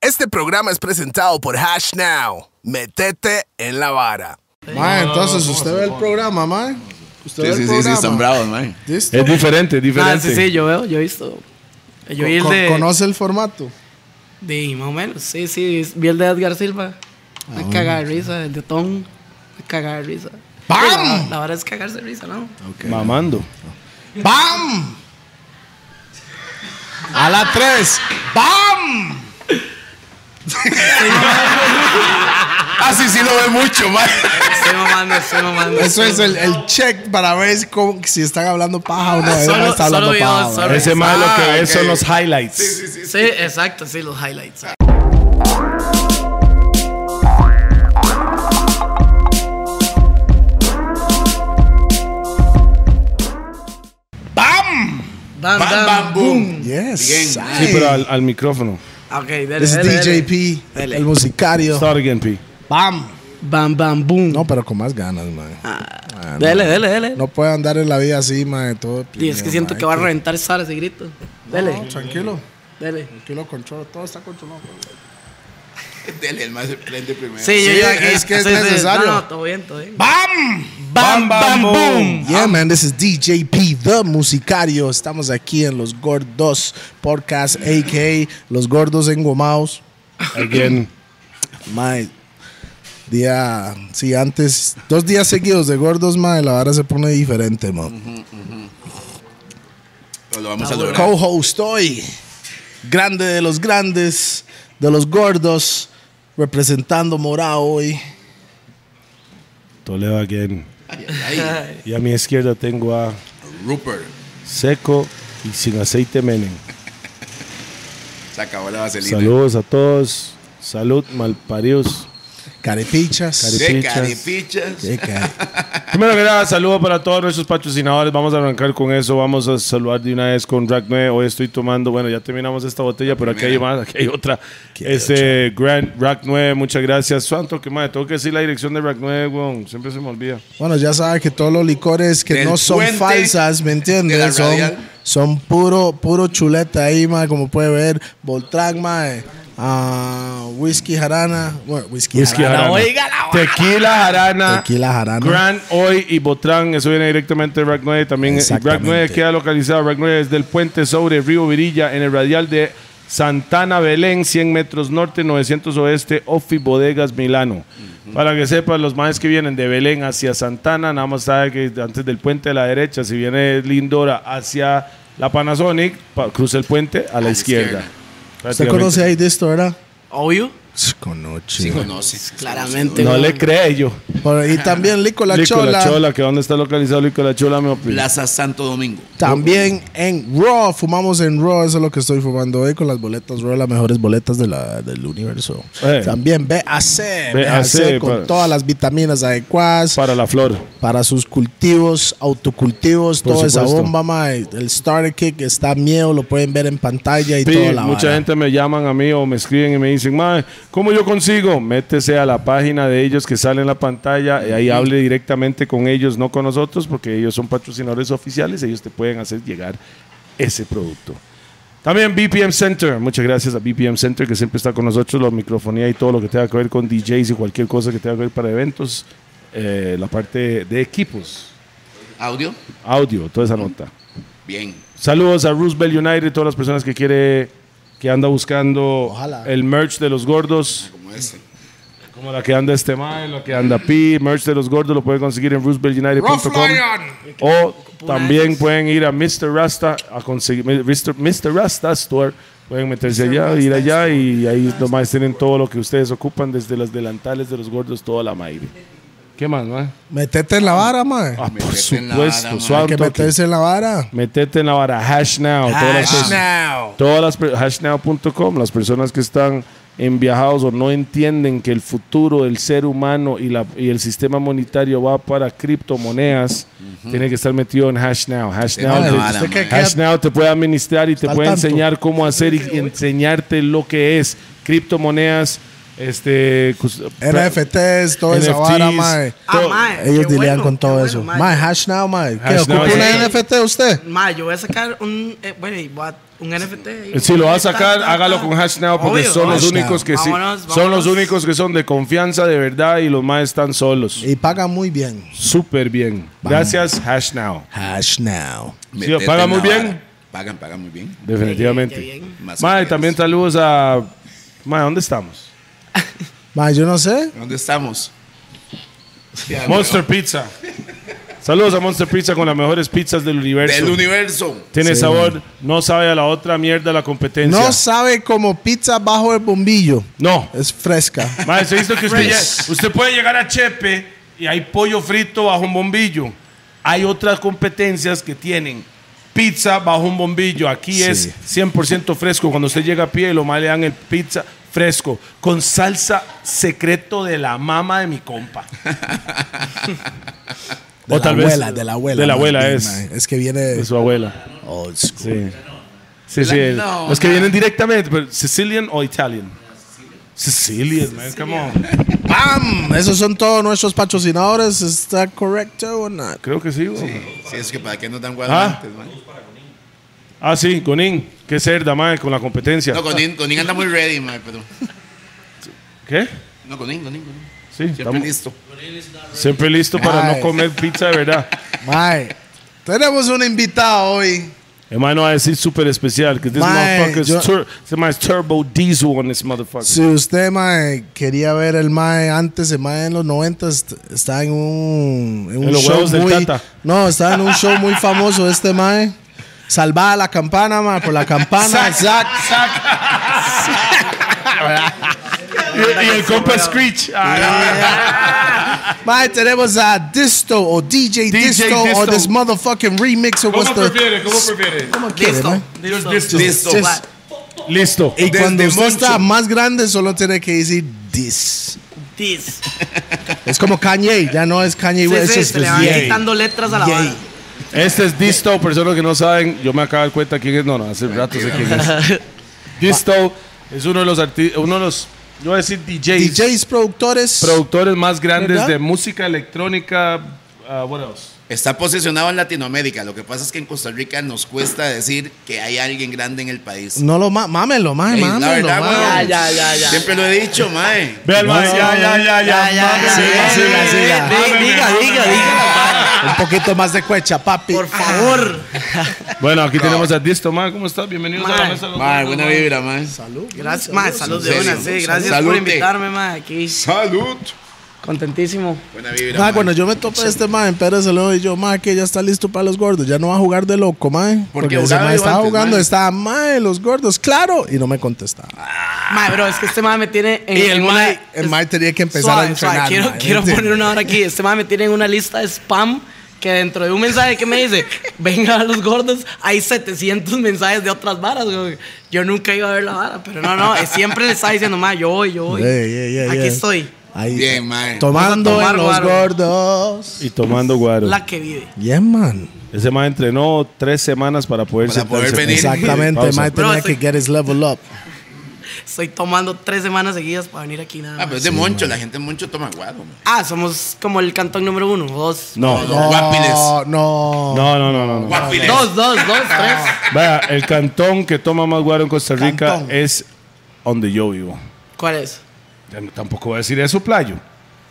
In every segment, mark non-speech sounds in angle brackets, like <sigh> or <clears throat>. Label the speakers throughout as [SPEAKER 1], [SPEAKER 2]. [SPEAKER 1] Este programa es presentado por Hash Now. Metete en la vara.
[SPEAKER 2] Mae, entonces usted ve el programa, mae. Usted ve
[SPEAKER 3] Sí,
[SPEAKER 2] el
[SPEAKER 3] sí, sí,
[SPEAKER 2] programa.
[SPEAKER 3] sí, están bravos, man.
[SPEAKER 2] ¿Listo?
[SPEAKER 4] Es diferente, es
[SPEAKER 5] Ah,
[SPEAKER 4] diferente.
[SPEAKER 5] sí, sí, yo veo, yo he visto. Yo vi el
[SPEAKER 2] Con-
[SPEAKER 5] de,
[SPEAKER 2] Conoce el formato.
[SPEAKER 5] de. Más o menos, sí, sí. Vi el de Edgar Silva.
[SPEAKER 2] Ah,
[SPEAKER 5] Una cagada de risa, el de Tom. Una cagada de risa. La, la hora es cagarse de risa, ¿no?
[SPEAKER 4] Mamando.
[SPEAKER 2] ¡Bam! A la 3. ¡Bam!
[SPEAKER 3] Ah, sí, sí lo ve mucho, man.
[SPEAKER 5] Estoy mamando, estoy mamando.
[SPEAKER 2] Eso es el, el check para ver si, cómo- si están hablando paja o no. El
[SPEAKER 5] Solo-
[SPEAKER 2] mae está
[SPEAKER 5] solo
[SPEAKER 2] hablando
[SPEAKER 5] yo,
[SPEAKER 2] paja. mae.
[SPEAKER 5] solo-
[SPEAKER 4] Ese más lo que
[SPEAKER 3] Ah,
[SPEAKER 4] ve
[SPEAKER 3] ok.
[SPEAKER 4] son los highlights.
[SPEAKER 5] Sí, exacto, sí, los highlights. ¡Bam! ¡Bam,
[SPEAKER 3] Bam, bam, boom.
[SPEAKER 2] Yes.
[SPEAKER 4] Sí,
[SPEAKER 2] ay.
[SPEAKER 4] pero al, al micrófono.
[SPEAKER 5] Ok, dale,
[SPEAKER 2] Es
[SPEAKER 5] dale, dale.
[SPEAKER 2] DJP, el musicario.
[SPEAKER 4] Start again, P.
[SPEAKER 2] ¡Bam!
[SPEAKER 5] Bam, bam, boom.
[SPEAKER 2] No, pero con más ganas, mae.
[SPEAKER 5] dele, dele, dele.
[SPEAKER 2] Ah, No puede andar en la vida así, mae. Todo
[SPEAKER 5] y es que siento que va a reventar esa hora ese grito. Dele,
[SPEAKER 2] Tranquilo.
[SPEAKER 5] dele.
[SPEAKER 2] Tranquilo, control. Todo está controlado.
[SPEAKER 3] Dele, el más se prende primero.
[SPEAKER 5] Sí, yo,
[SPEAKER 2] Sí,
[SPEAKER 5] yo aquí.
[SPEAKER 2] es que es
[SPEAKER 5] Sí, sí.
[SPEAKER 2] necesario.
[SPEAKER 5] No, no, todo bien, todo bien.
[SPEAKER 2] ¡Bam!
[SPEAKER 4] Bam, bam,
[SPEAKER 3] <laughs>
[SPEAKER 4] boom.
[SPEAKER 2] Yeah, man, this is DJP, The Musicario. Estamos aquí en Los Gordos Podcast, a.k.a. Los Gordos Engomados.
[SPEAKER 4] Again.
[SPEAKER 2] Mae, día, sí, antes, dos días seguidos de Gordos, mae, la vara se pone diferente, man.
[SPEAKER 3] Lo vamos a lograr.
[SPEAKER 2] Co-host hoy, grande de los grandes, de los gordos, representando Morao hoy.
[SPEAKER 4] Toledo again.
[SPEAKER 3] Ay, ay,
[SPEAKER 4] Y a mi izquierda tengo a
[SPEAKER 3] Rupert.
[SPEAKER 4] Seco y sin aceite Menem.
[SPEAKER 3] Se acabó la vaselina.
[SPEAKER 4] Saludos a todos. Salud, malparidos.
[SPEAKER 2] Carepichas.
[SPEAKER 4] Care-
[SPEAKER 3] De
[SPEAKER 4] Pichas.
[SPEAKER 3] caripichas.
[SPEAKER 2] Qué ca-
[SPEAKER 4] Primero que nada, saludos para todos nuestros patrocinadores. Vamos a arrancar con eso. Vamos a saludar de una vez con Rack 9. Hoy estoy tomando, bueno, ya terminamos esta botella, pero aquí hay más, aquí hay otra. Este Grand Rack 9, muchas gracias. Santo, que madre, tengo que decir la dirección de Rack 9, weón. Siempre se me olvida.
[SPEAKER 2] Bueno, ya sabe que todos los licores que
[SPEAKER 3] Del
[SPEAKER 2] no son
[SPEAKER 3] puente
[SPEAKER 2] falsas, ¿me
[SPEAKER 3] de la
[SPEAKER 2] entiendes? Son,
[SPEAKER 3] radial.
[SPEAKER 2] son puro, puro chuleta ahí, mae, como puede ver. Voltran, mae. Ah, whisky jarana. Bueno, whisky,
[SPEAKER 4] Whisky
[SPEAKER 2] jarana.
[SPEAKER 4] jarana. Tequila jarana.
[SPEAKER 2] Tequila jarana.
[SPEAKER 4] Grand Hoy y Botrán. Eso viene directamente de Rack 9. También y Rack 9
[SPEAKER 2] Exactamente.
[SPEAKER 4] queda localizado. Rack 9 es del puente sobre Río Virilla en el radial de Santana Belén, 100 metros norte, 900 oeste, Ofi Bodegas, Milano. Para que sepan, los maes que vienen de Belén hacia Santana, nada más sabe que antes del puente a la derecha, si viene Lindora hacia la Panasonic, pa- cruza el puente a la, izquierda.
[SPEAKER 3] izquierda.
[SPEAKER 2] ¿Usted conoce ahí de esto, verdad?
[SPEAKER 5] Obvio.
[SPEAKER 2] Conoche.
[SPEAKER 3] Sí, conoce.
[SPEAKER 5] Claramente.
[SPEAKER 4] No
[SPEAKER 5] weón.
[SPEAKER 4] le cree yo.
[SPEAKER 2] Por- y también Lico La
[SPEAKER 4] Lico La
[SPEAKER 2] Chola.
[SPEAKER 4] Chola, que dónde está localizado Lico La Chola, mi opinión.
[SPEAKER 3] Plaza Santo Domingo.
[SPEAKER 2] También en Raw, fumamos en Raw, eso es lo que estoy fumando hoy con las boletas Raw, las mejores boletas de la- del universo.
[SPEAKER 4] Eh.
[SPEAKER 2] También BAC, BAC,
[SPEAKER 4] BAC,
[SPEAKER 2] con
[SPEAKER 4] para-
[SPEAKER 2] todas las vitaminas adecuadas.
[SPEAKER 4] Para la flor.
[SPEAKER 2] para sus cultivos, autocultivos,
[SPEAKER 4] Por
[SPEAKER 2] toda esa
[SPEAKER 4] supuesto.
[SPEAKER 2] bomba, mae. El Starter Kick está miedo, lo pueden ver en pantalla y
[SPEAKER 4] Sí,
[SPEAKER 2] toda la
[SPEAKER 4] mucha
[SPEAKER 2] vara.
[SPEAKER 4] gente me llaman a mí o me escriben y me dicen, "Mae, ¿cómo yo consigo? Métese a la página de ellos que sale en la pantalla y ahí hable directamente con ellos, no con nosotros, porque ellos son patrocinadores oficiales, ellos te pueden hacer llegar ese producto. También BPM Center, muchas gracias a BPM Center que siempre está con nosotros, la microfonía y todo lo que tenga que ver con DJs y cualquier cosa que tenga que ver para eventos, eh, la parte de equipos,
[SPEAKER 3] Audio.
[SPEAKER 4] audio, toda esa nota.
[SPEAKER 3] Bien.
[SPEAKER 4] Saludos a Roosevelt United, todas las personas que quiere, que anda buscando
[SPEAKER 2] Ojalá.
[SPEAKER 4] el merch de los gordos,
[SPEAKER 3] Como este.
[SPEAKER 4] como la que anda este mae, la que anda Pi, merch de los gordos lo pueden conseguir en RooseveltUnited.com o también pueden ir a Mr. Rasta a conseguir Mr. Mr. Rasta Store, pueden meterse allá, ir allá y ahí los maes tienen todo lo que ustedes ocupan desde los delantales de los gordos toda la madre. ¿Qué más, mae?
[SPEAKER 2] Metete en la vara, mae.
[SPEAKER 4] Ah, por
[SPEAKER 3] Metete en la vara,
[SPEAKER 4] supuesto,
[SPEAKER 3] mae.
[SPEAKER 4] suave
[SPEAKER 2] Hay que
[SPEAKER 4] un toque.
[SPEAKER 2] meterse en la vara.
[SPEAKER 4] Metete en la vara, hash now. todas las cosas.
[SPEAKER 1] now.
[SPEAKER 4] Todas las per- hashnow.com, las personas que están enviajados o no entienden que el futuro del ser humano y, la, y el sistema monetario va para criptomonedas, tiene que estar metido en hashnow. Hashnow
[SPEAKER 3] Tiene
[SPEAKER 4] te,
[SPEAKER 3] la vara,
[SPEAKER 4] usted que-
[SPEAKER 3] man.
[SPEAKER 4] hashnow te puede administrar y te
[SPEAKER 2] al
[SPEAKER 4] puede
[SPEAKER 2] tanto.
[SPEAKER 4] enseñar cómo hacer y, y enseñarte lo que es criptomonedas. Este. cus-
[SPEAKER 2] NFTs, toda esa
[SPEAKER 4] NFTs,
[SPEAKER 2] vara, mae.
[SPEAKER 5] Ah,
[SPEAKER 4] todo.
[SPEAKER 5] mae,
[SPEAKER 2] Ellos
[SPEAKER 5] qué
[SPEAKER 2] dilean
[SPEAKER 5] bueno,
[SPEAKER 2] con
[SPEAKER 5] qué
[SPEAKER 2] todo
[SPEAKER 5] bueno,
[SPEAKER 2] eso.
[SPEAKER 5] mae.
[SPEAKER 2] Mae, hash now, mae. ¿Qué,
[SPEAKER 4] Hash
[SPEAKER 2] ocupa
[SPEAKER 4] now,
[SPEAKER 2] una
[SPEAKER 4] sí.
[SPEAKER 2] NFT usted?
[SPEAKER 5] Mae, yo voy a sacar un. eh, bueno, y voy a- un NFT. ahí.
[SPEAKER 4] Si lo va a sacar,
[SPEAKER 5] Ta, ta, ta.
[SPEAKER 4] hágalo con Hash Now porque
[SPEAKER 5] Obvio,
[SPEAKER 4] son los
[SPEAKER 5] obvio.
[SPEAKER 2] Hash
[SPEAKER 4] únicos
[SPEAKER 2] Now.
[SPEAKER 4] que sí.
[SPEAKER 5] Vámonos,
[SPEAKER 4] Son los
[SPEAKER 5] vámonos.
[SPEAKER 4] únicos que son de confianza de verdad y los más están solos.
[SPEAKER 2] Y paga muy bien.
[SPEAKER 4] Súper bien. Gracias, Hash Now.
[SPEAKER 2] Hash now.
[SPEAKER 4] Sí, paga muy bien.
[SPEAKER 3] Pagan, pagan muy bien.
[SPEAKER 5] Qué
[SPEAKER 4] Definitivamente.
[SPEAKER 5] bien.
[SPEAKER 3] Más
[SPEAKER 4] Mae,
[SPEAKER 3] que
[SPEAKER 4] también
[SPEAKER 3] menos.
[SPEAKER 4] saludos a. Mae, ¿dónde estamos?
[SPEAKER 2] Mae, yo no sé.
[SPEAKER 3] ¿Dónde estamos? Ya,
[SPEAKER 4] Monster Pizza. Saludos a Monster Pizza con las mejores pizzas del universo.
[SPEAKER 3] Del universo.
[SPEAKER 4] Tiene
[SPEAKER 2] Sí,
[SPEAKER 4] sabor, no sabe a la otra mierda la competencia.
[SPEAKER 2] No sabe como pizza bajo el bombillo.
[SPEAKER 4] No.
[SPEAKER 2] Es fresca.
[SPEAKER 4] Mae, se hizo que usted, ya- usted puede llegar a Chepe y hay pollo frito bajo un bombillo. Hay otras competencias que tienen pizza bajo un bombillo. Aquí es 100% fresco. Cuando usted llega a pie, lo más le dan el pizza fresco con salsa secreto de la mama de mi compa.
[SPEAKER 2] <laughs> De
[SPEAKER 4] O
[SPEAKER 2] la
[SPEAKER 4] tal vez-
[SPEAKER 2] abuela, de la abuela.
[SPEAKER 4] de la
[SPEAKER 2] más
[SPEAKER 4] abuela
[SPEAKER 2] bien,
[SPEAKER 4] es.
[SPEAKER 2] mae. Es que viene
[SPEAKER 4] De su abuela.
[SPEAKER 2] old school.
[SPEAKER 4] Sí. Sí, sí. el-
[SPEAKER 3] No,
[SPEAKER 4] los que
[SPEAKER 3] man.
[SPEAKER 4] vienen directamente, pero Sicilian o Italian. Sicilian, man, come on.
[SPEAKER 2] ¡Pam! Esos son todos nuestros patrocinadores. ¿Está correcto o no?
[SPEAKER 4] Creo que sí, güey.
[SPEAKER 3] Si es que para qué nos dan guadantes, man.
[SPEAKER 4] Ah, sí, Gonin. Qué cerda, mae, con la competencia.
[SPEAKER 3] No, Conin, Conin anda muy ready, man, pero.
[SPEAKER 4] ¿Qué?
[SPEAKER 3] No, Conin, Conin, Conin.
[SPEAKER 4] Sí,
[SPEAKER 3] Siempre
[SPEAKER 4] estamos
[SPEAKER 3] listo.
[SPEAKER 4] siempre listo para
[SPEAKER 2] Mae.
[SPEAKER 4] no comer pizza de verdad.
[SPEAKER 2] Mae, tenemos un invitado hoy.
[SPEAKER 4] Hermano, va a decir súper especial. Que this
[SPEAKER 2] Mae,
[SPEAKER 4] motherfucker is
[SPEAKER 2] yo-
[SPEAKER 4] tur- this man is turbo diesel on this motherfucker.
[SPEAKER 2] Si usted, mae, quería ver el mae antes, el mae en los 90 est- está en un, en un
[SPEAKER 4] los
[SPEAKER 2] show
[SPEAKER 4] huevos del
[SPEAKER 2] muy...
[SPEAKER 4] Tata.
[SPEAKER 2] No, está en un show muy famoso este mae. Salvada la campana, mae, por la campana. Zack.
[SPEAKER 4] Y, y el compa Screech. Ah,
[SPEAKER 2] Mae, tenemos a Disto o DJ,
[SPEAKER 4] DJ
[SPEAKER 2] Disto, o
[SPEAKER 4] Disto.
[SPEAKER 2] this motherfucking remix o what's the...
[SPEAKER 4] ¿Cómo prefiere?
[SPEAKER 2] ¿Cómo quiere,
[SPEAKER 5] Listo.
[SPEAKER 2] mae?
[SPEAKER 5] Listo.
[SPEAKER 4] Listo.
[SPEAKER 3] Listo.
[SPEAKER 2] Just-
[SPEAKER 4] Listo.
[SPEAKER 2] Y
[SPEAKER 3] Desde
[SPEAKER 2] cuando usted
[SPEAKER 3] Moncho.
[SPEAKER 2] está más grande, solo tiene que decir this.
[SPEAKER 5] This.
[SPEAKER 2] Es como Kanye, ya no es Kanye
[SPEAKER 5] Sí,
[SPEAKER 2] West,
[SPEAKER 5] sí,
[SPEAKER 2] es
[SPEAKER 5] se le van
[SPEAKER 2] Ye.
[SPEAKER 5] quitando letras a la
[SPEAKER 2] Yay.
[SPEAKER 5] vara.
[SPEAKER 4] Este es Disto, personas que no saben, yo me acabo de dar cuenta quién es, no, no, hace rato sé quién es. <laughs> Disto es uno de los artistas, uno de los, yo voy a decir DJs,
[SPEAKER 2] DJs productores.
[SPEAKER 4] productores más grandes
[SPEAKER 2] ¿Verdad?
[SPEAKER 4] de música electrónica, ah, what else?
[SPEAKER 3] Está posicionado en Latinoamérica. Lo que pasa es que en Costa Rica nos cuesta decir que hay alguien grande en el país.
[SPEAKER 2] no lo ma- mámelo, mae,
[SPEAKER 3] Ey, la
[SPEAKER 2] mámelo.
[SPEAKER 3] verdad,
[SPEAKER 2] mae.
[SPEAKER 5] Ya,
[SPEAKER 3] weón.
[SPEAKER 5] ya, ya, ya.
[SPEAKER 3] Siempre lo he dicho, mae.
[SPEAKER 4] Ve al mae, ya, ya, ya, ya,
[SPEAKER 5] ya,
[SPEAKER 2] Siga, siga,
[SPEAKER 5] ya, ya,
[SPEAKER 2] siga.
[SPEAKER 5] ya, ya. Diga, diga, diga.
[SPEAKER 2] Un poquito más de cuecha, papi.
[SPEAKER 5] Por favor.
[SPEAKER 4] Bueno, aquí tenemos a Disto, mae, ¿cómo estás? Bienvenidos a la
[SPEAKER 5] Mae.
[SPEAKER 4] mesa. de los
[SPEAKER 3] Mae,
[SPEAKER 4] grandes,
[SPEAKER 3] buena
[SPEAKER 4] mae.
[SPEAKER 3] vibra, mae.
[SPEAKER 5] Gracias, mae, salud de
[SPEAKER 3] en
[SPEAKER 5] una,
[SPEAKER 3] serio.
[SPEAKER 5] sí. Gracias
[SPEAKER 3] Salute.
[SPEAKER 5] por invitarme, mae, aquí.
[SPEAKER 3] Salud.
[SPEAKER 5] Contentísimo.
[SPEAKER 3] Buena vibra.
[SPEAKER 2] Ah,
[SPEAKER 3] mae.
[SPEAKER 2] cuando yo me topé a este mae en Pérez Celedón, y yo, mae, que ya está listo para los gordos, ya no va a jugar de loco, mae.
[SPEAKER 3] ¿Por
[SPEAKER 2] Porque
[SPEAKER 3] qué
[SPEAKER 2] ese
[SPEAKER 3] jugaba
[SPEAKER 2] mae
[SPEAKER 3] yo
[SPEAKER 2] estaba
[SPEAKER 3] antes,
[SPEAKER 2] jugando,
[SPEAKER 3] mae?
[SPEAKER 2] estaba, mae, los gordos, claro, y no me contestaba.
[SPEAKER 5] Mae, bro, es que este mae me tiene en
[SPEAKER 2] y el
[SPEAKER 5] en una-
[SPEAKER 2] mae, el mae tenía que empezar
[SPEAKER 5] Suave,
[SPEAKER 2] a entrenar.
[SPEAKER 5] suave, Quiero,
[SPEAKER 2] mae,
[SPEAKER 5] quiero
[SPEAKER 2] ¿entiendes?
[SPEAKER 5] poner una hora aquí. Este mae me tiene en una lista de spam que dentro de un mensaje que me dice, venga a los gordos, hay 700 mensajes de otras varas. güey. Yo nunca iba a ver la vara, pero no, no, eh, siempre le estaba diciendo, mae, yo voy, yo voy.
[SPEAKER 2] Ey, ey, ey,
[SPEAKER 5] Aquí
[SPEAKER 2] ey.
[SPEAKER 5] estoy,
[SPEAKER 2] Ahí.
[SPEAKER 3] Bien, mae.
[SPEAKER 2] Tomando
[SPEAKER 5] Vamos a tomar,
[SPEAKER 2] en los
[SPEAKER 5] guaro.
[SPEAKER 2] gordos.
[SPEAKER 4] Y tomando guaro.
[SPEAKER 5] la que vive.
[SPEAKER 2] Yeah, man.
[SPEAKER 4] Ese mae entrenó tres semanas para poder
[SPEAKER 3] Para poder
[SPEAKER 4] sentarse.
[SPEAKER 3] venir.
[SPEAKER 2] Exactamente,
[SPEAKER 4] Pausa.
[SPEAKER 2] mae
[SPEAKER 5] Bro,
[SPEAKER 2] tenía
[SPEAKER 5] estoy-
[SPEAKER 2] que get his level up.
[SPEAKER 5] Estoy tomando tres semanas seguidas para venir aquí nada
[SPEAKER 3] Ah, pero
[SPEAKER 5] más.
[SPEAKER 3] es de Moncho. La gente en Moncho toma guado, mae.
[SPEAKER 5] Ah, somos como el cantón número uno, dos.
[SPEAKER 4] No, no,
[SPEAKER 3] No, guapiles.
[SPEAKER 2] No, no.
[SPEAKER 4] no, no, no. no.
[SPEAKER 3] Guapiles.
[SPEAKER 5] Dos, dos,
[SPEAKER 2] <laughs>
[SPEAKER 5] dos, tres.
[SPEAKER 4] Vea, el cantón que toma más guaro en Costa Rica
[SPEAKER 2] Cantón.
[SPEAKER 4] es donde yo vivo.
[SPEAKER 5] ¿Cuál es?
[SPEAKER 4] Ya no- Tampoco voy a decir eso, playo.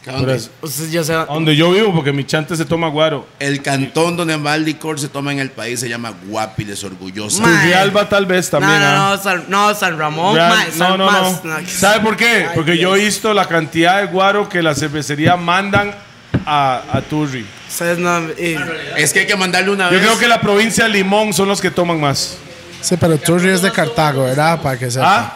[SPEAKER 3] Cabrón,
[SPEAKER 4] Pero es-
[SPEAKER 5] Ustedes ya se
[SPEAKER 4] a donde yo vivo, porque mi chante se toma guaro.
[SPEAKER 3] El cantón donde más licor se toma en el país se llama Guapiles Orgullosa.
[SPEAKER 5] Mae.
[SPEAKER 4] Turrialba Pues tal vez
[SPEAKER 5] No,
[SPEAKER 4] también. ¿ah?
[SPEAKER 5] no, no, San, no, San Ramón,
[SPEAKER 4] Real-
[SPEAKER 5] mae,
[SPEAKER 4] no,
[SPEAKER 5] San
[SPEAKER 4] no,
[SPEAKER 5] más.
[SPEAKER 4] no.
[SPEAKER 5] No, que-
[SPEAKER 4] ¿Sabe por qué?
[SPEAKER 5] Ay,
[SPEAKER 4] Porque yo he
[SPEAKER 5] Dios.
[SPEAKER 4] visto la cantidad de guaro que la cervecería mandan a, a Turri.
[SPEAKER 5] Ustedes no. eh,
[SPEAKER 3] Es que hay que mandarle una
[SPEAKER 4] Yo
[SPEAKER 3] vez.
[SPEAKER 4] creo que la provincia de Limón son los que toman más.
[SPEAKER 2] Sí, pero Turri es de Cartago, ¿verdad? Para que sepa.
[SPEAKER 4] ¿Ah?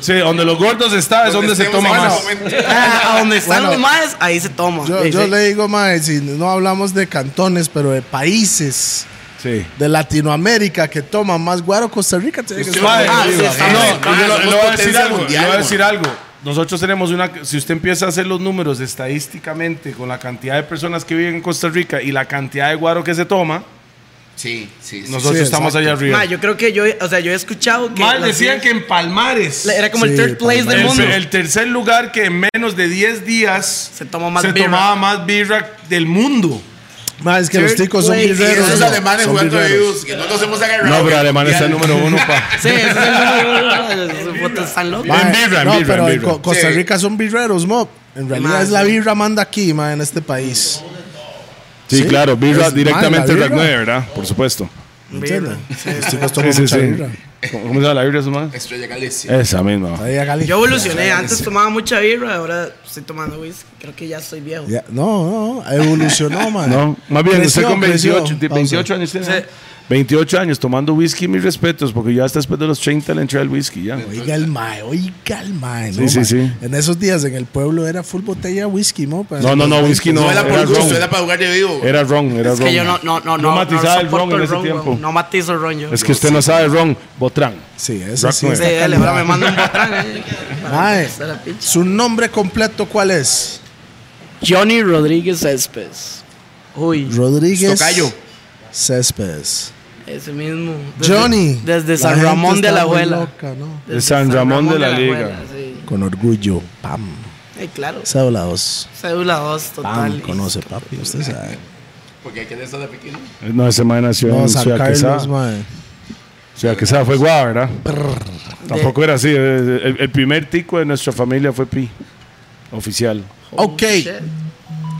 [SPEAKER 4] Sí, donde los gordos está es donde, se
[SPEAKER 3] estemos
[SPEAKER 4] toma
[SPEAKER 3] en
[SPEAKER 4] más.
[SPEAKER 3] ese momento.
[SPEAKER 5] Ah, a donde están
[SPEAKER 2] Bueno.
[SPEAKER 5] los maes, ahí se toma.
[SPEAKER 2] Yo,
[SPEAKER 5] Sí,
[SPEAKER 2] yo
[SPEAKER 5] sí.
[SPEAKER 2] le digo, mae, si no hablamos de cantones, pero de países
[SPEAKER 4] Sí.
[SPEAKER 2] de Latinoamérica que toman más guaro, Costa Rica tiene que
[SPEAKER 3] Usted
[SPEAKER 2] estar
[SPEAKER 3] va
[SPEAKER 4] Mae,
[SPEAKER 2] arriba,
[SPEAKER 5] Ah, sí,
[SPEAKER 4] no,
[SPEAKER 2] mae.
[SPEAKER 5] estamos-
[SPEAKER 4] y yo
[SPEAKER 3] mae,
[SPEAKER 4] le- le
[SPEAKER 3] somos
[SPEAKER 4] voy a
[SPEAKER 3] potencia
[SPEAKER 4] decir algo,
[SPEAKER 3] mundial,
[SPEAKER 4] le voy a
[SPEAKER 3] mae.
[SPEAKER 4] decir algo. Nosotros tenemos una. Si usted empieza a hacer los números estadísticamente con la cantidad de personas que viven en Costa Rica y la cantidad de guaro que se toma,
[SPEAKER 3] Sí, sí, sí.
[SPEAKER 4] Nosotros
[SPEAKER 2] Sí,
[SPEAKER 4] estamos
[SPEAKER 2] exacto.
[SPEAKER 4] allá arriba.
[SPEAKER 5] Ma, yo creo que yo, o sea, yo he escuchado que.
[SPEAKER 4] Mal
[SPEAKER 5] las
[SPEAKER 4] decían
[SPEAKER 5] tías-
[SPEAKER 4] que en Palmares.
[SPEAKER 5] Era como el
[SPEAKER 2] Sí,
[SPEAKER 5] third place del
[SPEAKER 4] el,
[SPEAKER 5] mundo.
[SPEAKER 4] el tercer lugar que en menos de 10 días
[SPEAKER 5] Se tomó más
[SPEAKER 4] se
[SPEAKER 5] birra.
[SPEAKER 4] tomaba más birra del mundo.
[SPEAKER 2] Más es que los
[SPEAKER 5] Third
[SPEAKER 2] ticos son
[SPEAKER 5] place.
[SPEAKER 3] Y
[SPEAKER 2] birreros.
[SPEAKER 3] esos
[SPEAKER 2] ¿no?
[SPEAKER 3] alemanes
[SPEAKER 2] Son
[SPEAKER 3] jugando de
[SPEAKER 2] birreros.
[SPEAKER 3] ellos, que no nos hemos agarrado. Mundial.
[SPEAKER 4] uno, pa.
[SPEAKER 5] Sí, ese es el número uno. Esos putos Están locos.
[SPEAKER 2] Mae,
[SPEAKER 4] En birra, en
[SPEAKER 2] no,
[SPEAKER 4] birra,
[SPEAKER 2] pero
[SPEAKER 4] en birra.
[SPEAKER 2] Co- Costa
[SPEAKER 3] Sí.
[SPEAKER 2] Rica son birreros, mo. En realidad
[SPEAKER 5] Mae,
[SPEAKER 2] es la
[SPEAKER 5] sí.
[SPEAKER 2] birra manda aquí, ma, en este país.
[SPEAKER 4] Sí, claro, birra
[SPEAKER 2] es
[SPEAKER 4] directamente
[SPEAKER 2] mala
[SPEAKER 4] Rack
[SPEAKER 2] birra.
[SPEAKER 4] 9, ¿verdad? Por supuesto.
[SPEAKER 2] ¿Entiendes? Los ticos
[SPEAKER 4] Sí,
[SPEAKER 2] toman
[SPEAKER 4] sí,
[SPEAKER 2] mucha
[SPEAKER 4] sí.
[SPEAKER 2] birra.
[SPEAKER 4] ¿Cómo cómo se llama la birra, su madre?
[SPEAKER 3] Estrella Galicia.
[SPEAKER 4] Esa misma.
[SPEAKER 2] Ahí a Cali.
[SPEAKER 5] Yo evolucioné. Antes tomaba mucha birra, ahora estoy tomando whisky. Creo que ya estoy viejo.
[SPEAKER 2] Ya, no, no,
[SPEAKER 4] <laughs>
[SPEAKER 2] evolucionó, man.
[SPEAKER 4] No, más bien,
[SPEAKER 2] Creció,
[SPEAKER 4] usted con
[SPEAKER 2] creció.
[SPEAKER 4] 28, de 28 años tiene. ¿no? 28 años tomando whisky, mis respetos, porque ya hasta después de los 30 le entré al whisky, ya.
[SPEAKER 2] Oiga el mae, oiga el mae.
[SPEAKER 4] Sí,
[SPEAKER 2] no,
[SPEAKER 4] sí,
[SPEAKER 2] mae.
[SPEAKER 4] sí.
[SPEAKER 2] En esos días en el pueblo era full botella whisky, pues, mo. para
[SPEAKER 4] No, no,
[SPEAKER 2] los
[SPEAKER 4] no,
[SPEAKER 2] eventos.
[SPEAKER 4] whisky
[SPEAKER 3] No
[SPEAKER 4] Era
[SPEAKER 3] era
[SPEAKER 4] Eh.
[SPEAKER 3] por gusto,
[SPEAKER 4] ron.
[SPEAKER 3] era para jugar de vivo.
[SPEAKER 4] Era ron, era
[SPEAKER 5] Es
[SPEAKER 4] ron.
[SPEAKER 5] que yo no, no, no, no.
[SPEAKER 4] matizaba el
[SPEAKER 5] soporto
[SPEAKER 4] ron en ese tiempo.
[SPEAKER 5] weón. No matizo el ron yo.
[SPEAKER 4] Es que usted no sabe ron, Botrán.
[SPEAKER 2] Sí, eso
[SPEAKER 4] Rock
[SPEAKER 2] sí.
[SPEAKER 4] Noel.
[SPEAKER 5] Sí,
[SPEAKER 2] está
[SPEAKER 5] dale, ahora me
[SPEAKER 2] calidad.
[SPEAKER 5] manda un botrán. eh,
[SPEAKER 2] <laughs>
[SPEAKER 5] para
[SPEAKER 2] Mae,
[SPEAKER 5] empezar la pinche.
[SPEAKER 2] su nombre completo, ¿cuál es?
[SPEAKER 5] Johnny Rodríguez Céspedes. Uy,
[SPEAKER 2] Rodríguez.
[SPEAKER 3] Tocayo.
[SPEAKER 2] Céspedes.
[SPEAKER 5] ese mismo. Desde-
[SPEAKER 2] Johnny.
[SPEAKER 5] Desde
[SPEAKER 2] La
[SPEAKER 5] San
[SPEAKER 2] gente
[SPEAKER 5] Ramón de
[SPEAKER 2] está
[SPEAKER 5] la
[SPEAKER 2] muy
[SPEAKER 5] Abuela.
[SPEAKER 2] loca, ¿no?
[SPEAKER 5] Desde
[SPEAKER 4] San Ramón de la Liga.
[SPEAKER 5] Abuela, sí.
[SPEAKER 2] Con orgullo. Pam.
[SPEAKER 5] Eh, claro.
[SPEAKER 2] Cédula 2.
[SPEAKER 5] Cédula 2, total.
[SPEAKER 2] Pam. Conoce, papi. Usted sabe.
[SPEAKER 3] Porque hay que de pequeño.
[SPEAKER 4] No, ese man nació
[SPEAKER 2] No,
[SPEAKER 4] en
[SPEAKER 2] San
[SPEAKER 4] Ciudad Quesada.
[SPEAKER 2] Carlos, mae.
[SPEAKER 4] Ciudad Quesada fue guau, ¿verdad? Tampoco era así. eh, El, el primer tico de nuestra familia fue Pi. Oficial.
[SPEAKER 2] Ok.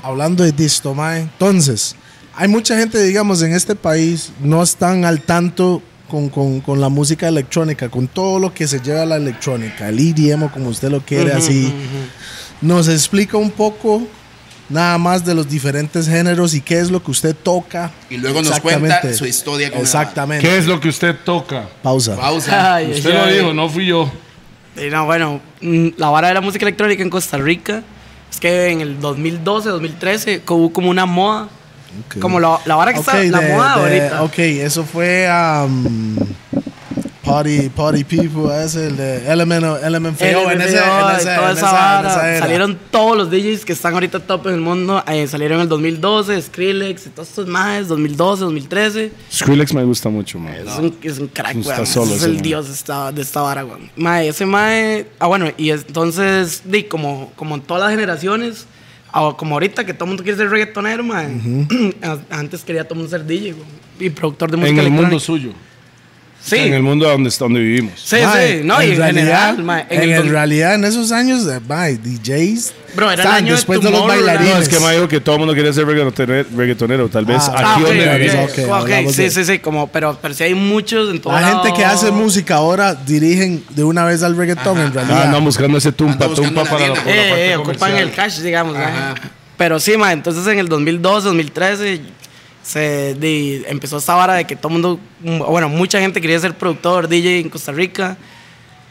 [SPEAKER 2] Hablando de esto, mae. Entonces, hay mucha gente, digamos, en este país no están al tanto con, con- con la música electrónica, con todo lo que se lleva a la electrónica, el EDM o como usted lo quiere, así. Nos explica un poco nada más de los diferentes géneros y qué es lo que usted toca.
[SPEAKER 3] Y luego nos cuenta
[SPEAKER 2] Exactamente.
[SPEAKER 3] su historia con la-
[SPEAKER 2] Exactamente.
[SPEAKER 4] ¿Qué es lo que usted toca?
[SPEAKER 2] Pausa.
[SPEAKER 4] <laughs>
[SPEAKER 5] <laughs>
[SPEAKER 3] Pausa.
[SPEAKER 4] Usted lo dijo, no fui yo.
[SPEAKER 5] Y no, bueno, mm, la vara de la música electrónica en Costa Rica es que en el 2012, 2013 co- hubo como una moda.
[SPEAKER 2] Ok.
[SPEAKER 5] Como la, la vara que
[SPEAKER 2] Ok,
[SPEAKER 5] está, la
[SPEAKER 2] de-
[SPEAKER 5] moda
[SPEAKER 2] de-
[SPEAKER 5] ahorita.
[SPEAKER 2] Ok, eso fue um, Party, Party People, es el de Element, Element Feo, en
[SPEAKER 5] LMFAO
[SPEAKER 2] ese, en
[SPEAKER 5] y
[SPEAKER 2] ese-
[SPEAKER 5] toda
[SPEAKER 2] en
[SPEAKER 5] esa
[SPEAKER 2] esa- en
[SPEAKER 5] vara.
[SPEAKER 2] esa era.
[SPEAKER 5] Salieron todos los DJs que están ahorita top en el mundo. eh, salieron en el 2012, Skrillex y todos estos más, 2012, 2013.
[SPEAKER 4] Skrillex me gusta mucho, man.
[SPEAKER 5] Es un, es un crack,
[SPEAKER 4] No
[SPEAKER 5] weón.
[SPEAKER 4] está solo
[SPEAKER 5] es
[SPEAKER 4] ese
[SPEAKER 5] el
[SPEAKER 4] man.
[SPEAKER 5] dios de esta, de esta vara, weón. Mae, ese mae. Ah, bueno, y es- entonces, di, como, como en todas las generaciones, ah, como ahorita que todo el mundo quiere ser reggaetonero, mae. <clears throat> a- Antes quería todo el mundo ser DJ, weón, Y productor de música
[SPEAKER 4] En el
[SPEAKER 5] electrónica.
[SPEAKER 4] mundo suyo.
[SPEAKER 5] Sí.
[SPEAKER 4] En el mundo donde, donde vivimos.
[SPEAKER 5] Sí,
[SPEAKER 2] Mae,
[SPEAKER 5] sí, no, y en general, mae,
[SPEAKER 2] en,
[SPEAKER 5] el
[SPEAKER 2] el
[SPEAKER 5] dos-
[SPEAKER 2] realidad, en esos años, eh, mae, DJs
[SPEAKER 5] Bro, era el
[SPEAKER 2] estaban
[SPEAKER 5] año de
[SPEAKER 2] después de los
[SPEAKER 5] Tomorrowland.
[SPEAKER 2] bailarines.
[SPEAKER 4] No, es que me dijo que todo el mundo quería ser reggaetonero, reggaetonero, tal vez
[SPEAKER 2] Ah,
[SPEAKER 4] aquí
[SPEAKER 5] ok,
[SPEAKER 4] donde
[SPEAKER 5] ok,
[SPEAKER 4] vivimos.
[SPEAKER 2] ok,
[SPEAKER 5] ok,
[SPEAKER 2] hablamos
[SPEAKER 5] sí,
[SPEAKER 2] de-
[SPEAKER 5] sí, sí, como, pero, pero sí hay muchos en todo
[SPEAKER 2] la gente
[SPEAKER 5] lado.
[SPEAKER 2] que hace música ahora dirigen de una vez al reggaetón, en
[SPEAKER 4] Ah,
[SPEAKER 2] realidad.
[SPEAKER 4] andan buscando ese tumpa,
[SPEAKER 3] Andan buscando
[SPEAKER 4] tumpa
[SPEAKER 3] la
[SPEAKER 4] para la,
[SPEAKER 3] arena.
[SPEAKER 4] por la
[SPEAKER 5] Eh,
[SPEAKER 4] parte
[SPEAKER 5] eh, ocupan
[SPEAKER 4] comercial.
[SPEAKER 5] el cash, digamos. ¿no?
[SPEAKER 3] Ajá.
[SPEAKER 5] Pero sí, ma, entonces en el 2012, 2013 se di- empezó esta vara de que todo el mundo, mm, bueno, mucha gente quería ser productor, DJ en Costa Rica.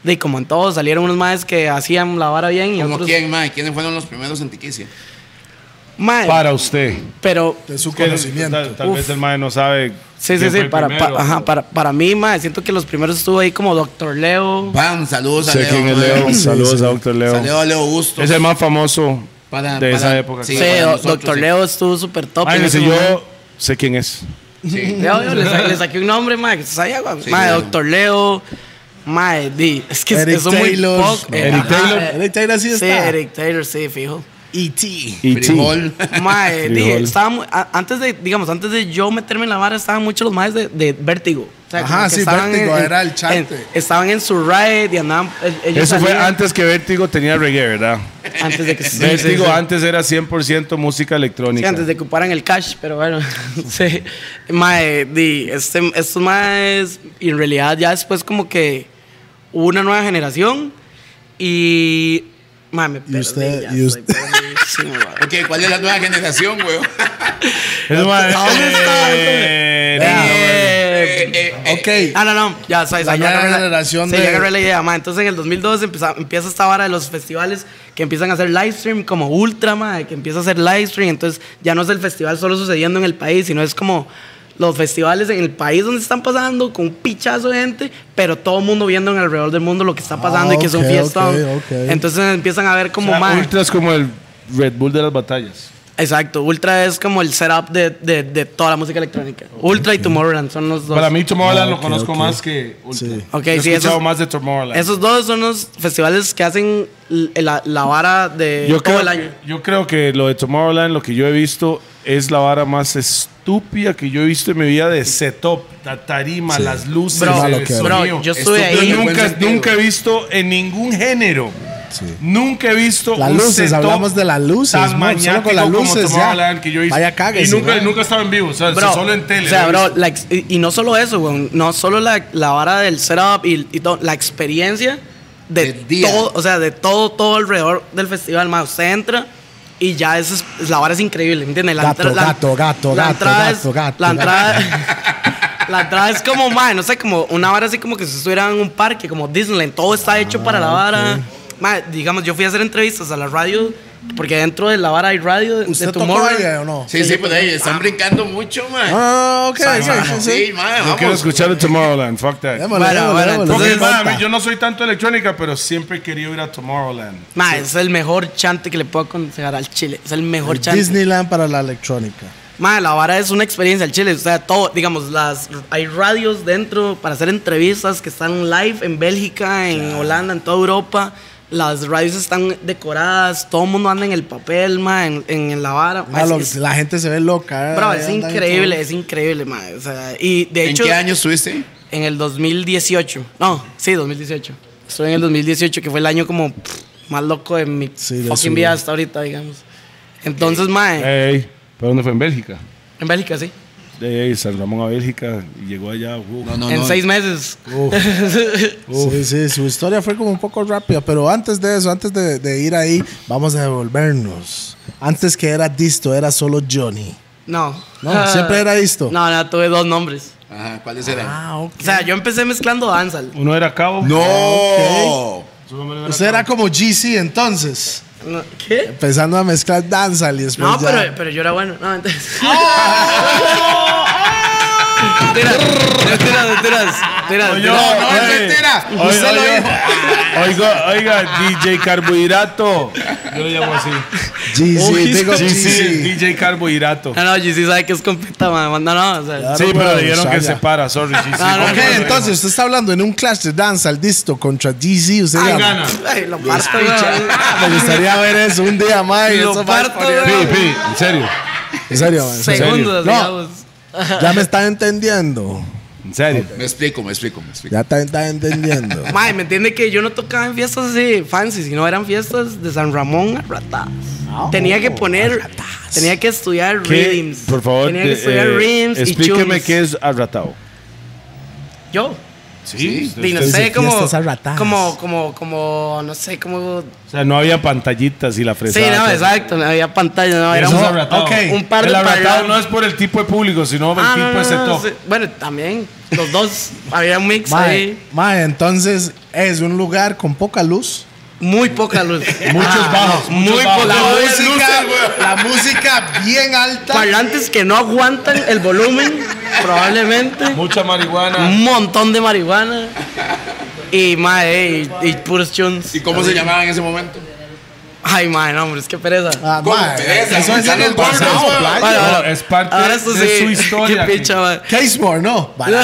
[SPEAKER 5] De como en todos salieron unos más que hacían la vara bien y
[SPEAKER 3] ¿Como
[SPEAKER 5] otros
[SPEAKER 3] quién, mae? ¿Quiénes fueron los primeros en Tiquicia?
[SPEAKER 5] Mae,
[SPEAKER 4] Para usted.
[SPEAKER 5] pero
[SPEAKER 2] de su
[SPEAKER 4] Que-
[SPEAKER 2] conocimiento.
[SPEAKER 4] Tal, tal
[SPEAKER 5] Uf.
[SPEAKER 4] vez el mae no sabe.
[SPEAKER 5] sí, sí,
[SPEAKER 4] quién
[SPEAKER 5] sí,
[SPEAKER 4] fue el
[SPEAKER 5] para,
[SPEAKER 4] primero.
[SPEAKER 5] pa- ajá, para, para mí, mae, siento que los primeros estuvo ahí como Doctor Leo.
[SPEAKER 3] Pam, saludos a
[SPEAKER 4] Sé
[SPEAKER 3] Leo.
[SPEAKER 4] quién es
[SPEAKER 3] mae.
[SPEAKER 4] Leo. Saludos
[SPEAKER 2] sí.
[SPEAKER 4] a Doctor Leo.
[SPEAKER 3] Saludos a Leo Gusto.
[SPEAKER 4] Es el más famoso
[SPEAKER 3] Para-
[SPEAKER 4] de esa
[SPEAKER 3] para-
[SPEAKER 4] época.
[SPEAKER 3] sí.
[SPEAKER 5] Sí,
[SPEAKER 3] para
[SPEAKER 5] Do-
[SPEAKER 3] nosotros,
[SPEAKER 5] Doctor
[SPEAKER 3] sí.
[SPEAKER 5] Leo estuvo súper top. en
[SPEAKER 4] Imagínense,
[SPEAKER 5] ese momento.
[SPEAKER 4] yo sé quién es.
[SPEAKER 5] <laughs>
[SPEAKER 3] Sí.
[SPEAKER 5] Leo, yo le, sa-
[SPEAKER 3] <laughs>
[SPEAKER 5] le saqué un nombre, mae, que se sabía, güey.
[SPEAKER 3] Sí,
[SPEAKER 5] mae,
[SPEAKER 3] claro.
[SPEAKER 5] Doctor Leo, mae, di, es que
[SPEAKER 2] Eric
[SPEAKER 5] eso muy
[SPEAKER 2] Taylor.
[SPEAKER 5] poco. eh,
[SPEAKER 4] Eric
[SPEAKER 5] ajá,
[SPEAKER 4] Taylor.
[SPEAKER 5] eh,
[SPEAKER 2] Eric Taylor sí está. E
[SPEAKER 5] Eric Taylor,
[SPEAKER 2] <laughs>
[SPEAKER 5] sí, fijo.
[SPEAKER 2] E.T.
[SPEAKER 4] Y
[SPEAKER 3] Frijol.
[SPEAKER 5] Mae, di,
[SPEAKER 4] Frijol.
[SPEAKER 5] estaba mu- a- antes de, digamos, antes de yo meterme en la vara, estaban muchos los maes de, de Vértigo. O sea,
[SPEAKER 2] Ajá,
[SPEAKER 5] como que
[SPEAKER 2] sí,
[SPEAKER 5] estaban
[SPEAKER 2] Vértigo, era el chante.
[SPEAKER 5] en- estaban en su ride y andaban. el- ellos
[SPEAKER 4] Eso fue
[SPEAKER 5] salían
[SPEAKER 4] antes que Vértigo tenía reggae, ¿verdad?
[SPEAKER 5] antes de que sí,
[SPEAKER 4] Vértigo
[SPEAKER 5] sí, sí.
[SPEAKER 4] antes era 100% música
[SPEAKER 5] Sí,
[SPEAKER 4] electrónica.
[SPEAKER 5] antes de que ocuparan el cash, pero bueno. <laughs> sí. Mae, di, este, estos maes, y en realidad ya después como que hubo una nueva generación y... Mae, me perdí,
[SPEAKER 2] usted-
[SPEAKER 5] ya
[SPEAKER 2] y
[SPEAKER 5] estoy
[SPEAKER 2] usted-
[SPEAKER 5] perdidísimo,
[SPEAKER 2] <laughs>
[SPEAKER 5] mae.
[SPEAKER 3] <laughs> Ok, ¿cuál es la nueva generación,
[SPEAKER 4] <laughs>
[SPEAKER 3] weón?
[SPEAKER 4] Es más,
[SPEAKER 5] ¿Dónde está?
[SPEAKER 4] eh,
[SPEAKER 5] Eh,
[SPEAKER 2] Ok.
[SPEAKER 5] Ah, no, no, ya, sabes,
[SPEAKER 2] La
[SPEAKER 5] ya
[SPEAKER 2] nueva
[SPEAKER 5] agarré
[SPEAKER 2] generación
[SPEAKER 5] sí,
[SPEAKER 2] de-
[SPEAKER 5] ya agarré la idea, mae. Entonces en el 2012 empieza, empieza esta vara de los festivales que empiezan a hacer live stream como Ultra, mae, que empieza a hacer live stream, entonces ya no es el festival solo sucediendo en el país, sino es como los festivales en el país donde están pasando con un pichazo de gente, pero todo el mundo viendo en alrededor del mundo lo que está pasando y que son
[SPEAKER 2] Ah, ok,
[SPEAKER 5] fiestas.
[SPEAKER 2] ok, ok.
[SPEAKER 5] Entonces empiezan a ver como
[SPEAKER 4] o sea,
[SPEAKER 5] mae,
[SPEAKER 4] ultras como el Red Bull de las batallas.
[SPEAKER 5] Exacto, Ultra es como el setup de, de, de toda la música electrónica. Ultra y Tomorrowland son los dos.
[SPEAKER 6] Para mí Tomorrowland
[SPEAKER 2] Ah,
[SPEAKER 6] lo
[SPEAKER 2] ok,
[SPEAKER 6] conozco
[SPEAKER 2] ok.
[SPEAKER 6] más que Ultra.
[SPEAKER 2] Sí.
[SPEAKER 5] Ok,
[SPEAKER 6] Yo he
[SPEAKER 5] sí,
[SPEAKER 6] escuchado
[SPEAKER 5] esos-
[SPEAKER 6] más de Tomorrowland.
[SPEAKER 5] Esos dos son los festivales que hacen l- la, la vara de
[SPEAKER 4] Yo
[SPEAKER 5] Eh, todo
[SPEAKER 4] creo,
[SPEAKER 5] el año.
[SPEAKER 4] que- yo creo que lo de Tomorrowland, lo que yo he visto, es la vara más estúpida que yo he visto en mi vida de setup. La tarima, las luces,
[SPEAKER 5] Bro,
[SPEAKER 6] Sí,
[SPEAKER 4] el
[SPEAKER 2] lo que-
[SPEAKER 4] sonido.
[SPEAKER 5] bro, yo estuve
[SPEAKER 3] Estúpido
[SPEAKER 5] ahí.
[SPEAKER 3] en
[SPEAKER 4] Yo
[SPEAKER 3] buen
[SPEAKER 4] nunca,
[SPEAKER 3] sentido.
[SPEAKER 4] nunca he visto en ningún género.
[SPEAKER 2] Sí.
[SPEAKER 4] Nunca he visto
[SPEAKER 2] Las
[SPEAKER 4] un
[SPEAKER 2] luces,
[SPEAKER 4] setup
[SPEAKER 2] hablamos de las luces,
[SPEAKER 4] tan
[SPEAKER 2] man,
[SPEAKER 4] maniático
[SPEAKER 2] solo con las
[SPEAKER 4] como
[SPEAKER 2] luces, ya.
[SPEAKER 4] Tomorrowland que yo he visto.
[SPEAKER 2] Vaya cáguese,
[SPEAKER 4] Y nunca,
[SPEAKER 2] man.
[SPEAKER 4] nunca estaba en vivo, o sea,
[SPEAKER 5] Bro,
[SPEAKER 4] solo en tele.
[SPEAKER 5] O sea,
[SPEAKER 4] lo he
[SPEAKER 5] bro,
[SPEAKER 4] visto.
[SPEAKER 5] la ex- y, y no solo eso, weón. No solo la, la vara del setup y, y todo, la experiencia de
[SPEAKER 3] Del día.
[SPEAKER 5] todo, o sea, de todo, todo alrededor del festival, más. Usted entra y ya es, es- la vara es increíble, ¿me entiendes? La
[SPEAKER 2] Gato,
[SPEAKER 5] entra- la-
[SPEAKER 2] gato, gato,
[SPEAKER 5] la
[SPEAKER 2] gato,
[SPEAKER 5] entrada es-
[SPEAKER 2] gato, gato,
[SPEAKER 5] La
[SPEAKER 2] gato.
[SPEAKER 5] entrada, <laughs> la entrada es como, man, no sé, como una vara así como que si estuviera en un parque, como Disneyland, todo
[SPEAKER 2] Ah,
[SPEAKER 5] está hecho para la vara. Ma, digamos, yo fui a hacer entrevistas a la radio, porque dentro de la vara hay radio de,
[SPEAKER 2] ¿Usted
[SPEAKER 5] de
[SPEAKER 2] tocó
[SPEAKER 5] Tomorrowland.
[SPEAKER 2] ahí eh, o no?
[SPEAKER 3] Sí, sí, pues ahí están brincando mucho, man.
[SPEAKER 2] Ah, ok,
[SPEAKER 3] Sí,
[SPEAKER 2] sí,
[SPEAKER 3] mano,
[SPEAKER 2] sí, sí.
[SPEAKER 3] sí, man,
[SPEAKER 4] No quiero
[SPEAKER 3] vamos.
[SPEAKER 4] escuchar de Tomorrowland, fuck that.
[SPEAKER 2] Démosle,
[SPEAKER 5] Bueno,
[SPEAKER 2] démosle,
[SPEAKER 5] bueno,
[SPEAKER 2] démosle.
[SPEAKER 4] Porque,
[SPEAKER 5] entonces-
[SPEAKER 4] ma, a mí, yo no soy tanto electrónica, pero siempre he querido ir a Tomorrowland.
[SPEAKER 5] Ma, es el mejor chante que le puedo aconsejar al Chile. Es el mejor chante.
[SPEAKER 2] Disneyland para la electrónica.
[SPEAKER 5] Ma, la vara es una experiencia al Chile. O sea, todo, digamos, las, hay radios dentro para hacer entrevistas que están live en Bélgica, en Holanda, en toda Europa. Las radios están decoradas, todo el mundo anda en el papel, ma, en, en- en la vara. Ma,
[SPEAKER 2] Ma,
[SPEAKER 5] es,
[SPEAKER 2] Ah, lo-
[SPEAKER 5] es-
[SPEAKER 2] la gente se ve loca. eh,
[SPEAKER 5] bro,
[SPEAKER 2] ahí
[SPEAKER 5] es
[SPEAKER 2] andan y
[SPEAKER 5] increíble,
[SPEAKER 2] todo.
[SPEAKER 5] es increíble, ma. O sea, y de
[SPEAKER 3] ¿En
[SPEAKER 5] hecho,
[SPEAKER 3] qué año estuviste?
[SPEAKER 5] en el 2018. No, sí, 2018. Estuve en el 2018, que fue el año como pff, más loco de mi
[SPEAKER 2] Sí, de su
[SPEAKER 5] fucking
[SPEAKER 2] vida.
[SPEAKER 5] vida hasta ahorita, digamos. Entonces, mae,
[SPEAKER 2] Eh.
[SPEAKER 4] Ey, ¿pero dónde fue? En Bélgica.
[SPEAKER 5] en Bélgica, sí.
[SPEAKER 4] De ahí, San Ramón a Bélgica, y llegó allá. uh. wow.
[SPEAKER 3] no,
[SPEAKER 5] en seis meses.
[SPEAKER 2] Sí, sí, su historia fue como un poco rápida, pero antes de eso, antes de, de ir ahí, vamos a devolvernos. Antes que era Disto, era solo Johnny.
[SPEAKER 5] <laughs> No.
[SPEAKER 2] No, siempre era esto.
[SPEAKER 5] No, no, tuve dos nombres.
[SPEAKER 3] Ajá, ¿cuáles eran?
[SPEAKER 2] ok.
[SPEAKER 5] O sea, yo empecé mezclando danzal.
[SPEAKER 4] Uno era cabo.
[SPEAKER 3] ¡No!
[SPEAKER 2] Usted era como GC entonces,
[SPEAKER 5] No, ¿Qué?
[SPEAKER 2] empezando a mezclar danza y después
[SPEAKER 5] No,
[SPEAKER 2] ya-
[SPEAKER 5] pero, pero yo era bueno. No,
[SPEAKER 2] <laughs>
[SPEAKER 5] entonces.
[SPEAKER 2] ¡Ah!
[SPEAKER 5] <laughs> Tiras, tiras, tiras, tiras.
[SPEAKER 2] Pues
[SPEAKER 4] Oye,
[SPEAKER 5] tiras.
[SPEAKER 3] no, es
[SPEAKER 4] oye,
[SPEAKER 3] mentira.
[SPEAKER 4] oye,
[SPEAKER 3] Usted lo
[SPEAKER 4] oiga,
[SPEAKER 3] dijo.
[SPEAKER 4] Oiga, oiga, <laughs> DJ Carbohidrato. Yo lo llamo así.
[SPEAKER 2] GC,
[SPEAKER 5] Uy,
[SPEAKER 2] digo
[SPEAKER 5] sí, Ah.
[SPEAKER 2] GC.
[SPEAKER 4] DJ Carbohidrato.
[SPEAKER 5] No, no, GC sabe que es compita, man. No, no, o sea.
[SPEAKER 2] Claro,
[SPEAKER 4] Sí, pero
[SPEAKER 2] bro,
[SPEAKER 4] le dijeron que
[SPEAKER 2] Shaya.
[SPEAKER 4] se para, sorry. GC.
[SPEAKER 5] No, no,
[SPEAKER 2] Ok, entonces usted está hablando en un clash de danza al disto contra GC. Usted ya-
[SPEAKER 4] ¿Quién gana?
[SPEAKER 5] Ay, lo parto, <laughs> weón.
[SPEAKER 2] Me gustaría ver eso un día más.
[SPEAKER 5] Lo
[SPEAKER 2] eso va a
[SPEAKER 5] parto, pues,
[SPEAKER 2] poner-
[SPEAKER 5] weón.
[SPEAKER 4] Pi, en serio.
[SPEAKER 2] En serio, man, en serio.
[SPEAKER 5] Segundos,
[SPEAKER 2] No.
[SPEAKER 5] digamos.
[SPEAKER 2] Ya me está entendiendo.
[SPEAKER 4] En serio.
[SPEAKER 3] Me explico, me explico, me explico.
[SPEAKER 2] Ya está, está entendiendo.
[SPEAKER 5] Mae, me entiende que yo no tocaba en fiestas así fancy, sino eran fiestas de San Ramón a ratas. tenía que poner, tenía que estudiar
[SPEAKER 4] ¿Qué?
[SPEAKER 5] rhythms.
[SPEAKER 4] Por favor,
[SPEAKER 5] tenía que
[SPEAKER 4] eh,
[SPEAKER 5] estudiar rhythms y
[SPEAKER 4] explíqueme
[SPEAKER 5] tunes.
[SPEAKER 4] qué es arratao.
[SPEAKER 5] Yo,
[SPEAKER 4] Sí.
[SPEAKER 5] y no
[SPEAKER 2] Usted
[SPEAKER 5] sé,
[SPEAKER 2] dice
[SPEAKER 5] como,
[SPEAKER 2] fiestas a ratas.
[SPEAKER 5] como, como, como, no sé, como.
[SPEAKER 4] O sea, no había pantallitas y la
[SPEAKER 5] Sí,
[SPEAKER 4] fresada.
[SPEAKER 5] no,
[SPEAKER 4] todo.
[SPEAKER 5] exacto, no había pantalla, no, era
[SPEAKER 4] Eso
[SPEAKER 5] un,
[SPEAKER 4] es arratao.
[SPEAKER 2] ok.
[SPEAKER 5] un par de
[SPEAKER 4] El arratao
[SPEAKER 5] parlantes.
[SPEAKER 4] no es por el tipo de público, sino el
[SPEAKER 5] Ah,
[SPEAKER 4] tipo
[SPEAKER 5] no,
[SPEAKER 4] de
[SPEAKER 5] no,
[SPEAKER 4] setup.
[SPEAKER 5] no, sí. Bueno, también, los dos, <laughs> había un mix
[SPEAKER 2] Mae,
[SPEAKER 5] ahí,
[SPEAKER 2] mae, entonces es un lugar con poca luz.
[SPEAKER 5] muy poca luz.
[SPEAKER 4] <laughs> Muchos
[SPEAKER 5] Ah,
[SPEAKER 4] bajos,
[SPEAKER 5] muy
[SPEAKER 4] muchos bajos.
[SPEAKER 5] poca
[SPEAKER 4] La
[SPEAKER 5] luz.
[SPEAKER 2] música, la música bien alta.
[SPEAKER 5] parlantes que no aguantan el <laughs> volumen, probablemente.
[SPEAKER 4] Mucha marihuana.
[SPEAKER 5] Un montón de marihuana. Y mae, y, y puros chuns.
[SPEAKER 3] ¿Y cómo se llamaba en ese momento?
[SPEAKER 5] Ay, mae, no, hombre, es que pereza.
[SPEAKER 2] Ah,
[SPEAKER 3] ¿Cómo
[SPEAKER 2] mae,
[SPEAKER 3] pereza?
[SPEAKER 2] eso es en el
[SPEAKER 3] Pasado,
[SPEAKER 2] pasado,
[SPEAKER 3] weón.
[SPEAKER 2] playa.
[SPEAKER 5] Bueno,
[SPEAKER 4] no,
[SPEAKER 5] bueno,
[SPEAKER 4] es parte
[SPEAKER 5] ahora eso
[SPEAKER 4] de
[SPEAKER 5] sí,
[SPEAKER 4] su historia,
[SPEAKER 5] <laughs> Qué picha, mae.
[SPEAKER 2] Casemore, no. Vale.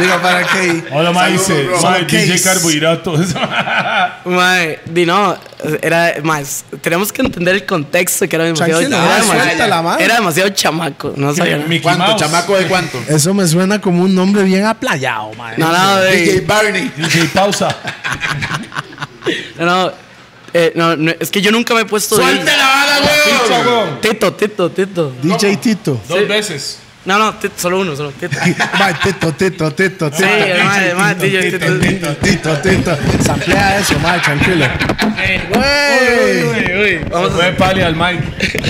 [SPEAKER 2] Digo, para que.
[SPEAKER 4] Hola, Maice.
[SPEAKER 2] bro.
[SPEAKER 4] Mae,
[SPEAKER 2] Son
[SPEAKER 4] DJ
[SPEAKER 2] cakes.
[SPEAKER 4] Carbohidrato.
[SPEAKER 5] <laughs> Mae, di no, era más. Tenemos que entender el contexto que era demasiado.
[SPEAKER 2] Tranquilo,
[SPEAKER 5] era,
[SPEAKER 2] ah,
[SPEAKER 5] demasiado-
[SPEAKER 2] suéltala, mae.
[SPEAKER 5] era demasiado chamaco, no sabía. nada.
[SPEAKER 4] Mickey
[SPEAKER 3] ¿Cuánto?
[SPEAKER 4] Mouse.
[SPEAKER 3] ¿Chamaco de cuánto?
[SPEAKER 2] Eso me suena como un nombre bien aplayado, mae.
[SPEAKER 5] No, no,
[SPEAKER 3] DJ
[SPEAKER 5] de-
[SPEAKER 3] Barney.
[SPEAKER 4] DJ Pausa.
[SPEAKER 5] no, no, eh, no, no, es que yo nunca me he puesto. de-
[SPEAKER 3] ¡Suelte la bala,
[SPEAKER 4] Picha,
[SPEAKER 3] weón!
[SPEAKER 4] weón.
[SPEAKER 5] Tito, Tito, Tito.
[SPEAKER 2] DJ
[SPEAKER 5] <laughs>
[SPEAKER 2] Tito.
[SPEAKER 6] Dos veces.
[SPEAKER 5] No, no, Tito, solo uno, solo
[SPEAKER 3] <laughs>
[SPEAKER 5] Tito.
[SPEAKER 2] Mae, Tito, Tito, Tito,
[SPEAKER 5] Sí,
[SPEAKER 2] Tito.
[SPEAKER 5] mae, mae, DJ, Tito.
[SPEAKER 2] Tito, Tito. Samplea eso, mae, tranquilo.
[SPEAKER 5] Eh,
[SPEAKER 2] Wey.
[SPEAKER 5] Vamos a
[SPEAKER 4] Fue pali al
[SPEAKER 5] <laughs>
[SPEAKER 4] Mike.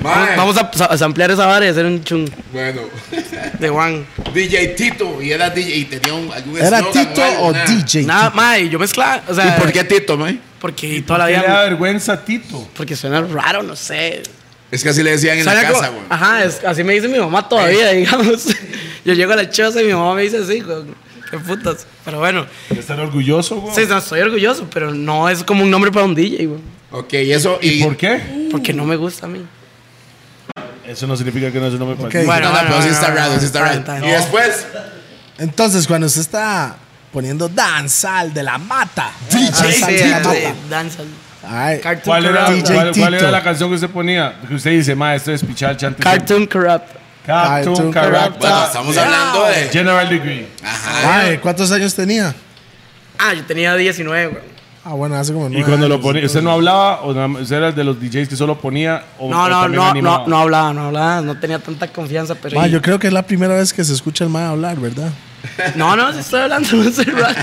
[SPEAKER 3] Mae,
[SPEAKER 5] Vamos a, a- a ampliar esa vara y hacer un chung
[SPEAKER 3] Bueno, <laughs>
[SPEAKER 5] de Juan.
[SPEAKER 3] DJ Tito, y era DJ, y tenía un, algún
[SPEAKER 2] ¿Era
[SPEAKER 3] eslogan
[SPEAKER 2] Tito
[SPEAKER 3] algo,
[SPEAKER 2] o
[SPEAKER 3] nada.
[SPEAKER 2] DJ?
[SPEAKER 5] Nada, mae, yo mezclaba. O sea,
[SPEAKER 3] ¿Y por qué Tito, mae?
[SPEAKER 5] Porque toda la
[SPEAKER 4] Le da
[SPEAKER 5] vida.
[SPEAKER 4] vergüenza a Tito.
[SPEAKER 5] Porque suena raro, no sé.
[SPEAKER 3] Es que así le decían en la
[SPEAKER 5] Suena como-
[SPEAKER 3] casa, Eh. weón.
[SPEAKER 5] Ajá, es- así me dice mi mamá todavía, digamos. <laughs> Yo llego a la choza y mi mamá me dice así, weón. Qué putas. Pero bueno,
[SPEAKER 4] Estar orgulloso, güey.
[SPEAKER 5] sí, no, estoy orgulloso, pero no es como un nombre para un DJ, weón.
[SPEAKER 3] Ok, y eso, y,
[SPEAKER 4] ¿Por qué?
[SPEAKER 5] Porque no me gusta a mí.
[SPEAKER 4] Eso no significa que no es un nombre
[SPEAKER 2] Ok.
[SPEAKER 4] para
[SPEAKER 5] Bueno,
[SPEAKER 3] Bueno, no,
[SPEAKER 5] bueno,
[SPEAKER 3] pero sí
[SPEAKER 5] no,
[SPEAKER 3] está
[SPEAKER 5] no,
[SPEAKER 3] raro,
[SPEAKER 5] no,
[SPEAKER 3] sí está
[SPEAKER 5] no,
[SPEAKER 3] raro.
[SPEAKER 5] no, no.
[SPEAKER 3] Y después,
[SPEAKER 2] Entonces, cuando usted está poniendo danzal de la mata.
[SPEAKER 5] Sí,
[SPEAKER 2] Danzal
[SPEAKER 5] sí,
[SPEAKER 2] de la
[SPEAKER 5] sí,
[SPEAKER 2] mata.
[SPEAKER 5] danza.
[SPEAKER 2] Ay,
[SPEAKER 5] Cartoon
[SPEAKER 4] ¿Cuál era,
[SPEAKER 5] Corrupt.
[SPEAKER 2] DJ
[SPEAKER 4] cuál, cuál
[SPEAKER 2] Tito.
[SPEAKER 4] era la canción que usted ponía? Que usted dice, ma, esto es Pichal Chante.
[SPEAKER 5] Cartoon Corrupt.
[SPEAKER 2] Cartoon
[SPEAKER 4] Cartoon Character.
[SPEAKER 3] bueno, estamos hablando de.
[SPEAKER 4] General Degree.
[SPEAKER 2] ay, ¿cuántos años tenía?
[SPEAKER 5] Ah, yo tenía 19, güey.
[SPEAKER 2] Ah, bueno, hace como
[SPEAKER 4] Y
[SPEAKER 2] nueve
[SPEAKER 4] cuando lo
[SPEAKER 2] años,
[SPEAKER 4] ponía, ¿usted
[SPEAKER 2] entonces.
[SPEAKER 4] no hablaba o nada más- usted era el de los DJs que solo ponía o
[SPEAKER 5] No,
[SPEAKER 4] o
[SPEAKER 5] no,
[SPEAKER 4] también
[SPEAKER 5] no,
[SPEAKER 4] animaba?
[SPEAKER 5] no, no hablaba, no hablaba, no tenía tanta confianza, pero...
[SPEAKER 2] Ma, yo creo que es la primera vez que se escucha el ma hablar, ¿verdad?
[SPEAKER 5] No, no, se estoy hablando, <laughs> no estoy hablando.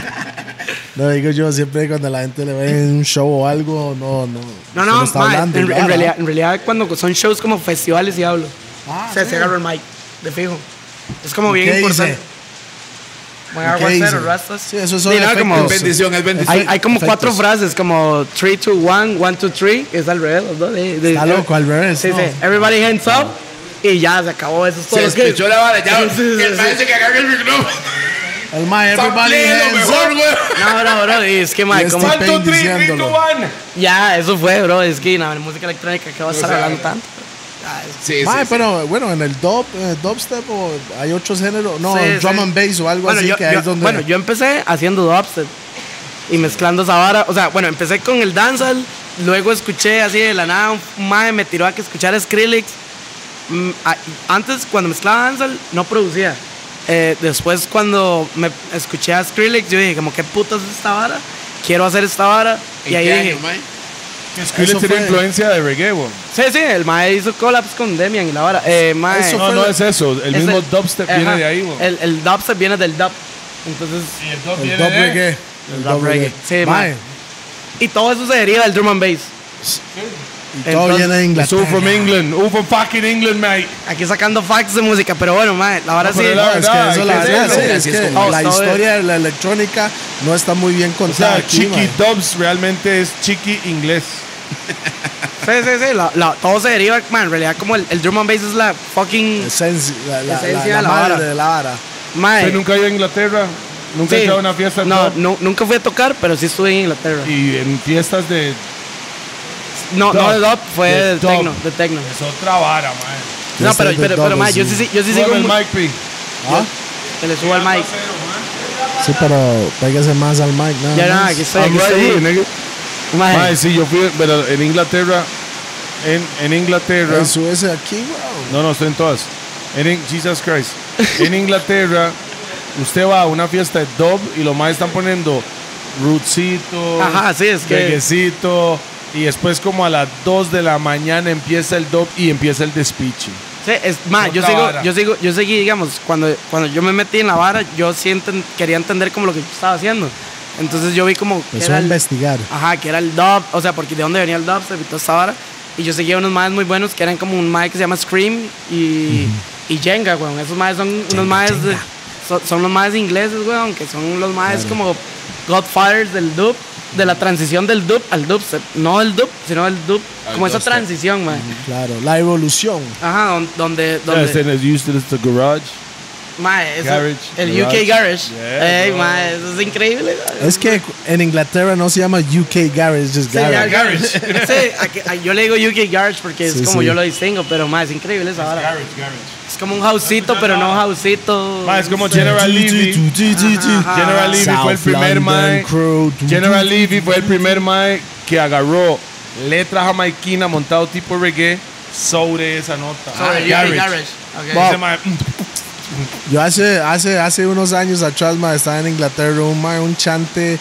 [SPEAKER 2] Lo digo yo siempre cuando la gente le ve en un show o algo, no, no.
[SPEAKER 5] No,
[SPEAKER 2] se
[SPEAKER 5] no,
[SPEAKER 2] lo está
[SPEAKER 5] ma,
[SPEAKER 2] hablando,
[SPEAKER 5] en,
[SPEAKER 2] y
[SPEAKER 5] en
[SPEAKER 2] habla.
[SPEAKER 5] realidad, en realidad cuando son shows como festivales y hablo.
[SPEAKER 2] Ah,
[SPEAKER 5] o sea, se agarra el mic, de fijo. Es como bien
[SPEAKER 2] ¿Qué
[SPEAKER 5] importante.
[SPEAKER 2] dice?
[SPEAKER 5] Voy
[SPEAKER 2] ¿Y
[SPEAKER 5] a
[SPEAKER 2] qué
[SPEAKER 5] aguacero,
[SPEAKER 2] dice?
[SPEAKER 5] rastas.
[SPEAKER 2] Sí, eso son
[SPEAKER 5] Y nada,
[SPEAKER 2] efectos.
[SPEAKER 5] como-
[SPEAKER 3] Es bendición, es bendición.
[SPEAKER 5] hay, hay como
[SPEAKER 2] Efectos.
[SPEAKER 5] cuatro frases, como 3, 2, 1, 1, 2, 3, es al revés. los dos, de- de-
[SPEAKER 2] Está loco, al revés,
[SPEAKER 5] Sí,
[SPEAKER 2] no.
[SPEAKER 5] sí, everybody hands up, y ya, se acabó, eso es todo.
[SPEAKER 3] Se
[SPEAKER 5] lo que-
[SPEAKER 3] escuchó la vara, ya.
[SPEAKER 5] Sí, sí, sí,
[SPEAKER 3] El
[SPEAKER 5] sí.
[SPEAKER 3] parece que agarra el micrófono.
[SPEAKER 2] El ma, everybody
[SPEAKER 3] Samplea lo
[SPEAKER 2] hands up.
[SPEAKER 3] mejor, güey.
[SPEAKER 5] No, bro, bro, y es que,
[SPEAKER 2] Y
[SPEAKER 5] ma,
[SPEAKER 2] este
[SPEAKER 5] como...
[SPEAKER 2] pe-
[SPEAKER 4] One, two, three, three, two,
[SPEAKER 2] diciéndolo.
[SPEAKER 4] one.
[SPEAKER 5] Ya, eso fue, bro, es que na, la música electrónica, ¿qué va a estar hablando tanto? Ah, es-
[SPEAKER 3] Sí, sí,
[SPEAKER 2] Ma,
[SPEAKER 3] sí.
[SPEAKER 2] pero bueno, en el dub, eh, dubstep o hay otros géneros, no,
[SPEAKER 5] Sí,
[SPEAKER 2] drum
[SPEAKER 5] sí.
[SPEAKER 2] and bass o algo
[SPEAKER 5] Bueno,
[SPEAKER 2] así
[SPEAKER 5] yo,
[SPEAKER 2] que ahí
[SPEAKER 5] yo-
[SPEAKER 2] es donde
[SPEAKER 5] bueno, yo empecé haciendo dubstep y mezclando esa vara. O sea, bueno, empecé con el dancehall, luego escuché así de la nada, un mae me tiró a que escuchara Skrillex. Mm, a- antes, cuando mezclaba dancehall, no producía. Eh, después, cuando me escuché a Skrillex, yo dije, como, ¿qué putas es esta vara? Quiero hacer esta vara.
[SPEAKER 3] ¿En
[SPEAKER 5] Y ahí
[SPEAKER 3] qué
[SPEAKER 5] dije,
[SPEAKER 3] año, mae?
[SPEAKER 4] Skrillex tiene
[SPEAKER 2] fue-
[SPEAKER 4] influencia de reggae, güey.
[SPEAKER 5] sí, sí, el mae hizo collabs con Demian y la vara. Eh, mae,
[SPEAKER 2] Eso
[SPEAKER 4] No,
[SPEAKER 2] fue
[SPEAKER 4] no
[SPEAKER 2] la-
[SPEAKER 4] es eso. El
[SPEAKER 5] ese-
[SPEAKER 4] mismo dubstep
[SPEAKER 5] ajá,
[SPEAKER 4] viene de ahí, güey.
[SPEAKER 5] El, el dubstep viene del dub. Entonces,
[SPEAKER 4] Y el dub
[SPEAKER 2] el
[SPEAKER 4] viene
[SPEAKER 2] dub
[SPEAKER 4] de-
[SPEAKER 2] reggae.
[SPEAKER 5] El dub reggae. Sí, ma.
[SPEAKER 2] Ma,
[SPEAKER 5] y todo eso se deriva del drum and bass.
[SPEAKER 2] y todo
[SPEAKER 5] Entonces,
[SPEAKER 2] viene de
[SPEAKER 4] It's all from
[SPEAKER 2] Inglaterra.
[SPEAKER 4] England. All from fucking England, mate.
[SPEAKER 5] Aquí sacando facts de música, pero bueno, mae, la verdad
[SPEAKER 4] No,
[SPEAKER 5] sí.
[SPEAKER 4] pero la
[SPEAKER 2] No, es que
[SPEAKER 4] verdad,
[SPEAKER 2] eso
[SPEAKER 4] hay
[SPEAKER 2] la
[SPEAKER 4] que
[SPEAKER 2] verdad, sí,
[SPEAKER 4] decirlo.
[SPEAKER 2] es
[SPEAKER 3] Así es
[SPEAKER 2] que
[SPEAKER 5] como-
[SPEAKER 2] la
[SPEAKER 5] No, está
[SPEAKER 2] historia de la electrónica no está muy bien
[SPEAKER 4] O
[SPEAKER 2] contada
[SPEAKER 4] sea,
[SPEAKER 2] aquí, ma.
[SPEAKER 4] Chiqui Dubs realmente es Chiqui Inglés.
[SPEAKER 5] Sí, sí, sí. la- la- todo se deriva, man, en realidad como el, el drum and bass es la fucking
[SPEAKER 2] Esencia, la, la,
[SPEAKER 5] Esencia
[SPEAKER 2] la-
[SPEAKER 5] de
[SPEAKER 2] la
[SPEAKER 5] la
[SPEAKER 2] madre
[SPEAKER 5] vara.
[SPEAKER 2] de la vara.
[SPEAKER 5] mae.
[SPEAKER 4] ¿Usted nunca ha ido a Inglaterra? ¿Nunca ha
[SPEAKER 5] sí.
[SPEAKER 4] ido a una fiesta? al
[SPEAKER 5] No,
[SPEAKER 4] club?
[SPEAKER 5] nu- nunca fui a tocar, pero sí estuve en Inglaterra.
[SPEAKER 4] Y en fiestas de...
[SPEAKER 5] no, no de
[SPEAKER 4] dub,
[SPEAKER 5] dub, fue
[SPEAKER 4] de Este
[SPEAKER 5] de
[SPEAKER 4] dub.
[SPEAKER 5] techno, de techno.
[SPEAKER 4] Es otra vara, man.
[SPEAKER 5] No, pero,
[SPEAKER 2] Fiestas de
[SPEAKER 5] pero,
[SPEAKER 2] dub,
[SPEAKER 5] pero, mae, yo
[SPEAKER 2] sí.
[SPEAKER 5] sí, sí- yo sí sigo
[SPEAKER 4] Súbame el
[SPEAKER 5] mu-
[SPEAKER 4] mic, pi.
[SPEAKER 2] ¿Ah?
[SPEAKER 5] que le subo al mic.
[SPEAKER 2] Sí, pero pégase más al mic, nada
[SPEAKER 5] Ya,
[SPEAKER 2] más.
[SPEAKER 5] nada, aquí estoy, aquí
[SPEAKER 4] I'm right here,
[SPEAKER 5] estoy.
[SPEAKER 4] nigga.
[SPEAKER 5] Mae,
[SPEAKER 4] Mae, sí, yo fui, pero en Inglaterra, en, en Inglaterra,
[SPEAKER 2] Eh, súbese aquí, wow.
[SPEAKER 4] no, no, estoy en todas. En, In- Jesus Christ.
[SPEAKER 5] <laughs>
[SPEAKER 4] En Inglaterra, usted va a una fiesta de dub y los más están poniendo rootsito,
[SPEAKER 5] Ajá, sí, es que-
[SPEAKER 4] reggaecito, y después como a las 2 de la mañana empieza el dub y empieza el despiche.
[SPEAKER 5] Sí, es más, yo
[SPEAKER 4] Otra
[SPEAKER 5] sigo,
[SPEAKER 4] vara.
[SPEAKER 5] yo sigo, yo seguí, digamos, cuando, cuando yo me metí en la vara, yo sí enten- quería entender como lo que yo estaba haciendo. Entonces yo vi como que
[SPEAKER 2] Empezó a
[SPEAKER 5] era el,
[SPEAKER 2] investigar.
[SPEAKER 5] ajá, que era el dub, o sea, porque de dónde venía el dubstep y toda esta vara. Y yo seguía unos maes muy buenos que eran como un mae que se llama Scream y, y Jenga, weón. Esos maes son unos maes, de- son, son los maes ingleses, weón, que son los maes como godfathers del dub, de la transición del dub al dubstep. No del dub, sino del dub, como esa transición, mae.
[SPEAKER 2] Claro, la evolución.
[SPEAKER 5] Ajá, don- donde... donde
[SPEAKER 4] Ustedes used it as the garage.
[SPEAKER 5] Mae, eso-
[SPEAKER 4] Garage,
[SPEAKER 5] el
[SPEAKER 4] garage.
[SPEAKER 5] UK Garage.
[SPEAKER 4] Yeah,
[SPEAKER 5] Ey,
[SPEAKER 4] bro.
[SPEAKER 5] mae, eso es increíble. ¿no?
[SPEAKER 2] Es que en Inglaterra no se llama UK Garage, es just
[SPEAKER 5] Sí, ya-
[SPEAKER 2] Garage.
[SPEAKER 5] garage. <laughs> Sí, aquí- a- yo le digo UK Garage porque es
[SPEAKER 2] Sí,
[SPEAKER 5] como
[SPEAKER 2] sí.
[SPEAKER 5] yo lo distingo, pero mae, es increíble esa vara. Es como un houseito, pero no houseito.
[SPEAKER 4] Mae, es como General Levy. General Levy fue el
[SPEAKER 2] South
[SPEAKER 4] primer
[SPEAKER 2] London
[SPEAKER 4] mae.
[SPEAKER 2] Crew.
[SPEAKER 4] General Levy fue el primer mae que agarró letra jamaiquina montado tipo reggae sobre esa nota.
[SPEAKER 5] Sobre
[SPEAKER 4] Ah,
[SPEAKER 5] UK Garage. ok.
[SPEAKER 2] Wow.
[SPEAKER 4] Ese mae, mm,
[SPEAKER 2] Yo hace, hace, hace unos años atrás, ma, estaba en Inglaterra, un, ma, un chante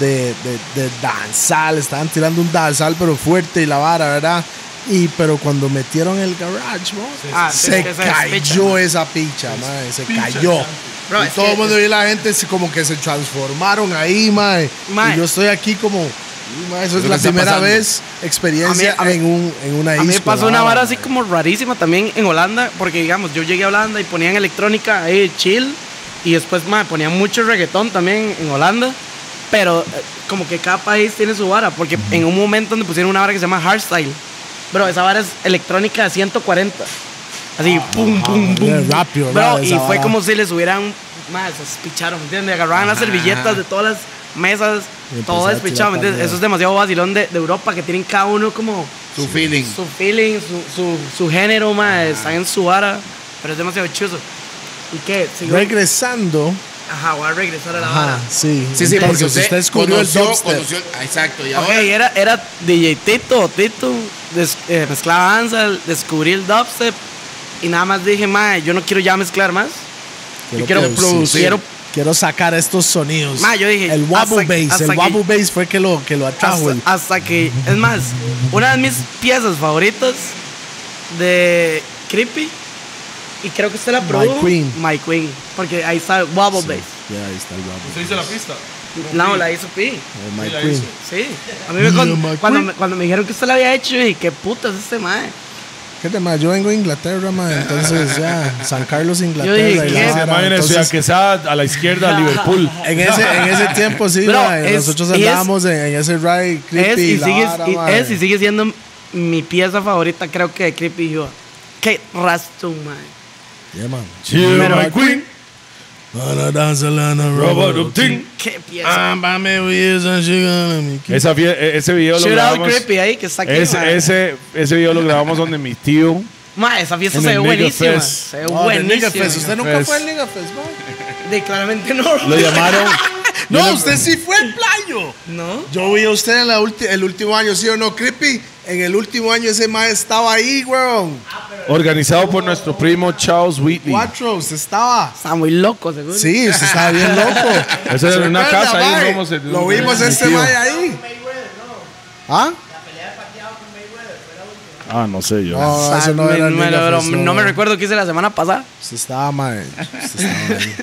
[SPEAKER 2] de, de, de danzal, estaban tirando un danzal pero fuerte y la vara, ¿verdad? Y pero cuando metieron el garage, bro,
[SPEAKER 5] Ah, sí,
[SPEAKER 2] se
[SPEAKER 5] sí, esa es
[SPEAKER 2] cayó
[SPEAKER 5] picha.
[SPEAKER 2] esa picha, ma, se cayó.
[SPEAKER 5] Bro,
[SPEAKER 2] y
[SPEAKER 5] es
[SPEAKER 2] todo
[SPEAKER 5] que-
[SPEAKER 2] el mundo y la gente se- como que se transformaron ahí, ma.
[SPEAKER 5] Ma.
[SPEAKER 2] Y yo estoy aquí como, "Uy, ma, eso es
[SPEAKER 3] Es lo
[SPEAKER 2] la
[SPEAKER 3] que está
[SPEAKER 2] primera
[SPEAKER 3] pasando.
[SPEAKER 2] vez experiencia
[SPEAKER 5] A mí- a mí-
[SPEAKER 2] en, un, en una
[SPEAKER 5] A mí me
[SPEAKER 2] disco,
[SPEAKER 5] pasó
[SPEAKER 2] la
[SPEAKER 5] una vara así como rarísima también en Holanda, porque digamos, yo llegué a Holanda y ponían electrónica ahí chill, y después mae, ponían mucho reggaetón también en Holanda, pero eh, como que cada país tiene su vara, porque en un momento donde pusieron una vara que se llama hardstyle, bro, esa vara es electrónica de 140, así, pum, pum, pum,
[SPEAKER 2] es Ah, rápido,
[SPEAKER 5] bro,
[SPEAKER 2] ¿verdad?
[SPEAKER 5] y
[SPEAKER 2] Esa
[SPEAKER 5] fue
[SPEAKER 2] vara.
[SPEAKER 5] como si les hubieran, más, se despicharon, ¿me ¿entiendes? Agarraban las servilletas de todas las mesas,
[SPEAKER 2] Y
[SPEAKER 5] todo
[SPEAKER 2] empezaba a
[SPEAKER 5] despichado, ¿me
[SPEAKER 2] tirar
[SPEAKER 5] ¿entiendes?
[SPEAKER 2] para
[SPEAKER 5] Eso es demasiado vacilón de, de Europa, que tienen cada uno como
[SPEAKER 3] Su feeling.
[SPEAKER 5] su feeling, su, su, su género, mae, están en su vara, pero es demasiado chuzo. ¿Y qué? Si yo-
[SPEAKER 2] Regresando.
[SPEAKER 5] Ajá, voy a regresar a la
[SPEAKER 2] Ajá,
[SPEAKER 5] vara.
[SPEAKER 2] sí.
[SPEAKER 3] Sí, sí, porque
[SPEAKER 2] Entonces,
[SPEAKER 3] usted,
[SPEAKER 2] descubrió el
[SPEAKER 3] conoció,
[SPEAKER 2] dubstep.
[SPEAKER 3] conoció- ah, Exacto, y
[SPEAKER 5] Ok,
[SPEAKER 3] ahora.
[SPEAKER 5] era, era DJ Tito, Tito, des- eh, mezclaba danza, descubrí el dubstep y nada más dije, mae, yo no quiero ya mezclar más. yo quiero producir.
[SPEAKER 2] Quiero, quiero sacar estos sonidos.
[SPEAKER 5] Ma, yo dije,
[SPEAKER 2] el Wabu
[SPEAKER 5] hasta-
[SPEAKER 2] Bass.
[SPEAKER 5] hasta
[SPEAKER 2] el
[SPEAKER 5] que-
[SPEAKER 2] Wabu Bass fue que lo, que lo atrajo.
[SPEAKER 5] Hasta,
[SPEAKER 2] el-
[SPEAKER 5] hasta que, es más, una de mis piezas favoritas de Creepy, y creo que usted la probó.
[SPEAKER 2] Queen.
[SPEAKER 5] My Queen, porque ahí está Wobble Bass.
[SPEAKER 2] Ya, ahí está el Wabu
[SPEAKER 6] ¿Se hizo la pista?
[SPEAKER 5] No, la hizo Pi.
[SPEAKER 2] Bass, My
[SPEAKER 6] Sí, la
[SPEAKER 2] Queen.
[SPEAKER 6] hizo.
[SPEAKER 5] Sí. A mí me
[SPEAKER 2] Yeah,
[SPEAKER 5] con-
[SPEAKER 2] my
[SPEAKER 5] cuando,
[SPEAKER 2] queen.
[SPEAKER 5] me, cuando me dijeron que usted la había hecho, yo dije, qué puta es este mae.
[SPEAKER 2] ¿Qué tema? Yo vengo de Inglaterra, ma, entonces ya, San Carlos, Inglaterra.
[SPEAKER 5] Yo dije,
[SPEAKER 2] y la
[SPEAKER 5] ¿qué?
[SPEAKER 2] vara,
[SPEAKER 4] Imagínese
[SPEAKER 2] entonces,
[SPEAKER 4] a Quesada, a la izquierda, a Liverpool.
[SPEAKER 2] en, ese, en
[SPEAKER 5] <laughs>
[SPEAKER 2] ese tiempo sí,
[SPEAKER 5] Bro,
[SPEAKER 2] ma,
[SPEAKER 5] es-
[SPEAKER 2] nosotros
[SPEAKER 5] y es-
[SPEAKER 2] andábamos en, en ese ride creepy.
[SPEAKER 5] Es y,
[SPEAKER 2] la
[SPEAKER 5] sigue,
[SPEAKER 2] vara,
[SPEAKER 5] y-
[SPEAKER 2] ma.
[SPEAKER 5] es y sigue siendo mi pieza favorita, creo que de Creepy Joe. Qué rastro, mae.
[SPEAKER 2] Yeah, man.
[SPEAKER 4] Chill,
[SPEAKER 5] Pero-
[SPEAKER 4] my queen,
[SPEAKER 2] Wanna dance a lot of
[SPEAKER 4] Robert
[SPEAKER 2] rubber.
[SPEAKER 4] of Ting.
[SPEAKER 5] Qué pieza.
[SPEAKER 2] Ah, mami, we is and she gonna make it.
[SPEAKER 4] Esa fie- e- ese video lo
[SPEAKER 5] Shout out
[SPEAKER 4] grabamos.
[SPEAKER 5] Creepy ahí, que está aquí. mae.
[SPEAKER 4] Ese, ese, ese video lo grabamos donde mi tío.
[SPEAKER 5] Mae, esa fiesta
[SPEAKER 4] en
[SPEAKER 5] se ve
[SPEAKER 4] el Nigga
[SPEAKER 5] buenísima.
[SPEAKER 4] Fest.
[SPEAKER 5] Se ve
[SPEAKER 2] Oh, del Nigga
[SPEAKER 5] buenísima.
[SPEAKER 2] Fest. Usted nunca
[SPEAKER 4] Fest.
[SPEAKER 2] fue al Nigga Fest, man. <laughs>
[SPEAKER 5] De claramente no.
[SPEAKER 4] Lo llamaron.
[SPEAKER 2] No, usted sí fue al playo.
[SPEAKER 5] No.
[SPEAKER 2] Yo vi a usted en la ulti- el último año, ¿sí o no, Creepy? En el último año ese mae estaba ahí, weón.
[SPEAKER 4] Organizado por nuestro primo Charles Whitley.
[SPEAKER 2] Cuatro, usted estaba.
[SPEAKER 5] Está muy loco, seguro.
[SPEAKER 2] Sí, usted estaba bien <laughs> loco.
[SPEAKER 4] Eso era en una
[SPEAKER 2] ¿Se
[SPEAKER 4] casa,
[SPEAKER 2] acuerda,
[SPEAKER 4] ahí
[SPEAKER 2] mae?
[SPEAKER 4] vimos el-
[SPEAKER 2] Lo vimos
[SPEAKER 4] el
[SPEAKER 2] este
[SPEAKER 4] tío.
[SPEAKER 2] mae ahí. ¿Ah?
[SPEAKER 4] Ah, no sé yo.
[SPEAKER 2] No,
[SPEAKER 5] Está
[SPEAKER 2] eso no
[SPEAKER 5] muy
[SPEAKER 2] era el
[SPEAKER 5] malo,
[SPEAKER 2] Nigga
[SPEAKER 5] bro.
[SPEAKER 2] Fest,
[SPEAKER 5] No me recuerdo qué hice la semana pasada.
[SPEAKER 2] Usted estaba, mae. Usted estaba ahí.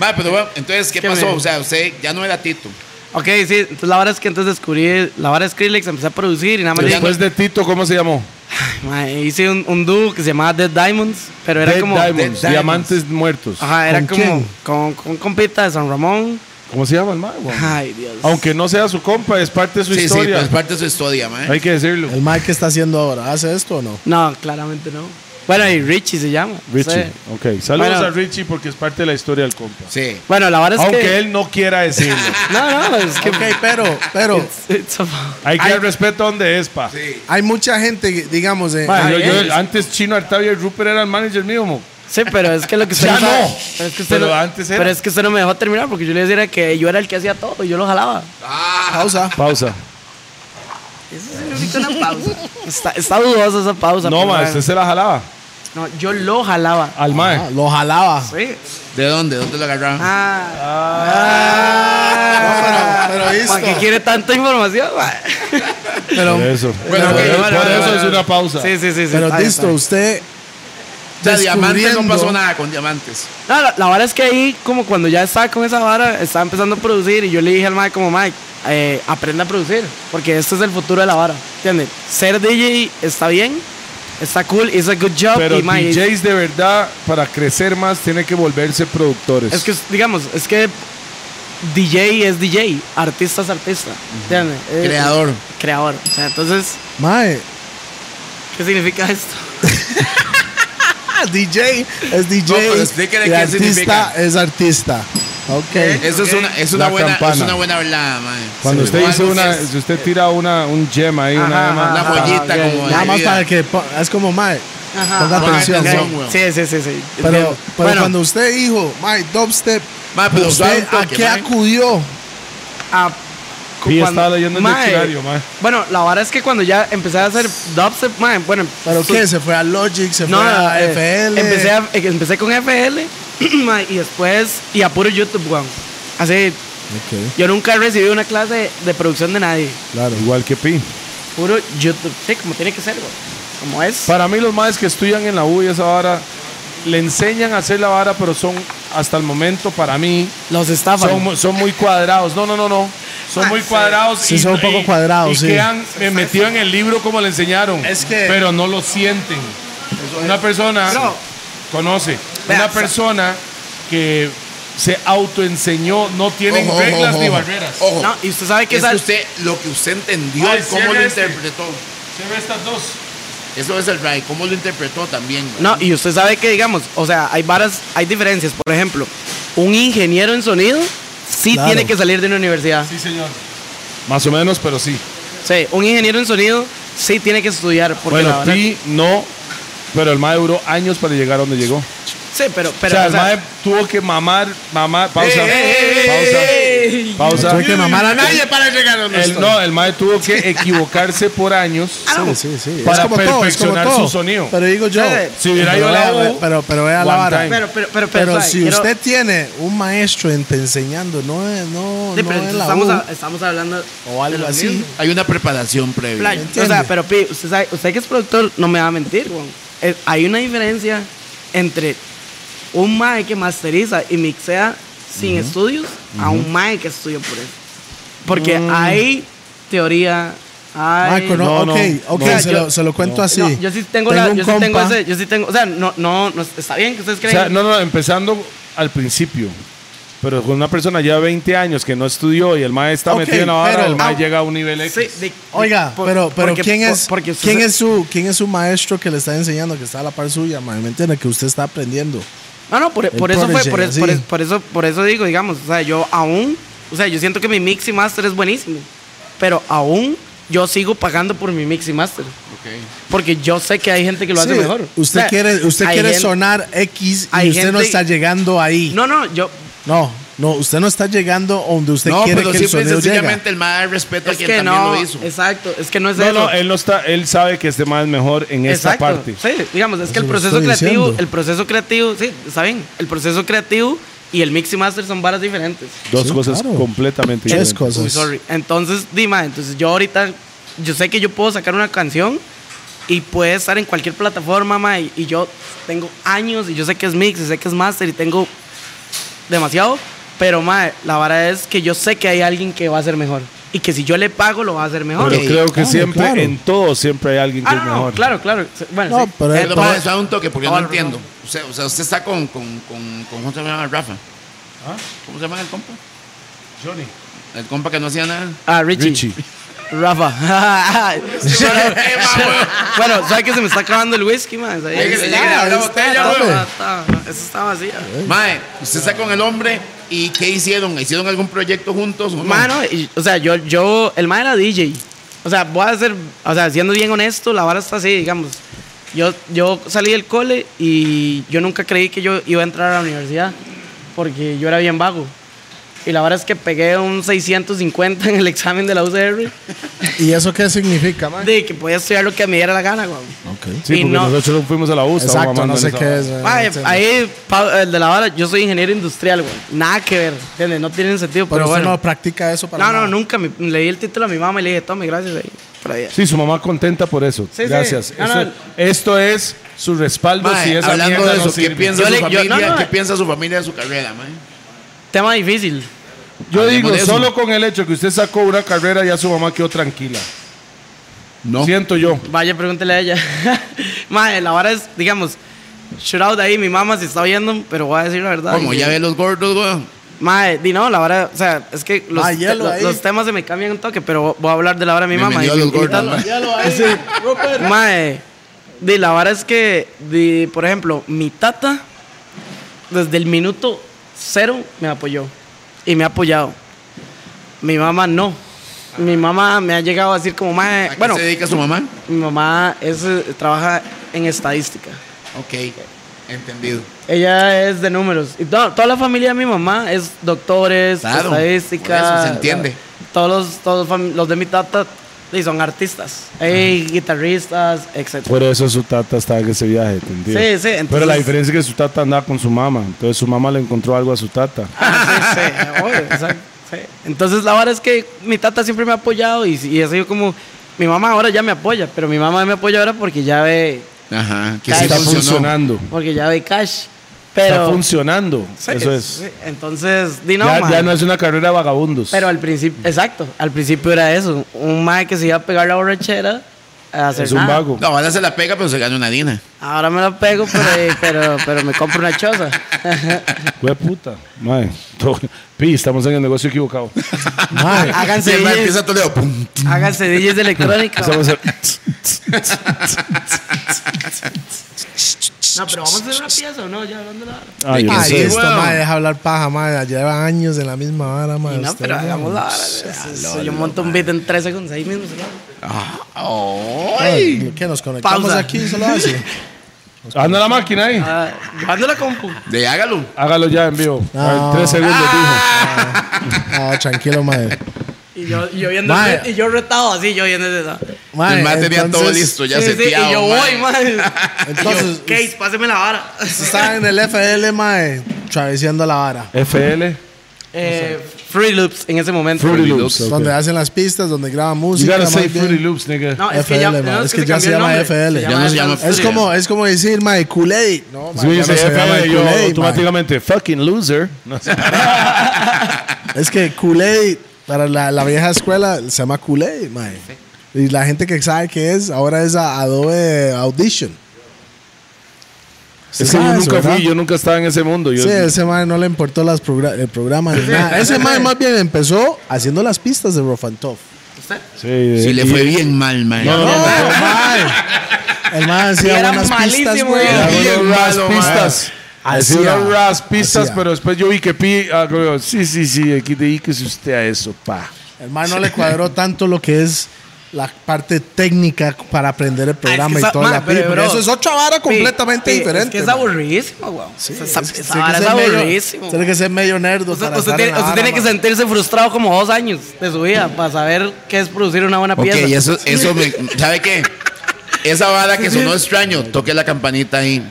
[SPEAKER 3] Va, pero bueno, entonces, ¿qué
[SPEAKER 5] Qué
[SPEAKER 3] pasó?
[SPEAKER 5] bien.
[SPEAKER 3] O sea, usted ya no era Tito.
[SPEAKER 5] Ok, sí. Entonces la verdad es que entonces descubrí la vara de Skrillex, empecé a producir y nada más
[SPEAKER 4] Después de Tito, ¿cómo se llamó?
[SPEAKER 5] dije, "Mae, hice un, un dúo que se llamaba Dead Diamonds, pero era
[SPEAKER 4] Dead
[SPEAKER 5] como...
[SPEAKER 4] Diamonds,
[SPEAKER 3] Dead
[SPEAKER 4] Diamantes Muertos.
[SPEAKER 5] Ajá, era
[SPEAKER 2] ¿Con
[SPEAKER 5] como
[SPEAKER 2] quién?
[SPEAKER 5] con, con un compita de San Ramón.
[SPEAKER 4] ¿Cómo se llama el mae, weón?
[SPEAKER 5] Ay, Dios.
[SPEAKER 4] Aunque no sea su compa, Pues es parte de su
[SPEAKER 3] Sí, sí,
[SPEAKER 4] historia.
[SPEAKER 3] pues parte de su historia, man.
[SPEAKER 5] pues.
[SPEAKER 4] Hay que decirlo.
[SPEAKER 2] <laughs> El mae que está haciendo ahora, ¿hace esto o no?
[SPEAKER 5] No, claramente no. Bueno, y Richie se llama. no
[SPEAKER 4] Richie.
[SPEAKER 5] sé.
[SPEAKER 4] Ok, saludos
[SPEAKER 5] Bueno.
[SPEAKER 4] a Richie porque es parte de la historia del compa.
[SPEAKER 3] Sí.
[SPEAKER 5] Bueno, la verdad es
[SPEAKER 4] Aunque
[SPEAKER 5] que...
[SPEAKER 4] él no quiera
[SPEAKER 5] <laughs>
[SPEAKER 4] decirlo.
[SPEAKER 5] No, no, es
[SPEAKER 4] <laughs>
[SPEAKER 5] que...
[SPEAKER 2] Ok, pero, pero
[SPEAKER 5] It's about-
[SPEAKER 4] Hay que dar respeto donde es, pa.
[SPEAKER 2] hay mucha gente, que, digamos, eh,
[SPEAKER 4] Ma, yo- yo-
[SPEAKER 5] Ay, él-
[SPEAKER 4] antes Chino Artavia y Rupert eran manager mío, mo.
[SPEAKER 5] Sí, pero es que lo que usted
[SPEAKER 4] Ya
[SPEAKER 5] sabe-
[SPEAKER 4] no.
[SPEAKER 5] Pero es que usted
[SPEAKER 4] Pero
[SPEAKER 5] no-
[SPEAKER 4] antes era.
[SPEAKER 5] pero es que usted no me dejó terminar porque yo le decía que yo era el que hacía todo, yo lo jalaba.
[SPEAKER 2] pausa.
[SPEAKER 4] Pausa.
[SPEAKER 5] una pausa. Está, está dudosa esa pausa.
[SPEAKER 4] No,
[SPEAKER 5] pero
[SPEAKER 4] ma,
[SPEAKER 5] bueno.
[SPEAKER 4] usted se la jalaba.
[SPEAKER 5] No, yo lo jalaba.
[SPEAKER 4] Al
[SPEAKER 2] Ah,
[SPEAKER 4] mae.
[SPEAKER 2] lo jalaba.
[SPEAKER 5] Sí.
[SPEAKER 3] ¿De dónde? ¿Dónde lo agarraron?
[SPEAKER 5] Ah.
[SPEAKER 2] Ah, pero, pero
[SPEAKER 5] ¿Para qué
[SPEAKER 2] listo.
[SPEAKER 5] quiere tanta información?
[SPEAKER 4] <laughs>
[SPEAKER 5] ma? <laughs>
[SPEAKER 4] Por eso.
[SPEAKER 3] Bueno,
[SPEAKER 4] por
[SPEAKER 3] ok,
[SPEAKER 4] por
[SPEAKER 5] vale, vale,
[SPEAKER 4] eso
[SPEAKER 5] vale,
[SPEAKER 4] es
[SPEAKER 5] vale.
[SPEAKER 4] una pausa.
[SPEAKER 5] Sí, sí, sí. sí
[SPEAKER 2] Pero
[SPEAKER 5] está bien, está
[SPEAKER 2] listo,
[SPEAKER 5] bien.
[SPEAKER 2] usted.
[SPEAKER 3] o sea, diamantes no
[SPEAKER 2] descubriendo-
[SPEAKER 3] pasó nada con diamantes.
[SPEAKER 5] No, la, la vara es que ahí, como cuando ya estaba con esa vara, estaba empezando a producir y yo le dije al Mike, como Mike, eh, aprenda a producir, porque este es el futuro de la vara. ¿Entiendes? Ser DJ está bien, está cool, it's a good job.
[SPEAKER 4] Pero
[SPEAKER 5] y mae,
[SPEAKER 4] DJs de verdad, para crecer más, tiene que volverse productores.
[SPEAKER 5] Es que, digamos, es que DJ es DJ, artista es artista. ¿entiendes? Eh,
[SPEAKER 3] Creador.
[SPEAKER 5] creador. O sea, entonces,
[SPEAKER 2] Mae.
[SPEAKER 5] ¿qué significa esto?
[SPEAKER 2] Ah, DJ es DJ.
[SPEAKER 3] pero explíquele
[SPEAKER 2] y
[SPEAKER 3] qué
[SPEAKER 2] artista
[SPEAKER 3] significa.
[SPEAKER 2] es artista. Ok.
[SPEAKER 3] Eso es una, es una
[SPEAKER 4] La
[SPEAKER 3] buena,
[SPEAKER 4] campana.
[SPEAKER 3] es una buena hablada, man.
[SPEAKER 4] Cuando
[SPEAKER 3] Sí.
[SPEAKER 4] usted dice
[SPEAKER 3] Algo
[SPEAKER 4] una,
[SPEAKER 3] que es-
[SPEAKER 4] si usted tira una, un gem ahí, una
[SPEAKER 5] Ajá,
[SPEAKER 4] gema,
[SPEAKER 5] ajá,
[SPEAKER 3] Una
[SPEAKER 5] ajá,
[SPEAKER 3] joyita
[SPEAKER 5] ok.
[SPEAKER 3] como
[SPEAKER 2] Nada
[SPEAKER 3] de
[SPEAKER 2] más
[SPEAKER 3] vida.
[SPEAKER 2] para que. po- Es como Mae.
[SPEAKER 5] Ajá.
[SPEAKER 2] Ponga
[SPEAKER 5] Ajá,
[SPEAKER 2] atención.
[SPEAKER 5] ok.
[SPEAKER 2] ¿no?
[SPEAKER 3] weón.
[SPEAKER 5] Sí, sí, sí, sí.
[SPEAKER 2] Pero,
[SPEAKER 5] Entiendo.
[SPEAKER 2] pero
[SPEAKER 5] bueno,
[SPEAKER 2] cuando usted dijo, Mae, dubstep.
[SPEAKER 3] Ma, Ah, pero suave
[SPEAKER 2] usted,
[SPEAKER 3] un
[SPEAKER 2] ¿A
[SPEAKER 3] toque,
[SPEAKER 2] qué
[SPEAKER 3] ma.
[SPEAKER 2] acudió?
[SPEAKER 5] a- cu-
[SPEAKER 4] Pi
[SPEAKER 5] Ah, cuando-
[SPEAKER 4] estaba leyendo el
[SPEAKER 5] Mae,
[SPEAKER 4] diccionario, mae.
[SPEAKER 5] Bueno, la verdad es que cuando ya empecé a hacer dubstep, mae, bueno.
[SPEAKER 2] ¿Pero
[SPEAKER 5] su-
[SPEAKER 2] qué? ¿Se fue a Logic? ¿Se
[SPEAKER 5] No,
[SPEAKER 2] fue a
[SPEAKER 5] eh,
[SPEAKER 2] FL?
[SPEAKER 5] Empecé, a- eh, empecé con FL <clears throat> mae, y después, y a puro YouTube, weón. Así,
[SPEAKER 2] Ok,
[SPEAKER 5] yo nunca he recibido una clase de producción de nadie.
[SPEAKER 2] claro.
[SPEAKER 4] igual que Pi.
[SPEAKER 5] Puro YouTube. Sí, como tiene que ser, güey. Como es.
[SPEAKER 4] Para mí, los maes que estudian en la U y esa vara, le enseñan a hacer la vara, pero son, hasta el momento, para mí,
[SPEAKER 5] Los estafan.
[SPEAKER 4] son, mu- son muy cuadrados. No, no, no, no. Son muy cuadrados.
[SPEAKER 2] Ah, Sí, son un poco
[SPEAKER 4] y-
[SPEAKER 2] cuadrados,
[SPEAKER 4] Y
[SPEAKER 2] sí.
[SPEAKER 4] quedan eh, metido en el libro como le enseñaron.
[SPEAKER 2] Es que-
[SPEAKER 4] Pero no lo sienten. Una persona
[SPEAKER 5] Bro.
[SPEAKER 4] conoce.
[SPEAKER 5] Vea,
[SPEAKER 4] Una
[SPEAKER 5] sa-
[SPEAKER 4] persona que se autoenseñó, no tienen
[SPEAKER 3] Ojo, ojo,
[SPEAKER 4] reglas ni
[SPEAKER 3] ojo.
[SPEAKER 4] barreras.
[SPEAKER 3] Ojo.
[SPEAKER 5] No, y usted sabe que
[SPEAKER 3] es
[SPEAKER 5] esa...
[SPEAKER 3] que usted, lo que usted entendió,
[SPEAKER 4] Ay,
[SPEAKER 3] cómo
[SPEAKER 4] cierre
[SPEAKER 3] lo
[SPEAKER 4] este.
[SPEAKER 3] interpretó.
[SPEAKER 4] Se ve estas dos.
[SPEAKER 3] Eso es el Ray, cómo lo interpretó también. güey.
[SPEAKER 5] No, y usted sabe que, digamos, o sea, hay varas, hay diferencias. Por ejemplo, un ingeniero en sonido sí
[SPEAKER 2] Claro.
[SPEAKER 5] tiene que salir de una universidad.
[SPEAKER 4] Sí, señor. Más o menos, pero sí.
[SPEAKER 5] Sí, un ingeniero en sonido Sí, tiene que estudiar. Porque la
[SPEAKER 4] Bueno,
[SPEAKER 5] verdad-
[SPEAKER 4] Pi no, pero el mae duró años para llegar a donde llegó.
[SPEAKER 5] Sí, pero. pero
[SPEAKER 4] o sea,
[SPEAKER 5] o
[SPEAKER 4] el
[SPEAKER 5] sea,
[SPEAKER 4] mae tuvo que mamar, mamar, pausa,
[SPEAKER 5] ey,
[SPEAKER 4] pausa, pausa.
[SPEAKER 2] Tuve que mamar a nadie.
[SPEAKER 3] Nadie para llegar a donde
[SPEAKER 4] El,
[SPEAKER 3] estoy.
[SPEAKER 4] no, el mae tuvo que equivocarse por años.
[SPEAKER 2] Sí, sí, sí.
[SPEAKER 4] Para perfeccionar su sonido.
[SPEAKER 2] Pero digo yo,
[SPEAKER 5] Sí,
[SPEAKER 4] si hubiera ido
[SPEAKER 2] pero,
[SPEAKER 4] a la
[SPEAKER 2] vea-
[SPEAKER 4] U,
[SPEAKER 2] pero, pero vea
[SPEAKER 4] one
[SPEAKER 2] la vara.
[SPEAKER 4] time.
[SPEAKER 5] pero, pero, pero, Pues, pero,
[SPEAKER 2] Pero
[SPEAKER 5] o sea,
[SPEAKER 2] si
[SPEAKER 5] quiero-
[SPEAKER 2] usted tiene un maestro en te enseñando, no es, no,
[SPEAKER 5] Sí,
[SPEAKER 2] no
[SPEAKER 5] pero
[SPEAKER 2] es
[SPEAKER 5] entonces
[SPEAKER 2] la
[SPEAKER 5] estamos,
[SPEAKER 2] U,
[SPEAKER 5] a- estamos hablando.
[SPEAKER 2] o algo así.
[SPEAKER 3] Hay una preparación
[SPEAKER 5] Plan,
[SPEAKER 3] previa.
[SPEAKER 5] o sea,
[SPEAKER 2] entiende?
[SPEAKER 5] pero Pi, usted, sabe- usted que es productor no me va a mentir, weón. Eh, hay una diferencia entre un mae que masteriza y mixea sin estudios a un mae que estudia por eso. Porque
[SPEAKER 2] Mm.
[SPEAKER 5] hay teoría, hay...
[SPEAKER 2] Marco, no,
[SPEAKER 4] no, no.
[SPEAKER 2] ok, ok,
[SPEAKER 4] O
[SPEAKER 5] sea,
[SPEAKER 2] se,
[SPEAKER 5] yo-
[SPEAKER 2] lo, se lo cuento así.
[SPEAKER 5] No, yo sí tengo, la-
[SPEAKER 2] un
[SPEAKER 5] yo sí tengo
[SPEAKER 2] compa-
[SPEAKER 5] ese, yo sí tengo, o sea, no, no, no, está bien que ustedes
[SPEAKER 4] O
[SPEAKER 5] creen.
[SPEAKER 4] sea, no, no, empezando al principio. Pero con una persona ya 20 años que no estudió y el mae está
[SPEAKER 2] Ok,
[SPEAKER 4] metido en la vara,
[SPEAKER 2] pero-
[SPEAKER 4] el mae
[SPEAKER 2] ah,
[SPEAKER 4] llega a un nivel X.
[SPEAKER 5] Sí, de-
[SPEAKER 2] Oiga,
[SPEAKER 5] de- por-
[SPEAKER 2] pero, pero
[SPEAKER 5] porque-
[SPEAKER 2] ¿quién,
[SPEAKER 5] por-
[SPEAKER 2] es,
[SPEAKER 5] porque
[SPEAKER 2] ¿quién,
[SPEAKER 5] usted-
[SPEAKER 2] es su, ¿quién es su maestro que le está enseñando, que está a la par suya? mae? ¿Me entiende? Que usted está aprendiendo.
[SPEAKER 5] No, no, por,
[SPEAKER 2] El
[SPEAKER 5] por eso fue,
[SPEAKER 2] protege,
[SPEAKER 5] por, es- por, es-
[SPEAKER 2] sí.
[SPEAKER 5] por eso, por eso digo, digamos, o sea, yo aún, o sea, yo siento que mi mix y master es buenísimo, pero aún yo sigo pagando por mi mix y master, porque yo sé que hay gente que lo hace
[SPEAKER 2] Sí,
[SPEAKER 5] mejor.
[SPEAKER 2] Usted
[SPEAKER 5] O sea,
[SPEAKER 2] quiere, usted
[SPEAKER 5] hay
[SPEAKER 2] quiere
[SPEAKER 5] gente-
[SPEAKER 2] sonar X y
[SPEAKER 5] hay
[SPEAKER 2] usted no
[SPEAKER 5] gente-
[SPEAKER 2] está llegando ahí.
[SPEAKER 5] No, no, yo
[SPEAKER 2] No, no, usted no está llegando donde usted
[SPEAKER 3] No,
[SPEAKER 2] quiere
[SPEAKER 3] pero
[SPEAKER 2] que el
[SPEAKER 3] siempre
[SPEAKER 2] sonido llegue.
[SPEAKER 3] sencillamente el más respeto a
[SPEAKER 5] es
[SPEAKER 3] quien
[SPEAKER 5] que
[SPEAKER 3] también
[SPEAKER 5] no,
[SPEAKER 3] lo hizo.
[SPEAKER 5] exacto, es que no es
[SPEAKER 4] No,
[SPEAKER 5] eso.
[SPEAKER 4] no, él no está, él sabe que este mae es mejor en esta
[SPEAKER 5] Exacto.
[SPEAKER 4] parte.
[SPEAKER 5] Sí, digamos, es que el
[SPEAKER 2] lo
[SPEAKER 5] proceso
[SPEAKER 2] estoy
[SPEAKER 5] creativo,
[SPEAKER 2] diciendo.
[SPEAKER 5] el proceso creativo, sí, saben, el proceso creativo y el mix y master son varas diferentes.
[SPEAKER 4] Dos
[SPEAKER 2] Sí,
[SPEAKER 4] cosas
[SPEAKER 2] claro.
[SPEAKER 4] completamente
[SPEAKER 2] Tres
[SPEAKER 4] diferentes.
[SPEAKER 2] cosas.
[SPEAKER 5] Uy, sorry. Entonces, Dima, entonces yo ahorita, yo sé que yo puedo sacar una canción y puede estar en cualquier plataforma, ma, y, y yo tengo años y yo sé que es mix y sé que es master y tengo demasiado, pero ma, la vara es que yo sé que hay alguien que va a ser mejor y que si yo le pago lo va a hacer mejor.
[SPEAKER 4] Pero
[SPEAKER 3] Ok,
[SPEAKER 4] creo que
[SPEAKER 2] claro,
[SPEAKER 4] siempre,
[SPEAKER 2] claro.
[SPEAKER 4] en todo, siempre hay alguien que
[SPEAKER 5] Ah,
[SPEAKER 4] es
[SPEAKER 5] no, no,
[SPEAKER 4] mejor.
[SPEAKER 5] claro, claro. Bueno,
[SPEAKER 2] No,
[SPEAKER 5] sí.
[SPEAKER 2] pero-
[SPEAKER 5] Eh,
[SPEAKER 3] Pero
[SPEAKER 2] Todo-
[SPEAKER 3] para eso un toque porque
[SPEAKER 5] No,
[SPEAKER 3] no,
[SPEAKER 5] no,
[SPEAKER 3] entiendo.
[SPEAKER 5] no.
[SPEAKER 3] O, sea, o sea, usted está con, con, con, con ¿cómo se llama Rafa? ¿Cómo se llama el compa?
[SPEAKER 4] Johnny.
[SPEAKER 3] El compa que no hacía nada.
[SPEAKER 5] ah, Richie.
[SPEAKER 4] Richie.
[SPEAKER 5] Rafa. <laughs>
[SPEAKER 3] ¡Qué mamón!
[SPEAKER 5] bueno, ¿sabes que se me está acabando el whisky, ma? Ahí-
[SPEAKER 3] Ahí está, la
[SPEAKER 5] ahí
[SPEAKER 3] botella,
[SPEAKER 5] está,
[SPEAKER 2] güey.
[SPEAKER 5] está, está, Eso está vacía.
[SPEAKER 3] Mae, usted está con el hombre y ¿qué hicieron? ¿Hicieron algún proyecto juntos? o no?
[SPEAKER 5] Mano, y- o sea, yo, yo, el man era DJ. O sea, voy a ser, o sea, siendo bien honesto, la vara está así, digamos. Yo, yo salí del cole y yo nunca creí que yo iba a entrar a la universidad porque yo era bien vago. Y la verdad es que pegué un 650 en el examen de la UCR
[SPEAKER 2] ¿Y eso qué significa, man?
[SPEAKER 5] de que podía estudiar lo que me diera la gana, güey.
[SPEAKER 4] Sí,
[SPEAKER 5] Y
[SPEAKER 4] porque
[SPEAKER 5] no-
[SPEAKER 4] nosotros no fuimos a la USA.
[SPEAKER 2] Exacto, no sé qué es. man,
[SPEAKER 5] Mae,
[SPEAKER 2] entiendo.
[SPEAKER 5] ahí, pa- el de la vara, yo soy ingeniero industrial, güey. Nada que ver, ¿entiendes? No tiene sentido,
[SPEAKER 2] Pero
[SPEAKER 5] pero,
[SPEAKER 2] usted
[SPEAKER 5] bueno.
[SPEAKER 2] no practica eso para
[SPEAKER 5] No, no,
[SPEAKER 2] nada.
[SPEAKER 5] nunca. me- le di el título a mi mamá y le dije, tome, gracias. ahí, por ahí".
[SPEAKER 4] Sí, su mamá contenta por eso.
[SPEAKER 5] Sí, sí.
[SPEAKER 4] Gracias.
[SPEAKER 5] No,
[SPEAKER 4] Eso-
[SPEAKER 5] no.
[SPEAKER 4] Esto es su respaldo.
[SPEAKER 3] Mae,
[SPEAKER 4] pues si esa
[SPEAKER 3] hablando
[SPEAKER 4] mierda
[SPEAKER 3] de
[SPEAKER 4] no
[SPEAKER 3] eso, ¿qué
[SPEAKER 4] sirve.
[SPEAKER 3] piensa,
[SPEAKER 5] Yo
[SPEAKER 3] su
[SPEAKER 5] le- yo-
[SPEAKER 3] familia,
[SPEAKER 5] no, no,
[SPEAKER 3] ¿qué
[SPEAKER 5] no.
[SPEAKER 3] piensa su familia de su carrera, mae?
[SPEAKER 5] Tema difícil.
[SPEAKER 4] Yo
[SPEAKER 3] Hablemos
[SPEAKER 4] digo,
[SPEAKER 3] de eso.
[SPEAKER 4] solo con el hecho que usted sacó una carrera, ya su mamá quedó tranquila.
[SPEAKER 3] No.
[SPEAKER 4] Siento yo.
[SPEAKER 5] Vaya, pregúntele a ella. <laughs> Madre, la vara es, digamos, shout out ahí, mi mamá se está viendo, pero voy a decir la verdad.
[SPEAKER 3] Como
[SPEAKER 5] Y-
[SPEAKER 3] ya ve los gordos, weón.
[SPEAKER 5] Madre, di no, la vara, o sea, es que los,
[SPEAKER 2] Ah, hielo
[SPEAKER 5] lo-
[SPEAKER 2] ahí.
[SPEAKER 5] los temas se me cambian un toque, pero voy a hablar de la vara de mi mamá.
[SPEAKER 3] Bienvenido a los gordos, mae.
[SPEAKER 5] Madre, di la vara es que, di, por ejemplo, mi tata, desde el minuto cero me apoyó y me ha apoyado. Mi mamá no. Mi mamá me ha llegado a decir como,
[SPEAKER 3] ¿A
[SPEAKER 5] madre,
[SPEAKER 3] qué
[SPEAKER 5] bueno,
[SPEAKER 3] se dedica su mamá?
[SPEAKER 5] Mi mamá es, eh, trabaja en estadística.
[SPEAKER 3] Ok, entendido.
[SPEAKER 5] Ella es de números. Y to- toda la familia de mi mamá es doctores,
[SPEAKER 3] Claro,
[SPEAKER 5] estadística.
[SPEAKER 3] por eso se entiende.
[SPEAKER 5] Todos, los, todos los fam- los de mi tata sí, son artistas, ey, guitarristas, etc.
[SPEAKER 4] Por eso su tata estaba en ese viaje, ¿te entiendes?
[SPEAKER 5] <laughs> Sí, sí, entonces-
[SPEAKER 4] Pero la diferencia es que su tata andaba con su mamá. Entonces su mamá le encontró algo a su tata.
[SPEAKER 5] Ah, sí, sí, obvio, exacto, sí. Entonces la verdad es que mi tata siempre me ha apoyado y, y ha sido como... Mi mamá ahora ya me apoya, pero mi mamá me apoya ahora porque ya ve,
[SPEAKER 3] Ajá, que
[SPEAKER 5] Está
[SPEAKER 3] sí
[SPEAKER 4] Está
[SPEAKER 3] funcionó.
[SPEAKER 4] funcionando.
[SPEAKER 5] porque ya ve cash. Pero,
[SPEAKER 4] Está funcionando.
[SPEAKER 5] Sí,
[SPEAKER 4] eso es.
[SPEAKER 5] sí, Entonces, di no,
[SPEAKER 4] ya,
[SPEAKER 5] man.
[SPEAKER 4] ya no es una carrera de vagabundos.
[SPEAKER 5] Pero al principio, exacto, al principio era eso. Un mae que se iba a pegar la borrachera a hacer
[SPEAKER 4] es un
[SPEAKER 5] nada.
[SPEAKER 4] vago.
[SPEAKER 3] No, ahora se la pega, pero se gana una dina.
[SPEAKER 5] Ahora me lo pego, pero, eh, pero, pero me compro una <laughs> choza.
[SPEAKER 4] Güey, puta. Madre. To- <laughs> Pi, estamos en el negocio equivocado.
[SPEAKER 3] <laughs>
[SPEAKER 2] Mae,
[SPEAKER 3] Y
[SPEAKER 5] háganse
[SPEAKER 3] el mae
[SPEAKER 5] DJs,
[SPEAKER 3] empieza a tolear, pum, tum.
[SPEAKER 5] háganse DJs
[SPEAKER 4] <laughs>
[SPEAKER 5] de electrónica.
[SPEAKER 4] Estamos en-
[SPEAKER 5] No, pero vamos a hacer una pieza o no, ya hablando de la vara.
[SPEAKER 4] Ah, yo no
[SPEAKER 2] Ahí
[SPEAKER 4] sé.
[SPEAKER 2] está,
[SPEAKER 3] weón.
[SPEAKER 2] mae, deja hablar paja, mae. Lleva años en la misma vara, mae.
[SPEAKER 5] Y no,
[SPEAKER 2] usted,
[SPEAKER 5] pero
[SPEAKER 2] mae.
[SPEAKER 5] hagamos la vara. eso- eso- Yo monto un beat en tres segundos ahí mismo. se lo hago.
[SPEAKER 2] Ay, ¿Qué nos conectamos
[SPEAKER 5] Pausa.
[SPEAKER 2] aquí? Solo hace.
[SPEAKER 4] Anda la máquina ahí.
[SPEAKER 5] Ah, llevando la compu.
[SPEAKER 3] De hágalo.
[SPEAKER 4] Hágalo ya en vivo.
[SPEAKER 2] No.
[SPEAKER 4] En tres segundos,
[SPEAKER 2] Ah, tranquilo,
[SPEAKER 4] <laughs>
[SPEAKER 2] mae.
[SPEAKER 5] Y yo, y yo viendo
[SPEAKER 2] Mae.
[SPEAKER 5] el beat, y yo retado así, yo viendo esa.
[SPEAKER 2] Mae,
[SPEAKER 3] el man tenía todo
[SPEAKER 2] entonces-
[SPEAKER 3] listo, ya
[SPEAKER 5] Sí, sí,
[SPEAKER 3] seteado.
[SPEAKER 5] Y yo
[SPEAKER 3] man.
[SPEAKER 5] voy, man.
[SPEAKER 2] Entonces,
[SPEAKER 5] Case, páseme la vara.
[SPEAKER 2] usted está en el FL, mae, travesiando la vara.
[SPEAKER 4] dijo. FL.
[SPEAKER 5] Eh, Free Loops en ese momento.
[SPEAKER 4] Fruity
[SPEAKER 3] Loops,
[SPEAKER 4] Loops. ok.
[SPEAKER 2] Donde hacen las pistas, donde graban
[SPEAKER 4] You
[SPEAKER 2] música.
[SPEAKER 4] gotta
[SPEAKER 2] más
[SPEAKER 4] say
[SPEAKER 2] bien.
[SPEAKER 4] Fruity Loops, nigga.
[SPEAKER 5] No, es que
[SPEAKER 2] FL,
[SPEAKER 5] ya,
[SPEAKER 2] man.
[SPEAKER 5] no,
[SPEAKER 2] Es que ya se
[SPEAKER 5] cambió el
[SPEAKER 2] llama
[SPEAKER 5] nombre.
[SPEAKER 2] FL.
[SPEAKER 5] Se
[SPEAKER 2] Ya
[SPEAKER 5] llama
[SPEAKER 3] no se
[SPEAKER 5] FL.
[SPEAKER 3] llama
[SPEAKER 2] Es
[SPEAKER 3] Sí.
[SPEAKER 2] como, es como decir, mae, Kool-Aid. No,
[SPEAKER 4] Si
[SPEAKER 2] mae,
[SPEAKER 4] me
[SPEAKER 2] ya
[SPEAKER 4] dice
[SPEAKER 2] no se llama
[SPEAKER 4] FL, yo
[SPEAKER 2] Kool-Aid, mae.
[SPEAKER 4] automáticamente, fucking loser. No sé.
[SPEAKER 2] Es que Kool-Aid, para la, la vieja escuela, se llama Kool-Aid, mae. Y la gente que sabe qué es, ahora es a- Adobe Audition.
[SPEAKER 4] Es que yo
[SPEAKER 2] ¿Sabe eso,
[SPEAKER 4] nunca
[SPEAKER 2] verdad?
[SPEAKER 4] fui, yo nunca estaba en ese mundo. Yo,
[SPEAKER 2] Sí, ese mae no le importó las progra- el programa ni
[SPEAKER 4] <laughs>
[SPEAKER 2] nada. Ese mae más bien empezó haciendo las pistas de Rough and Tough.
[SPEAKER 4] Sí,
[SPEAKER 3] Si
[SPEAKER 4] y-
[SPEAKER 3] le fue bien mal, man.
[SPEAKER 4] No, no, no.
[SPEAKER 2] El mae
[SPEAKER 5] Y
[SPEAKER 2] hacía
[SPEAKER 5] era
[SPEAKER 2] buenas pistas,
[SPEAKER 5] malísimo,
[SPEAKER 2] güey.
[SPEAKER 4] Era
[SPEAKER 3] Bien
[SPEAKER 4] unos
[SPEAKER 3] malo,
[SPEAKER 4] ras pistas. Hacía
[SPEAKER 2] Hacía.
[SPEAKER 4] unos ras pistas,
[SPEAKER 2] Hacía.
[SPEAKER 4] pero después yo vi que pi. ah, creo, sí, sí, sí, aquí dedíquese usted a eso, pa.
[SPEAKER 2] El mae no le cuadró tanto lo que es la parte técnica para aprender el
[SPEAKER 5] Ah, es que
[SPEAKER 2] programa
[SPEAKER 5] esa-
[SPEAKER 2] y toda
[SPEAKER 5] mae,
[SPEAKER 2] la
[SPEAKER 5] pero,
[SPEAKER 2] pi- pero Eso
[SPEAKER 5] bro,
[SPEAKER 2] es otra vara
[SPEAKER 5] sí,
[SPEAKER 2] completamente
[SPEAKER 5] sí,
[SPEAKER 2] diferente.
[SPEAKER 5] Es que es
[SPEAKER 2] mae.
[SPEAKER 5] aburrísimo, wow.
[SPEAKER 2] Sí,
[SPEAKER 5] esa
[SPEAKER 2] es-
[SPEAKER 5] esa
[SPEAKER 2] tiene
[SPEAKER 5] vara es
[SPEAKER 2] ser medio-
[SPEAKER 5] aburrísimo.
[SPEAKER 2] Tiene que ser medio nerd.
[SPEAKER 5] Usted,
[SPEAKER 2] para
[SPEAKER 5] usted
[SPEAKER 2] estar en
[SPEAKER 5] tiene,
[SPEAKER 2] la
[SPEAKER 5] usted
[SPEAKER 2] vara,
[SPEAKER 5] tiene que
[SPEAKER 2] mae.
[SPEAKER 5] sentirse frustrado como dos años de su vida para saber qué es producir una buena
[SPEAKER 3] Ok,
[SPEAKER 5] pieza. <laughs>
[SPEAKER 3] y eso, eso me. ¿Sabe qué? Esa bala que sonó extraño, toque la campanita ahí.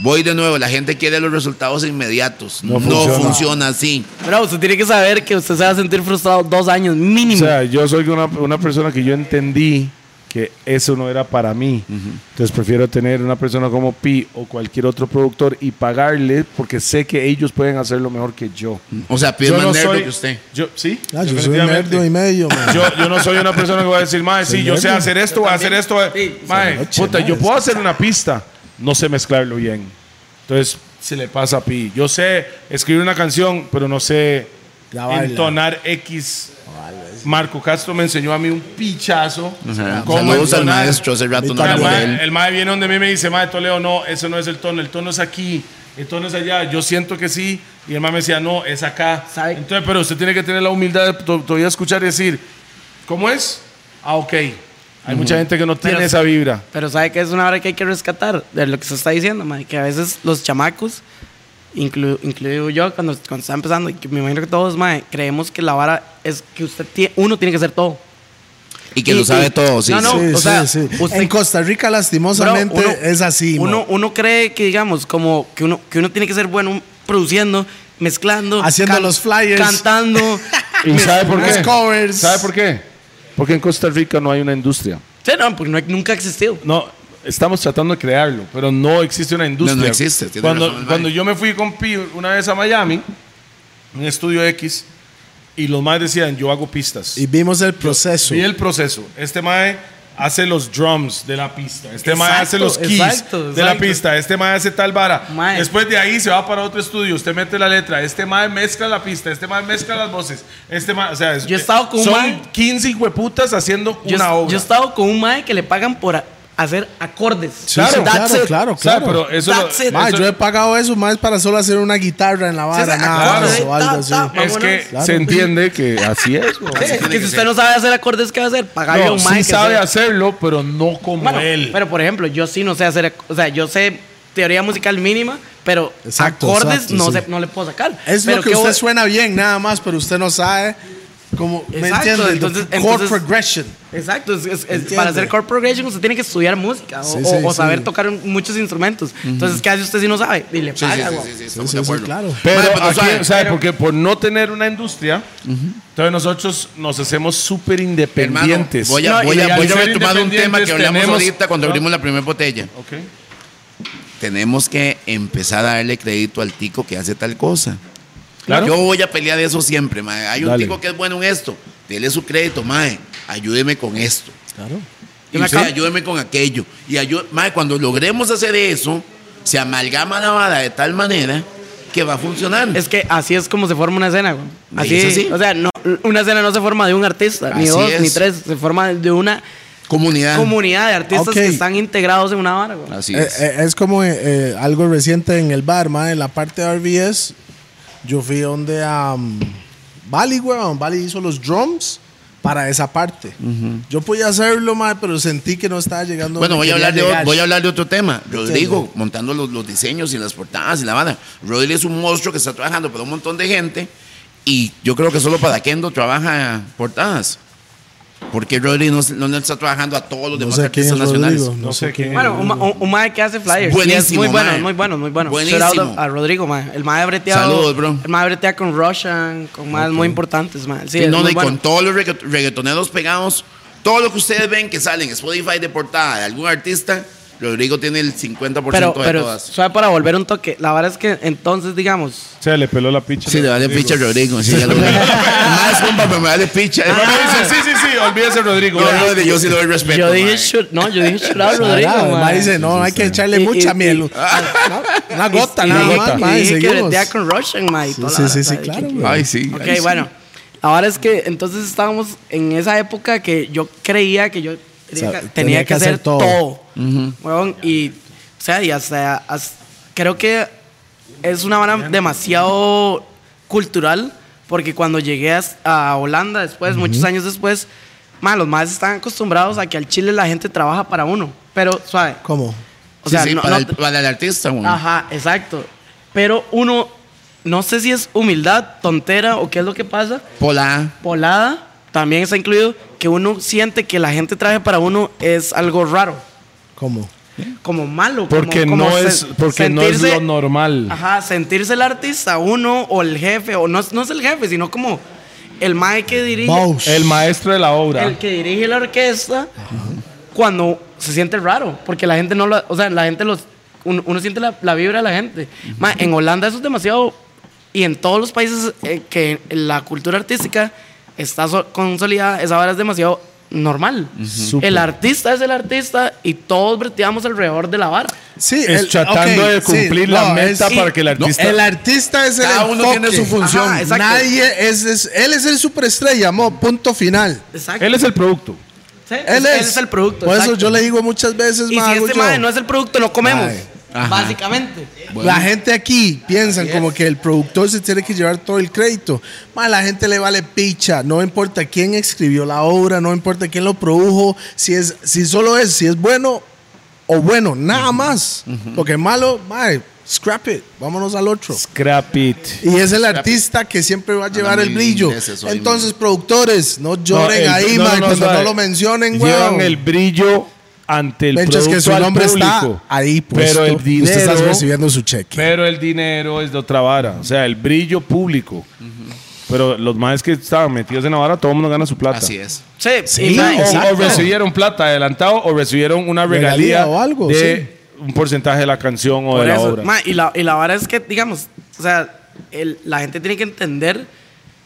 [SPEAKER 3] Voy de nuevo, la gente quiere los resultados inmediatos. No,
[SPEAKER 4] funciona.
[SPEAKER 3] funciona. así.
[SPEAKER 5] Pero usted tiene que saber que usted se va a sentir frustrado dos años
[SPEAKER 4] O
[SPEAKER 5] mínimo.
[SPEAKER 4] sea, yo soy una, una persona que yo entendí que eso no era para mí. Entonces prefiero tener una persona como Pi o cualquier otro productor y pagarle porque sé que ellos pueden hacerlo mejor que yo.
[SPEAKER 3] O sea, pide
[SPEAKER 4] yo
[SPEAKER 3] más
[SPEAKER 4] no
[SPEAKER 3] nerd
[SPEAKER 4] soy-
[SPEAKER 3] que usted.
[SPEAKER 4] Yo, sí,
[SPEAKER 2] Ah, yo soy
[SPEAKER 4] definitivamente.
[SPEAKER 2] nerdo y medio, mae.
[SPEAKER 4] Yo, yo no soy una persona que va a decir, mae, sí, yo sé
[SPEAKER 2] nerdo.
[SPEAKER 4] hacer esto, voy a hacer esto.
[SPEAKER 5] Sí.
[SPEAKER 4] Mae,
[SPEAKER 2] Noche,
[SPEAKER 4] puta,
[SPEAKER 2] mae,
[SPEAKER 4] yo
[SPEAKER 2] es
[SPEAKER 4] puedo hacer una pista, no sé mezclarlo bien. Entonces, se le pasa a Pi. Yo sé escribir una canción, pero no sé
[SPEAKER 2] Grabarla.
[SPEAKER 4] entonar X. Marco Castro me enseñó a mí un pichazo. cómo
[SPEAKER 3] Saludos al
[SPEAKER 4] entonar.
[SPEAKER 3] maestro, hace rato no
[SPEAKER 4] Mae,
[SPEAKER 3] hablamos de
[SPEAKER 4] mae,
[SPEAKER 3] él.
[SPEAKER 4] el mae viene donde a mí me dice, mae, Toledo, no, eso no es el tono, el tono es aquí, el tono es allá, yo siento que sí, y el mae me decía, no, es acá.
[SPEAKER 5] ¿Sabe?
[SPEAKER 4] Entonces, pero usted tiene que tener la humildad de to- todavía escuchar y decir, ¿cómo es? Ah, ok. Hay mucha gente que no tiene
[SPEAKER 5] Pero-
[SPEAKER 4] esa vibra.
[SPEAKER 5] Pero sabe que es una hora que hay que rescatar de lo que se está diciendo, mae, que a veces los chamacos, inclu- incluido yo cuando, cuando estaba empezando, y que me imagino que todos, mae, creemos que la vara es que usted tie- uno tiene que ser todo.
[SPEAKER 3] Y que
[SPEAKER 5] Y-
[SPEAKER 3] lo sabe
[SPEAKER 5] y-
[SPEAKER 3] todo, sí.
[SPEAKER 5] no, no,
[SPEAKER 3] sí.
[SPEAKER 2] Sí,
[SPEAKER 5] o
[SPEAKER 2] sí,
[SPEAKER 5] sea,
[SPEAKER 2] sí.
[SPEAKER 5] usted-
[SPEAKER 2] En Costa Rica, lastimosamente,
[SPEAKER 5] Bro,
[SPEAKER 2] es así.
[SPEAKER 5] Uno,
[SPEAKER 2] mo.
[SPEAKER 5] uno cree que, digamos, como que uno, que uno tiene que ser bueno produciendo, mezclando,
[SPEAKER 2] Haciendo los flyers. <laughs>
[SPEAKER 5] cantando.
[SPEAKER 4] ¿Y sabe por
[SPEAKER 2] Los
[SPEAKER 4] qué?
[SPEAKER 2] covers.
[SPEAKER 4] ¿Sabe por qué? Porque en Costa Rica no hay una industria.
[SPEAKER 5] Sí, no, porque no hay- nunca ha existido.
[SPEAKER 4] No, estamos tratando de crearlo, pero no existe una industria.
[SPEAKER 3] No, no existe, tiene
[SPEAKER 4] Cuando,
[SPEAKER 3] razón el
[SPEAKER 4] cuando
[SPEAKER 3] mae.
[SPEAKER 4] yo me fui con Pi una vez a Miami, un estudio X, y los más decían, yo hago pistas.
[SPEAKER 2] Y vimos el proceso.
[SPEAKER 4] Vi el proceso. Este mae hace los drums de la pista. Este mae
[SPEAKER 5] Exacto,
[SPEAKER 4] hace los keys
[SPEAKER 5] exacto,
[SPEAKER 4] de la
[SPEAKER 5] exacto.
[SPEAKER 4] pista. Este mae hace tal vara.
[SPEAKER 5] Mae.
[SPEAKER 4] Después de ahí se va para otro estudio. Usted mete la letra. Este mae mezcla la pista. Este mae mezcla las voces. Este mae, o sea, es-
[SPEAKER 5] Yo he estado con un
[SPEAKER 4] son
[SPEAKER 5] mae-
[SPEAKER 4] 15 hueputas haciendo
[SPEAKER 5] Yo,
[SPEAKER 4] una obra.
[SPEAKER 5] yo he estado con un mae que le pagan por a- hacer acordes.
[SPEAKER 2] Sí, sí,
[SPEAKER 5] That's
[SPEAKER 2] claro,
[SPEAKER 5] it.
[SPEAKER 2] claro,
[SPEAKER 4] O sea,
[SPEAKER 2] claro.
[SPEAKER 4] pero eso lo-
[SPEAKER 5] That's it.
[SPEAKER 2] Ma,
[SPEAKER 4] eso-
[SPEAKER 2] yo he pagado eso más para solo hacer una guitarra en la
[SPEAKER 5] Sí, sí,
[SPEAKER 2] vara, nada
[SPEAKER 5] claro.
[SPEAKER 2] más, o algo
[SPEAKER 5] Ta,
[SPEAKER 2] así.
[SPEAKER 5] ta, ta.
[SPEAKER 4] es que
[SPEAKER 2] Claro.
[SPEAKER 4] se entiende que así
[SPEAKER 5] <laughs>
[SPEAKER 4] es. güey.
[SPEAKER 5] Sí, que si usted no sabe hacer acordes, ¿qué va a hacer? Pagarle a
[SPEAKER 4] No,
[SPEAKER 5] un
[SPEAKER 4] sí
[SPEAKER 5] mae que
[SPEAKER 4] sabe
[SPEAKER 5] sea-
[SPEAKER 4] hacerlo, pero no como
[SPEAKER 5] Bueno,
[SPEAKER 4] él.
[SPEAKER 5] pero por ejemplo, yo sí no sé hacer, ac- o sea, yo sé teoría musical mínima, pero
[SPEAKER 2] Exacto,
[SPEAKER 5] acordes
[SPEAKER 2] exacto,
[SPEAKER 5] no,
[SPEAKER 2] sí.
[SPEAKER 5] sé, no le puedo sacar.
[SPEAKER 2] Es
[SPEAKER 5] pero
[SPEAKER 2] lo que
[SPEAKER 5] ¿qué
[SPEAKER 2] usted
[SPEAKER 5] voy-
[SPEAKER 2] suena bien, nada más, pero usted no sabe cómo. ¿Me
[SPEAKER 5] Exacto,
[SPEAKER 2] entiende? The
[SPEAKER 5] entonces-
[SPEAKER 2] chord
[SPEAKER 5] entonces-
[SPEAKER 2] progression.
[SPEAKER 5] Exacto, es- es- es-
[SPEAKER 2] Entiende.
[SPEAKER 5] para hacer chord progression usted tiene que estudiar música o,
[SPEAKER 2] Sí,
[SPEAKER 5] o-
[SPEAKER 2] sí,
[SPEAKER 5] o
[SPEAKER 2] sí.
[SPEAKER 5] saber tocar un- muchos instrumentos. Entonces, ¿qué hace usted si no sabe? Y le
[SPEAKER 3] Sí, sí,
[SPEAKER 5] paga,
[SPEAKER 3] sí,
[SPEAKER 5] güey.
[SPEAKER 3] sí, sí,
[SPEAKER 2] Sí,
[SPEAKER 3] estamos
[SPEAKER 2] sí,
[SPEAKER 3] de
[SPEAKER 2] sí,
[SPEAKER 3] acuerdo.
[SPEAKER 2] claro.
[SPEAKER 4] Pero
[SPEAKER 3] Mae, pues, pero
[SPEAKER 4] aquí,
[SPEAKER 3] sabe-
[SPEAKER 4] ¿sabe por qué? Por no tener una industria, entonces nosotros nos hacemos súper
[SPEAKER 3] Hermano,
[SPEAKER 4] independientes.
[SPEAKER 3] voy a,
[SPEAKER 5] No, y
[SPEAKER 3] voy a,
[SPEAKER 4] al
[SPEAKER 3] voy a
[SPEAKER 4] ser
[SPEAKER 3] retomar un tema
[SPEAKER 4] independientes
[SPEAKER 3] que hablamos
[SPEAKER 4] tenemos-
[SPEAKER 3] ahorita cuando
[SPEAKER 4] ¿no?
[SPEAKER 3] abrimos la primera botella.
[SPEAKER 4] Ok.
[SPEAKER 3] Tenemos que empezar a darle crédito al tico que hace tal cosa.
[SPEAKER 4] Claro.
[SPEAKER 3] Yo voy a pelear de eso siempre, mae. Hay un
[SPEAKER 4] Dale.
[SPEAKER 3] tico que es bueno en esto. Dele su crédito, mae. Ayúdeme con esto.
[SPEAKER 2] Claro.
[SPEAKER 3] Y
[SPEAKER 5] Yo me
[SPEAKER 3] usted
[SPEAKER 5] acabo-
[SPEAKER 3] ayúdeme con aquello. Y ayú- mae, cuando logremos hacer eso, se amalgama la vara de tal manera que va a funcionar.
[SPEAKER 5] Es que así es como se forma una escena, güey.
[SPEAKER 3] Me
[SPEAKER 5] Así,
[SPEAKER 3] dice así.
[SPEAKER 5] O sea, no, una escena no se forma de un artista, ni
[SPEAKER 3] Así
[SPEAKER 5] dos,
[SPEAKER 3] es.
[SPEAKER 5] ni tres, se forma de una
[SPEAKER 3] Comunidad.
[SPEAKER 5] comunidad de artistas
[SPEAKER 2] Ah. Ok.
[SPEAKER 5] que están integrados en una vara, güey.
[SPEAKER 3] Así
[SPEAKER 2] Eh, eh,
[SPEAKER 3] es.
[SPEAKER 2] es. como eh, eh, algo reciente en el bar, mae, En la parte de RBS, yo fui donde a Bali, weón. Bali hizo los drums para esa parte. Yo podía hacerlo, mae, pero sentí que no estaba llegando.
[SPEAKER 3] Bueno, voy
[SPEAKER 2] donde
[SPEAKER 3] a, hablar de,
[SPEAKER 2] quería
[SPEAKER 3] o-
[SPEAKER 2] llegar.
[SPEAKER 3] voy a hablar de otro tema. Rodrigo, montando los, los diseños y las portadas y la banda. Rodrigo es un monstruo que está trabajando para un montón de gente y yo creo que solo para Kendo trabaja portadas. Porque Rodrigo no, se- no está trabajando a todos los
[SPEAKER 2] No
[SPEAKER 3] demás
[SPEAKER 2] sé quién
[SPEAKER 3] artistas
[SPEAKER 2] es
[SPEAKER 3] nacionales.
[SPEAKER 2] Rodrigo. No sé quién es.
[SPEAKER 5] Bueno, un, ma- un- un mae que hace flyers.
[SPEAKER 3] Es
[SPEAKER 5] y es
[SPEAKER 3] buenísimo,
[SPEAKER 5] muy bueno,
[SPEAKER 3] mae.
[SPEAKER 5] muy bueno, muy bueno.
[SPEAKER 3] Buenísimo.
[SPEAKER 5] Shout out a, a Rodrigo, mae. El mae ha breteado.
[SPEAKER 3] Saludos, bro.
[SPEAKER 5] El mae bretea con Russian, con más muy importantes, mae. Sí,
[SPEAKER 3] Sí,
[SPEAKER 5] es
[SPEAKER 3] no,
[SPEAKER 5] muy
[SPEAKER 3] y
[SPEAKER 5] bueno.
[SPEAKER 3] con todos los regga- reggaetoneros pegados, todo lo que ustedes ven que salen en Spotify de portada de algún artista, Rodrigo tiene el 50%
[SPEAKER 5] pero,
[SPEAKER 3] de
[SPEAKER 5] pero,
[SPEAKER 3] todas.
[SPEAKER 5] suave para volver un toque. La verdad es que entonces, digamos.
[SPEAKER 4] O sea, le peló la picha.
[SPEAKER 3] Sí, le vale
[SPEAKER 4] Rodrigo.
[SPEAKER 3] picha a Rodrigo. Sí, ya lo vi.
[SPEAKER 5] <laughs>
[SPEAKER 3] Más compa, pero me vale
[SPEAKER 5] Ah.
[SPEAKER 3] picha.
[SPEAKER 4] Cuando dice, sí, sí, sí, olvídese Rodrigo.
[SPEAKER 3] No, no, de- yo sí le doy respeto.
[SPEAKER 5] yo dije,
[SPEAKER 3] mae.
[SPEAKER 5] shoot, no, yo
[SPEAKER 2] <laughs>
[SPEAKER 5] dije, shoot out,
[SPEAKER 2] Ah,
[SPEAKER 5] Rodrigo,
[SPEAKER 2] el mae
[SPEAKER 5] mae.
[SPEAKER 2] dice, no, hay que echarle
[SPEAKER 5] Y-
[SPEAKER 2] mucha
[SPEAKER 5] y-
[SPEAKER 2] miel. No, una gota,
[SPEAKER 5] Y
[SPEAKER 2] nada
[SPEAKER 5] dije-
[SPEAKER 2] más,
[SPEAKER 5] y
[SPEAKER 2] mae,
[SPEAKER 5] dije que
[SPEAKER 2] seguimos.
[SPEAKER 5] bretea con Russian, mae. y toda
[SPEAKER 2] Sí,
[SPEAKER 5] la
[SPEAKER 2] sí,
[SPEAKER 5] vara,
[SPEAKER 2] sí,
[SPEAKER 5] ¿sabe?
[SPEAKER 2] claro, güey.
[SPEAKER 3] Ay, sí.
[SPEAKER 5] Ok,
[SPEAKER 3] ay, sí.
[SPEAKER 5] bueno. Ahora es que entonces estábamos en esa época que yo creía que yo tenía,
[SPEAKER 2] O sea,
[SPEAKER 5] que, tenía que hacer todo. Huevón, y, o sea, y hasta, hasta- creo que es una vara demasiado cultural, porque cuando llegué a, a Holanda después, muchos años después, ma, los más están acostumbrados a que al Chile la gente trabaja para uno. Pero, suave.
[SPEAKER 2] ¿Cómo?
[SPEAKER 5] O sea,
[SPEAKER 3] sí, sí,
[SPEAKER 5] no-
[SPEAKER 3] para,
[SPEAKER 5] no
[SPEAKER 3] el,
[SPEAKER 5] te-
[SPEAKER 3] para el artista, güey.
[SPEAKER 5] Ajá, exacto. Pero uno, no sé si es humildad, tontera o qué es lo que pasa.
[SPEAKER 3] Pola.
[SPEAKER 5] Polada también está incluido que uno siente que la gente traje para uno es algo raro,
[SPEAKER 2] ¿Cómo?
[SPEAKER 5] como malo. como-
[SPEAKER 4] Porque,
[SPEAKER 5] como
[SPEAKER 4] no,
[SPEAKER 5] se-
[SPEAKER 4] es, porque no es
[SPEAKER 5] sentirse- Ah.
[SPEAKER 4] lo normal.
[SPEAKER 5] Ajá, sentirse el artista, uno o el jefe, o no, es- no es el jefe, sino como el mae que dirige.
[SPEAKER 2] Bows.
[SPEAKER 4] El maestro de la obra.
[SPEAKER 5] El que dirige la orquesta cuando se siente raro, porque la gente no lo, o sea, la gente los uno, uno siente la, la vibra de la gente. Ma, en Holanda eso es demasiado y en todos los países eh, que la cultura artística está so- consolidada, esa vara es demasiado normal.
[SPEAKER 2] Súper.
[SPEAKER 5] El artista es el artista y todos breteamos alrededor de la vara.
[SPEAKER 2] Sí,
[SPEAKER 4] Es tratando
[SPEAKER 2] ok,
[SPEAKER 4] de
[SPEAKER 2] sí,
[SPEAKER 4] cumplir la
[SPEAKER 2] no,
[SPEAKER 4] meta
[SPEAKER 2] es-
[SPEAKER 4] para que el artista.
[SPEAKER 2] El artista es el
[SPEAKER 3] Cada uno tiene
[SPEAKER 2] enfoque.
[SPEAKER 3] su función.
[SPEAKER 5] Ajá, exacto.
[SPEAKER 2] Nadie es, es- él es el superestrella, mo, punto final.
[SPEAKER 5] Exacto.
[SPEAKER 4] él es el producto.
[SPEAKER 5] Sí,
[SPEAKER 2] Eh, Él es,
[SPEAKER 5] el producto.
[SPEAKER 2] Por eso
[SPEAKER 5] exacto.
[SPEAKER 2] yo le digo muchas veces,
[SPEAKER 5] y
[SPEAKER 2] ma,
[SPEAKER 5] si
[SPEAKER 2] hago
[SPEAKER 5] este
[SPEAKER 2] yo,
[SPEAKER 5] mae no es el producto, lo comemos.
[SPEAKER 2] Mae.
[SPEAKER 3] Ajá.
[SPEAKER 5] Básicamente.
[SPEAKER 2] la gente aquí piensan como que el productor se tiene que llevar todo el crédito. Ma, la gente le vale picha, no importa quién escribió la obra, no importa quién lo produjo, si es si solo es si es bueno o bueno, nada más. Porque malo, mae, scrap it, vámonos al otro.
[SPEAKER 4] Scrap it.
[SPEAKER 2] Y es el artista que siempre va a llevar
[SPEAKER 3] no,
[SPEAKER 2] el
[SPEAKER 3] muy
[SPEAKER 2] brillo.
[SPEAKER 3] neces hoy,
[SPEAKER 2] Entonces, productores, no lloren
[SPEAKER 4] el-
[SPEAKER 2] ahí,
[SPEAKER 4] no,
[SPEAKER 2] man,
[SPEAKER 4] no, no,
[SPEAKER 2] cuando
[SPEAKER 4] sabe.
[SPEAKER 2] no lo mencionen,
[SPEAKER 4] Llevan
[SPEAKER 2] weón.
[SPEAKER 4] el brillo ante el
[SPEAKER 2] De hecho, es
[SPEAKER 4] producto
[SPEAKER 2] que su
[SPEAKER 4] al
[SPEAKER 2] nombre
[SPEAKER 4] público.
[SPEAKER 2] está ahí, pues.
[SPEAKER 4] Pero el dinero.
[SPEAKER 2] Usted está recibiendo su cheque.
[SPEAKER 4] Pero el dinero es de otra vara. O sea, el brillo público. Pero los más que estaban metidos en la vara, todo el mundo gana su plata.
[SPEAKER 3] Así es.
[SPEAKER 5] Sí,
[SPEAKER 2] Sí,
[SPEAKER 5] y mae,
[SPEAKER 4] O- O,
[SPEAKER 2] Exacto.
[SPEAKER 4] recibieron plata adelantado o recibieron una regalía,
[SPEAKER 2] Regalía o algo,
[SPEAKER 4] de un porcentaje de la canción o
[SPEAKER 5] Por
[SPEAKER 4] de la
[SPEAKER 5] eso,
[SPEAKER 4] obra.
[SPEAKER 5] ma, y, la, y la vara es que, digamos, o sea, el- la gente tiene que entender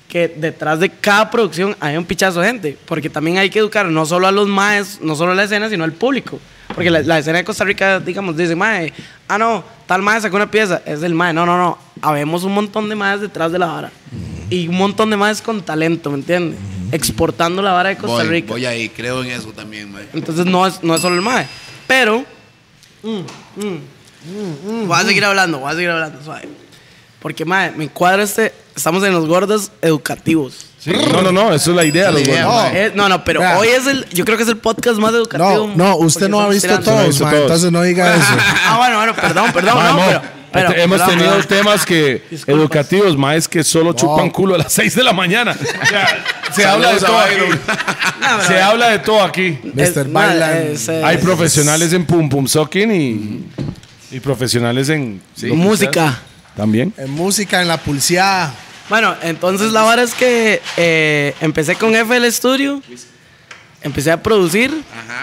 [SPEAKER 5] que detrás de cada producción hay un pichazo de gente, porque también hay que educar no solo a los maes, no solo a la escena, sino al público. Porque la, la escena de Costa Rica, digamos, dice, mae, ah, no, tal mae sacó una pieza, es el mae, no, no, no, habemos un montón de maes detrás de la vara. Y un montón de maes con talento, ¿me entiendes? Exportando la vara de Costa
[SPEAKER 3] Voy,
[SPEAKER 5] Rica.
[SPEAKER 3] voy ahí, creo en eso también, mae.
[SPEAKER 5] Entonces no es, no es solo el MAE. Pero. mm, mm, voy a seguir hablando, voy a seguir hablando, suave. Porque, MAE, me encuadra este. Estamos en los gordos educativos.
[SPEAKER 4] Sí, No, no, no, eso es la idea.
[SPEAKER 3] La
[SPEAKER 4] los
[SPEAKER 3] idea,
[SPEAKER 4] gordos.
[SPEAKER 3] mae.
[SPEAKER 5] Eh, no, no, pero
[SPEAKER 2] Vea.
[SPEAKER 5] hoy es el. Yo creo que es el podcast más educativo.
[SPEAKER 2] No, no, usted
[SPEAKER 5] porque
[SPEAKER 2] no ha
[SPEAKER 5] estamos
[SPEAKER 2] visto
[SPEAKER 5] tirando.
[SPEAKER 4] No ha
[SPEAKER 2] todos,
[SPEAKER 4] visto
[SPEAKER 2] man,
[SPEAKER 4] todos.
[SPEAKER 2] entonces no diga eso.
[SPEAKER 5] <laughs> Ah, bueno, bueno, perdón, perdón,
[SPEAKER 4] Mae,
[SPEAKER 5] no,
[SPEAKER 4] mo,
[SPEAKER 5] pero. pero
[SPEAKER 4] este, hemos
[SPEAKER 5] perdón,
[SPEAKER 4] tenido
[SPEAKER 5] perdón. <laughs>
[SPEAKER 4] temas que
[SPEAKER 5] Disculpas.
[SPEAKER 4] educativos, más que solo chupan culo a las 6 de la
[SPEAKER 5] <laughs>
[SPEAKER 4] mañana. O sea, se habla de
[SPEAKER 3] Saludos a
[SPEAKER 4] todo
[SPEAKER 3] Byron.
[SPEAKER 4] aquí.
[SPEAKER 5] No, pero-
[SPEAKER 4] Se habla de todo aquí.
[SPEAKER 5] Es-
[SPEAKER 2] Mr.
[SPEAKER 5] no,
[SPEAKER 2] Bailan.
[SPEAKER 5] es, eh,
[SPEAKER 4] Hay profesionales en pum pum socking
[SPEAKER 5] Mm-hmm.
[SPEAKER 4] y, y profesionales en lo que
[SPEAKER 5] música.
[SPEAKER 4] sea. También.
[SPEAKER 2] En música, en la pulseada.
[SPEAKER 5] Bueno, entonces la vara es que eh, empecé con FL Studio. Empecé a producir.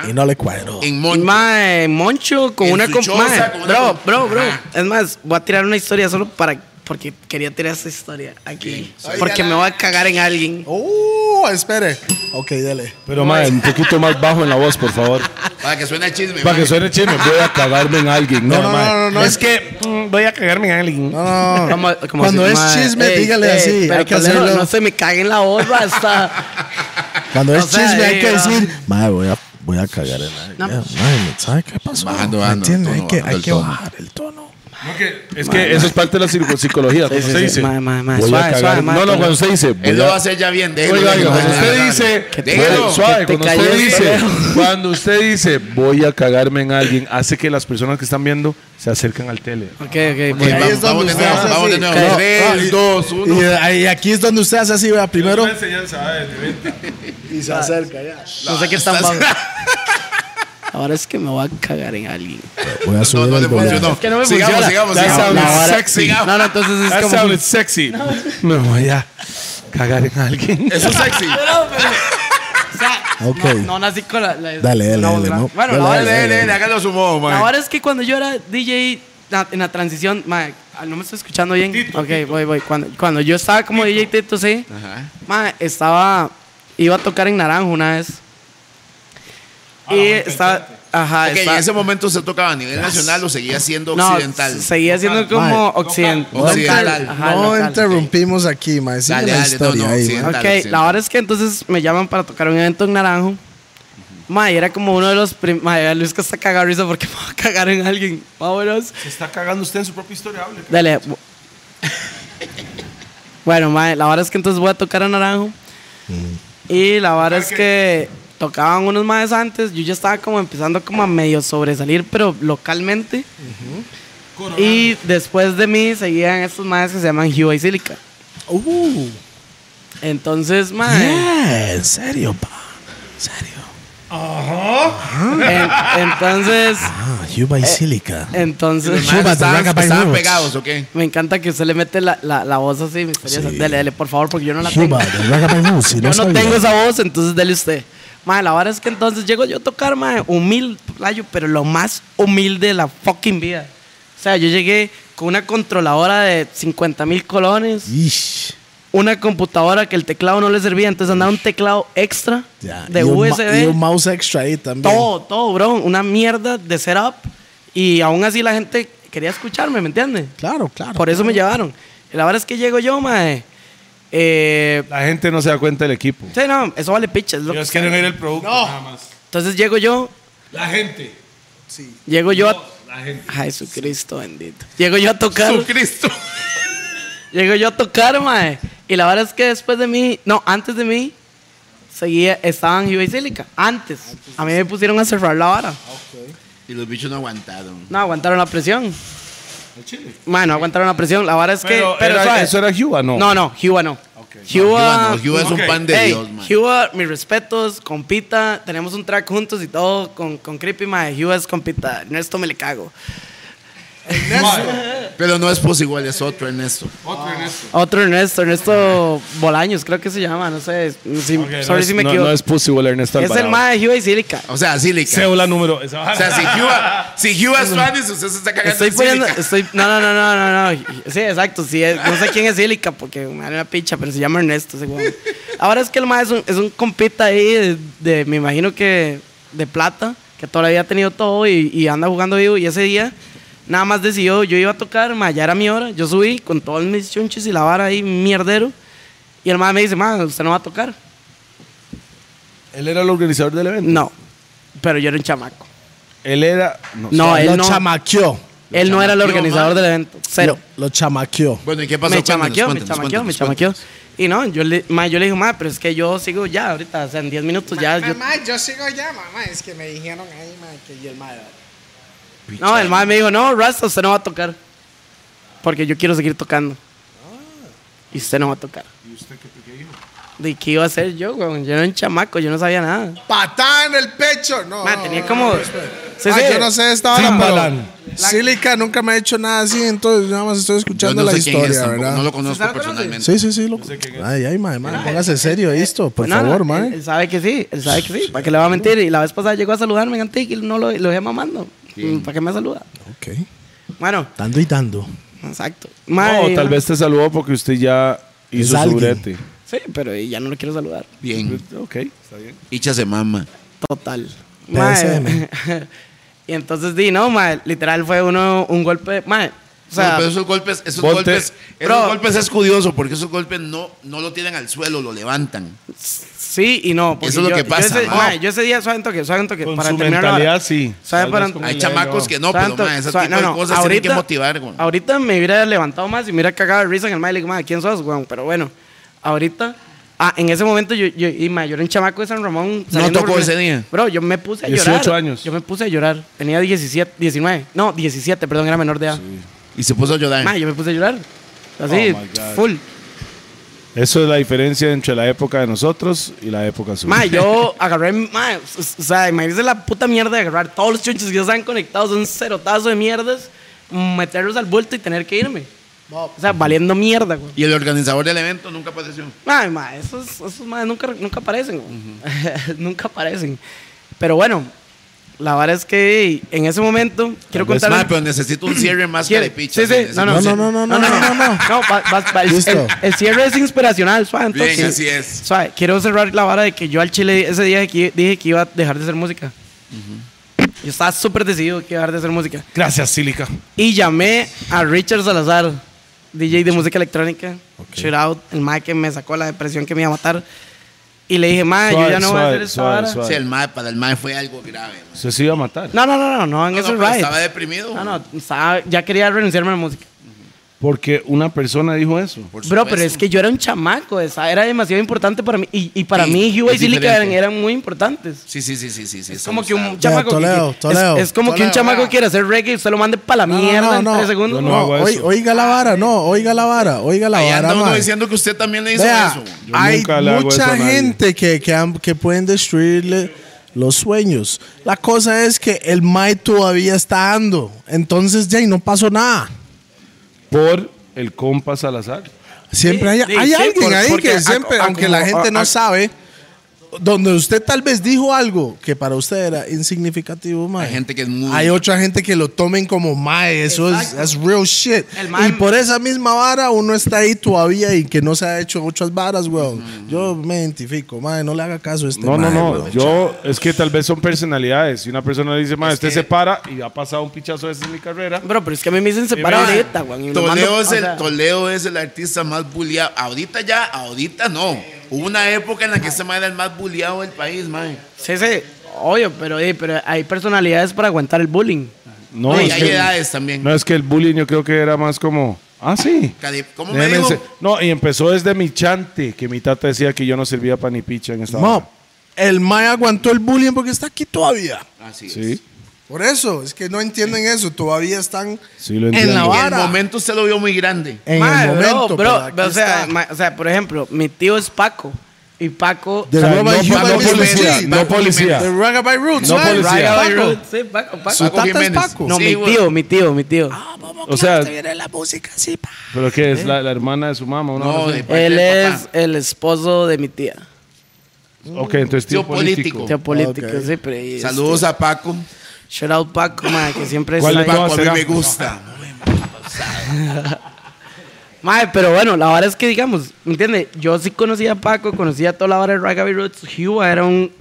[SPEAKER 2] Y no le cuadro.
[SPEAKER 3] En
[SPEAKER 5] Y,
[SPEAKER 3] Monte.
[SPEAKER 5] Mae, Moncho con
[SPEAKER 3] En
[SPEAKER 5] una
[SPEAKER 3] su
[SPEAKER 5] com-
[SPEAKER 3] choza,
[SPEAKER 5] mae,
[SPEAKER 3] con una
[SPEAKER 5] Bro,
[SPEAKER 3] com-
[SPEAKER 5] bro, bro.
[SPEAKER 3] Ajá.
[SPEAKER 5] Es más, voy a tirar una historia solo para. Porque quería tirar esta historia aquí. Porque me voy a cagar en alguien.
[SPEAKER 2] Uh, espere. Ok, dele.
[SPEAKER 4] Pero mae, un poquito más bajo en la voz, por favor.
[SPEAKER 3] Para que suene chisme.
[SPEAKER 4] Para
[SPEAKER 3] mae.
[SPEAKER 4] que suene chisme, voy a cagarme en alguien. No,
[SPEAKER 2] No, no,
[SPEAKER 4] mae.
[SPEAKER 2] no, no, no,
[SPEAKER 4] Es
[SPEAKER 2] es-
[SPEAKER 4] que mm, voy a cagarme en alguien.
[SPEAKER 2] No, no,
[SPEAKER 5] <laughs>
[SPEAKER 2] no.
[SPEAKER 5] Como- como
[SPEAKER 2] Cuando
[SPEAKER 5] decir,
[SPEAKER 2] es
[SPEAKER 5] mae,
[SPEAKER 2] chisme,
[SPEAKER 5] ey,
[SPEAKER 2] dígale
[SPEAKER 5] ey,
[SPEAKER 2] así.
[SPEAKER 5] pero pues,
[SPEAKER 2] hay que
[SPEAKER 5] culero,
[SPEAKER 2] hacerlo.
[SPEAKER 5] No se me cague en la voz, hasta.
[SPEAKER 2] <laughs> Cuando
[SPEAKER 5] o
[SPEAKER 2] es
[SPEAKER 5] sea,
[SPEAKER 2] chisme,
[SPEAKER 5] eh,
[SPEAKER 2] hay que
[SPEAKER 5] no.
[SPEAKER 2] decir, madre, voy a, voy a cagar en la.
[SPEAKER 5] No.
[SPEAKER 2] Ya, mae, ¿Sabe qué pasó?
[SPEAKER 3] Bajando,
[SPEAKER 2] ¿Me
[SPEAKER 3] bajando el
[SPEAKER 2] entiende?
[SPEAKER 3] tono,
[SPEAKER 2] Hay que,
[SPEAKER 3] bajando
[SPEAKER 2] hay
[SPEAKER 3] el
[SPEAKER 2] que
[SPEAKER 3] tono.
[SPEAKER 2] bajar el tono.
[SPEAKER 4] Es que eso es parte de la psico- psicología. Cuando
[SPEAKER 5] sí,
[SPEAKER 4] usted
[SPEAKER 5] sí.
[SPEAKER 4] dice.
[SPEAKER 5] Ma, ma, ma,
[SPEAKER 4] voy a
[SPEAKER 5] suave,
[SPEAKER 4] cagar.
[SPEAKER 5] suave, ma,
[SPEAKER 4] no, no,
[SPEAKER 5] pero-
[SPEAKER 4] cuando usted dice. voy
[SPEAKER 3] Él lo
[SPEAKER 4] a-
[SPEAKER 3] va a hacer ya bien. déjelo,
[SPEAKER 4] Oiga, oiga,
[SPEAKER 3] déjelo,
[SPEAKER 4] cuando usted
[SPEAKER 3] déjelo,
[SPEAKER 4] dice.
[SPEAKER 3] déjelo. Déjelo.
[SPEAKER 4] Suave, suave,
[SPEAKER 5] que te
[SPEAKER 4] cuando usted
[SPEAKER 5] cayó el <laughs>
[SPEAKER 4] dice.
[SPEAKER 5] pelo.
[SPEAKER 4] Cuando usted dice, voy a cagarme en alguien, hace que las personas que están viendo se acercan al tele.
[SPEAKER 5] Ok, ok.
[SPEAKER 3] Vamos,
[SPEAKER 5] bueno.
[SPEAKER 2] ahí es
[SPEAKER 3] vamos
[SPEAKER 2] donde
[SPEAKER 3] de nuevo,
[SPEAKER 2] usted hace
[SPEAKER 3] vamos de
[SPEAKER 2] así.
[SPEAKER 3] nuevo.
[SPEAKER 2] Claro.
[SPEAKER 3] Tres, dos, uno.
[SPEAKER 2] Y, eh, ahí- aquí es donde usted hace así, vea, primero.
[SPEAKER 4] enseñanza eh,
[SPEAKER 2] Y se acerca ya.
[SPEAKER 5] No sé qué están pasando. Ahora es que me voy a cagar en alguien.
[SPEAKER 2] Voy a
[SPEAKER 3] No,
[SPEAKER 2] subir
[SPEAKER 3] no
[SPEAKER 2] el
[SPEAKER 3] le funcionó.
[SPEAKER 2] volumen.
[SPEAKER 5] que no me
[SPEAKER 3] sigamos,
[SPEAKER 5] funciona.
[SPEAKER 3] sigamos,
[SPEAKER 4] That's
[SPEAKER 3] sigamos.
[SPEAKER 4] how it's
[SPEAKER 3] Ahora-
[SPEAKER 4] sexy.
[SPEAKER 3] Sigamos.
[SPEAKER 5] No, no, entonces es
[SPEAKER 4] That
[SPEAKER 5] como.
[SPEAKER 4] sounded sexy. Me voy a cagar en alguien.
[SPEAKER 3] Eso es sexy.
[SPEAKER 5] Pero, pero- o sea,
[SPEAKER 2] Ok.
[SPEAKER 5] no, no nací con la.
[SPEAKER 2] Dale,
[SPEAKER 5] la-
[SPEAKER 2] dale,
[SPEAKER 5] la voz
[SPEAKER 2] dale,
[SPEAKER 5] grave.
[SPEAKER 2] no.
[SPEAKER 5] Bueno,
[SPEAKER 2] Dale,
[SPEAKER 5] la,
[SPEAKER 2] dale,
[SPEAKER 5] vara,
[SPEAKER 3] Dele, dele, hágalo a su modo,
[SPEAKER 5] la
[SPEAKER 3] man.
[SPEAKER 5] vara es que cuando yo era DJ na- en la transición, ma, ah, no me estoy escuchando bien. ok, voy, voy. Cuando, cuando yo estaba como DJ Tito, sí,
[SPEAKER 3] Ajá.
[SPEAKER 5] ma, estaba. Iba a tocar en Naranjo una vez.
[SPEAKER 3] Ah,
[SPEAKER 5] y estaba. Ajá,
[SPEAKER 3] Ok, en
[SPEAKER 5] estaba-
[SPEAKER 3] ese momento se tocaba a nivel nacional o seguía siendo
[SPEAKER 5] no,
[SPEAKER 3] occidental.
[SPEAKER 5] seguía siendo como occidental.
[SPEAKER 3] Occidental.
[SPEAKER 5] Ajá,
[SPEAKER 2] no
[SPEAKER 5] local.
[SPEAKER 2] interrumpimos aquí, mae. Sigue
[SPEAKER 3] Dale,
[SPEAKER 2] la
[SPEAKER 3] dale,
[SPEAKER 2] historia
[SPEAKER 3] no, no,
[SPEAKER 2] ahí,
[SPEAKER 3] sí.
[SPEAKER 2] mae.
[SPEAKER 5] Ok,
[SPEAKER 3] Claro, sí.
[SPEAKER 5] la verdad es que entonces me llaman para tocar un evento en Naranjo. Ma, y era como uno de los primeros. Ma, Luis que está cagado de risa porque <laughs> me va a cagar en alguien. Vámonos.
[SPEAKER 4] Se está cagando usted en su propia historia.
[SPEAKER 5] Dale.
[SPEAKER 3] <laughs>
[SPEAKER 5] bu- bueno, ma, la verdad es que entonces voy a tocar a Naranjo. Y la verdad es que tocaban unos más antes. Yo ya estaba como empezando como a medio sobresalir, pero localmente. Y después de mí seguían estos madres que se llaman Hugh y Silica.
[SPEAKER 2] Uh,
[SPEAKER 5] Entonces, ma.
[SPEAKER 2] yeah, en serio, pa. En serio.
[SPEAKER 5] En- entonces,
[SPEAKER 2] Ah, Yuba y Silica.
[SPEAKER 5] entonces,
[SPEAKER 3] Los manes
[SPEAKER 2] Súbate,
[SPEAKER 3] Pues, estaban,
[SPEAKER 2] Raga by
[SPEAKER 3] estaban
[SPEAKER 2] Roots.
[SPEAKER 3] pegados, ¿ok?
[SPEAKER 5] <laughs> me encanta que usted le mete la, la, la voz así misteriosa.
[SPEAKER 2] Sí.
[SPEAKER 5] Dele, dele, por favor, porque yo no la tengo.
[SPEAKER 2] Yuba, de Ragabay Roots, si
[SPEAKER 5] Yo no
[SPEAKER 2] sabía.
[SPEAKER 5] tengo esa voz, entonces dele usted. Madre, la verdad es que entonces llego yo a tocar, madre, humilde, playo, pero lo más humilde de la fucking vida. O sea, yo llegué con una controladora de 50 mil colones,
[SPEAKER 2] Ish,
[SPEAKER 5] una computadora que el teclado no le servía, entonces andaba un teclado extra
[SPEAKER 2] ya.
[SPEAKER 5] de
[SPEAKER 2] Y un ma-
[SPEAKER 5] USB.
[SPEAKER 2] Y un mouse extra ahí también.
[SPEAKER 5] Todo, todo, bro. Una mierda de setup. Y aún así la gente quería escucharme, ¿me entiendes?
[SPEAKER 2] Claro, claro.
[SPEAKER 5] Por eso me llevaron. Y la verdad es que llego yo, mae. Eh,
[SPEAKER 4] La gente no se da cuenta del equipo.
[SPEAKER 5] sí, no, eso vale picha. es lo que-
[SPEAKER 4] Ellos quieren ver el producto nada más.
[SPEAKER 5] Entonces llego yo,
[SPEAKER 4] La gente.
[SPEAKER 5] llego yo a...
[SPEAKER 4] La gente.
[SPEAKER 5] Jesucristo bendito. Llego yo a tocar,
[SPEAKER 3] Jesucristo.
[SPEAKER 5] llego yo a tocar, mae. Y la verdad es que después de mí, no, antes de mí, seguía, estaban Juve y Silica. Antes. A mí me pusieron a cerrar la vara.
[SPEAKER 3] Y los bichos no aguantaron.
[SPEAKER 5] No aguantaron la presión. Mae, no aguantaron la presión. La vara es que...
[SPEAKER 4] Pero,
[SPEAKER 5] pero
[SPEAKER 4] era-
[SPEAKER 5] suave.
[SPEAKER 4] eso era Cuba, ¿no?
[SPEAKER 5] No, no, Cuba no.
[SPEAKER 3] Cuba
[SPEAKER 5] Cuba,
[SPEAKER 3] no, Cuba es un
[SPEAKER 4] Ok.
[SPEAKER 3] pan de
[SPEAKER 5] Hey,
[SPEAKER 3] Dios, man.
[SPEAKER 5] Cuba, mis respetos, compita, tenemos un track juntos y todo con, con Creepy, mae. Cuba es compita, Ernesto me le cago.
[SPEAKER 3] Pero no es pues igual, es otro en esto.
[SPEAKER 5] Otro Ernesto, Ernesto Bolaños, creo que se llama, no sé, si-
[SPEAKER 4] Ok,
[SPEAKER 5] sorry
[SPEAKER 4] no es-
[SPEAKER 5] si me
[SPEAKER 4] no-
[SPEAKER 5] equivoco.
[SPEAKER 4] No es posible, Ernesto
[SPEAKER 5] es, el
[SPEAKER 4] Alvarado.
[SPEAKER 5] mae de Cuba y Silica.
[SPEAKER 3] O sea, Silica.
[SPEAKER 4] Cédula número. O
[SPEAKER 3] o sea, si Cuba, si Cuba es Spanish, usted se está cagando
[SPEAKER 5] Estoy
[SPEAKER 3] en
[SPEAKER 5] poniendo,
[SPEAKER 3] Silica.
[SPEAKER 5] estoy, no, no, no, no, no, no. Sí, exacto. Sí, es- no sé quién es Silica porque me da una picha, pero se llama Ernesto, seguro. Ahora es que el maestro es un, es un compita ahí de, de- me imagino que de plata, que todavía ha tenido todo y, y anda jugando vivo. Y ese día nada más decidió, yo iba a tocar, ma, ya era mi hora. Yo subí con todos mis chunches y la vara ahí, mierdero. Y el maestro me dice, ma, usted no va a tocar.
[SPEAKER 4] Él era el organizador del evento.
[SPEAKER 5] No, pero yo era un chamaco.
[SPEAKER 4] Él era. No.
[SPEAKER 5] No,
[SPEAKER 2] lo
[SPEAKER 5] él no,
[SPEAKER 2] chamaqueó.
[SPEAKER 5] él no era el
[SPEAKER 3] chamaqueó,
[SPEAKER 5] organizador
[SPEAKER 3] man.
[SPEAKER 5] del evento. Cero.
[SPEAKER 2] Lo, lo chamaqueó.
[SPEAKER 3] Bueno, ¿y qué pasó?
[SPEAKER 5] me
[SPEAKER 3] Cuéntenos,
[SPEAKER 5] chamaqueó, me
[SPEAKER 3] cuéntenos,
[SPEAKER 5] chamaqueó, me
[SPEAKER 3] cuéntenos,
[SPEAKER 5] chamaqueó. Y no, yo le, ma, yo le dije, ma, pero es que yo sigo ya ahorita, o sea, en 10 minutos ya. yo-
[SPEAKER 6] Mamá, yo sigo ya, mamá. Es que me dijeron ahí, mamá, que y el madre.
[SPEAKER 5] no, el ma me dijo, no, Rasta, usted no va a tocar. Porque yo quiero seguir tocando. Y usted no va a tocar. ¿Y usted qué, dijo? ¿De qué iba a hacer yo, weón? Yo era un chamaco, yo no sabía nada.
[SPEAKER 6] Patada en el pecho. No.
[SPEAKER 5] Ma,
[SPEAKER 6] no,
[SPEAKER 5] tenía
[SPEAKER 6] no,
[SPEAKER 5] como.
[SPEAKER 6] no, no,
[SPEAKER 5] Sí,
[SPEAKER 6] Ah,
[SPEAKER 5] sí.
[SPEAKER 6] yo no sé esta hora,
[SPEAKER 2] Timbaland.
[SPEAKER 6] pero Silica nunca me ha hecho nada así, entonces nada más estoy
[SPEAKER 3] Yo
[SPEAKER 6] escuchando la
[SPEAKER 3] no sé quién
[SPEAKER 6] historia,
[SPEAKER 3] es, tampoco,
[SPEAKER 6] ¿verdad?
[SPEAKER 3] no lo conozco personalmente.
[SPEAKER 2] Sí, sí, sí, loco. Ay, ay, mae, mae, póngase serio esto, por
[SPEAKER 5] No, no,
[SPEAKER 2] favor,
[SPEAKER 5] él-
[SPEAKER 2] mae.
[SPEAKER 5] Él, sabe que sí, él sabe que sí. ¿Para qué le va a mentir? Y la vez pasada llegó a saludarme en Antique y no lo, lo dejé mamando. ¿Para qué me saluda?
[SPEAKER 2] Ok.
[SPEAKER 5] Bueno,
[SPEAKER 2] Dando y dando.
[SPEAKER 5] exacto.
[SPEAKER 4] No,
[SPEAKER 5] Ma, y-
[SPEAKER 4] tal vez te saludó porque usted ya
[SPEAKER 2] Es
[SPEAKER 4] hizo su
[SPEAKER 2] alguien.
[SPEAKER 4] brete.
[SPEAKER 5] Sí, pero ya no lo quiero saludar.
[SPEAKER 3] Bien.
[SPEAKER 4] Ok, está bien.
[SPEAKER 3] Hicha se mama.
[SPEAKER 5] Total.
[SPEAKER 2] PSM.
[SPEAKER 5] <laughs> Mae. y entonces di, no, mae, literal fue uno, un golpe. Mae,
[SPEAKER 3] O sea, pero esos golpes, esos
[SPEAKER 4] Ponte-
[SPEAKER 3] golpes, esos
[SPEAKER 5] Bro.
[SPEAKER 3] golpes es curioso porque esos golpes no, no lo tiran al suelo, lo levantan.
[SPEAKER 5] Sí y no. porque
[SPEAKER 3] Eso es lo
[SPEAKER 5] yo-
[SPEAKER 3] que
[SPEAKER 5] yo
[SPEAKER 3] pasa,
[SPEAKER 5] ese-
[SPEAKER 3] ma.
[SPEAKER 5] mae, Yo ese día, suave un toque, suave un toque.
[SPEAKER 4] Con
[SPEAKER 5] para
[SPEAKER 4] su
[SPEAKER 5] terminar la
[SPEAKER 4] mentalidad,
[SPEAKER 5] vara.
[SPEAKER 4] sí.
[SPEAKER 5] ¿Sabe
[SPEAKER 4] Tal
[SPEAKER 5] para-
[SPEAKER 4] vez con
[SPEAKER 3] Hay
[SPEAKER 4] el
[SPEAKER 3] chamacos
[SPEAKER 4] ego.
[SPEAKER 3] que no,
[SPEAKER 5] Tanto-
[SPEAKER 3] pero man, ese
[SPEAKER 5] suave,
[SPEAKER 3] tipo de cosas tienen que motivar, güey.
[SPEAKER 5] Ahorita me hubiera levantado más y me hubiera cagado de risa en el mail. Like, "Ma, ¿quién sos, güey? Pero bueno, ahorita. Ah, en ese momento yo, yo, y ma, yo era un chamaco de San Ramón. saliendo
[SPEAKER 3] tocó
[SPEAKER 5] por-
[SPEAKER 3] ese día.
[SPEAKER 5] Bro, yo me puse a
[SPEAKER 4] 18
[SPEAKER 5] llorar.
[SPEAKER 4] años.
[SPEAKER 5] Yo me puse a llorar. Tenía 17, 19. No, 17, perdón, era menor de edad.
[SPEAKER 3] Y se puso a llorar.
[SPEAKER 5] Ma, yo me puse a llorar. Así,
[SPEAKER 4] Oh my God.
[SPEAKER 5] full.
[SPEAKER 4] Eso es la diferencia entre la época de nosotros y la época suya.
[SPEAKER 5] Ma, yo agarré, ma, o sea, imagínese la puta mierda de agarrar todos los chunches que ya están conectados, un cerotazo de mierdas, meterlos al vuelto y tener que irme. O sea, valiendo mierda, güey.
[SPEAKER 3] Y el organizador del evento nunca apareció.
[SPEAKER 5] Ma, ma, esos, esos ma, nunca, nunca aparecen, güey. <laughs> nunca aparecen. Pero bueno, la verdad es que en ese momento quiero
[SPEAKER 3] Pues,
[SPEAKER 5] contar...
[SPEAKER 3] ma, pero necesito un cierre más
[SPEAKER 5] ¿Quiere?
[SPEAKER 3] carepicha.
[SPEAKER 5] Sí, sí,
[SPEAKER 3] necesito
[SPEAKER 5] no,
[SPEAKER 3] un
[SPEAKER 2] No, no,
[SPEAKER 3] cierre.
[SPEAKER 2] no, no, no, no, no, no.
[SPEAKER 5] <laughs> No, va- va- va- el,
[SPEAKER 2] Listo.
[SPEAKER 5] el- el cierre es inspiracional, suave.
[SPEAKER 3] Bien,
[SPEAKER 5] entonces.
[SPEAKER 3] así es.
[SPEAKER 5] Suave, quiero cerrar la vara de que yo al chile ese día que- dije que iba a dejar de hacer música. Yo estaba súper decidido que iba a dejar de hacer música.
[SPEAKER 4] Gracias, Sílica.
[SPEAKER 5] Y llamé a Richard Salazar, DJ de música electrónica. Shout out, el mae que me sacó la depresión que me iba a matar. Y le dije, mae, yo
[SPEAKER 4] Suave,
[SPEAKER 5] ya no voy a
[SPEAKER 4] suave,
[SPEAKER 5] hacer esta
[SPEAKER 4] suave,
[SPEAKER 5] vara".
[SPEAKER 4] suave.
[SPEAKER 3] Sí, el mae, para el mae fue algo grave. man.
[SPEAKER 4] Se se iba a matar.
[SPEAKER 5] No, no, no, no, no, en
[SPEAKER 3] No, no,
[SPEAKER 5] ese
[SPEAKER 3] pero
[SPEAKER 5] ride.
[SPEAKER 3] estaba deprimido.
[SPEAKER 5] No,
[SPEAKER 3] man.
[SPEAKER 5] no, estaba- ya quería renunciarme a la música.
[SPEAKER 4] Porque una persona dijo eso.
[SPEAKER 3] Por
[SPEAKER 5] Bro,
[SPEAKER 3] supuesto.
[SPEAKER 5] pero es que yo era un chamaco, esa era demasiado importante para mí. Y, y para
[SPEAKER 3] Sí,
[SPEAKER 5] mí, Hugo y
[SPEAKER 3] es
[SPEAKER 5] Silica eran,
[SPEAKER 3] diferente.
[SPEAKER 5] eran muy importantes.
[SPEAKER 3] Sí, sí, sí, sí, sí. sí
[SPEAKER 5] Es como que un
[SPEAKER 3] estamos
[SPEAKER 2] Ya,
[SPEAKER 5] chamaco. que-
[SPEAKER 2] Toledo,
[SPEAKER 5] que-
[SPEAKER 2] Toledo,
[SPEAKER 5] es, es como que un
[SPEAKER 2] Toledo,
[SPEAKER 5] chamaco
[SPEAKER 2] ya.
[SPEAKER 5] quiere hacer reggae y usted lo mande para la
[SPEAKER 2] No, no,
[SPEAKER 5] mierda
[SPEAKER 2] no,
[SPEAKER 5] en
[SPEAKER 2] no.
[SPEAKER 5] tres segundos.
[SPEAKER 4] Yo no
[SPEAKER 2] No,
[SPEAKER 4] hago
[SPEAKER 2] oi-
[SPEAKER 4] eso.
[SPEAKER 2] oiga la vara, no, oiga la vara, oiga la
[SPEAKER 3] Ahí
[SPEAKER 2] vara.
[SPEAKER 3] anda uno
[SPEAKER 2] mae.
[SPEAKER 3] diciendo que usted también le hizo
[SPEAKER 2] Vea,
[SPEAKER 3] eso. man.
[SPEAKER 4] Yo
[SPEAKER 2] hay
[SPEAKER 4] nunca le hago eso
[SPEAKER 2] mucha
[SPEAKER 4] a nadie.
[SPEAKER 2] gente que, que, han- que pueden destruirle los sueños. La cosa es que el Mai todavía está ando. Entonces, ya, y no pasó nada.
[SPEAKER 4] Por el compa Salazar.
[SPEAKER 2] Siempre
[SPEAKER 5] Sí,
[SPEAKER 2] hay,
[SPEAKER 5] sí,
[SPEAKER 2] hay
[SPEAKER 5] sí,
[SPEAKER 2] alguien
[SPEAKER 5] por-
[SPEAKER 2] ahí
[SPEAKER 5] porque
[SPEAKER 2] que
[SPEAKER 5] a-
[SPEAKER 2] siempre,
[SPEAKER 5] a-
[SPEAKER 2] aunque
[SPEAKER 5] como-
[SPEAKER 2] la gente
[SPEAKER 5] a-
[SPEAKER 2] no
[SPEAKER 5] a-
[SPEAKER 2] sabe, donde usted tal vez dijo algo que para usted era insignificativo, mae.
[SPEAKER 3] Hay gente que es muy-
[SPEAKER 2] Hay otra gente que lo tomen como mae, eso es that's real shit.
[SPEAKER 5] El mae-
[SPEAKER 2] Y por esa misma vara uno está ahí todavía y que no se ha hecho otras varas, weón.
[SPEAKER 5] Mm.
[SPEAKER 2] Yo me identifico, mae, no le haga caso a este
[SPEAKER 4] No, no,
[SPEAKER 2] mae,
[SPEAKER 4] no.
[SPEAKER 2] weón.
[SPEAKER 4] Yo, es que tal vez son personalidades. Y una persona le dice, "Mae, usted
[SPEAKER 3] que-
[SPEAKER 4] se para y ha pasado un pichazo ese en mi carrera.
[SPEAKER 5] Bro, pero es que a mí me dicen separar
[SPEAKER 3] Mira,
[SPEAKER 5] ahorita, weón. y lo
[SPEAKER 3] Toledo
[SPEAKER 5] mando-
[SPEAKER 3] es,
[SPEAKER 5] o
[SPEAKER 3] el,
[SPEAKER 5] sea,
[SPEAKER 3] Toledo es el artista más bulleado. Ahorita ya, ahorita no. Hubo una época en la que ese mae era el más bulleado del país, mae.
[SPEAKER 5] Sí, sí, obvio, pero, eh, pero hay personalidades para aguantar el bullying.
[SPEAKER 4] No,
[SPEAKER 3] No, y
[SPEAKER 4] es
[SPEAKER 3] hay
[SPEAKER 4] que,
[SPEAKER 3] edades también.
[SPEAKER 4] no, es que el bullying yo creo que era más como, ah, sí.
[SPEAKER 3] Cari- ¿Cómo me
[SPEAKER 4] Déjeme
[SPEAKER 3] dijo?
[SPEAKER 4] ense- No, y empezó desde mi chante, que mi tata decía que yo no servía para ni picha en esta
[SPEAKER 2] Mo,
[SPEAKER 4] hora.
[SPEAKER 2] el mae aguantó el bullying porque está aquí todavía.
[SPEAKER 3] Así es.
[SPEAKER 4] Sí,
[SPEAKER 2] Por eso, es que no entienden eso, todavía están
[SPEAKER 4] sí lo
[SPEAKER 2] en
[SPEAKER 4] entiendo.
[SPEAKER 2] la
[SPEAKER 3] Y el
[SPEAKER 2] vara.
[SPEAKER 3] momento usted lo vio muy grande.
[SPEAKER 2] en
[SPEAKER 5] Mae,
[SPEAKER 2] el momento,
[SPEAKER 5] bro,
[SPEAKER 2] pero
[SPEAKER 5] bro,
[SPEAKER 2] aquí
[SPEAKER 5] o, sea,
[SPEAKER 2] está.
[SPEAKER 5] ma- o sea, por ejemplo, mi tío es Paco. Y Paco.
[SPEAKER 2] The
[SPEAKER 4] O sea, no,
[SPEAKER 2] Rubber
[SPEAKER 4] pa-
[SPEAKER 2] Human
[SPEAKER 4] no
[SPEAKER 2] Miss
[SPEAKER 4] policía,
[SPEAKER 2] Miss
[SPEAKER 4] no
[SPEAKER 2] Miss.
[SPEAKER 4] policía.
[SPEAKER 2] The Ragabye Roots,
[SPEAKER 4] No
[SPEAKER 2] mae.
[SPEAKER 4] policía.
[SPEAKER 2] Ragabye
[SPEAKER 5] Paco.
[SPEAKER 2] Roots.
[SPEAKER 5] Sí, Paco, Paco.
[SPEAKER 2] Su
[SPEAKER 3] Paco
[SPEAKER 2] tata es
[SPEAKER 3] Jiménez.
[SPEAKER 2] Paco.
[SPEAKER 5] No,
[SPEAKER 3] Sí, Ah.
[SPEAKER 5] mi
[SPEAKER 3] güey.
[SPEAKER 5] tío, mi tío, mi tío.
[SPEAKER 4] O sea,
[SPEAKER 2] la música,
[SPEAKER 4] ¿pero qué es? La, la hermana Eh. de su mamá. Una
[SPEAKER 3] No,
[SPEAKER 4] hora
[SPEAKER 3] de
[SPEAKER 4] así.
[SPEAKER 3] parte
[SPEAKER 5] Él
[SPEAKER 3] del
[SPEAKER 5] es
[SPEAKER 3] papá.
[SPEAKER 5] el esposo de mi tía.
[SPEAKER 4] Ok, entonces tío,
[SPEAKER 3] Tío político.
[SPEAKER 4] político.
[SPEAKER 5] Tío político,
[SPEAKER 2] Oh, Ok.
[SPEAKER 5] sí, pero. y-
[SPEAKER 3] Saludos a Paco.
[SPEAKER 5] Shout out Paco, ma, que siempre
[SPEAKER 4] ¿Cuál
[SPEAKER 5] está
[SPEAKER 4] de
[SPEAKER 5] ahí.
[SPEAKER 4] No,
[SPEAKER 3] Paco, a mí
[SPEAKER 4] será-
[SPEAKER 3] me gusta.
[SPEAKER 5] Mae, pero bueno, la verdad es que, digamos, ¿me entiendes? Yo sí conocía a Paco, conocía toda la vara de Ragabby Roots. Huba era un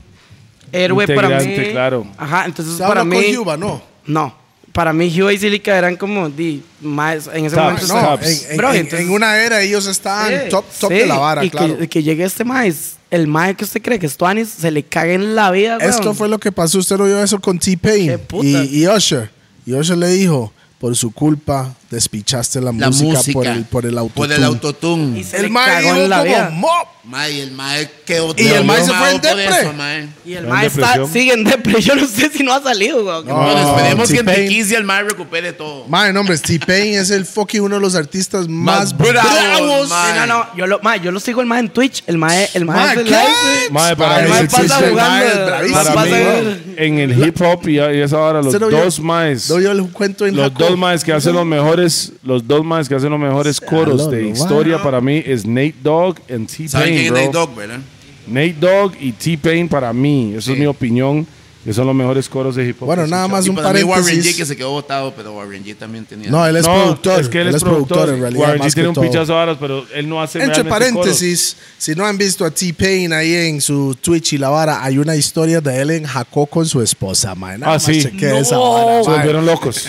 [SPEAKER 5] héroe para mí.
[SPEAKER 4] Integrante, claro.
[SPEAKER 5] Ajá, entonces
[SPEAKER 2] Para
[SPEAKER 5] para mí.
[SPEAKER 2] con Cuba, no.
[SPEAKER 5] No, para mí Huba y Silica eran como di, más en ese
[SPEAKER 4] Tops,
[SPEAKER 5] momento.
[SPEAKER 2] No,
[SPEAKER 4] tops.
[SPEAKER 5] estaban-
[SPEAKER 2] en, en-
[SPEAKER 5] Bro,
[SPEAKER 2] en-
[SPEAKER 5] entonces-
[SPEAKER 2] en una era ellos estaban
[SPEAKER 5] Sí,
[SPEAKER 2] top, top
[SPEAKER 5] sí,
[SPEAKER 2] de la vara,
[SPEAKER 5] y que-
[SPEAKER 2] claro.
[SPEAKER 5] Que, llegue este mae, es- el mae que usted cree que es Tuanis, se le caga en la vida.
[SPEAKER 2] Esto
[SPEAKER 5] weón.
[SPEAKER 2] fue lo que pasó, usted lo vio eso con
[SPEAKER 5] Qué
[SPEAKER 2] T-Pain
[SPEAKER 5] puta.
[SPEAKER 2] y, y Usher. Y Usher le dijo, por su culpa despichaste la,
[SPEAKER 3] La
[SPEAKER 2] música,
[SPEAKER 3] música.
[SPEAKER 2] por el por el autotune.
[SPEAKER 3] Por el autotune.
[SPEAKER 5] Y se
[SPEAKER 2] El
[SPEAKER 5] le
[SPEAKER 2] mae
[SPEAKER 5] cagó
[SPEAKER 2] dijo
[SPEAKER 5] en la
[SPEAKER 2] como,
[SPEAKER 5] vida.
[SPEAKER 2] "Mop".
[SPEAKER 3] Mae, y el mae quedó
[SPEAKER 2] Y el mae se fue en
[SPEAKER 3] traumado por
[SPEAKER 2] depre.
[SPEAKER 3] eso, mae.
[SPEAKER 5] Y el
[SPEAKER 4] Está en
[SPEAKER 5] mae está,
[SPEAKER 4] depresión.
[SPEAKER 5] sigue en depresión. <laughs> Yo no sé si no ha salido, weón.
[SPEAKER 3] Bueno, esperemos que en
[SPEAKER 2] T-Pain.
[SPEAKER 3] Tiquicia el mae recupere todo.
[SPEAKER 2] Mae, no, hombre, T-Pain es el fucking uno de los artistas más,
[SPEAKER 3] Más bravos,
[SPEAKER 2] bravos.
[SPEAKER 3] mae.
[SPEAKER 5] Sí, no, no, yo lo, mae, yo lo sigo el mae en Twitch. El mae, el mae,
[SPEAKER 2] Mae,
[SPEAKER 5] hace
[SPEAKER 2] ¿qué?
[SPEAKER 5] live.
[SPEAKER 4] Mae, para
[SPEAKER 2] Mae,
[SPEAKER 4] mí
[SPEAKER 5] el mae
[SPEAKER 2] ese
[SPEAKER 5] pasa
[SPEAKER 2] chiste, mae,
[SPEAKER 5] jugando,
[SPEAKER 2] es
[SPEAKER 5] el mae
[SPEAKER 2] bravísimo.
[SPEAKER 4] Para
[SPEAKER 5] pasa-
[SPEAKER 4] mí, en el hip hop y, y esa hora, los
[SPEAKER 2] Usted lo vio-
[SPEAKER 4] dos maes,
[SPEAKER 2] No, yo el cuento en
[SPEAKER 4] los
[SPEAKER 2] Jacob.
[SPEAKER 4] dos maes que hacen los mejores, los dos maes que hacen los mejores coros de
[SPEAKER 2] Lolo,
[SPEAKER 4] historia para mí es Nate Dogg y
[SPEAKER 3] ¿Saben
[SPEAKER 4] T-Pain,
[SPEAKER 3] quién es Nate
[SPEAKER 4] bro.
[SPEAKER 3] Dogg, verdad?
[SPEAKER 4] Nate Dogg y T-Pain para mí, esa es mi opinión, que son los mejores coros de hip hop.
[SPEAKER 2] Bueno, nada más
[SPEAKER 3] Y
[SPEAKER 2] un
[SPEAKER 3] para mí Warren G que
[SPEAKER 2] paréntesis.
[SPEAKER 3] se quedó votado, pero Warren G también tenía.
[SPEAKER 2] No, él es
[SPEAKER 4] No,
[SPEAKER 2] productor.
[SPEAKER 4] es que él es productor.
[SPEAKER 2] en realidad.
[SPEAKER 4] Warren G
[SPEAKER 2] más
[SPEAKER 4] tiene
[SPEAKER 2] que
[SPEAKER 4] un
[SPEAKER 2] todo.
[SPEAKER 4] pichazo de varas, pero él no hace
[SPEAKER 2] Entre
[SPEAKER 4] realmente
[SPEAKER 2] paréntesis, si no han visto a T-Pain ahí en su Twitch y la vara, hay una historia de él en Jaco con su esposa, man. Nada
[SPEAKER 4] Ah,
[SPEAKER 2] más
[SPEAKER 4] sí.
[SPEAKER 2] chequea
[SPEAKER 4] No,
[SPEAKER 2] esa vara,
[SPEAKER 4] coros. Se
[SPEAKER 2] mae.
[SPEAKER 4] volvieron locos.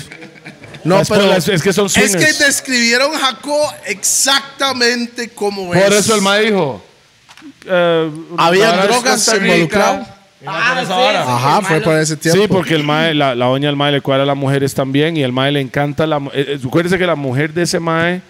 [SPEAKER 2] No,
[SPEAKER 4] Las
[SPEAKER 2] pero-
[SPEAKER 4] polas, es que son
[SPEAKER 6] Es
[SPEAKER 4] swingers.
[SPEAKER 6] que describieron Jacob exactamente como es.
[SPEAKER 4] Por eso el mae dijo. Pues, eh,
[SPEAKER 2] Había
[SPEAKER 4] ahora es
[SPEAKER 2] drogas
[SPEAKER 4] Costa Rica.
[SPEAKER 2] involucradas.
[SPEAKER 5] Ah, sí, sí,
[SPEAKER 2] Ajá,
[SPEAKER 5] el
[SPEAKER 2] fue
[SPEAKER 5] malo-
[SPEAKER 2] por ese tiempo.
[SPEAKER 4] Sí, porque el mae, la, la doña del mae le cuadra a las mujeres también y el mae le encanta la mu- eh, eh, acuérdese que la mujer de ese mae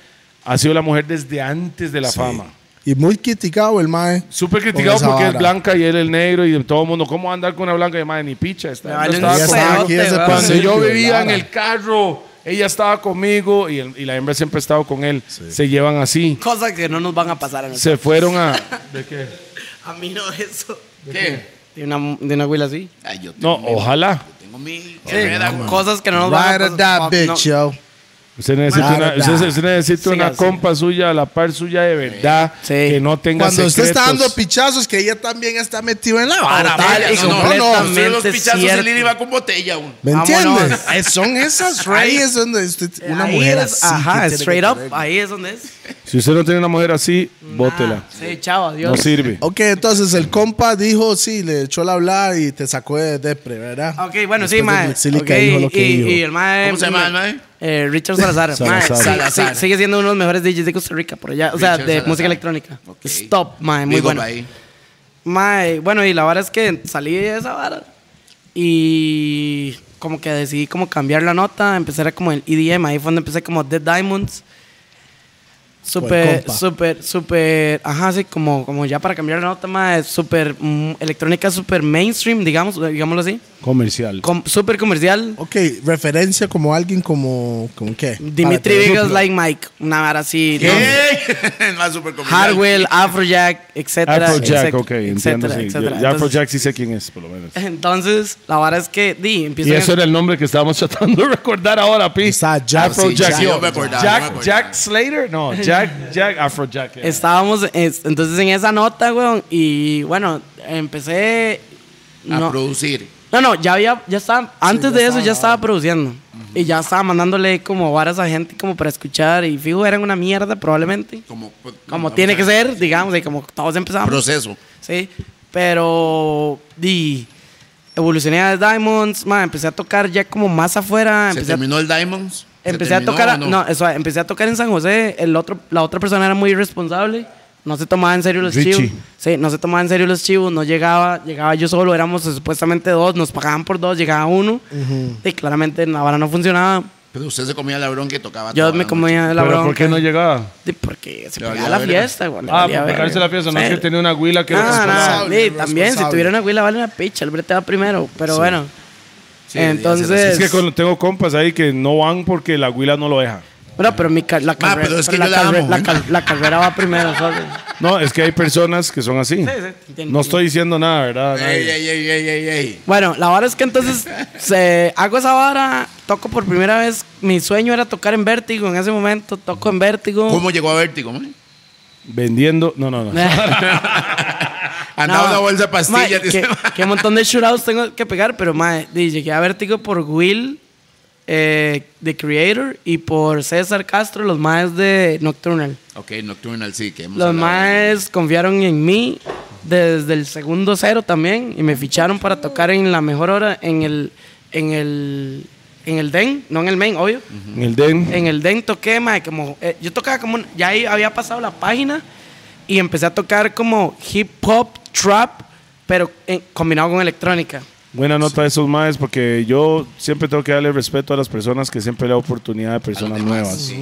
[SPEAKER 4] ha sido la mujer desde antes de la fama.
[SPEAKER 2] Y muy criticado el mae.
[SPEAKER 4] Súper criticado
[SPEAKER 2] Con esa
[SPEAKER 4] porque es
[SPEAKER 2] vara.
[SPEAKER 4] blanca y él el negro y todo el mundo, ¿cómo va a andar con una blanca y mae ni picha? Esta
[SPEAKER 5] Me
[SPEAKER 4] no
[SPEAKER 5] vale
[SPEAKER 4] estaba
[SPEAKER 5] un
[SPEAKER 2] Ella
[SPEAKER 4] con-
[SPEAKER 5] pedo.
[SPEAKER 2] estaba aquí
[SPEAKER 5] Pedote,
[SPEAKER 2] desde el
[SPEAKER 5] weón.
[SPEAKER 4] Cuando
[SPEAKER 2] principio,
[SPEAKER 4] yo vivía
[SPEAKER 2] la
[SPEAKER 4] en
[SPEAKER 2] vara.
[SPEAKER 4] el carro, ella estaba conmigo y, el- y la hembra siempre ha estado con él. Se llevan así.
[SPEAKER 5] Cosas que no nos van a pasar a nosotros.
[SPEAKER 4] Se
[SPEAKER 2] <laughs>
[SPEAKER 4] fueron a...
[SPEAKER 5] A mí no eso.
[SPEAKER 3] ¿Qué?
[SPEAKER 5] De una, de una güila así.
[SPEAKER 3] Ay, yo tengo
[SPEAKER 4] No,
[SPEAKER 3] mi-
[SPEAKER 4] ojalá.
[SPEAKER 3] Tengo mi
[SPEAKER 5] Sí,
[SPEAKER 3] carrera, güey.
[SPEAKER 5] cosas que no nos van
[SPEAKER 2] Ride
[SPEAKER 5] a
[SPEAKER 2] or
[SPEAKER 5] pasar. Ah,
[SPEAKER 2] die,
[SPEAKER 5] No.
[SPEAKER 2] bitch, yo.
[SPEAKER 4] Usted necesita
[SPEAKER 2] Claro,
[SPEAKER 4] una,
[SPEAKER 2] claro.
[SPEAKER 4] usted- usted necesita una
[SPEAKER 5] Siga, siga.
[SPEAKER 4] compa suya, a la par suya de verdad,
[SPEAKER 5] Sí.
[SPEAKER 4] que no tenga
[SPEAKER 2] Cuando usted está
[SPEAKER 4] secretos.
[SPEAKER 2] dando pichazos, que ella también está metida en la
[SPEAKER 5] Ahora,
[SPEAKER 2] vara.
[SPEAKER 5] Total
[SPEAKER 2] mae.
[SPEAKER 5] y
[SPEAKER 2] Eso no,
[SPEAKER 5] completamente
[SPEAKER 2] no.
[SPEAKER 3] Usted los pichazos
[SPEAKER 5] cierto.
[SPEAKER 3] y Lili va con botella, güey.
[SPEAKER 2] ¿Me
[SPEAKER 5] Vámonos.
[SPEAKER 2] entiendes? Eh, Son <laughs> esas reyes donde usted, una
[SPEAKER 5] Eh, Ahí
[SPEAKER 2] mujer
[SPEAKER 5] es-
[SPEAKER 2] así. que
[SPEAKER 5] Ajá,
[SPEAKER 2] tiene que
[SPEAKER 5] straight up.
[SPEAKER 2] tener.
[SPEAKER 5] Ahí es donde es.
[SPEAKER 4] Si usted no tiene una mujer así, bótela.
[SPEAKER 5] Ah, sí, chao, adiós.
[SPEAKER 4] No sirve.
[SPEAKER 2] Ok, entonces el compa dijo, sí, le echó la hablar y te sacó de depre, ¿verdad?
[SPEAKER 5] Ok, bueno,
[SPEAKER 2] Después
[SPEAKER 5] sí,
[SPEAKER 2] de
[SPEAKER 5] mae.
[SPEAKER 2] que Xilica
[SPEAKER 5] Ok,
[SPEAKER 2] dijo lo que
[SPEAKER 5] y,
[SPEAKER 2] dijo.
[SPEAKER 5] y el mae.
[SPEAKER 3] ¿Cómo se llama el mae?
[SPEAKER 5] Eh, Richard Salazar.
[SPEAKER 4] Salazar.
[SPEAKER 5] Mae, sí,
[SPEAKER 3] Salazar.
[SPEAKER 5] sí, sigue siendo uno de los mejores DJs de Costa Rica, por allá. O sea,
[SPEAKER 3] Richard
[SPEAKER 5] de
[SPEAKER 3] Salazar.
[SPEAKER 5] música electrónica.
[SPEAKER 3] Ok.
[SPEAKER 5] Stop, mae, muy
[SPEAKER 3] Big up
[SPEAKER 5] bueno.
[SPEAKER 3] ahí.
[SPEAKER 5] Mae, bueno, y la vara es que salí de esa vara y como que decidí como cambiar la nota, empecé a como el EDM, ahí fue donde empecé como Dead Diamonds. Súper,
[SPEAKER 2] compa.
[SPEAKER 5] súper, súper, ajá, sí, como, como ya para cambiar la nota, mae, súper mm, electrónica, súper mainstream, digamos, digámoslo así,
[SPEAKER 4] Comercial.
[SPEAKER 5] Com- súper comercial.
[SPEAKER 2] Ok, referencia como alguien como, ¿como qué?
[SPEAKER 5] Dimitri
[SPEAKER 2] Para tener-
[SPEAKER 5] Vegas, Like Mike, una vara así. ¿no?
[SPEAKER 3] <laughs> ¿Qué? Más super
[SPEAKER 5] Hardwell, Afrojack, etcétera.
[SPEAKER 4] Afrojack,
[SPEAKER 5] etcétera,
[SPEAKER 4] ok, entiendo.
[SPEAKER 5] etcétera,
[SPEAKER 4] sí.
[SPEAKER 5] etcétera.
[SPEAKER 4] Ya
[SPEAKER 5] Entonces-
[SPEAKER 4] Afrojack sí sé quién es, por lo menos.
[SPEAKER 5] Entonces, la vara es que di,
[SPEAKER 4] Y
[SPEAKER 5] empiezo
[SPEAKER 4] eso era el nombre que estábamos <laughs> tratando de recordar ahora, Pi.
[SPEAKER 2] Está Jack.
[SPEAKER 3] sí,
[SPEAKER 4] Afrojack.
[SPEAKER 3] sí, yo me acordaba, yo me
[SPEAKER 4] Jack,
[SPEAKER 3] acordaba.
[SPEAKER 4] Jack Slater. No, Jack, Jack, Afrojack. era.
[SPEAKER 5] estábamos es- entonces en esa nota, weón, y bueno, empecé
[SPEAKER 3] A
[SPEAKER 5] no,
[SPEAKER 3] producir.
[SPEAKER 5] no, no, ya había ya estaba antes de eso ya estaba produciendo y ya estaba mandándole como varas a gente como para escuchar y fijo eran una mierda probablemente.
[SPEAKER 3] Como, pues,
[SPEAKER 5] Como tiene que ser, digamos, y como todos empezamos.
[SPEAKER 3] Proceso.
[SPEAKER 5] Sí, pero di evolucioné a Diamonds, ma, empecé a tocar ya como más afuera,
[SPEAKER 3] ¿Se
[SPEAKER 5] empecé a
[SPEAKER 3] terminó el Diamonds? ¿Se
[SPEAKER 5] Empecé a
[SPEAKER 3] terminó
[SPEAKER 5] tocar, a-
[SPEAKER 3] o
[SPEAKER 5] no, eso, empecé a tocar en San José. El otro, la otra persona era muy irresponsable. No se tomaba en serio los
[SPEAKER 4] Richie.
[SPEAKER 5] chivos. Sí, no se tomaba en serio los chivos. No llegaba, llegaba yo solo. Éramos supuestamente dos, nos pagaban por dos, llegaba uno. Y claramente la vara no funcionaba.
[SPEAKER 3] Pero usted se comía la bronca y tocaba
[SPEAKER 5] Yo
[SPEAKER 3] toda
[SPEAKER 5] me
[SPEAKER 3] la
[SPEAKER 5] comía la
[SPEAKER 4] Pero ¿por
[SPEAKER 5] bronca.
[SPEAKER 4] qué no llegaba?
[SPEAKER 5] Sí, Porque se
[SPEAKER 3] Le
[SPEAKER 5] pegaba
[SPEAKER 3] valía
[SPEAKER 5] la
[SPEAKER 3] verga.
[SPEAKER 5] fiesta, güey. le
[SPEAKER 4] Ah,
[SPEAKER 5] valía
[SPEAKER 4] por
[SPEAKER 5] verga.
[SPEAKER 4] pegarse la fiesta. No es
[SPEAKER 5] Sí.
[SPEAKER 4] que tenía una huila que lo
[SPEAKER 5] Ah,
[SPEAKER 4] controlaba.
[SPEAKER 5] no, sí, también, si tuviera una güila, vale la picha. El brete va primero. Pero bueno.
[SPEAKER 3] Sí,
[SPEAKER 5] Entonces.
[SPEAKER 4] Es que con- tengo compas ahí que no van porque la huila no lo deja.
[SPEAKER 5] Bueno, pero mi ca- la carrera.
[SPEAKER 3] Ah, pero es que
[SPEAKER 5] pero
[SPEAKER 3] yo
[SPEAKER 5] la,
[SPEAKER 3] la
[SPEAKER 5] carre-
[SPEAKER 3] amo,
[SPEAKER 5] la
[SPEAKER 3] ¿eh?
[SPEAKER 5] car- la carrera va primero, ¿sabes?
[SPEAKER 4] No, es que hay personas que son así.
[SPEAKER 5] sí, te entiendo.
[SPEAKER 4] No estoy diciendo nada, ¿verdad?
[SPEAKER 3] noche. Ey, ey, ey, ey, ey, ey.
[SPEAKER 5] Bueno, la vara es que entonces se, hago esa vara, toco por primera vez. Mi sueño era tocar en Vértigo en ese momento, toco en Vértigo. <laughs>
[SPEAKER 3] ¿Cómo llegó a Vértigo, man?
[SPEAKER 4] Vendiendo. No, no, no.
[SPEAKER 3] Andaba
[SPEAKER 5] No,
[SPEAKER 3] una bolsa de
[SPEAKER 5] mae,
[SPEAKER 3] pastillas. dice,
[SPEAKER 5] qué, qué montón de shootouts tengo que pegar, pero mae, di, llegué a Vértigo por Will, eh, The Creator, y por César Castro, los maes de Nocturnal.
[SPEAKER 3] ok, Nocturnal sí, que hemos
[SPEAKER 5] Los
[SPEAKER 3] hablado.
[SPEAKER 5] maes confiaron en mí desde el segundo cero también y me ficharon para tocar en la mejor hora en el en el en el den, no en el main, obvio.
[SPEAKER 4] En el DEN.
[SPEAKER 5] En el den toqué, mae, como eh, yo tocaba como un- ya ahí había pasado la página y empecé a tocar como hip hop, trap, pero eh, combinado con electrónica.
[SPEAKER 4] Buena nota de esos maes porque yo siempre tengo que darle respeto a las personas que siempre le da oportunidad a personas
[SPEAKER 3] demás,
[SPEAKER 4] nuevas.
[SPEAKER 3] sí.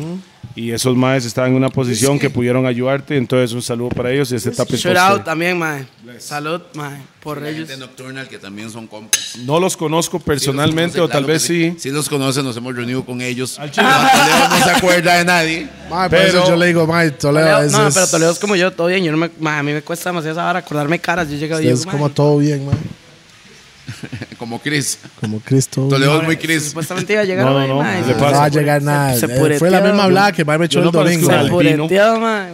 [SPEAKER 4] Y esos maes están en una posición que pudieron ayudarte, entonces un saludo para ellos y este tape es
[SPEAKER 5] Shout
[SPEAKER 4] para
[SPEAKER 5] out
[SPEAKER 4] usted.
[SPEAKER 5] también, mae. Salud, mae, por
[SPEAKER 3] La
[SPEAKER 5] ellos.
[SPEAKER 3] gente de Nocturnal que también son compas. Sí
[SPEAKER 4] No los conozco
[SPEAKER 3] los
[SPEAKER 4] personalmente
[SPEAKER 3] conoce,
[SPEAKER 4] o tal
[SPEAKER 3] claro que
[SPEAKER 4] vez sí.
[SPEAKER 3] Sí los conoce, nos hemos reunido con ellos.
[SPEAKER 4] Al
[SPEAKER 3] Al
[SPEAKER 4] chile.
[SPEAKER 3] chile. No se acuerda de nadie. <laughs>
[SPEAKER 2] Mae, por
[SPEAKER 4] Pero-
[SPEAKER 2] eso yo le digo, mae, Toledo,
[SPEAKER 5] Toledo-
[SPEAKER 2] es,
[SPEAKER 5] no, no, pero
[SPEAKER 2] es-
[SPEAKER 5] Toledo es como yo, todo bien. Yo no me, mae, a mí me cuesta demasiado ahora acordarme caras. Yo llego a
[SPEAKER 2] usted es como todo bien, mae.
[SPEAKER 3] Como Chris.
[SPEAKER 2] Como Cristo.
[SPEAKER 3] Toledo es muy
[SPEAKER 5] Sí,
[SPEAKER 3] Chris.
[SPEAKER 5] eh, Supuestamente iba a llegar
[SPEAKER 4] No, no,
[SPEAKER 5] hoy,
[SPEAKER 4] no,
[SPEAKER 5] mae.
[SPEAKER 4] le
[SPEAKER 5] Se-
[SPEAKER 2] No
[SPEAKER 4] pasa.
[SPEAKER 5] se
[SPEAKER 2] va a
[SPEAKER 5] pure-
[SPEAKER 2] llegar
[SPEAKER 5] se-
[SPEAKER 2] nada.
[SPEAKER 5] se
[SPEAKER 2] Eh, Fue la
[SPEAKER 5] pureteó.
[SPEAKER 2] misma hablada que mae me echó
[SPEAKER 4] Yo no
[SPEAKER 2] el domingo.
[SPEAKER 4] parezco
[SPEAKER 5] Se
[SPEAKER 4] Albino.
[SPEAKER 2] mae.
[SPEAKER 5] pureteó, mae.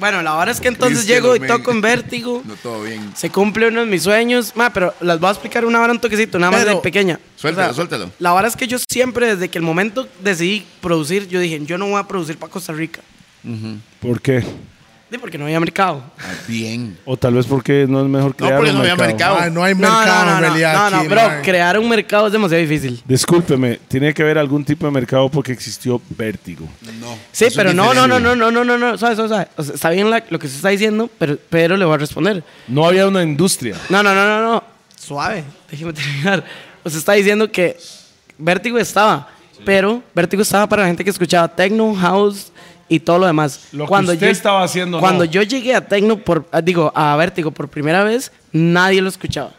[SPEAKER 5] Bueno, la verdad es que entonces
[SPEAKER 3] Cristian
[SPEAKER 5] llego y
[SPEAKER 3] Omega.
[SPEAKER 5] toco en vértigo.
[SPEAKER 3] No, todo bien.
[SPEAKER 5] Se cumple uno de mis sueños. Ma, pero las voy a explicar una hora un toquecito, nada más
[SPEAKER 2] Pero-
[SPEAKER 5] de pequeña.
[SPEAKER 3] Suéltalo,
[SPEAKER 5] O sea,
[SPEAKER 3] suéltalo.
[SPEAKER 5] La verdad es que yo siempre, desde que el momento decidí producir, yo dije, yo no voy a producir para Costa Rica.
[SPEAKER 4] ¿Por qué?
[SPEAKER 5] Sí, porque no había mercado.
[SPEAKER 3] Ah, Bien.
[SPEAKER 4] O tal vez porque no es mejor
[SPEAKER 3] No,
[SPEAKER 4] crear
[SPEAKER 3] porque
[SPEAKER 4] un
[SPEAKER 3] no había
[SPEAKER 4] mercado. Ah,
[SPEAKER 3] mercado.
[SPEAKER 2] Mae, no hay
[SPEAKER 5] <laughs> No,
[SPEAKER 2] mercado
[SPEAKER 5] no, no,
[SPEAKER 2] en
[SPEAKER 5] no,
[SPEAKER 2] realidad
[SPEAKER 5] no, no,
[SPEAKER 2] aquí,
[SPEAKER 5] bro,
[SPEAKER 2] mae.
[SPEAKER 5] crear un mercado es demasiado difícil.
[SPEAKER 4] Discúlpeme, tiene que haber algún tipo de mercado porque existió vértigo.
[SPEAKER 3] No,
[SPEAKER 5] Sí,
[SPEAKER 3] eso
[SPEAKER 5] pero
[SPEAKER 3] es
[SPEAKER 5] no, no, no,
[SPEAKER 3] diferente.
[SPEAKER 5] no, no, no, no, no, suave, suave, suave. O sea, está bien la- lo que usted está diciendo, pero, pero le voy a responder.
[SPEAKER 4] No había una industria.
[SPEAKER 5] No, no, no, no, no. Suave, déjeme terminar. Usted está diciendo que Vértigo estaba, pero Vértigo estaba para la gente que escuchaba techno, house y todo lo demás.
[SPEAKER 4] Lo que usted estaba haciendo,
[SPEAKER 5] Cuando
[SPEAKER 4] no.
[SPEAKER 5] yo llegué a techno por ah, digo, a Vértigo por primera vez, nadie lo escuchaba.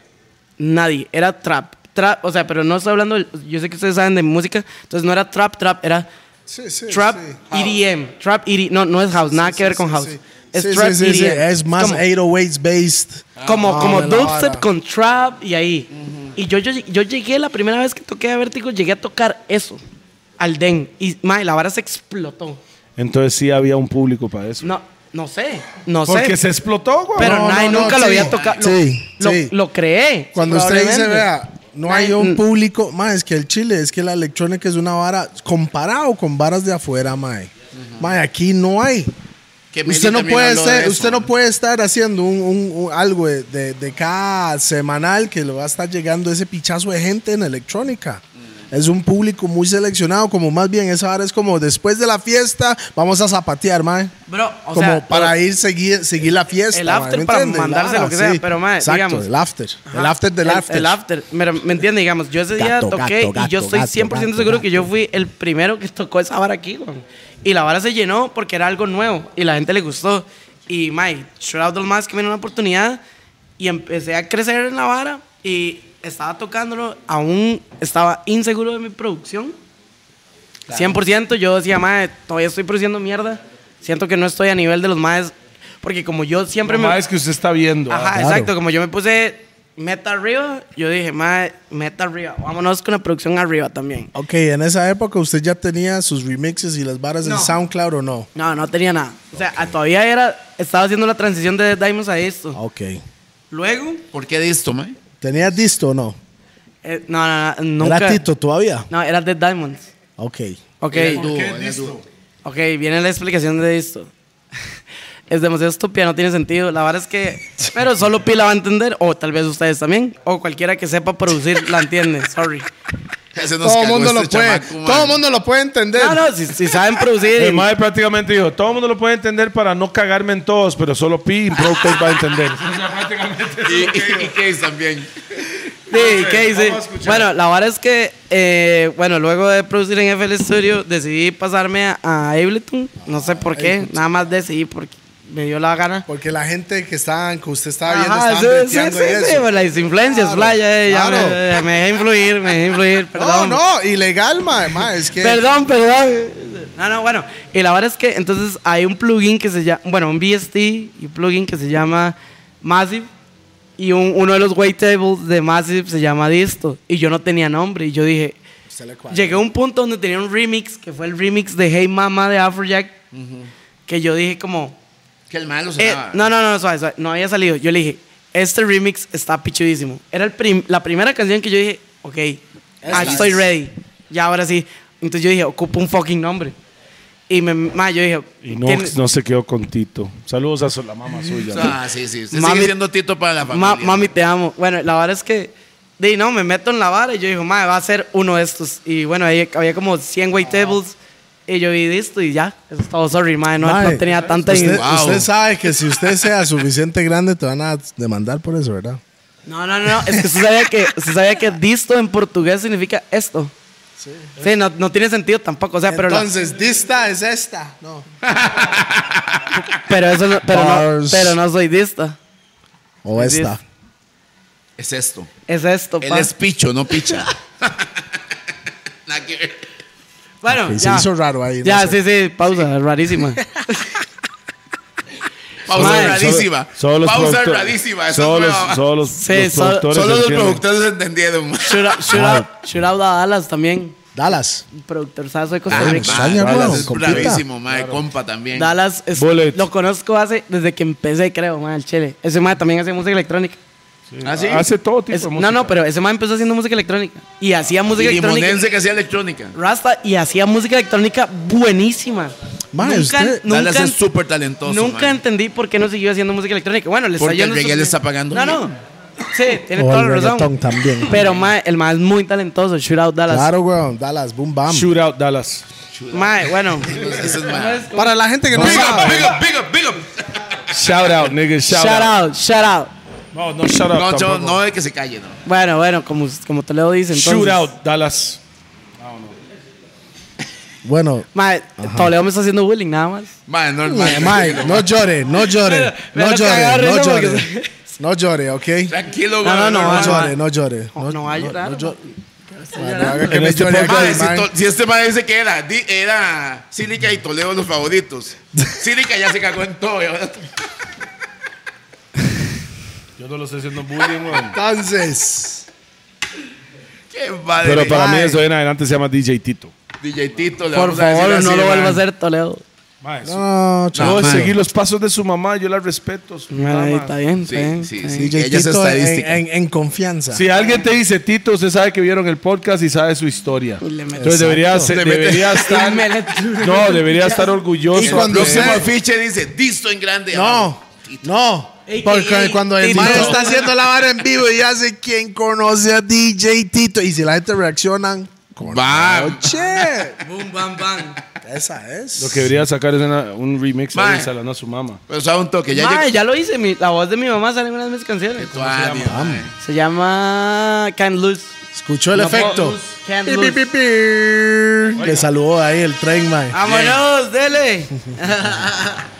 [SPEAKER 5] Nadie, era trap. Trap, o sea, pero no estoy hablando, del- yo sé que ustedes saben de música, entonces no era trap, trap, era
[SPEAKER 2] Sí, sí,
[SPEAKER 5] trap
[SPEAKER 2] sí.
[SPEAKER 5] EDM, trap EDM, no, no es house, nada que
[SPEAKER 2] Sí,
[SPEAKER 5] ver
[SPEAKER 2] sí,
[SPEAKER 5] con house.
[SPEAKER 2] sí.
[SPEAKER 5] Es
[SPEAKER 2] Sí,
[SPEAKER 5] trap
[SPEAKER 2] sí, sí, sí.
[SPEAKER 5] EDM.
[SPEAKER 2] Es más
[SPEAKER 5] como-
[SPEAKER 2] 808s based.
[SPEAKER 5] como
[SPEAKER 2] Ah,
[SPEAKER 5] como
[SPEAKER 2] de la
[SPEAKER 5] dubstep
[SPEAKER 2] vara.
[SPEAKER 5] con trap y ahí. Y yo, yo, yo llegué, la primera vez que toqué a Vértigo, llegué a tocar eso, al den. Y mae, la vara se explotó.
[SPEAKER 4] Entonces sí había un público para eso.
[SPEAKER 5] No, no sé, no
[SPEAKER 4] porque
[SPEAKER 5] sé.
[SPEAKER 4] se explotó, güey.
[SPEAKER 5] pero
[SPEAKER 2] No,
[SPEAKER 5] nadie
[SPEAKER 2] no, no,
[SPEAKER 5] nunca lo
[SPEAKER 2] sí.
[SPEAKER 5] había tocado. Lo,
[SPEAKER 2] Sí,
[SPEAKER 5] lo,
[SPEAKER 2] sí.
[SPEAKER 5] lo creé.
[SPEAKER 2] Cuando usted dice,
[SPEAKER 5] probablemente.
[SPEAKER 2] vea, no hay
[SPEAKER 5] Mae,
[SPEAKER 2] un
[SPEAKER 5] mm,
[SPEAKER 2] público, mae, es que el Chile, es que la electrónica es una vara comparado con varas de afuera, mae. Mae, aquí no hay.
[SPEAKER 3] Que Meli
[SPEAKER 2] Usted no
[SPEAKER 3] también
[SPEAKER 2] puede
[SPEAKER 3] habló de
[SPEAKER 2] ser,
[SPEAKER 3] eso,
[SPEAKER 2] usted no
[SPEAKER 3] mae.
[SPEAKER 2] puede estar haciendo un, un- un- algo de, de- de cada semanal que le va a estar llegando ese pichazo de gente en electrónica.
[SPEAKER 3] Mm.
[SPEAKER 2] Es un público muy seleccionado, como más bien esa hora es como después de la fiesta vamos a zapatear, mae.
[SPEAKER 5] Bro, o
[SPEAKER 2] como
[SPEAKER 5] sea,
[SPEAKER 2] para ir seguir seguir la fiesta,
[SPEAKER 5] el
[SPEAKER 2] mae,
[SPEAKER 5] after
[SPEAKER 2] ¿me
[SPEAKER 5] para
[SPEAKER 2] entiende?
[SPEAKER 5] mandarse
[SPEAKER 2] Lara,
[SPEAKER 5] lo que sea, pero, mae,
[SPEAKER 2] Exacto,
[SPEAKER 5] digamos.
[SPEAKER 2] el after, el after del
[SPEAKER 5] el-
[SPEAKER 2] after.
[SPEAKER 5] El after. Mira, ¿me entiende? Digamos, yo ese día
[SPEAKER 2] Gato,
[SPEAKER 5] toqué
[SPEAKER 2] gato,
[SPEAKER 5] y yo
[SPEAKER 2] gato,
[SPEAKER 5] estoy
[SPEAKER 2] gato,
[SPEAKER 5] 100%
[SPEAKER 2] gato,
[SPEAKER 5] seguro que
[SPEAKER 2] gato.
[SPEAKER 5] yo fui el primero que tocó esa vara aquí, weón. Y la vara se llenó porque era algo nuevo y la gente le gustó. Y, Mike, Shroud of Mask me dio una oportunidad y empecé a crecer en la vara y estaba tocándolo. Aún estaba inseguro de mi producción. 100%, yo decía, mae, todavía estoy produciendo mierda. Siento que no estoy a nivel de los maes. Porque como yo siempre me...
[SPEAKER 4] es que usted está viendo.
[SPEAKER 5] Ajá,
[SPEAKER 4] ah.
[SPEAKER 2] claro.
[SPEAKER 5] exacto. Como yo me puse meta arriba, yo dije, madre, meta arriba. Vámonos con la producción arriba también.
[SPEAKER 2] Ok, en esa época usted ya tenía sus remixes y las varas
[SPEAKER 5] No.
[SPEAKER 2] en SoundCloud o no?
[SPEAKER 5] No, no tenía nada. O sea, a- todavía era, estaba haciendo la transición de Diamonds a esto.
[SPEAKER 2] Ok.
[SPEAKER 5] Luego,
[SPEAKER 3] ¿Por qué de esto, mae?
[SPEAKER 2] ¿Tenía disto o no?
[SPEAKER 5] eh, no, no, no, nunca.
[SPEAKER 2] ¿Era Tito todavía?
[SPEAKER 5] No, era Dead Diamonds.
[SPEAKER 2] Ok.
[SPEAKER 5] Ok,
[SPEAKER 3] Era dúo, era dúo.
[SPEAKER 5] ok, viene la explicación de esto. <laughs> es demasiado estúpida, no tiene sentido. La verdad es que, pero solo Pila va a entender, o tal vez ustedes también, o cualquiera que sepa producir la entiende.
[SPEAKER 2] <laughs>
[SPEAKER 5] Sorry.
[SPEAKER 3] Ese nos
[SPEAKER 2] Todo el
[SPEAKER 3] cagó
[SPEAKER 2] mundo
[SPEAKER 3] este
[SPEAKER 2] lo puede,
[SPEAKER 3] chamaco, mae.
[SPEAKER 2] todo el mundo lo puede entender.
[SPEAKER 5] No, no, si, si saben
[SPEAKER 2] <laughs>
[SPEAKER 5] producir. y-
[SPEAKER 4] El mae prácticamente dijo, todo el mundo lo puede entender para no cagarme en todos, pero solo Pi y Proctor va a entender.
[SPEAKER 3] Y, y, y Case también.
[SPEAKER 5] Sí, ¿qué hice? Bueno, la verdad es que, eh, bueno, luego de producir en FL Studio, decidí pasarme a, a Ableton. No sé por qué, nada más decidí porque me dio la gana.
[SPEAKER 2] Porque la gente que estaban, que usted estaba viendo,
[SPEAKER 5] Ajá, sí,
[SPEAKER 2] estaban
[SPEAKER 5] sí,
[SPEAKER 2] breteando
[SPEAKER 5] sí,
[SPEAKER 2] y
[SPEAKER 5] sí,
[SPEAKER 2] eso.
[SPEAKER 5] por las influencias, playa, eh, ya
[SPEAKER 2] claro.
[SPEAKER 5] me, ya me dejé influir, me dejé influir,
[SPEAKER 2] No,
[SPEAKER 5] perdón.
[SPEAKER 2] no, ilegal, mae, mae, es que
[SPEAKER 5] Perdón, perdón. No, no, bueno. Y la verdad es que entonces hay un plugin que se llama, bueno, un VST y un plugin que se llama Massive. Y un- uno de los waitables de Massive se llama Disto. Y yo no tenía nombre. Y yo dije,
[SPEAKER 2] Usted le cuadra.
[SPEAKER 5] llegué a un punto donde tenía un remix, que fue el remix de Hey Mama de Afrojack. Que yo dije como,
[SPEAKER 3] Que el malo
[SPEAKER 5] eh,
[SPEAKER 3] sonaba.
[SPEAKER 5] no, no, no, suave, suave, no había salido. Yo le dije, este remix está pichudísimo. Era el prim- la primera canción que yo dije, ok, ah, estoy ready. Ya ahora sí. Entonces yo dije, ocupo un fucking nombre. Y me, ma, yo dije,
[SPEAKER 4] Y no,
[SPEAKER 5] tiene-
[SPEAKER 4] no se quedó con Tito. Saludos a su- la mamá suya. ¿no?
[SPEAKER 3] Ah, sí, sí. Usted
[SPEAKER 5] Mami-
[SPEAKER 3] sigue siendo Tito para la familia.
[SPEAKER 5] ma- mami, te amo. Bueno, la vara es que, di, no, me meto en la vara y yo dije, ma, va a ser uno de estos. Y bueno, ahí había como 100 wait tables. Y yo vi esto y ya, eso es todo, sorry, ma, no,
[SPEAKER 2] Mae,
[SPEAKER 5] no tenía tanta...
[SPEAKER 2] usted,
[SPEAKER 3] Wow.
[SPEAKER 2] usted sabe que si usted sea suficiente grande te van a demandar por eso, ¿verdad?
[SPEAKER 5] No, no, no, no, es que usted sabía que, usted sabía que disto en portugués significa esto. Sí. no, no tiene sentido tampoco, o sea, pero, la-
[SPEAKER 2] Entonces, dista es esta. No.
[SPEAKER 5] pero eso no, pero no,
[SPEAKER 2] Bars.
[SPEAKER 5] pero no soy dista.
[SPEAKER 2] O
[SPEAKER 5] Es
[SPEAKER 2] esta.
[SPEAKER 3] Es esto.
[SPEAKER 5] Es esto,
[SPEAKER 3] Él
[SPEAKER 5] pa.
[SPEAKER 3] es picho, no picha. Nada que ver.
[SPEAKER 5] Bueno,
[SPEAKER 2] Ok, se
[SPEAKER 5] ya.
[SPEAKER 2] hizo raro ahí, no
[SPEAKER 5] Ya,
[SPEAKER 2] sé.
[SPEAKER 5] sí, sí, pausa, rarísima.
[SPEAKER 3] Pausa
[SPEAKER 5] Mae,
[SPEAKER 3] rarísima.
[SPEAKER 4] Solo- solo los
[SPEAKER 3] Pausa
[SPEAKER 4] productores-
[SPEAKER 3] rarísima. Esa
[SPEAKER 4] Solo,
[SPEAKER 3] es
[SPEAKER 4] los-
[SPEAKER 3] nueva.
[SPEAKER 4] solo los,
[SPEAKER 5] Sí,
[SPEAKER 4] los
[SPEAKER 5] solo- Ah,
[SPEAKER 4] productores. Ah.
[SPEAKER 3] Solo los
[SPEAKER 4] entienden.
[SPEAKER 3] productores entendieron. mae.
[SPEAKER 5] Shout out, shout out- shout out a Dallas también,
[SPEAKER 2] Dallas.
[SPEAKER 5] productor de Costa
[SPEAKER 3] Ah,
[SPEAKER 5] Rica.
[SPEAKER 2] extraña,
[SPEAKER 3] mae,
[SPEAKER 2] weón,
[SPEAKER 3] es
[SPEAKER 2] compita.
[SPEAKER 3] bravísimo, mae. Compa también.
[SPEAKER 5] Dallas, es-
[SPEAKER 4] Bullet.
[SPEAKER 5] lo conozco hace, desde que empecé, creo, man, el chile. Ese man también hace música electrónica.
[SPEAKER 3] ¿Ah, sí?
[SPEAKER 4] Hace todo tipo
[SPEAKER 5] Es-
[SPEAKER 4] de
[SPEAKER 5] no,
[SPEAKER 4] música.
[SPEAKER 5] no, pero ese man empezó haciendo música electrónica. Y hacía
[SPEAKER 3] Y
[SPEAKER 5] música electrónica.
[SPEAKER 3] limonense que hacía electrónica.
[SPEAKER 5] Rasta y hacía música electrónica buenísima.
[SPEAKER 2] Mae,
[SPEAKER 5] nunca,
[SPEAKER 2] usted-
[SPEAKER 5] nunca-
[SPEAKER 3] Dallas es súper talentoso.
[SPEAKER 5] Nunca
[SPEAKER 3] man.
[SPEAKER 5] entendí por qué no siguió haciendo música electrónica. Bueno, le está
[SPEAKER 3] Porque el
[SPEAKER 5] yendo
[SPEAKER 3] reggae
[SPEAKER 5] súper
[SPEAKER 3] le
[SPEAKER 5] bien.
[SPEAKER 3] está pagando
[SPEAKER 5] No, no.
[SPEAKER 3] bien.
[SPEAKER 5] Sí, tiene
[SPEAKER 2] O
[SPEAKER 5] toda
[SPEAKER 2] el
[SPEAKER 5] la razón.
[SPEAKER 2] reggaetón también.
[SPEAKER 5] Pero mae, el más es muy talentoso, Shootout Dallas.
[SPEAKER 2] Claro, weón. Dallas, boom, bam.
[SPEAKER 4] Shootout Dallas.
[SPEAKER 5] Mae,
[SPEAKER 3] <laughs>
[SPEAKER 5] bueno.
[SPEAKER 3] Ese es mae.
[SPEAKER 6] Para la gente que no,
[SPEAKER 3] Big up,
[SPEAKER 6] sabe.
[SPEAKER 3] big up, big up, big up.
[SPEAKER 4] Shout out, nigga. Shout, out.
[SPEAKER 5] shout out, shout out.
[SPEAKER 4] No, no, shout out.
[SPEAKER 3] No, yo,
[SPEAKER 4] tampoco.
[SPEAKER 3] no es que se calle, no.
[SPEAKER 5] Bueno, bueno, como, como Toledo dice, entonces.
[SPEAKER 4] Shootout Dallas.
[SPEAKER 2] Bueno,
[SPEAKER 5] Mae, Toledo me está haciendo bullying nada más.
[SPEAKER 3] Mae, no, mae,
[SPEAKER 2] Mike, no llore, no llore.
[SPEAKER 5] me
[SPEAKER 2] No
[SPEAKER 5] lo
[SPEAKER 2] llore,
[SPEAKER 5] cagaron,
[SPEAKER 2] no
[SPEAKER 5] ¿no?
[SPEAKER 2] llore.
[SPEAKER 5] Porque-
[SPEAKER 2] No llore, ¿ok?
[SPEAKER 3] Tranquilo,
[SPEAKER 5] No, no,
[SPEAKER 3] güey,
[SPEAKER 5] no,
[SPEAKER 2] No
[SPEAKER 5] Ah,
[SPEAKER 2] llore, no llore.
[SPEAKER 5] No, no va a llorar.
[SPEAKER 2] llore. Mae, no haga que
[SPEAKER 4] En
[SPEAKER 2] me
[SPEAKER 4] este
[SPEAKER 2] llore aquí,
[SPEAKER 3] Mae, si,
[SPEAKER 2] mae.
[SPEAKER 3] to- si este mae dice que era, di- era Silica y Toledo los favoritos. Silica ya se cagó en todo. y ahora-
[SPEAKER 4] Yo no lo estoy haciendo bullying, weón.
[SPEAKER 2] Entonces,
[SPEAKER 3] Qué madre.
[SPEAKER 4] Pero para mí
[SPEAKER 2] Ay.
[SPEAKER 4] eso en adelante se llama DJ Tito.
[SPEAKER 3] DJ Tito, le
[SPEAKER 5] Por
[SPEAKER 3] vamos a decir
[SPEAKER 5] favor,
[SPEAKER 3] así,
[SPEAKER 5] no lo
[SPEAKER 3] mae.
[SPEAKER 5] vuelva a hacer, Toledo.
[SPEAKER 4] Mae, su-
[SPEAKER 2] no,
[SPEAKER 4] yo
[SPEAKER 2] chaval.
[SPEAKER 4] voy a seguir los pasos de su mamá, yo la respeto. su
[SPEAKER 5] Mae,
[SPEAKER 4] mamá.
[SPEAKER 5] está bien, está bien,
[SPEAKER 3] Sí, sí,
[SPEAKER 5] está
[SPEAKER 3] sí.
[SPEAKER 5] bien.
[SPEAKER 2] DJ
[SPEAKER 3] Ella es
[SPEAKER 2] Tito en,
[SPEAKER 3] estadística.
[SPEAKER 2] en- en confianza.
[SPEAKER 4] Si alguien te dice Tito, usted sabe que vieron el podcast y sabe su historia.
[SPEAKER 5] le mete-
[SPEAKER 4] Entonces debería, ser-
[SPEAKER 3] Le
[SPEAKER 5] <laughs>
[SPEAKER 3] mete-
[SPEAKER 4] debería estar.
[SPEAKER 5] Y me le-
[SPEAKER 4] <laughs> No, debería
[SPEAKER 5] <laughs>
[SPEAKER 4] estar
[SPEAKER 2] Y
[SPEAKER 4] orgulloso.
[SPEAKER 3] El
[SPEAKER 2] cuando
[SPEAKER 3] próximo
[SPEAKER 2] usted-
[SPEAKER 3] afiche dice, Disto en grande.
[SPEAKER 2] No,
[SPEAKER 3] amado".
[SPEAKER 2] no.
[SPEAKER 5] Ey,
[SPEAKER 2] Porque
[SPEAKER 5] ey, ey,
[SPEAKER 2] cuando el
[SPEAKER 5] Tito.
[SPEAKER 2] mae está haciendo la vara en vivo y hace quien conoce a DJ Tito. Y si la gente reaccionan, con
[SPEAKER 3] Va.
[SPEAKER 2] ¡Che!
[SPEAKER 5] Boom, bam, bam.
[SPEAKER 2] Esa es.
[SPEAKER 4] Lo que debería sacar es una- un remix
[SPEAKER 3] Mae.
[SPEAKER 4] ahí salando a su mamá.
[SPEAKER 3] Pero sabe un toque. Ya
[SPEAKER 5] Mae,
[SPEAKER 3] llegó.
[SPEAKER 5] ya lo hice. mi- la voz de mi mamá sale en una de mis canciones.
[SPEAKER 3] Ah, Dios, mae.
[SPEAKER 5] Se llama Can't Lose.
[SPEAKER 2] Escuchó el
[SPEAKER 5] No puedo-
[SPEAKER 2] efecto.
[SPEAKER 5] Can't
[SPEAKER 2] Pi, pi,
[SPEAKER 5] Lose.
[SPEAKER 2] pi, pi. Le saludó ahí el tren, mae.
[SPEAKER 5] Ah,
[SPEAKER 2] <laughs>
[SPEAKER 5] Vámonos, dele.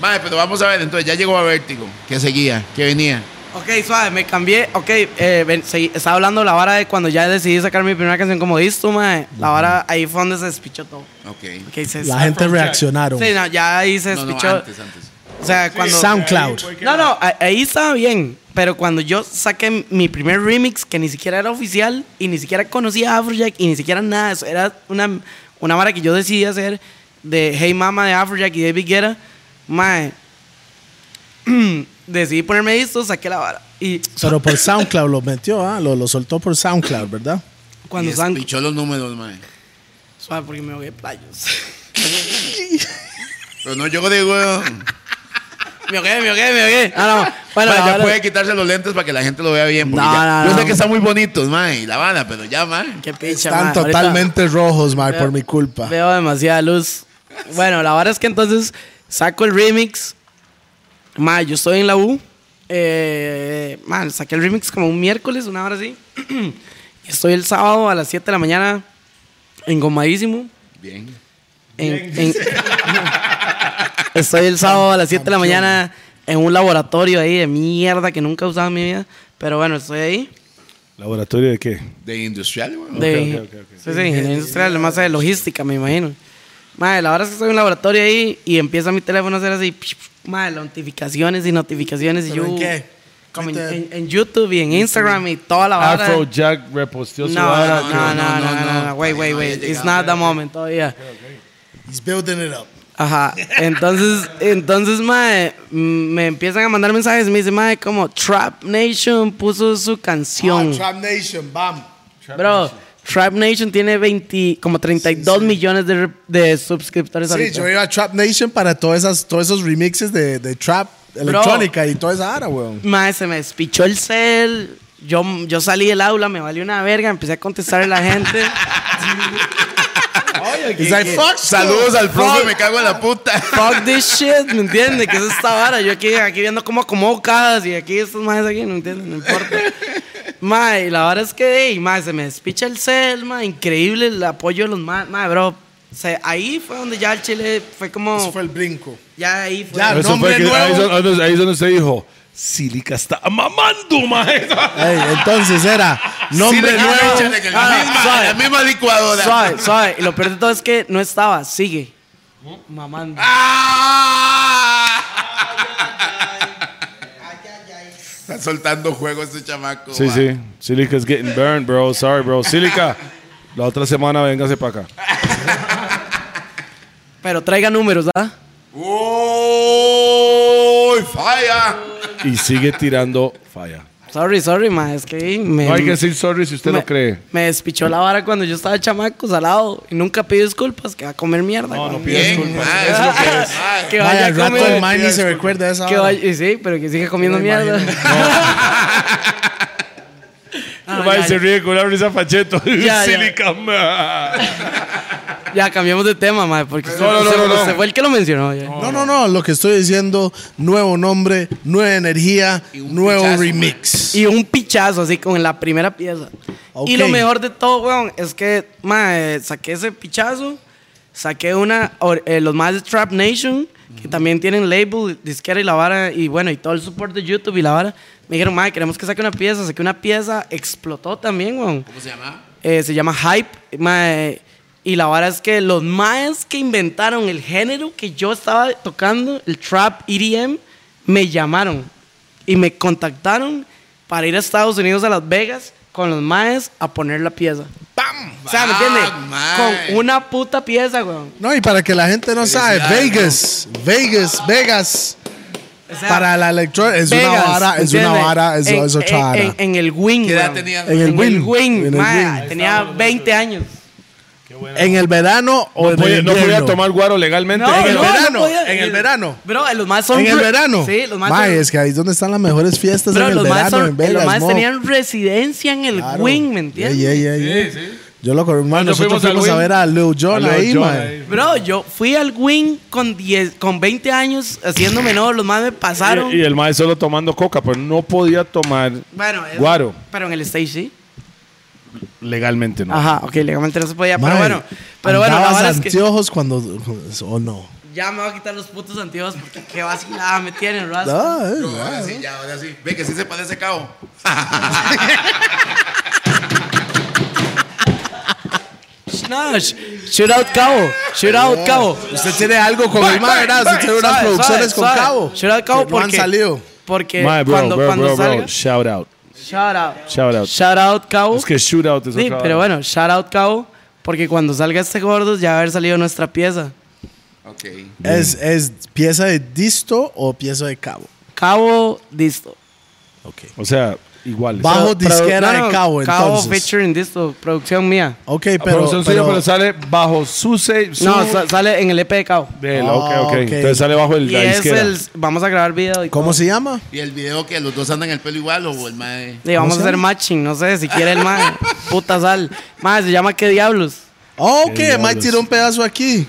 [SPEAKER 3] Mae, pero vamos a ver. Entonces ya llegó a Vértigo. ¿Qué seguía? ¿Qué venía?
[SPEAKER 5] Ok, suave, me cambié. Ok, eh, ven, seguí- estaba hablando la vara de cuando ya decidí sacar mi primera canción como disco, mae. La vara, ahí fue donde se despichó todo.
[SPEAKER 3] Ok.
[SPEAKER 5] Ok, se-
[SPEAKER 2] La gente reaccionaron.
[SPEAKER 5] Sí, no, ya ahí se
[SPEAKER 3] No, no,
[SPEAKER 5] despichó.
[SPEAKER 3] antes, antes.
[SPEAKER 5] o sea, cuando...
[SPEAKER 2] SoundCloud.
[SPEAKER 5] No, no, a- ahí estaba bien. Pero cuando yo saqué mi primer remix, que ni siquiera era oficial, y ni siquiera conocía a Afrojack, y ni siquiera nada, eso era una, una vara que yo decidí hacer de Hey Mama de Afrojack y David Guetta, mae. <clears throat> decidí ponerme esto, saqué la vara. Y
[SPEAKER 2] Pero por SoundCloud lo metió, ¿ah? lo, lo soltó por SoundCloud,
[SPEAKER 5] <laughs>
[SPEAKER 2] ¿verdad?
[SPEAKER 5] cuando
[SPEAKER 3] Y
[SPEAKER 5] estaban-
[SPEAKER 3] pichó los números, mae.
[SPEAKER 5] Suave, porque me ahogué playos. <laughs>
[SPEAKER 3] Pero no llegó de huevo.
[SPEAKER 5] me ahogué, me ahogué, me ahogué. Ah, no. Bueno,
[SPEAKER 3] Mae,
[SPEAKER 5] la
[SPEAKER 3] ya
[SPEAKER 5] vara-
[SPEAKER 3] puede quitarse los lentes para que la gente lo vea bien. porque
[SPEAKER 5] No,
[SPEAKER 3] ya-
[SPEAKER 5] no,
[SPEAKER 3] yo sé
[SPEAKER 5] no.
[SPEAKER 3] que están muy bonitos, mae, y la banda, pero ya, mae.
[SPEAKER 5] Qué picha,
[SPEAKER 2] Están
[SPEAKER 5] mae, ahorita-
[SPEAKER 2] totalmente rojos, mae, por mi culpa.
[SPEAKER 5] Veo demasiada luz. Bueno, la verdad es que entonces saco el remix. Ma, yo estoy en la U. Eh, ma, saqué el remix como un miércoles, una hora así. <clears throat> Y estoy el sábado a las 7 de la mañana engomadísimo.
[SPEAKER 3] Bien.
[SPEAKER 5] En- en- <laughs> estoy el sábado a las 7 de la mañana en un laboratorio ahí de mierda que nunca he usado en mi vida. Pero bueno, estoy ahí.
[SPEAKER 4] ¿Laboratorio de qué?
[SPEAKER 3] De industrial, güey.
[SPEAKER 5] De,
[SPEAKER 4] ok, ok, ok.
[SPEAKER 5] sí, sí, ingeniería industrial, más de logística, me imagino. Madre, la verdad es que estoy en un laboratorio ahí y empieza mi teléfono a hacer así, psh, psh, madre, notificaciones y notificaciones. Y yo,
[SPEAKER 2] ¿Pero en qué?
[SPEAKER 5] como en,
[SPEAKER 2] ¿Qué te-
[SPEAKER 5] en- en YouTube y en Instagram y toda la
[SPEAKER 7] Ah,
[SPEAKER 5] vara.
[SPEAKER 4] Afro Jack reposteó
[SPEAKER 5] no,
[SPEAKER 4] su
[SPEAKER 5] no,
[SPEAKER 4] vara.
[SPEAKER 5] no, no, no, no, no, wait, wait, wait, it's not the moment todavía.
[SPEAKER 2] He's building it up.
[SPEAKER 5] Ajá, entonces, entonces, madre, me empiezan a mandar mensajes, me dice, madre, como Trap Nation puso su canción.
[SPEAKER 2] Ah, Trap Nation, bam.
[SPEAKER 5] Bro, Trap Nation tiene 20, como 32 millones de, re- de suscriptores
[SPEAKER 2] Sí,
[SPEAKER 5] ahorita.
[SPEAKER 2] yo iba a Trap Nation para todas esas, todos esos remixes de, de Trap electrónica y toda esa vara, weón.
[SPEAKER 5] Mae, se me despichó el cel. Yo, yo salí del aula, me valió una verga, empecé a contestar a la gente.
[SPEAKER 2] <laughs> It's like, fuck
[SPEAKER 3] Saludos al profe, me cago en la puta.
[SPEAKER 5] <laughs> Fuck this shit, ¿me entiendes? ¿Qué es esta vara? Yo aquí, aquí viendo cómo acomodo cajas y aquí estos maes aquí, no entiendo, no importa. Mae, y la vara es que, ey, mae, se me despicha el cel, mae, increíble el apoyo de los maes. Mae, bro, se- ahí fue donde ya el chile fue como...
[SPEAKER 2] Eso fue el brinco.
[SPEAKER 5] Ya ahí fue.
[SPEAKER 2] Ya,
[SPEAKER 4] Eso fue
[SPEAKER 2] Nombre
[SPEAKER 4] que- ahí, es
[SPEAKER 2] nuevo.
[SPEAKER 4] donde, ahí es donde usted dijo, Silica está mamando, maestro.
[SPEAKER 5] <laughs>
[SPEAKER 2] Ey, entonces era
[SPEAKER 3] <laughs>
[SPEAKER 2] nombre
[SPEAKER 3] Sí, le-
[SPEAKER 2] nuevo.
[SPEAKER 3] échale que la,
[SPEAKER 5] Ah,
[SPEAKER 3] misma,
[SPEAKER 5] suave.
[SPEAKER 3] la misma licuadora.
[SPEAKER 5] Suave, suave. Y lo peor de todo es que no estaba, sigue. Mamando.
[SPEAKER 3] ¡Ah! <laughs> Está soltando juego este chamaco.
[SPEAKER 4] Sí,
[SPEAKER 3] va.
[SPEAKER 4] sí. Silica is getting burned, bro. Sorry, bro. Silica, la otra semana véngase para acá.
[SPEAKER 5] Pero traiga números, ¿ah?
[SPEAKER 3] ¡Uy! ¡Falla!
[SPEAKER 4] Y sigue tirando falla.
[SPEAKER 5] Sorry, sorry, ma. Es que me.
[SPEAKER 4] No hay que decir sorry si usted
[SPEAKER 5] me-
[SPEAKER 4] lo cree.
[SPEAKER 5] Me despichó la vara cuando yo estaba chamaco, salado. Y nunca pido disculpas, que va a comer mierda.
[SPEAKER 4] No,
[SPEAKER 5] güey.
[SPEAKER 4] no pide
[SPEAKER 5] <laughs>
[SPEAKER 3] Bien,
[SPEAKER 4] disculpas.
[SPEAKER 3] ah, es lo que es. Ah,
[SPEAKER 5] Que
[SPEAKER 2] Mae,
[SPEAKER 5] vaya
[SPEAKER 2] al
[SPEAKER 5] a
[SPEAKER 2] rato el
[SPEAKER 5] comer.
[SPEAKER 2] mae ni se recuerda de esa
[SPEAKER 5] Que
[SPEAKER 2] vara.
[SPEAKER 5] vaya, y sí, pero que siga comiendo
[SPEAKER 2] Me
[SPEAKER 5] mierda. <laughs>
[SPEAKER 2] imagino.
[SPEAKER 5] Ah,
[SPEAKER 4] Mae,
[SPEAKER 5] ya,
[SPEAKER 4] se ríe con una risa facheto. <laughs>
[SPEAKER 5] Ya, ya.
[SPEAKER 4] Sílica, mae.
[SPEAKER 5] ya, cambiamos de tema, madre, porque usted,
[SPEAKER 4] no, no,
[SPEAKER 5] usted-
[SPEAKER 4] no, no.
[SPEAKER 5] usted fue el que lo mencionó. ya.
[SPEAKER 2] No, no, no. Lo que estoy diciendo, nuevo nombre, nueva energía,
[SPEAKER 3] Y un
[SPEAKER 2] nuevo
[SPEAKER 3] pichazo,
[SPEAKER 2] remix.
[SPEAKER 5] Y un pichazo así con la primera pieza.
[SPEAKER 2] Ok.
[SPEAKER 5] Y lo mejor de todo, weón, es que mae, saqué ese pichazo, saqué una, or- eh, los más de Trap Nation, que también tienen label, disquera y la vara, y bueno, y todo el support de YouTube y la vara. Me dijeron, madre, queremos que saque una pieza, saqué una pieza, explotó también, weón.
[SPEAKER 3] ¿Cómo se llama?
[SPEAKER 5] Eh, se llama Hype. mae, y la vara es que los maes que inventaron el género que yo estaba tocando, el trap EDM, me llamaron y me contactaron para ir a Estados Unidos, a Las Vegas, con los maes a poner la pieza. O sea, ¿me entiendes?
[SPEAKER 3] Ah, mae.
[SPEAKER 5] Con una puta pieza, weón.
[SPEAKER 2] No, y para que la gente no sabe,
[SPEAKER 3] Felicidades,
[SPEAKER 2] Vegas, Vegas, Vegas.
[SPEAKER 5] O sea,
[SPEAKER 2] para la electrónica es una
[SPEAKER 5] Vegas,
[SPEAKER 2] vara, es una
[SPEAKER 5] ¿entiende?
[SPEAKER 2] vara, es,
[SPEAKER 5] en,
[SPEAKER 2] es otra vara.
[SPEAKER 5] en- en- en el wing.
[SPEAKER 3] ¿Qué edad
[SPEAKER 5] weón.
[SPEAKER 3] tenía?
[SPEAKER 2] En el
[SPEAKER 5] En el
[SPEAKER 2] wing,
[SPEAKER 5] wing,
[SPEAKER 2] en el
[SPEAKER 5] mae,
[SPEAKER 2] wing.
[SPEAKER 5] Tenía 20 años.
[SPEAKER 2] En el verano o en
[SPEAKER 4] No podía-
[SPEAKER 2] el
[SPEAKER 4] no podía
[SPEAKER 2] invierno?
[SPEAKER 4] tomar guaro legalmente.
[SPEAKER 5] No,
[SPEAKER 2] en el
[SPEAKER 5] Ah, no,
[SPEAKER 2] verano,
[SPEAKER 5] no podía-
[SPEAKER 2] en el verano.
[SPEAKER 5] Bro, los más son
[SPEAKER 2] En el
[SPEAKER 5] re-
[SPEAKER 2] verano.
[SPEAKER 5] Sí, los más
[SPEAKER 2] Mae,
[SPEAKER 5] son-
[SPEAKER 2] es que ahí es donde están las mejores fiestas
[SPEAKER 5] Bro,
[SPEAKER 2] en el
[SPEAKER 5] los más,
[SPEAKER 2] verano
[SPEAKER 5] son-
[SPEAKER 2] en Vegas.
[SPEAKER 5] los más
[SPEAKER 2] mo.
[SPEAKER 5] tenían residencia en el
[SPEAKER 2] Claro.
[SPEAKER 5] Wing, ¿me entiendes?
[SPEAKER 2] Yeah, yeah, yeah, yeah. Yo lo conozco,
[SPEAKER 4] Cuando
[SPEAKER 2] nosotros
[SPEAKER 4] fuimos al
[SPEAKER 2] fuimos a
[SPEAKER 4] Wynn.
[SPEAKER 2] ver a Lil Jon
[SPEAKER 4] Aló,
[SPEAKER 2] ahí,
[SPEAKER 4] John,
[SPEAKER 2] mae.
[SPEAKER 4] ahí.
[SPEAKER 5] Bro, yo fui al Wing con 10, con 20 años, haciendo menor, los más me pasaron.
[SPEAKER 4] Y, y el mae solo tomando coca, pero no podía tomar
[SPEAKER 5] bueno, es-
[SPEAKER 4] guaro
[SPEAKER 5] Pero en el stage sí.
[SPEAKER 4] legalmente,
[SPEAKER 2] Ah,
[SPEAKER 4] ¿no?
[SPEAKER 5] Ajá, ok, legalmente no se podía,
[SPEAKER 2] Mae,
[SPEAKER 5] pero bueno. Pero bueno, la
[SPEAKER 2] andabas
[SPEAKER 5] verdad es que
[SPEAKER 2] anteojos cuando o no.
[SPEAKER 5] ya me voy a quitar los putos antiguos porque qué vacilada me tienen, Raz.
[SPEAKER 2] Ah, eh,
[SPEAKER 3] No,
[SPEAKER 2] mae.
[SPEAKER 3] ahora sí, ya, ahora sí. Ve que sí se parece cabo.
[SPEAKER 5] No, sh- shoot out Cabo, shoot out Cabo.
[SPEAKER 2] Usted tiene algo con el mae, ¿verdad? Usted Ah, tiene unas
[SPEAKER 5] Suave,
[SPEAKER 2] producciones
[SPEAKER 5] suave,
[SPEAKER 2] con
[SPEAKER 5] suave.
[SPEAKER 2] Cabo.
[SPEAKER 5] Shoot out Cabo
[SPEAKER 2] que no
[SPEAKER 5] porque
[SPEAKER 2] han salido.
[SPEAKER 5] Porque
[SPEAKER 4] Mae, bro,
[SPEAKER 5] Eh, cuando
[SPEAKER 4] bro,
[SPEAKER 5] cuando
[SPEAKER 4] bro, bro,
[SPEAKER 5] salga
[SPEAKER 4] shout out.
[SPEAKER 5] Shout out.
[SPEAKER 4] Shout out.
[SPEAKER 5] Shout out, Cabo.
[SPEAKER 4] Es que shoot out es
[SPEAKER 5] Sí,
[SPEAKER 4] otra
[SPEAKER 5] pero
[SPEAKER 4] vara.
[SPEAKER 5] bueno, shout out, Cabo, porque cuando salga este gordos ya va a haber salido nuestra pieza.
[SPEAKER 3] Ok.
[SPEAKER 2] ¿Es, ¿Es pieza de disto o pieza de cabo?
[SPEAKER 5] Cabo, listo.
[SPEAKER 2] Ok.
[SPEAKER 4] O sea, iguales.
[SPEAKER 2] Bajo
[SPEAKER 5] Pro-
[SPEAKER 2] Oh, disquera
[SPEAKER 5] no, no,
[SPEAKER 2] de cabo,
[SPEAKER 5] Cabo
[SPEAKER 2] entonces.
[SPEAKER 5] featuring listo, producción mía.
[SPEAKER 2] ok,
[SPEAKER 4] Ah,
[SPEAKER 2] pero.
[SPEAKER 4] producción suya,
[SPEAKER 2] pero-
[SPEAKER 4] pero sale bajo su... se- su
[SPEAKER 5] No, sa- sale en el EP de Cabo.
[SPEAKER 4] de la-
[SPEAKER 2] Ah,
[SPEAKER 4] ok, ok.
[SPEAKER 2] ok.
[SPEAKER 4] Entonces sale bajo el,
[SPEAKER 5] Y
[SPEAKER 4] la
[SPEAKER 5] es
[SPEAKER 4] disquera.
[SPEAKER 5] el, vamos a grabar video. Y
[SPEAKER 2] ¿Cómo se llama?
[SPEAKER 3] ¿Y el video que los dos andan el pelo igual o el mae?
[SPEAKER 5] todo. Y vamos a
[SPEAKER 2] se
[SPEAKER 5] hacer
[SPEAKER 2] llama?
[SPEAKER 5] matching, no sé, si quiere el man. Puta sal. Más, se llama ¿Qué diablos?
[SPEAKER 2] Oh, ok,
[SPEAKER 4] diablos.
[SPEAKER 2] Mike tiró un pedazo aquí.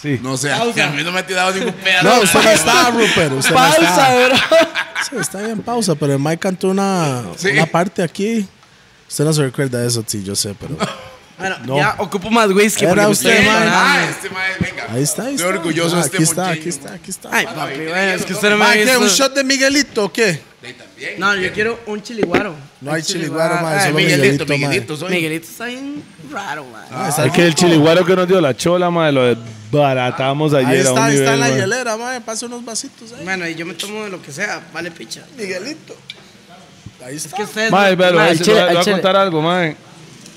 [SPEAKER 4] Sí.
[SPEAKER 3] No sé, a mí no me ha tirado ningún pedazo.
[SPEAKER 2] No, usted no estaba, Rupert. Usted no estaba.
[SPEAKER 5] Pausa, bro.
[SPEAKER 2] Sí, está bien, pausa, pero el Mike cantó una, una parte aquí. Usted no se recuerda de eso, sí, yo sé, pero.
[SPEAKER 5] Bueno, ya ocupo más whisky.
[SPEAKER 2] Era
[SPEAKER 5] porque me
[SPEAKER 2] usted,
[SPEAKER 5] estoy
[SPEAKER 2] man.
[SPEAKER 5] emborrachando.
[SPEAKER 3] Ah, este mae, venga.
[SPEAKER 2] Ahí está, ahí está.
[SPEAKER 3] Estoy orgulloso
[SPEAKER 2] Ah,
[SPEAKER 3] de este
[SPEAKER 2] Aquí está,
[SPEAKER 3] muchacho.
[SPEAKER 2] aquí está, aquí está.
[SPEAKER 5] Ay, papi, bueno, es que usted no me ha
[SPEAKER 2] Mike, ¿qué?
[SPEAKER 5] visto.
[SPEAKER 2] ¿Un shot de Miguelito o qué?
[SPEAKER 3] Sí, también.
[SPEAKER 5] No, yo quiero un chiliguaro.
[SPEAKER 2] No
[SPEAKER 5] Un
[SPEAKER 2] hay chiliguaro, mae,
[SPEAKER 5] Ay,
[SPEAKER 2] solo
[SPEAKER 3] Miguelito,
[SPEAKER 2] Miguelito, mae.
[SPEAKER 3] Miguelito, soy.
[SPEAKER 5] Miguelito está bien raro, man.
[SPEAKER 2] Ah, está-
[SPEAKER 4] Es que el chiliguaro que nos dio la chola, madre, lo desbaratamos ayer
[SPEAKER 2] Ahí
[SPEAKER 4] a un
[SPEAKER 2] está, ahí está
[SPEAKER 4] nivel,
[SPEAKER 2] en la
[SPEAKER 4] mae.
[SPEAKER 2] hielera, mae. Pasa unos vasitos ahí.
[SPEAKER 5] Bueno, y yo me tomo de lo que sea, vale picha.
[SPEAKER 2] Miguelito. Ahí está.
[SPEAKER 5] Que ustedes
[SPEAKER 4] Mae, pero
[SPEAKER 5] Mae, al
[SPEAKER 4] es- le
[SPEAKER 5] chile,
[SPEAKER 4] voy a- le
[SPEAKER 5] al
[SPEAKER 4] voy a
[SPEAKER 5] chile.
[SPEAKER 4] contar algo, mae.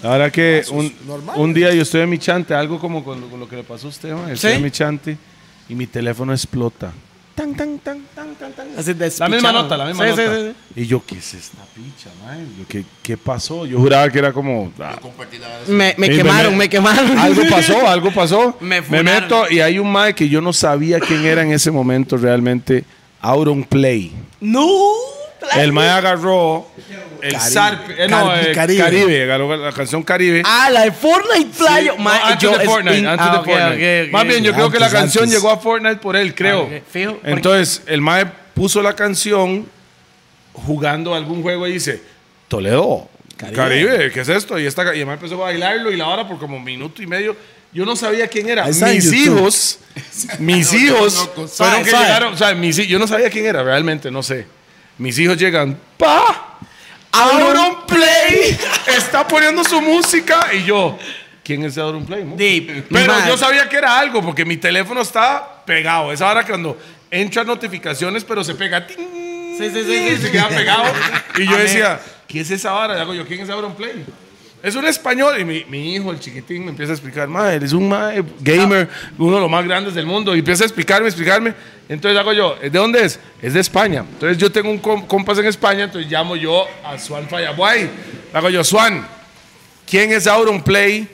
[SPEAKER 4] Ahora que un,
[SPEAKER 2] normal. ¿eh?
[SPEAKER 4] un día yo estoy en mi chante, algo como con lo, con lo que le pasó a usted, mae. Estoy
[SPEAKER 5] ¿Sí?
[SPEAKER 4] en mi chante y mi teléfono explota. Tan, tan, tan, tan, tan, tan. La
[SPEAKER 5] Así despichado.
[SPEAKER 4] misma nota, la misma
[SPEAKER 5] Sí, sí,
[SPEAKER 4] nota.
[SPEAKER 5] sí,
[SPEAKER 4] Y yo, ¿qué es esta picha, mae? Yo, ¿Qué, ¿Qué pasó? Yo juraba que era como... ah,
[SPEAKER 3] Compartir la
[SPEAKER 5] sí. Me, me
[SPEAKER 4] Sí,
[SPEAKER 5] quemaron, me, quemaron. <laughs>
[SPEAKER 4] Algo pasó, algo pasó.
[SPEAKER 5] Me
[SPEAKER 4] Me,
[SPEAKER 5] funaron.
[SPEAKER 4] meto y hay un mae que yo no sabía quién era en ese momento realmente. Auron Play.
[SPEAKER 5] No.
[SPEAKER 4] El mae agarró el zarpe- eh, no,
[SPEAKER 2] Cari-
[SPEAKER 4] eh,
[SPEAKER 2] Caribe.
[SPEAKER 4] Caribe. agarró la canción Caribe.
[SPEAKER 5] Ah, la de Fortnite Play.
[SPEAKER 4] No,
[SPEAKER 5] Mae,
[SPEAKER 4] antes
[SPEAKER 5] yo
[SPEAKER 4] de
[SPEAKER 5] es
[SPEAKER 4] Fortnite,
[SPEAKER 5] in-
[SPEAKER 4] antes
[SPEAKER 5] ah,
[SPEAKER 4] de
[SPEAKER 5] ok,
[SPEAKER 4] Fortnite.
[SPEAKER 5] ok, ok.
[SPEAKER 4] Más bien, yo creo que la
[SPEAKER 2] Antes,
[SPEAKER 4] canción
[SPEAKER 2] antes.
[SPEAKER 4] llegó a Fortnite por él, creo.
[SPEAKER 5] ok, fijo, porque-
[SPEAKER 4] Entonces, el mae puso la canción jugando algún juego y dice, Toledo, Caribe, ¿qué es esto? Y, esta, y el mae empezó a bailarlo y la hora por como minuto y medio. Yo no sabía quién era.
[SPEAKER 2] Ahí
[SPEAKER 4] Mis
[SPEAKER 2] está en YouTube.
[SPEAKER 4] hijos, mis
[SPEAKER 3] No,
[SPEAKER 4] hijos
[SPEAKER 3] locos.
[SPEAKER 4] fueron
[SPEAKER 5] Sabe,
[SPEAKER 4] que
[SPEAKER 5] sabe.
[SPEAKER 4] llegaron. O sea, mis, hij- yo no sabía quién era realmente, no sé. Mis hijos llegan, ¡pa! Auron Play <laughs> está poniendo su música y yo, ¿quién es Auron Play? mo?
[SPEAKER 5] Deep.
[SPEAKER 4] Pero
[SPEAKER 5] Man.
[SPEAKER 4] yo sabía que era algo porque mi teléfono estaba pegado. Es ahora cuando entran notificaciones, pero se pega. ting,
[SPEAKER 5] Sí, sí, sí, sí,
[SPEAKER 4] Se
[SPEAKER 5] sí. <laughs>
[SPEAKER 4] queda pegado. Y yo
[SPEAKER 5] Amén.
[SPEAKER 4] decía, ¿qué es esa vara? Y hago yo, ¿quién es Auron Play? Es un español. Y mi, mi hijo, el chiquitín, me empieza a explicar. Mae, él es un mae gamer, uno de los más grandes del mundo. Y empieza a explicarme, explicarme. Entonces hago yo, ¿de dónde es? Es de España. Entonces yo tengo un com- compas en España, entonces llamo yo a Swan Fayaguay. Le hago yo, Swan, ¿quién es Auron Play?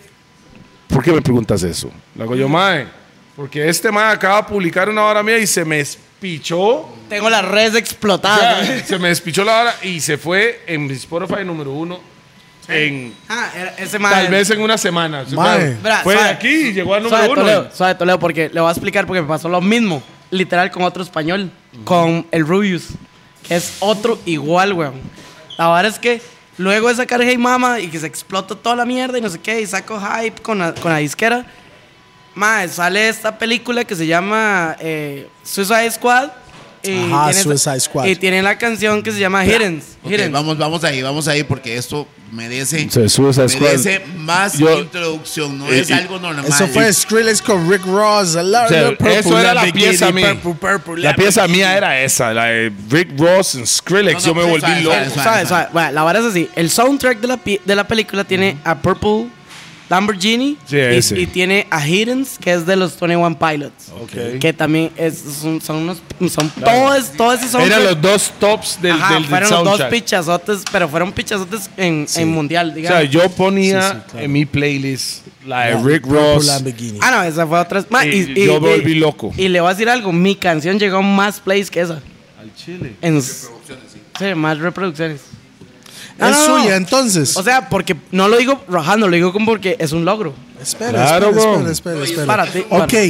[SPEAKER 4] ¿Por qué me preguntas eso? Le hago yo, mae, porque este mae acaba de publicar una hora mía y se me espichó.
[SPEAKER 5] Tengo las redes
[SPEAKER 4] O sea,
[SPEAKER 5] explotadas.
[SPEAKER 4] se me despichó la hora y se fue en mi Spotify número uno. En,
[SPEAKER 5] Ah, era- ese mae.
[SPEAKER 4] tal vez en una semana.
[SPEAKER 2] Mae.
[SPEAKER 5] Bra,
[SPEAKER 4] Fue de
[SPEAKER 5] suave.
[SPEAKER 4] aquí y llegó al número
[SPEAKER 5] Suave,
[SPEAKER 4] uno.
[SPEAKER 5] Toledo, suave, Toledo, porque le voy a explicar porque me pasó lo mismo, literal, con otro español, con el Rubius, que es otro igual, weón. La verdad es que luego de sacar Hey Mama y que se explota toda la mierda y no sé qué, y saco hype con la, con la disquera, mae, sale esta película que se llama eh, Suicide Squad. Y
[SPEAKER 2] Ajá,
[SPEAKER 5] tiene-
[SPEAKER 2] Suicide Squad.
[SPEAKER 5] Y tiene la canción que se llama Hidden.
[SPEAKER 3] Ok, vamos, vamos ahí, vamos ahí, porque esto merece,
[SPEAKER 4] Se sube esa
[SPEAKER 3] merece
[SPEAKER 4] escuela.
[SPEAKER 3] más
[SPEAKER 4] Yo-
[SPEAKER 3] introducción, no
[SPEAKER 4] Eh,
[SPEAKER 3] es
[SPEAKER 4] eh,
[SPEAKER 3] algo normal.
[SPEAKER 2] Eso fue Skrillex con Rick Ross. a lot of
[SPEAKER 4] sea,
[SPEAKER 2] purple,
[SPEAKER 4] eso era la
[SPEAKER 2] Lamborghini,
[SPEAKER 4] pieza mía.
[SPEAKER 2] purple, purple,
[SPEAKER 4] La pieza
[SPEAKER 2] Lamborghini.
[SPEAKER 4] mía era esa, la de Rick Ross y Skrillex.
[SPEAKER 3] No, no,
[SPEAKER 4] Yo me
[SPEAKER 3] pues, suave,
[SPEAKER 4] volví
[SPEAKER 3] suave,
[SPEAKER 4] loco.
[SPEAKER 5] Suave, suave. Bueno, la verdad es así. El soundtrack de la, pi- de la película tiene a Purple Lamborghini
[SPEAKER 4] Sí, ese.
[SPEAKER 5] y, y tiene a Hidden, que es de los 21 Pilots.
[SPEAKER 4] Ok.
[SPEAKER 5] Que también es, son, son unos. Son todos, todos esos soundtrack-
[SPEAKER 4] Eran los dos tops del,
[SPEAKER 5] Ajá,
[SPEAKER 4] del, del
[SPEAKER 5] fueron los dos
[SPEAKER 4] soundtrack.
[SPEAKER 5] pichazotes, pero fueron pichazotes en, en mundial,
[SPEAKER 4] o sea,
[SPEAKER 5] digamos.
[SPEAKER 4] yo ponía
[SPEAKER 2] Sí, sí, claro.
[SPEAKER 4] en mi playlist la de
[SPEAKER 2] Yeah,
[SPEAKER 4] Rick
[SPEAKER 2] purple
[SPEAKER 4] Ross.
[SPEAKER 2] Lamborghini.
[SPEAKER 5] Ah, no, esa fue otra. ma,
[SPEAKER 4] Y- yo me volví loco.
[SPEAKER 5] Y le voy a decir algo: mi canción llegó a más plays que esa.
[SPEAKER 4] Al Chile.
[SPEAKER 5] En, sí, más reproducciones. No,
[SPEAKER 2] Es
[SPEAKER 5] no, no.
[SPEAKER 2] suya, entonces.
[SPEAKER 5] O sea, porque no lo digo rajando, lo digo como porque es un logro.
[SPEAKER 2] espera, espera,
[SPEAKER 4] Claro,
[SPEAKER 2] espera,
[SPEAKER 4] bro.
[SPEAKER 2] espera, espera.
[SPEAKER 5] Para ti.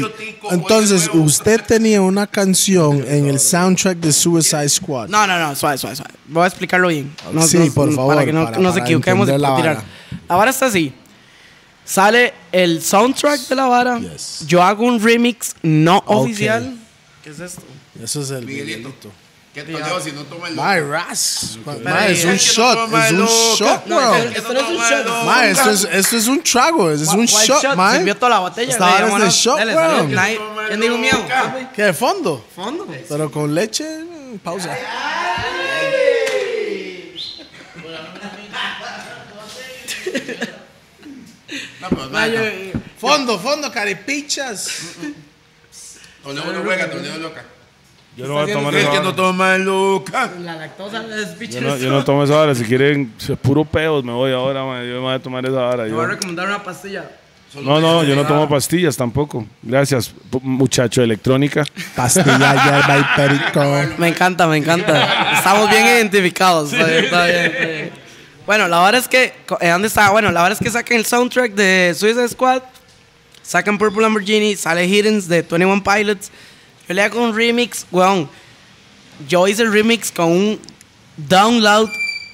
[SPEAKER 2] Ok,
[SPEAKER 5] para-
[SPEAKER 2] entonces usted tenía una canción en el soundtrack de Suicide Squad.
[SPEAKER 5] No, no, no, suave, suave, suave. Voy a explicarlo bien. No-
[SPEAKER 2] Sí,
[SPEAKER 5] no-
[SPEAKER 2] por
[SPEAKER 5] Para
[SPEAKER 2] favor,
[SPEAKER 5] que no
[SPEAKER 2] para-
[SPEAKER 5] nos
[SPEAKER 2] para
[SPEAKER 5] equivoquemos y
[SPEAKER 2] entender la
[SPEAKER 5] tirar.
[SPEAKER 2] vara.
[SPEAKER 5] La vara está así. Sale el soundtrack de la vara.
[SPEAKER 2] Yes.
[SPEAKER 5] Yo hago un remix no
[SPEAKER 2] Ok.
[SPEAKER 5] oficial. ¿Qué es esto?
[SPEAKER 2] Eso es el
[SPEAKER 3] Miguelito.
[SPEAKER 2] Miguelito.
[SPEAKER 3] ¿Qué toleo si no toma el
[SPEAKER 2] My Ras.
[SPEAKER 5] Pero,
[SPEAKER 2] Ma, es un
[SPEAKER 5] eh,
[SPEAKER 2] shot, es un shot,
[SPEAKER 5] No,
[SPEAKER 2] bro.
[SPEAKER 5] espera, esto no es un shot.
[SPEAKER 2] Ma, esto es, esto es un trago, es un
[SPEAKER 5] ¿Cuál
[SPEAKER 2] shot, ma.
[SPEAKER 5] Sirvió toda la botella.
[SPEAKER 2] Esta
[SPEAKER 5] güey,
[SPEAKER 2] vara es de
[SPEAKER 5] vámonos.
[SPEAKER 2] shot,
[SPEAKER 5] Dale,
[SPEAKER 2] weón.
[SPEAKER 5] salud. Nadie- ¿Quién dijo miedo?
[SPEAKER 2] ¿Qué de fondo?
[SPEAKER 5] Fondo. güey.
[SPEAKER 2] Pero con leche, mm, pausa.
[SPEAKER 3] No, pues, pero
[SPEAKER 5] Ma, yo-
[SPEAKER 3] no,
[SPEAKER 2] Fondo, fondo, caripichas.
[SPEAKER 3] Toleo no juega, Toleo loca.
[SPEAKER 4] Yo no voy a tomar
[SPEAKER 3] Es
[SPEAKER 4] esa
[SPEAKER 3] que
[SPEAKER 4] vara.
[SPEAKER 3] no toma loca.
[SPEAKER 5] La lactosa es
[SPEAKER 4] Yo
[SPEAKER 5] bicho.
[SPEAKER 4] no, yo no tomo esa vara. Si quieren, es puro peos, me voy ahora, man. Yo me voy a tomar esa vara.
[SPEAKER 5] Te
[SPEAKER 4] Yo-
[SPEAKER 5] voy a recomendar una pastilla.
[SPEAKER 4] No, no, yo no tomo pastillas tampoco. Gracias, p- muchacho de electrónica.
[SPEAKER 2] <laughs> Pastilla, hierba y perico.
[SPEAKER 5] Me encanta, me encanta. Estamos bien identificados. Está bien, está bien, está bien. Bueno, la verdad es que. co- eh, ¿Dónde estaba? Bueno, la verdad es que sacan el soundtrack de Suicide Squad, sacan Purple Lamborghini, sale Hiddens de 21 Pilots. Yo le hago un remix, weón. Yo hice el remix con un download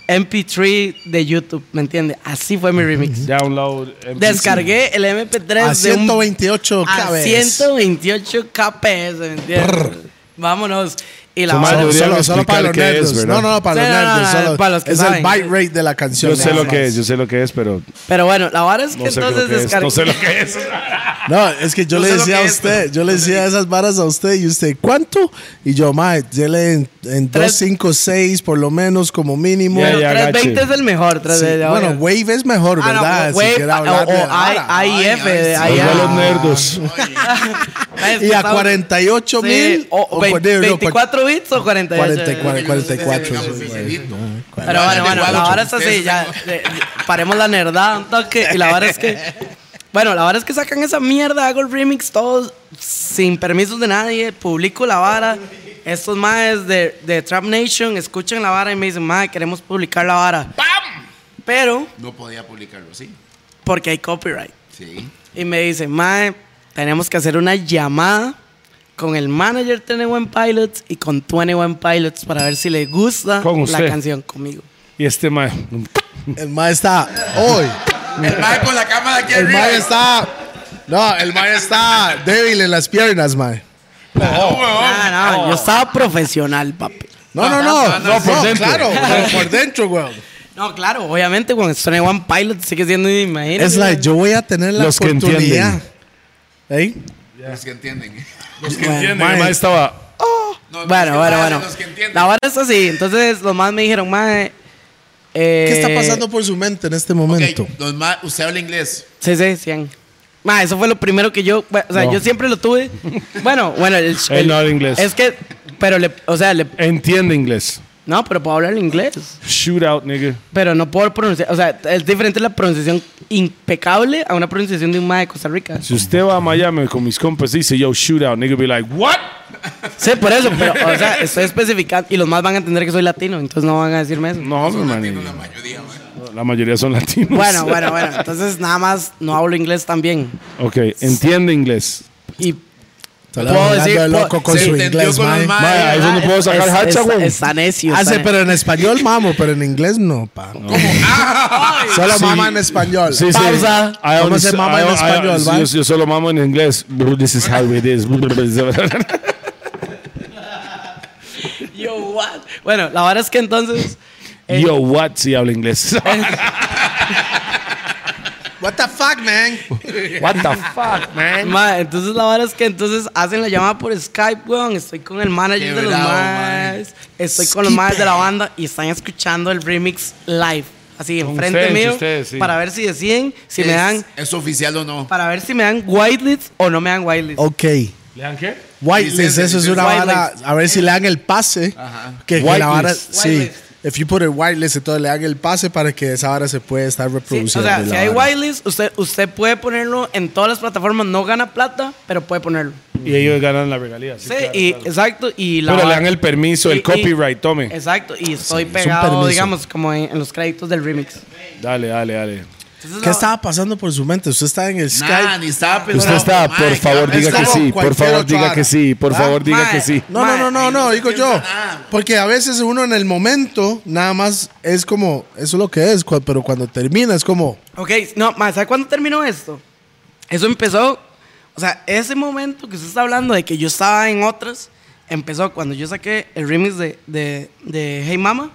[SPEAKER 5] MP3 de YouTube, ¿me entiendes? Así fue mi remix.
[SPEAKER 4] Download. MPC.
[SPEAKER 5] Descargué el MP3
[SPEAKER 2] A
[SPEAKER 5] de un
[SPEAKER 2] 128
[SPEAKER 5] a
[SPEAKER 2] cabezas.
[SPEAKER 5] 128 kps, ¿me entiendes? Vámonos. Y la
[SPEAKER 4] Son
[SPEAKER 5] vara-
[SPEAKER 4] mayoría
[SPEAKER 2] Solo, solo para los
[SPEAKER 4] explicar qué es,
[SPEAKER 2] nerds.
[SPEAKER 4] ¿verdad?
[SPEAKER 2] No, no, no, para
[SPEAKER 5] Sí,
[SPEAKER 2] los
[SPEAKER 5] no, no,
[SPEAKER 2] nerds.
[SPEAKER 5] no,
[SPEAKER 2] solo-
[SPEAKER 5] para los que
[SPEAKER 2] es
[SPEAKER 5] saben.
[SPEAKER 2] el bite rate de la canción.
[SPEAKER 4] Yo sé
[SPEAKER 2] nada
[SPEAKER 4] lo que
[SPEAKER 2] más.
[SPEAKER 4] es, yo sé lo que es, pero
[SPEAKER 5] Pero bueno, la vara es que
[SPEAKER 4] no sé
[SPEAKER 5] entonces
[SPEAKER 4] lo que es.
[SPEAKER 5] descargué.
[SPEAKER 4] No sé lo que es. <laughs>
[SPEAKER 2] No, es que yo
[SPEAKER 3] No
[SPEAKER 2] le
[SPEAKER 3] sé lo
[SPEAKER 2] decía
[SPEAKER 3] que
[SPEAKER 2] a
[SPEAKER 3] es,
[SPEAKER 2] usted,
[SPEAKER 3] pero-
[SPEAKER 2] yo le decía esas varas a usted y usted, ¿cuánto? Y yo, mae, dele en, en
[SPEAKER 5] Tres-
[SPEAKER 2] 256 por lo menos como mínimo.
[SPEAKER 4] Ya,
[SPEAKER 5] Bueno,
[SPEAKER 4] ya,
[SPEAKER 5] 320 es
[SPEAKER 4] gache.
[SPEAKER 5] el mejor. tres
[SPEAKER 2] Sí,
[SPEAKER 5] de- ahora.
[SPEAKER 2] Bueno, Wave es mejor,
[SPEAKER 5] Ah, no,
[SPEAKER 2] ¿verdad? Si
[SPEAKER 5] Wave,
[SPEAKER 2] quiere
[SPEAKER 5] o-
[SPEAKER 2] hablar de
[SPEAKER 5] o
[SPEAKER 2] la vara.
[SPEAKER 5] I- IF,
[SPEAKER 3] Ay, ay,
[SPEAKER 5] IF.
[SPEAKER 4] Vuelvo a los nerdos.
[SPEAKER 5] Es que
[SPEAKER 2] y a
[SPEAKER 5] estamos-
[SPEAKER 2] 48
[SPEAKER 5] sí,
[SPEAKER 2] mil.
[SPEAKER 5] o- o vein- 24 bits o 48.
[SPEAKER 2] 44, 44.
[SPEAKER 3] Digamos, ese dedito.
[SPEAKER 5] Pero bueno, bueno, la
[SPEAKER 3] Guacho,
[SPEAKER 5] vara es así,
[SPEAKER 3] ustedes
[SPEAKER 5] ya. de- de- paremos la nerdada un toque. Y la vara es que. Bueno, la vara es que sacan esa mierda, hago el remix todos sin permisos de nadie, publico la vara. Estos maes de, de Trap Nation escuchan la vara y me dicen, mae, queremos publicar la vara. Pero,
[SPEAKER 3] No podía publicarlo así.
[SPEAKER 5] porque hay copyright.
[SPEAKER 3] Sí.
[SPEAKER 5] Y me dicen, mae, tenemos que hacer una llamada con el manager 21 Pilots y con 21 Pilots para ver si le gusta
[SPEAKER 4] Con
[SPEAKER 5] la
[SPEAKER 4] usted.
[SPEAKER 5] canción conmigo.
[SPEAKER 4] Y este mae.
[SPEAKER 2] El mae está hoy.
[SPEAKER 3] El mae con la cámara aquí
[SPEAKER 2] El
[SPEAKER 3] arriba.
[SPEAKER 2] mae está. No, el mae está débil en las piernas, mae.
[SPEAKER 3] No, huevón.
[SPEAKER 5] No, Ah, no, yo estaba profesional, papi.
[SPEAKER 2] No, no, no.
[SPEAKER 3] No,
[SPEAKER 2] No,
[SPEAKER 3] por
[SPEAKER 4] dentro.
[SPEAKER 2] claro. pero
[SPEAKER 5] <laughs>
[SPEAKER 2] Por dentro, güey.
[SPEAKER 5] No, claro, obviamente, cuando Stone One Pilot sigue siendo, imagínate.
[SPEAKER 2] Es like, yo voy a tener la
[SPEAKER 4] Los que
[SPEAKER 2] oportunidad.
[SPEAKER 4] entienden.
[SPEAKER 2] ¿Eh?
[SPEAKER 3] Los que entienden.
[SPEAKER 4] Los que
[SPEAKER 2] Bueno,
[SPEAKER 4] entienden,
[SPEAKER 2] mae.
[SPEAKER 4] el mae estaba.
[SPEAKER 3] No, los
[SPEAKER 5] Bueno,
[SPEAKER 3] que
[SPEAKER 5] bueno,
[SPEAKER 3] saben,
[SPEAKER 5] bueno.
[SPEAKER 3] Los que entienden.
[SPEAKER 5] La vara es así. Entonces, los más me dijeron, mae, eh,
[SPEAKER 2] ¿Qué está pasando por su mente en este momento?
[SPEAKER 3] Ok, los ma- usted habla inglés.
[SPEAKER 5] Sí, sí, 100. Ma, eso fue lo primero que yo. O sea,
[SPEAKER 4] No.
[SPEAKER 5] yo siempre lo tuve. Bueno, bueno. El,
[SPEAKER 4] Él no habla inglés. Eh.
[SPEAKER 5] Es que. Pero le. O sea, le.
[SPEAKER 4] Entiende inglés.
[SPEAKER 5] No, pero puedo hablar inglés.
[SPEAKER 4] Shootout, nigga.
[SPEAKER 5] Pero no puedo pronunciar. O sea, es diferente la pronunciación impecable a una pronunciación de un ma de Costa Rica.
[SPEAKER 4] Si usted va a Miami con mis compas y dice, yo, shootout, nigga, be like, what?
[SPEAKER 5] Sí, por eso. Pero, o sea, estoy especificando. Y los más van a entender que soy latino. Entonces no van a decirme eso.
[SPEAKER 4] No, mi hermano. La mayoría son latinos.
[SPEAKER 5] Bueno, bueno, bueno. Entonces nada más no hablo inglés también.
[SPEAKER 4] Ok, entiende inglés.
[SPEAKER 5] Y.
[SPEAKER 2] Está
[SPEAKER 5] Puedo
[SPEAKER 2] hablando
[SPEAKER 5] decir,
[SPEAKER 2] de loco
[SPEAKER 5] puedo-
[SPEAKER 2] con
[SPEAKER 3] se
[SPEAKER 2] su
[SPEAKER 3] entendió
[SPEAKER 2] inglés,
[SPEAKER 3] con los
[SPEAKER 2] mae.
[SPEAKER 3] ma-
[SPEAKER 4] Mae, ahí es donde puedo sacar
[SPEAKER 5] ah, es-
[SPEAKER 4] hacha,
[SPEAKER 5] es-
[SPEAKER 4] güey.
[SPEAKER 5] Está necio.
[SPEAKER 2] Ah,
[SPEAKER 5] está
[SPEAKER 2] sí,
[SPEAKER 5] ne-
[SPEAKER 2] pero en español, mamo, pero en inglés no, pa. "Ah, Solo mama en español.
[SPEAKER 4] Sí, sí.
[SPEAKER 5] Pausa.
[SPEAKER 4] I
[SPEAKER 2] ¿Cómo
[SPEAKER 4] only-
[SPEAKER 2] se mama
[SPEAKER 4] I-
[SPEAKER 2] en
[SPEAKER 4] I-
[SPEAKER 2] español,
[SPEAKER 4] yo-
[SPEAKER 2] va?
[SPEAKER 4] yo, solo mamo en inglés. Bro, This is how it is.
[SPEAKER 5] Yo, what? Bueno, la verdad es que entonces. eh,
[SPEAKER 4] Yo, what? Si habla <laughs> inglés.
[SPEAKER 2] What the fuck, man?
[SPEAKER 4] What the fuck, man?
[SPEAKER 5] ma, entonces la verdad es que entonces hacen la llamada por Skype, weón. Estoy con el manager
[SPEAKER 3] Qué
[SPEAKER 5] de los
[SPEAKER 3] bravo,
[SPEAKER 5] más. Estoy con los más de la banda y están escuchando el remix live. Así enfrente
[SPEAKER 4] ustedes,
[SPEAKER 5] mío.
[SPEAKER 4] ustedes, sí.
[SPEAKER 5] Para ver si deciden, si me
[SPEAKER 3] Es-
[SPEAKER 5] dan.
[SPEAKER 3] ¿Es oficial o no?
[SPEAKER 5] Para ver si me dan whitelist o no me dan whitelist.
[SPEAKER 2] Ok.
[SPEAKER 4] ¿Le dan qué?
[SPEAKER 2] Whitelist, eso es una
[SPEAKER 5] Whitelist.
[SPEAKER 2] vara. A ver si le dan el pase. Que, que la vara.
[SPEAKER 4] Whitelist.
[SPEAKER 2] Sí.
[SPEAKER 5] Whitelist.
[SPEAKER 2] If you put it whitelist, entonces le dan el pase para que esa vara se pueda estar
[SPEAKER 5] Sí, o
[SPEAKER 2] reproduciendo.
[SPEAKER 5] sea,
[SPEAKER 2] y
[SPEAKER 5] si
[SPEAKER 2] la
[SPEAKER 5] hay
[SPEAKER 2] vara.
[SPEAKER 5] whitelist, usted, usted puede ponerlo en todas las plataformas. No gana plata, pero puede ponerlo.
[SPEAKER 4] Y ellos ganan la regalía. sí,
[SPEAKER 5] Sí,
[SPEAKER 4] claro,
[SPEAKER 5] y,
[SPEAKER 4] claro.
[SPEAKER 5] exacto. Y la
[SPEAKER 4] Pero le
[SPEAKER 5] vara-
[SPEAKER 4] dan el permiso, el
[SPEAKER 5] Y- y-
[SPEAKER 4] copyright, tome.
[SPEAKER 5] Exacto, y estoy
[SPEAKER 2] es un
[SPEAKER 5] pegado,
[SPEAKER 2] permiso.
[SPEAKER 5] digamos, como en, en los créditos del remix.
[SPEAKER 4] Dale, dale, dale.
[SPEAKER 5] Entonces,
[SPEAKER 2] ¿Qué
[SPEAKER 5] no,
[SPEAKER 2] estaba pasando por su mente? Usted está en el
[SPEAKER 3] Nah,
[SPEAKER 2] Skype.
[SPEAKER 3] ni estaba
[SPEAKER 4] Usted
[SPEAKER 3] pensando.
[SPEAKER 4] está,
[SPEAKER 3] Mae,
[SPEAKER 4] por favor,
[SPEAKER 3] cabrón,
[SPEAKER 4] diga que
[SPEAKER 3] es como-
[SPEAKER 4] sí. Por
[SPEAKER 2] cualquier
[SPEAKER 4] favor,
[SPEAKER 2] otra
[SPEAKER 4] diga
[SPEAKER 2] vara.
[SPEAKER 4] que sí. Por favor, diga
[SPEAKER 5] mae.
[SPEAKER 4] que sí.
[SPEAKER 2] No, no, no, no,
[SPEAKER 3] Mae,
[SPEAKER 2] no,
[SPEAKER 3] ahí
[SPEAKER 2] digo
[SPEAKER 3] no se
[SPEAKER 2] yo.
[SPEAKER 3] piensa nada.
[SPEAKER 2] Porque a veces uno en el momento nada más es como, eso es lo que es, cu- pero cuando termina es como,
[SPEAKER 5] Ok, no, ma, ¿sabe cuándo terminó esto? Eso empezó, o sea, ese momento que usted está hablando de que yo estaba en otras, empezó cuando yo saqué el remix de, de, de Hey Mama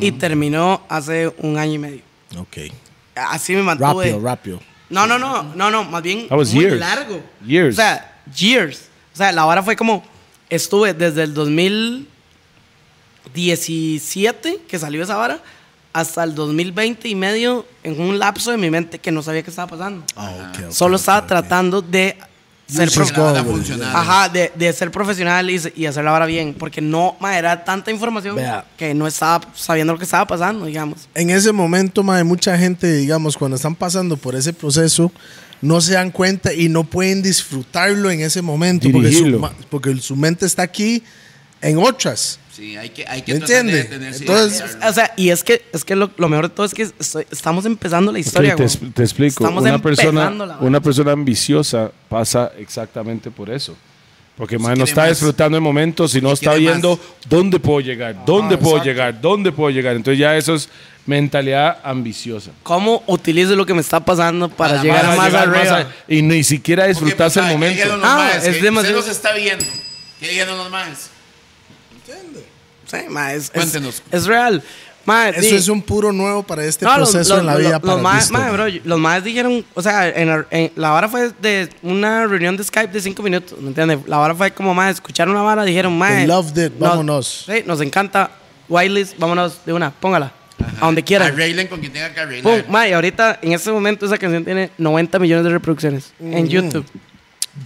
[SPEAKER 5] y terminó hace un año y medio.
[SPEAKER 2] ok,
[SPEAKER 5] Así me mantuve.
[SPEAKER 2] rápido, rápido.
[SPEAKER 5] No, no, no, no, no, más bien
[SPEAKER 4] That was
[SPEAKER 5] muy
[SPEAKER 4] years.
[SPEAKER 5] largo.
[SPEAKER 4] Years.
[SPEAKER 5] O sea, years. O sea, la hora fue como estuve desde el 2017 que salió esa vara hasta el 2020 y medio en un lapso de mi mente que no sabía qué estaba pasando.
[SPEAKER 2] Ah, ok, ok,
[SPEAKER 5] Solo
[SPEAKER 2] ok,
[SPEAKER 5] estaba
[SPEAKER 2] ok.
[SPEAKER 5] tratando de ser
[SPEAKER 2] Just
[SPEAKER 5] profe-
[SPEAKER 2] go
[SPEAKER 3] Nada
[SPEAKER 2] with it.
[SPEAKER 3] funcional.
[SPEAKER 5] Ajá, de, de ser profesional y, se- y hacer la vara bien, porque no, ma, era tanta información
[SPEAKER 2] Vea.
[SPEAKER 5] que no estaba sabiendo lo que estaba pasando, digamos.
[SPEAKER 2] En ese momento, mae, mucha gente, digamos, cuando están pasando por ese proceso, no se dan cuenta y no pueden disfrutarlo en ese momento porque su,
[SPEAKER 4] Dirigirlo.
[SPEAKER 2] ma- porque su mente está aquí en otras.
[SPEAKER 3] Sí, hay que, hay que
[SPEAKER 2] ¿Me
[SPEAKER 3] tratar de
[SPEAKER 2] entiende?
[SPEAKER 3] detenerse y
[SPEAKER 2] Entonces-
[SPEAKER 3] analizarlo.
[SPEAKER 5] O sea, y es que, es que lo, lo mejor de todo es que estoy- estamos empezando la historia,
[SPEAKER 4] Ok, te,
[SPEAKER 5] güey.
[SPEAKER 4] es- te explico.
[SPEAKER 5] Estamos
[SPEAKER 4] una
[SPEAKER 5] empezando
[SPEAKER 4] persona,
[SPEAKER 5] la-
[SPEAKER 4] una persona ambiciosa pasa exactamente por eso. Porque mae, no
[SPEAKER 3] quiere
[SPEAKER 4] está
[SPEAKER 3] más.
[SPEAKER 4] disfrutando el momento, sino está
[SPEAKER 3] quiere
[SPEAKER 4] viendo dónde puedo llegar, dónde puedo llegar, dónde puedo llegar. Entonces ya eso es mentalidad ambiciosa.
[SPEAKER 5] ¿Cómo utilizo lo que me está pasando para,
[SPEAKER 3] Para
[SPEAKER 5] llegar
[SPEAKER 4] Para
[SPEAKER 5] a más
[SPEAKER 4] llegar
[SPEAKER 5] arriba?
[SPEAKER 4] a- y ni siquiera
[SPEAKER 3] Porque, pues,
[SPEAKER 4] disfrutarse
[SPEAKER 3] mae,
[SPEAKER 4] el
[SPEAKER 3] ¿qué
[SPEAKER 4] momento.
[SPEAKER 3] dijeron los
[SPEAKER 5] Ah,
[SPEAKER 3] maes?
[SPEAKER 5] es
[SPEAKER 3] ¿Qué-
[SPEAKER 5] demasiado-
[SPEAKER 3] Usted nos está viendo. ¿Qué dijeron los maes?
[SPEAKER 5] Sí, ma, es, es-
[SPEAKER 3] Cuéntenos.
[SPEAKER 5] es real. Ma,
[SPEAKER 2] Eso
[SPEAKER 5] di-
[SPEAKER 2] es un puro nuevo para este
[SPEAKER 5] No, los-
[SPEAKER 2] proceso
[SPEAKER 5] los-
[SPEAKER 2] en la
[SPEAKER 5] los-
[SPEAKER 2] vida
[SPEAKER 5] los
[SPEAKER 2] para el
[SPEAKER 5] ma-
[SPEAKER 2] disco.
[SPEAKER 5] ma, bro, los más dijeron, o sea, en la, en- la vara fue de una reunión de Skype de cinco minutos, ¿me entiendes? La vara fue como más, escucharon la vara, dijeron, más.
[SPEAKER 2] They loved it, vámonos.
[SPEAKER 5] Sí, nos encanta. Wireless, vámonos de una, póngala. A donde quieran.
[SPEAKER 3] Arreglen con quien tenga que arreglar.
[SPEAKER 5] Pum, ma, y ahorita, en este momento, esa canción tiene 90 millones de reproducciones en
[SPEAKER 3] Mm.
[SPEAKER 5] YouTube.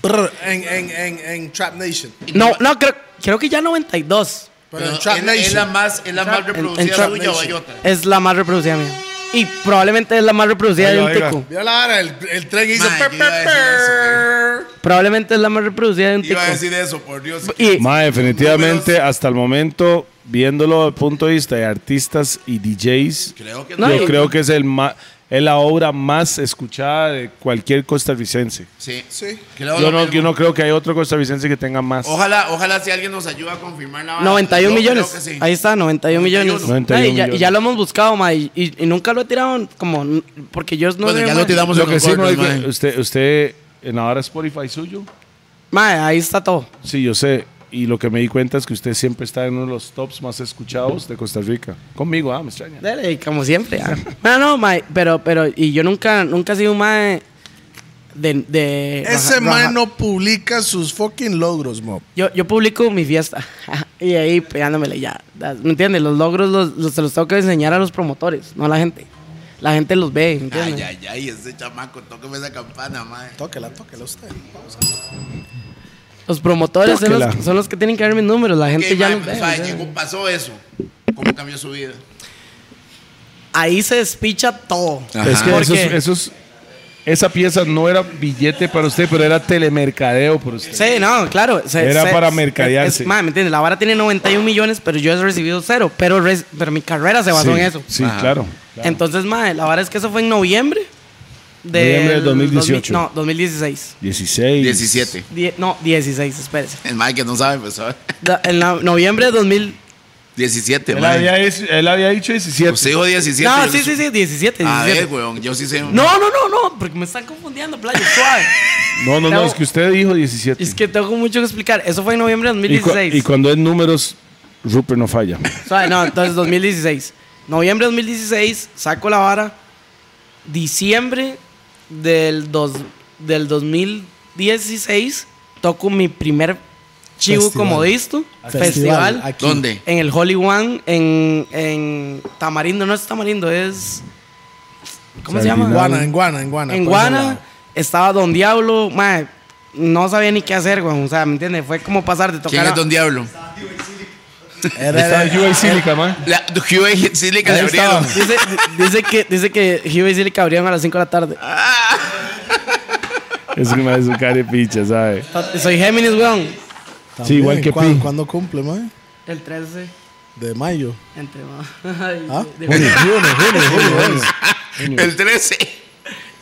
[SPEAKER 2] Brr, en, en, en, en Trap Nation.
[SPEAKER 5] No, no, creo, creo que ya 92
[SPEAKER 2] Pero
[SPEAKER 3] Pero
[SPEAKER 2] en Trap
[SPEAKER 3] es, es la
[SPEAKER 2] Nation.
[SPEAKER 3] más, es la más
[SPEAKER 5] en- en
[SPEAKER 3] reproducida
[SPEAKER 5] Trap
[SPEAKER 3] suya o hay
[SPEAKER 2] Nation.
[SPEAKER 3] otra.
[SPEAKER 5] es la más reproducida mía. Y probablemente es la más reproducida de un
[SPEAKER 4] Oiga,
[SPEAKER 5] tico.
[SPEAKER 2] Vio la hora, el, el tren hizo.
[SPEAKER 3] Mae, yo iba a decir eso,
[SPEAKER 5] Probablemente es la más reproducida de un tico.
[SPEAKER 3] Iba a decir eso, por Dios.
[SPEAKER 5] Y,
[SPEAKER 4] Ma, definitivamente,
[SPEAKER 3] Números.
[SPEAKER 4] hasta el momento, viéndolo desde el punto de vista de artistas y DJs,
[SPEAKER 3] Creo que
[SPEAKER 5] No,
[SPEAKER 4] yo
[SPEAKER 5] y-
[SPEAKER 4] creo que es, el ma- es la obra más escuchada de cualquier costarricense.
[SPEAKER 3] Sí.
[SPEAKER 2] Sí.
[SPEAKER 3] Creo
[SPEAKER 4] yo,
[SPEAKER 3] lo
[SPEAKER 4] no,
[SPEAKER 3] mismo.
[SPEAKER 4] yo no creo que hay otro costarricense que tenga más.
[SPEAKER 3] Ojalá, ojalá si alguien nos ayuda a confirmar la vara.
[SPEAKER 5] 91
[SPEAKER 3] Yo
[SPEAKER 5] millones.
[SPEAKER 3] creo que sí.
[SPEAKER 5] Ahí está, 91 millones.
[SPEAKER 4] 91
[SPEAKER 5] Ay, y, ya, y
[SPEAKER 4] millones.
[SPEAKER 5] ya lo hemos buscado, ma, y, y- y nunca lo he tirado como... n- Porque yo no...
[SPEAKER 3] Bueno,
[SPEAKER 5] sé,
[SPEAKER 3] ya
[SPEAKER 5] ma.
[SPEAKER 3] lo tiramos
[SPEAKER 4] Lo
[SPEAKER 3] en
[SPEAKER 4] que sí no hay
[SPEAKER 3] nosotros,
[SPEAKER 4] que-
[SPEAKER 3] mae.
[SPEAKER 4] usted, usted en ahora Spotify suyo.
[SPEAKER 5] Ma, ahí está todo.
[SPEAKER 4] Sí, yo sé. Y lo que me di cuenta es que usted siempre está en uno de los tops más escuchados de Costa Rica. Conmigo, ah, me extraña.
[SPEAKER 5] Dele, y como siempre. ah. No, no, ma, pero, pero... Y yo nunca, nunca he sido un ma de... de
[SPEAKER 2] Ese
[SPEAKER 5] raja- raja-
[SPEAKER 2] man no publica sus fucking logros, mob.
[SPEAKER 5] Yo, yo publico mi fiesta. <laughs> Y ahí pegándomele ya. ¿Me entiendes? Los logros los, los- se los tengo que enseñar a los promotores, no a la gente. La gente los ve, ¿me entiendes?
[SPEAKER 3] Ay, ay, ay, ese chamaco, tóqueme esa campana, mae.
[SPEAKER 2] Tóquela, tóquela usted.
[SPEAKER 5] Los promotores son los,
[SPEAKER 4] Tóquela.
[SPEAKER 5] que- son los que tienen que ver mis números, la gente
[SPEAKER 3] Ok,
[SPEAKER 5] ya
[SPEAKER 3] mae,
[SPEAKER 5] los
[SPEAKER 3] pues,
[SPEAKER 5] ve.
[SPEAKER 3] o
[SPEAKER 5] ¿me
[SPEAKER 3] sea,
[SPEAKER 5] entiendes?
[SPEAKER 3] llegó- pasó eso. ¿Cómo cambió su vida?
[SPEAKER 5] Ahí se despicha todo.
[SPEAKER 4] Es que
[SPEAKER 5] ¿Por
[SPEAKER 4] eso es-
[SPEAKER 5] qué?
[SPEAKER 4] eso es- esa pieza no era billete para usted, pero era telemercadeo para usted.
[SPEAKER 5] Sí, no, claro. se-
[SPEAKER 4] Era
[SPEAKER 5] se-
[SPEAKER 4] para
[SPEAKER 5] es-
[SPEAKER 4] mercadearse.
[SPEAKER 5] es- ma, ¿me entiendes? La vara tiene 91 millones, pero yo he recibido cero. Pero, res- pero mi carrera se basó
[SPEAKER 4] Sí,
[SPEAKER 5] en eso.
[SPEAKER 4] Sí,
[SPEAKER 3] Ajá.
[SPEAKER 4] claro. claro.
[SPEAKER 5] Entonces, madre, la vara es que eso fue en noviembre.
[SPEAKER 4] Noviembre del 2018.
[SPEAKER 5] no, 2016.
[SPEAKER 4] 16.
[SPEAKER 3] 17.
[SPEAKER 5] Die- no, 16, espérese.
[SPEAKER 3] El mae que no sabe, pues sabe.
[SPEAKER 5] Da- En la- noviembre de 2000.
[SPEAKER 3] 17,
[SPEAKER 4] Él
[SPEAKER 3] mae.
[SPEAKER 4] había, es- él había dicho 17.
[SPEAKER 3] Usted dijo 17.
[SPEAKER 5] No,
[SPEAKER 3] yo
[SPEAKER 5] sí,
[SPEAKER 3] no
[SPEAKER 5] sí,
[SPEAKER 3] sé.
[SPEAKER 5] sí, 17.
[SPEAKER 3] A ver,
[SPEAKER 5] 17.
[SPEAKER 3] weón, yo sí sé.
[SPEAKER 5] No, no, no, no, porque me están confundiendo, playa,
[SPEAKER 4] <laughs>
[SPEAKER 5] suave.
[SPEAKER 4] No, no, no,
[SPEAKER 5] Tengo-
[SPEAKER 4] es que usted dijo 17.
[SPEAKER 5] es que tengo mucho que explicar. Eso fue en noviembre de
[SPEAKER 4] y, cu-
[SPEAKER 5] 2016.
[SPEAKER 4] y cuando es números, Rupert no
[SPEAKER 5] <laughs>
[SPEAKER 4] falla.
[SPEAKER 5] Suave, no, entonces 2016. Noviembre de 2016, saco la vara. Diciembre del, dos, del 2016, toco mi primer chivo
[SPEAKER 2] Festival.
[SPEAKER 5] como disco. Festival.
[SPEAKER 2] aquí.
[SPEAKER 3] ¿Dónde?
[SPEAKER 5] En el Holy One, en, en Tamarindo. No es Tamarindo, es... ¿Cómo se llama?
[SPEAKER 4] Sardinal.
[SPEAKER 2] Guana, en Guana, en Guana.
[SPEAKER 5] En
[SPEAKER 2] por ese
[SPEAKER 5] Guana
[SPEAKER 2] lado.
[SPEAKER 5] estaba Don Diablo, mae, no sabía ni qué hacer, güey. O sea, ¿me entiendes? Fue como pasar de tocar.
[SPEAKER 3] ¿Quién
[SPEAKER 5] a-
[SPEAKER 3] es Don Diablo?
[SPEAKER 4] Estaba en UI Silica, man.
[SPEAKER 3] La <laughs> Huey Silica de
[SPEAKER 4] Ahí estaba.
[SPEAKER 3] abrieron.
[SPEAKER 5] Dice, dice que dice que Hugh y Silly que abrieron a las 5 de la tarde.
[SPEAKER 4] Ah. Es que mae, es un carepicha, ¿sabe? Ah,
[SPEAKER 5] Soy Géminis, weón.
[SPEAKER 4] Sí, igual que
[SPEAKER 2] ¿Cuándo,
[SPEAKER 4] Pi.
[SPEAKER 2] ¿Cuándo cumple, mae?
[SPEAKER 5] El 13
[SPEAKER 2] De mayo.
[SPEAKER 5] entre <laughs>
[SPEAKER 2] ¿Ah?
[SPEAKER 5] de-
[SPEAKER 2] Junio, junio, junio, <laughs> junio.
[SPEAKER 3] El 13.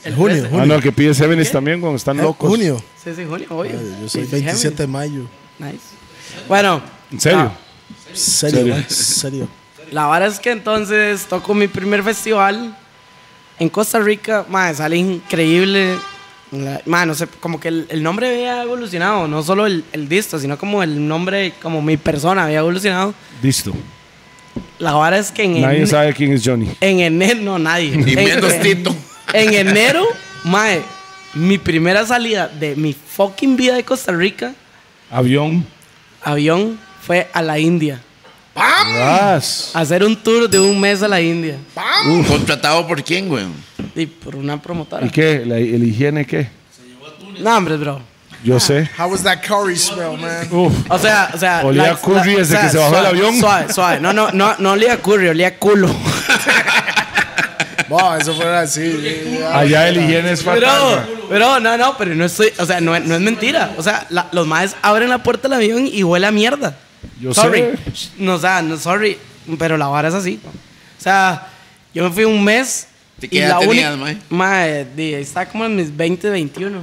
[SPEAKER 5] el
[SPEAKER 2] Junio,
[SPEAKER 5] 13.
[SPEAKER 4] Ah,
[SPEAKER 2] junio.
[SPEAKER 4] no, que pide Sevenis también cuando
[SPEAKER 7] Ah,
[SPEAKER 4] están locos.
[SPEAKER 2] Junio.
[SPEAKER 5] Sí, sí, junio, obvio.
[SPEAKER 2] Ay, Yo soy
[SPEAKER 5] Sí, soy
[SPEAKER 2] 27 de mayo.
[SPEAKER 5] Géminis. Nice. Bueno,
[SPEAKER 4] ¿En serio?
[SPEAKER 2] Serio, mae, <laughs> serio.
[SPEAKER 5] la vara es que entonces toco mi primer festival en Costa Rica, mae, sale increíble. La- Mae, no sé, como que el, el nombre había evolucionado, no solo el, el disco, sino como el nombre, como mi persona había evolucionado.
[SPEAKER 4] Listo.
[SPEAKER 5] La vara es que en
[SPEAKER 4] Nadie
[SPEAKER 5] ene-
[SPEAKER 4] sabe quién es Johnny.
[SPEAKER 5] En enero, no, nadie.
[SPEAKER 3] Ni
[SPEAKER 5] en,
[SPEAKER 3] menos
[SPEAKER 5] en-
[SPEAKER 3] Tito.
[SPEAKER 5] En enero, mae, mi primera salida de mi fucking vida de Costa Rica,
[SPEAKER 4] Avión.
[SPEAKER 5] avión, fue a la India.
[SPEAKER 4] Ras.
[SPEAKER 5] A hacer un tour de un mes a la India.
[SPEAKER 3] ¿Contratado por quién, weón?
[SPEAKER 5] Y por una promotora.
[SPEAKER 4] ¿Y qué? ¿La- ¿El higiene qué?
[SPEAKER 5] No, hombre, bro.
[SPEAKER 3] Ah,
[SPEAKER 4] Yo sé.
[SPEAKER 2] How was that curry smell, man?
[SPEAKER 4] Uf.
[SPEAKER 5] O sea, o sea.
[SPEAKER 4] Olía a curry desde que se bajó del
[SPEAKER 5] suave,
[SPEAKER 4] avión.
[SPEAKER 5] Suave, suave. No, no, no, no olía a curry, olía a culo.
[SPEAKER 2] Wow, eso fue así.
[SPEAKER 4] Allá el higiene es
[SPEAKER 5] Pero,
[SPEAKER 4] fatal. mae.
[SPEAKER 5] pero, no, no, pero no estoy. O sea, no, es- no es mentira. O sea, la- los maes abren la puerta del avión y huele a mierda.
[SPEAKER 4] Yo
[SPEAKER 5] sorry.
[SPEAKER 4] sé.
[SPEAKER 5] Sh- No, o sea, no, sorry. Pero la vara es así. ¿no? O sea, yo me fui un mes.
[SPEAKER 3] ¿De qué
[SPEAKER 5] y
[SPEAKER 3] edad
[SPEAKER 5] la
[SPEAKER 3] tenías,
[SPEAKER 5] única-
[SPEAKER 3] mae?
[SPEAKER 5] Mae, di, está como en mis 20, 21.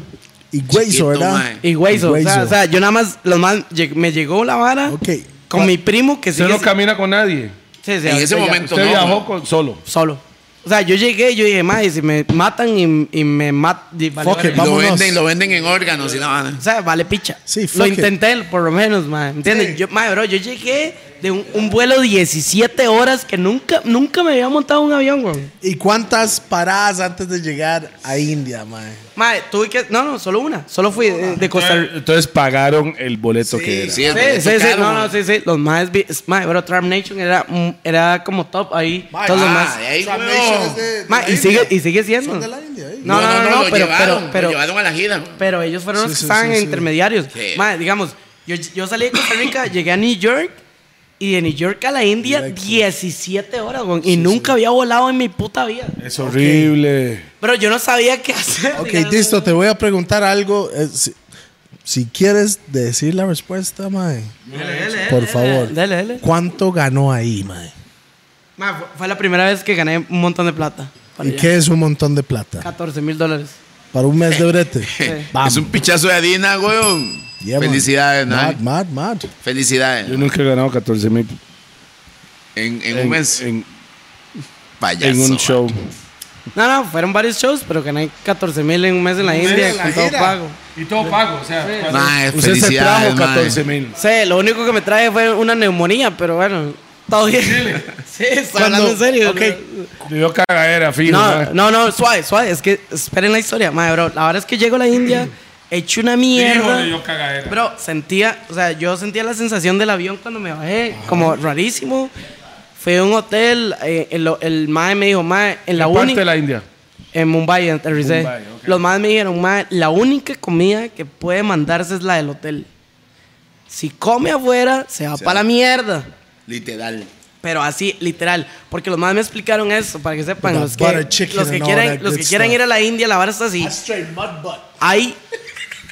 [SPEAKER 2] Y Guayzo,
[SPEAKER 3] Chiquito,
[SPEAKER 2] ¿verdad?
[SPEAKER 3] mae.
[SPEAKER 5] Y güey, o sea,
[SPEAKER 2] Guayzo.
[SPEAKER 5] o sea, yo nada más, los más, lleg- me llegó la vara
[SPEAKER 2] Ok.
[SPEAKER 5] con mi primo que
[SPEAKER 4] Usted
[SPEAKER 5] sigue
[SPEAKER 4] no camina con nadie.
[SPEAKER 5] sí, sí,
[SPEAKER 3] En ese
[SPEAKER 5] ya-
[SPEAKER 3] momento
[SPEAKER 4] Usted
[SPEAKER 3] no.
[SPEAKER 4] viajó
[SPEAKER 3] weón.
[SPEAKER 4] con- solo.
[SPEAKER 5] Solo. O sea, yo llegué, yo dije, mae, si me matan y, y me matan.
[SPEAKER 2] Fuck it,
[SPEAKER 3] Lo
[SPEAKER 2] vámonos.
[SPEAKER 3] venden, lo venden en órganos y la van.
[SPEAKER 5] O sea, vale picha.
[SPEAKER 2] Sí,
[SPEAKER 5] Lo
[SPEAKER 2] fuck it.
[SPEAKER 5] intenté, por lo menos, man. ¿Entiendes? Yo, mae, bro, yo llegué de un, un vuelo de 17 horas que nunca, nunca me había montado un avión, güey.
[SPEAKER 2] ¿Y cuántas paradas antes de llegar a India, mae?
[SPEAKER 5] Mae, tuve que. No, no, solo una. Solo fui de, de Costa Rica.
[SPEAKER 4] Entonces pagaron el boleto que era.
[SPEAKER 3] Sí, el
[SPEAKER 5] Sí,
[SPEAKER 3] boleto
[SPEAKER 5] sí, sí,
[SPEAKER 3] caro,
[SPEAKER 5] no,
[SPEAKER 3] weón.
[SPEAKER 5] no, sí, sí. Los más. Mae, bro, Trump Nation era, mm, era como top ahí. Todos los
[SPEAKER 3] Ah,
[SPEAKER 5] más.
[SPEAKER 3] de ahí,
[SPEAKER 2] Trump
[SPEAKER 3] weón.
[SPEAKER 2] Nation es de- de
[SPEAKER 5] Mae,
[SPEAKER 2] la
[SPEAKER 5] y
[SPEAKER 2] India.
[SPEAKER 5] sigue, y sigue siendo.
[SPEAKER 2] Son de la India, ¿eh?
[SPEAKER 5] No, no, no, no,
[SPEAKER 3] lo
[SPEAKER 5] pero,
[SPEAKER 3] llevaron,
[SPEAKER 5] pero, pero,
[SPEAKER 3] lo llevaron a la gira. weón.
[SPEAKER 5] Pero ellos fueron los
[SPEAKER 2] Sí,
[SPEAKER 5] que
[SPEAKER 2] sí,
[SPEAKER 5] estaban
[SPEAKER 2] sí, sí.
[SPEAKER 5] intermediarios.
[SPEAKER 3] Sí.
[SPEAKER 5] Mae, digamos, yo, yo salí de Costa Rica, <clears throat> llegué a New York y de New York a la India 17 horas, weón, y nunca había volado en mi puta vida.
[SPEAKER 4] Es horrible.
[SPEAKER 5] Pero yo no sabía qué hacer.
[SPEAKER 2] Ok,
[SPEAKER 5] digamos.
[SPEAKER 2] listo, te voy a preguntar algo. eh, si, si quieres decir la respuesta, mae, por favor.
[SPEAKER 5] Dale, dale.
[SPEAKER 2] ¿Cuánto ganó ahí, mae?
[SPEAKER 5] Mae, fue- fue la primera vez que gané un montón de plata. para
[SPEAKER 2] ¿Y
[SPEAKER 5] allá.
[SPEAKER 2] qué es un montón de plata?
[SPEAKER 5] 14 mil <laughs> dólares.
[SPEAKER 2] ¿Para un mes de <laughs> brete?
[SPEAKER 3] Es un pichazo de Adina, weón.
[SPEAKER 2] Yeah, man.
[SPEAKER 3] Felicidades, ¿no?
[SPEAKER 2] Mad, mad, mad.
[SPEAKER 4] Yo
[SPEAKER 3] Felicidades.
[SPEAKER 4] nunca he ganado 14 mil
[SPEAKER 3] En, en un mes.
[SPEAKER 4] en,
[SPEAKER 3] Payaso,
[SPEAKER 4] en un
[SPEAKER 3] man.
[SPEAKER 4] show.
[SPEAKER 5] No, no, fueron varios shows, pero gané 14 mil en un mes en la India con todo pago.
[SPEAKER 4] Y todo pago, o sea.
[SPEAKER 3] Mae,
[SPEAKER 4] Usted se
[SPEAKER 3] felicidades,
[SPEAKER 4] trajo
[SPEAKER 3] eh. mae.
[SPEAKER 4] 14 mil.
[SPEAKER 5] Sí, lo único que me traje fue una neumonía, pero bueno, todo bien. <laughs> Sí, estoy hablando en serio. ¿no?
[SPEAKER 4] Le dio cagadera, fino.
[SPEAKER 5] No,
[SPEAKER 4] mae.
[SPEAKER 5] no, no, suave, suave. Es que esperen la historia, madre, bro. La verdad es que llego a la India, hecho una mierda.
[SPEAKER 8] Híjole, yo cagadera.
[SPEAKER 5] Bro, sentía, o sea, yo sentía la sensación del avión cuando me bajé, como rarísimo. Fui a un hotel, eh, el, el mae me dijo, mae, en la
[SPEAKER 8] ¿Qué
[SPEAKER 5] uni,
[SPEAKER 8] parte de la India.
[SPEAKER 5] en Mumbai, aterricé.
[SPEAKER 8] Mumbai, ok.
[SPEAKER 5] Los maes me dijeron, mae, la única comida que puede mandarse es la del hotel. Si come afuera, se va
[SPEAKER 3] Se
[SPEAKER 5] para
[SPEAKER 3] va.
[SPEAKER 5] la mierda.
[SPEAKER 3] Literal.
[SPEAKER 5] Pero así, literal. Porque los más me explicaron eso, para que sepan.
[SPEAKER 2] With
[SPEAKER 5] Los
[SPEAKER 2] that
[SPEAKER 5] que,
[SPEAKER 2] butter chicken
[SPEAKER 5] los que
[SPEAKER 2] and all
[SPEAKER 5] quieran,
[SPEAKER 2] that
[SPEAKER 5] los
[SPEAKER 2] good
[SPEAKER 5] que quieran
[SPEAKER 2] stuff.
[SPEAKER 5] ir a la India, la vara está así. Hay,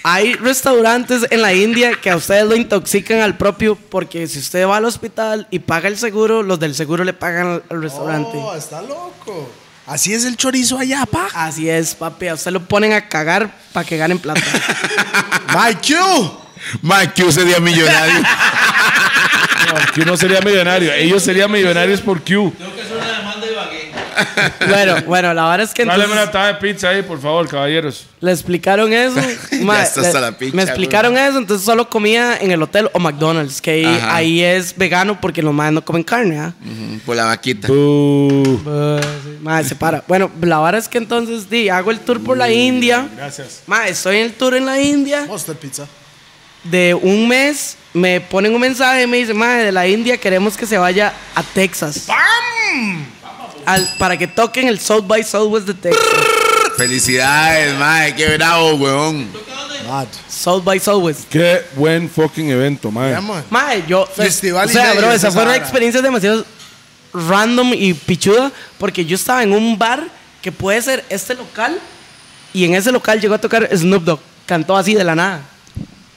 [SPEAKER 5] hay restaurantes en la India que a ustedes lo intoxican al propio, porque si usted va al hospital y paga el seguro, los del seguro le pagan al restaurante.
[SPEAKER 2] Oh, está loco. Así es el chorizo allá, pa.
[SPEAKER 5] Así es, papi. A usted lo ponen a cagar para que ganen plata. <laughs>
[SPEAKER 2] Mike Q.
[SPEAKER 3] Mike, que usted día <laughs> millonario.
[SPEAKER 4] Q no sería millonario. Ellos serían millonarios por Q.
[SPEAKER 5] bueno, bueno, la vara es que
[SPEAKER 4] Dale una
[SPEAKER 5] entonces
[SPEAKER 4] tabla de pizza ahí, por favor, caballeros.
[SPEAKER 5] le explicaron eso.
[SPEAKER 3] <laughs> Ya
[SPEAKER 5] ma,
[SPEAKER 3] está
[SPEAKER 5] le-
[SPEAKER 3] hasta la picha,
[SPEAKER 5] me explicaron eso, entonces solo comía en el hotel o McDonald's, que ahí,
[SPEAKER 3] Ajá. Mm.
[SPEAKER 5] ahí es vegano porque los más no comen carne, ¿ah?
[SPEAKER 3] Por la vaquita.
[SPEAKER 4] Uh,
[SPEAKER 5] Madre, se para. Bueno, la vara es que entonces di, hago el tour por la India. Gracias. Madre, estoy en el tour en la India.
[SPEAKER 2] Monster Pizza.
[SPEAKER 5] De un mes me ponen un mensaje y me dicen, madre, de la India queremos que se vaya a Texas. Al- para que toquen el South by Southwest de Texas.
[SPEAKER 3] Felicidades, Mike. Qué bravo, weón.
[SPEAKER 2] Mad.
[SPEAKER 5] South by Southwest.
[SPEAKER 4] qué buen fucking evento, man.
[SPEAKER 2] Llama.
[SPEAKER 5] Madre, yo.
[SPEAKER 2] Festival
[SPEAKER 5] O sea,
[SPEAKER 2] y medio
[SPEAKER 5] bro,
[SPEAKER 2] de
[SPEAKER 5] esa fue una
[SPEAKER 2] Sahara.
[SPEAKER 5] experiencia demasiado random y pichuda porque yo estaba en un bar que puede ser este local y en ese local llegó a tocar Snoop Dogg. Cantó así de la nada.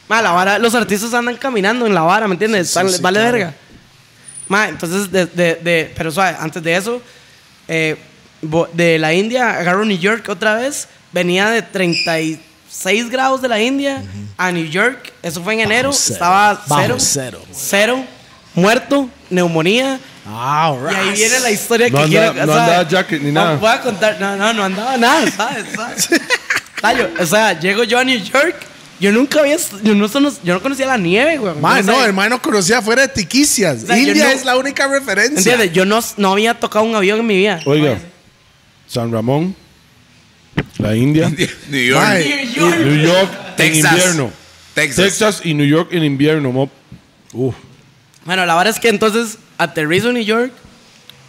[SPEAKER 5] Ma, la vara, los artistas andan caminando en la vara, ¿me entiendes?
[SPEAKER 2] Sí,
[SPEAKER 5] Van-
[SPEAKER 2] sí,
[SPEAKER 5] vale
[SPEAKER 2] claro.
[SPEAKER 5] verga. Ma, entonces, de, de- de- pero suave, antes de eso, eh, bo- de la India, agarro New York otra vez, venía de 36 grados de la India a New York, eso fue en enero,
[SPEAKER 2] cero,
[SPEAKER 5] estaba
[SPEAKER 2] bajo
[SPEAKER 5] cero,
[SPEAKER 2] cero.
[SPEAKER 5] cero, muerto, neumonía,
[SPEAKER 2] Ah,
[SPEAKER 5] y ahí viene la historia
[SPEAKER 4] No
[SPEAKER 5] que
[SPEAKER 4] andaba-
[SPEAKER 5] quiero.
[SPEAKER 4] no
[SPEAKER 5] ¿sabes?
[SPEAKER 4] andaba jacket ni nada.
[SPEAKER 5] No, voy a contar. No, no, no andaba nada, ¿sabes? ¿sabes?
[SPEAKER 4] <laughs>
[SPEAKER 5] <laughs> Tallo, o sea, llego yo a New York. Yo nunca había. Yo no, son- yo no conocía la nieve, güey.
[SPEAKER 2] Mae,
[SPEAKER 5] Yo
[SPEAKER 2] no,
[SPEAKER 5] sé-
[SPEAKER 2] hermano conocía fuera de Tiquicias.
[SPEAKER 5] O sea, yo
[SPEAKER 2] India
[SPEAKER 5] no-
[SPEAKER 2] es la única referencia.
[SPEAKER 5] ¿Entiendes? Yo no, no había tocado un avión en mi vida.
[SPEAKER 4] Oiga, San Ramón, la
[SPEAKER 5] <laughs>
[SPEAKER 4] India,
[SPEAKER 3] New York.
[SPEAKER 2] Mae,
[SPEAKER 4] New York en
[SPEAKER 3] Texas.
[SPEAKER 4] invierno.
[SPEAKER 3] Texas.
[SPEAKER 4] Texas y New York en invierno, mop. Uf.
[SPEAKER 5] Bueno, la verdad es que entonces aterrizo en New York.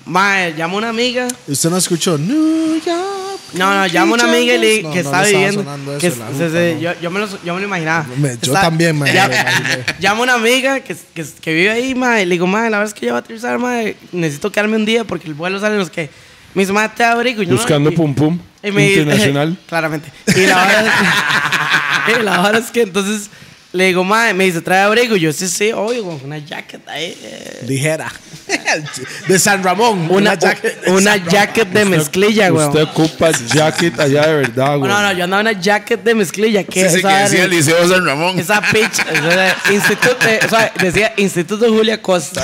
[SPEAKER 5] Mae, llamo a una amiga.
[SPEAKER 2] Usted no escuchó New York.
[SPEAKER 5] No, no, llamo a una amiga y le-
[SPEAKER 2] No,
[SPEAKER 5] que
[SPEAKER 2] no,
[SPEAKER 5] está
[SPEAKER 2] no estaba
[SPEAKER 5] viviendo.
[SPEAKER 2] sonando eso
[SPEAKER 5] que-
[SPEAKER 2] en la
[SPEAKER 5] sí,
[SPEAKER 2] ruta,
[SPEAKER 5] sí,
[SPEAKER 2] no.
[SPEAKER 5] yo, yo me lo, yo me lo imaginaba.
[SPEAKER 2] Me- yo
[SPEAKER 5] Está-
[SPEAKER 2] también, mae,
[SPEAKER 5] ya-
[SPEAKER 2] me lo imaginé.
[SPEAKER 5] <laughs> llamo a una amiga que, que, que vive ahí, mae, y le digo, mae, la verdad es que yo voy a aterrizar, mae, necesito quedarme un día porque el vuelo sale en los que. Me dice, mae, te abrigo. Y yo, no,
[SPEAKER 4] Buscando
[SPEAKER 5] y-
[SPEAKER 4] Pum Pum
[SPEAKER 5] y me-
[SPEAKER 4] Internacional.
[SPEAKER 5] claramente. Y la hora es, y la hora es que <laughs> entonces le digo, mae, me dice, trae abrigo. Y yo, sí, sí, obvio, con una jaqueta ahí. eh".
[SPEAKER 2] Ligera. <laughs> De San Ramón.
[SPEAKER 5] Una,
[SPEAKER 2] jacket de
[SPEAKER 5] una
[SPEAKER 2] San Ramón.
[SPEAKER 5] jacket de <laughs> mezclilla, güey.
[SPEAKER 4] Usted ocupa jacket allá de verdad, güey.
[SPEAKER 5] No, no, yo andaba en una jacket de mezclilla. Que
[SPEAKER 3] Sí, sí, que
[SPEAKER 5] esa,
[SPEAKER 3] decía el Liceo San Ramón.
[SPEAKER 5] esa
[SPEAKER 2] <laughs>
[SPEAKER 5] picha. o
[SPEAKER 3] <laughs>
[SPEAKER 5] sea, instituto, eh, de- o sea, decía Instituto
[SPEAKER 2] <laughs>
[SPEAKER 5] Julia Costa.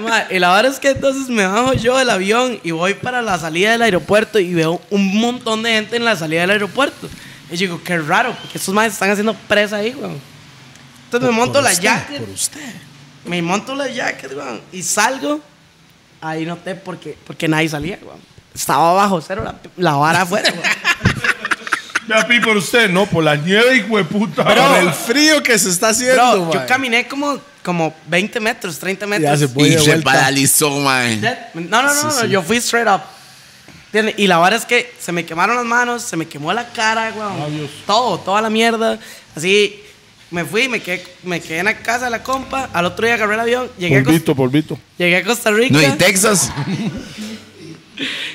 [SPEAKER 5] Ma, y la verdad es que entonces me bajo yo del avión y voy para la salida del aeropuerto y veo un montón de gente en la salida del aeropuerto. Y yo digo, qué raro, porque esos madres están haciendo presa ahí, weón. Entonces me monto
[SPEAKER 2] Por
[SPEAKER 5] la
[SPEAKER 2] usted,
[SPEAKER 5] jacket.
[SPEAKER 2] Por usted.
[SPEAKER 5] Me monto la jacket, weón, y salgo. Ahí noté porque, porque nadie salía, weón. Estaba bajo cero la, la vara afuera, weón.
[SPEAKER 4] Ya pi por usted, no, por la nieve, hijo de puta.
[SPEAKER 2] Por el frío que se está haciendo,
[SPEAKER 5] Bro, yo
[SPEAKER 2] mae.
[SPEAKER 5] caminé como, como 20 metros, 30 metros.
[SPEAKER 2] Ya se
[SPEAKER 3] Y
[SPEAKER 2] Voy de
[SPEAKER 3] se
[SPEAKER 2] vuelta.
[SPEAKER 3] paralizó, mae.
[SPEAKER 5] Ya- No, no, no, no, yo fui straight up. ¿Entiendes? Y la verdad es que se me quemaron las manos, se me quemó la cara, weón. Todo, toda la mierda. Así, me fui, me quedé, me quedé en la casa de la compa. Al otro día agarré el avión, llegué, a, Cos-
[SPEAKER 4] Polvito, polvito.
[SPEAKER 5] llegué a Costa Rica.
[SPEAKER 3] No, y Texas.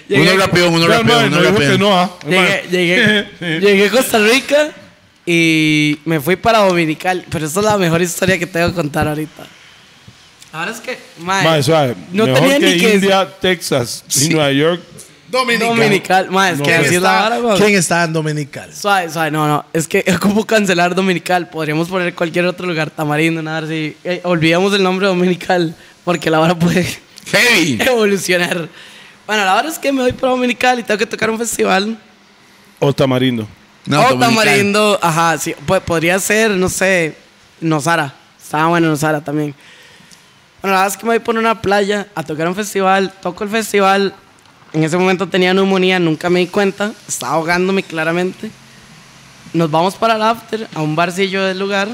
[SPEAKER 5] llegué,
[SPEAKER 3] Uno rápido, uno
[SPEAKER 4] Ya,
[SPEAKER 3] rápido,
[SPEAKER 4] mae,
[SPEAKER 3] uno
[SPEAKER 4] no dijo que
[SPEAKER 3] rápido.
[SPEAKER 4] no, ah.
[SPEAKER 5] Llegué,
[SPEAKER 4] <laughs>
[SPEAKER 5] llegué, llegué a Costa Rica y me fui para Dominical. Pero esa es la mejor historia que tengo que contar ahorita. Ahora es que, mae,
[SPEAKER 4] Mae, suave,
[SPEAKER 5] no
[SPEAKER 4] mejor
[SPEAKER 5] tenía
[SPEAKER 4] que
[SPEAKER 5] ni que
[SPEAKER 4] India, Texas y Nueva York.
[SPEAKER 5] Dominical. Dominical, mae, es que así es la vara, weón.
[SPEAKER 2] ¿Quién está en Dominical?
[SPEAKER 5] Suave, suave, no, no. Es que <laughs> ocupo cancelar Dominical. Podríamos poner cualquier otro lugar, Tamarindo, nada así. Eh, olvidemos el nombre Dominical porque la vara puede <laughs>
[SPEAKER 3] Heavy.
[SPEAKER 5] evolucionar. Bueno, la vara es que me voy para Dominical y tengo que tocar un festival.
[SPEAKER 4] O Tamarindo.
[SPEAKER 3] No,
[SPEAKER 5] o
[SPEAKER 3] Dominical.
[SPEAKER 5] Tamarindo, ajá, sí. po- podría ser, no sé, Nosara. Estaba bueno Nosara también. Bueno, la verdad es que me voy por una playa a tocar un festival. Toco el festival. En ese momento tenía neumonía, nunca me di cuenta. Estaba ahogándome claramente. nos vamos para el after, a un barcillo del lugar.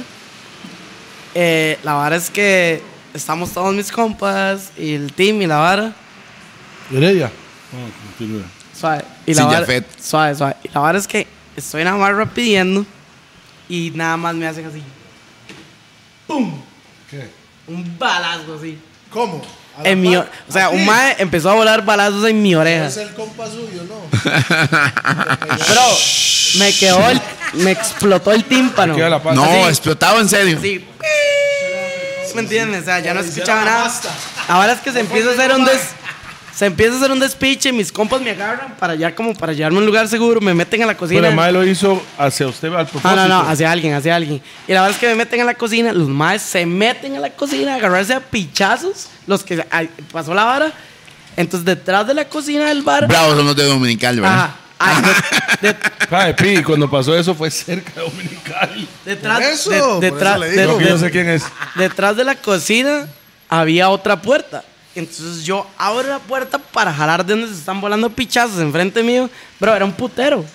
[SPEAKER 5] Eh, la vara es que estamos todos mis compas y el team y la vara.
[SPEAKER 2] Heredia.
[SPEAKER 5] Suave. Y la
[SPEAKER 3] Sin
[SPEAKER 5] vara,
[SPEAKER 3] Jafet.
[SPEAKER 5] suave, suave. Y la vara es que estoy nada más pidiendo y nada más me hacen así.
[SPEAKER 2] ¿Qué?
[SPEAKER 5] Un balazo así.
[SPEAKER 2] ¿Cómo? ¿A la
[SPEAKER 5] En mi, o
[SPEAKER 2] par?
[SPEAKER 5] o sea, un
[SPEAKER 2] Así.
[SPEAKER 5] mae empezó a volar balazos en mi oreja.
[SPEAKER 2] Es el compa suyo,
[SPEAKER 5] <laughs>
[SPEAKER 2] ¿no?
[SPEAKER 5] Bro, me quedó el, me explotó el tímpano.
[SPEAKER 4] Queda la paz.
[SPEAKER 3] No,
[SPEAKER 5] Así.
[SPEAKER 3] explotado en serio.
[SPEAKER 5] Sí. ¿Me entiendes? O sea, ya no escuchaba nada. Ahora es que se empieza a hacer un des... Se empieza a hacer un despiche, mis compas me agarran para allá como para llevarme a un lugar seguro, me meten en la
[SPEAKER 4] Pero
[SPEAKER 5] cocina.
[SPEAKER 4] el mae lo hizo hacia usted al
[SPEAKER 5] Ah, No,
[SPEAKER 4] propósito.
[SPEAKER 5] no, no, hacia alguien, hacia alguien. Y la verdad es que me meten en la cocina, los maes se meten en la cocina a agarrarse a pichazos, los que ay, pasó la vara. Entonces detrás de la cocina del bar...
[SPEAKER 3] Bravos somos de Dominical,
[SPEAKER 4] ¿eh?
[SPEAKER 3] ¿verdad?
[SPEAKER 5] Ajá. ay, de- de-
[SPEAKER 4] Mae, Pi, cuando pasó eso fue cerca de Dominical.
[SPEAKER 5] detrás,
[SPEAKER 2] Por eso,
[SPEAKER 5] de-
[SPEAKER 2] por
[SPEAKER 5] detrás-
[SPEAKER 2] eso le
[SPEAKER 5] de-
[SPEAKER 2] digo.
[SPEAKER 4] Lo que
[SPEAKER 5] de-
[SPEAKER 4] yo sé quién es.
[SPEAKER 5] detrás de la cocina había otra puerta. Entonces yo abro la puerta para jalar de donde se están volando pichazos enfrente mío. Bro, era
[SPEAKER 2] <laughs>
[SPEAKER 5] un putero.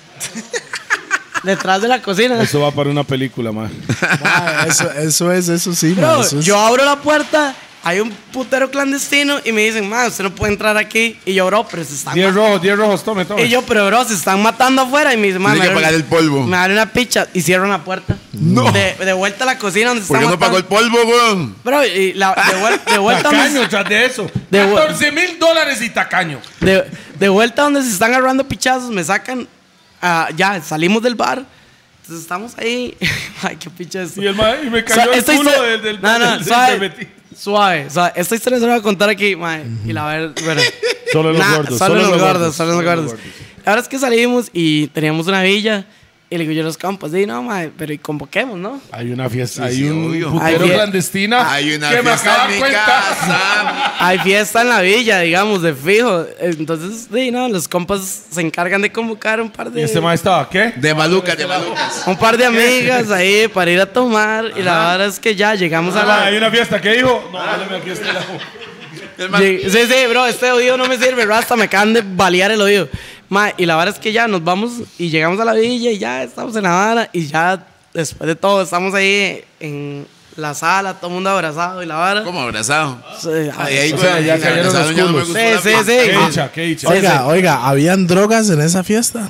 [SPEAKER 5] detrás de la cocina.
[SPEAKER 4] Eso va para una película, mae.
[SPEAKER 2] Ma, eso, eso es, eso sí, ma,
[SPEAKER 5] Bro,
[SPEAKER 2] eso es-
[SPEAKER 5] yo abro la puerta, hay un putero clandestino y me dicen, man, usted no puede entrar aquí. Y yo, bro, pero se están
[SPEAKER 4] 10 rojos, 10 rojos, tome, tome.
[SPEAKER 5] Y yo, pero bro, se están matando afuera. Y me dicen, man, me
[SPEAKER 3] Tiene que
[SPEAKER 5] abre-
[SPEAKER 3] pagar el polvo.
[SPEAKER 5] Me abre una picha y cierran la puerta. De, de vuelta a la cocina donde se
[SPEAKER 3] ¿Por qué
[SPEAKER 5] están
[SPEAKER 3] no pagó el
[SPEAKER 5] matando.
[SPEAKER 3] polvo, weón?
[SPEAKER 5] Bro, y la, de, vuel- de vuelta a mis-
[SPEAKER 4] Tacaño, tras de eso.
[SPEAKER 5] De vu-
[SPEAKER 4] 14 mil dólares y tacaño.
[SPEAKER 5] De, de vuelta donde se están agarrando pichazos, me sacan. ah, ya, salimos del bar. Entonces estamos ahí. <laughs> Ay, qué pichazo.
[SPEAKER 4] Y el mae, y me cayó el culo del- del-
[SPEAKER 5] No, no,
[SPEAKER 4] del- del
[SPEAKER 5] suave.
[SPEAKER 4] bebetí.
[SPEAKER 5] Suave, suave. Esta historia se la voy a contar aquí, mae. Y la verdad, bueno.
[SPEAKER 4] Solo los
[SPEAKER 5] Nah,
[SPEAKER 4] gordos.
[SPEAKER 5] Solo, los gordos, solo los gordos. La verdad es que salimos y teníamos una villa. Y le digo yo a los campos, di, no, mae, pero y convoquemos, ¿no?
[SPEAKER 4] Hay una fiesta,
[SPEAKER 3] Sí,
[SPEAKER 4] hay
[SPEAKER 3] sí,
[SPEAKER 4] un
[SPEAKER 3] obvio.
[SPEAKER 4] putero
[SPEAKER 5] Hay fie- Ah,
[SPEAKER 4] clandestina.
[SPEAKER 3] Hay una
[SPEAKER 4] que me
[SPEAKER 3] fiesta
[SPEAKER 4] acaba
[SPEAKER 3] en mi
[SPEAKER 4] cuenta.
[SPEAKER 3] casa.
[SPEAKER 5] Hay fiesta en la villa, digamos, de fijo. Entonces, di, no, los compas se encargan de convocar un par de.
[SPEAKER 4] ¿Y este mae estaba qué?
[SPEAKER 3] De malucas,
[SPEAKER 5] <laughs>
[SPEAKER 3] de malucas.
[SPEAKER 5] Un
[SPEAKER 4] <laughs>
[SPEAKER 5] par de amigas ahí para ir a tomar y la verdad es que ya llegamos a
[SPEAKER 4] Ah,
[SPEAKER 5] la...
[SPEAKER 4] hay una fiesta, ¿qué dijo? No, dáleme aquí a este lado.
[SPEAKER 5] Lleg- Sí, sí, bro, este oído no me sirve, bro, hasta me acaban de balear el oído. Ma, y la verdad es que ya nos vamos y llegamos a la villa y ya estamos en la vara y ya después de todo estamos ahí en la sala, todo el mundo abrazado y la vara.
[SPEAKER 3] Como abrazado.
[SPEAKER 5] Sí,
[SPEAKER 3] Ay, ahí,
[SPEAKER 4] O
[SPEAKER 3] güey,
[SPEAKER 4] sea, ya
[SPEAKER 3] abrazado,
[SPEAKER 4] cayeron los
[SPEAKER 3] ya no me
[SPEAKER 4] culos.
[SPEAKER 3] gustó
[SPEAKER 5] Sí,
[SPEAKER 3] la
[SPEAKER 5] sí,
[SPEAKER 3] fiesta.
[SPEAKER 5] sí.
[SPEAKER 4] Qué
[SPEAKER 5] Ah.
[SPEAKER 4] dicha, qué dicha.
[SPEAKER 5] Sí.
[SPEAKER 2] Oiga, oiga, ¿habían drogas en esa fiesta?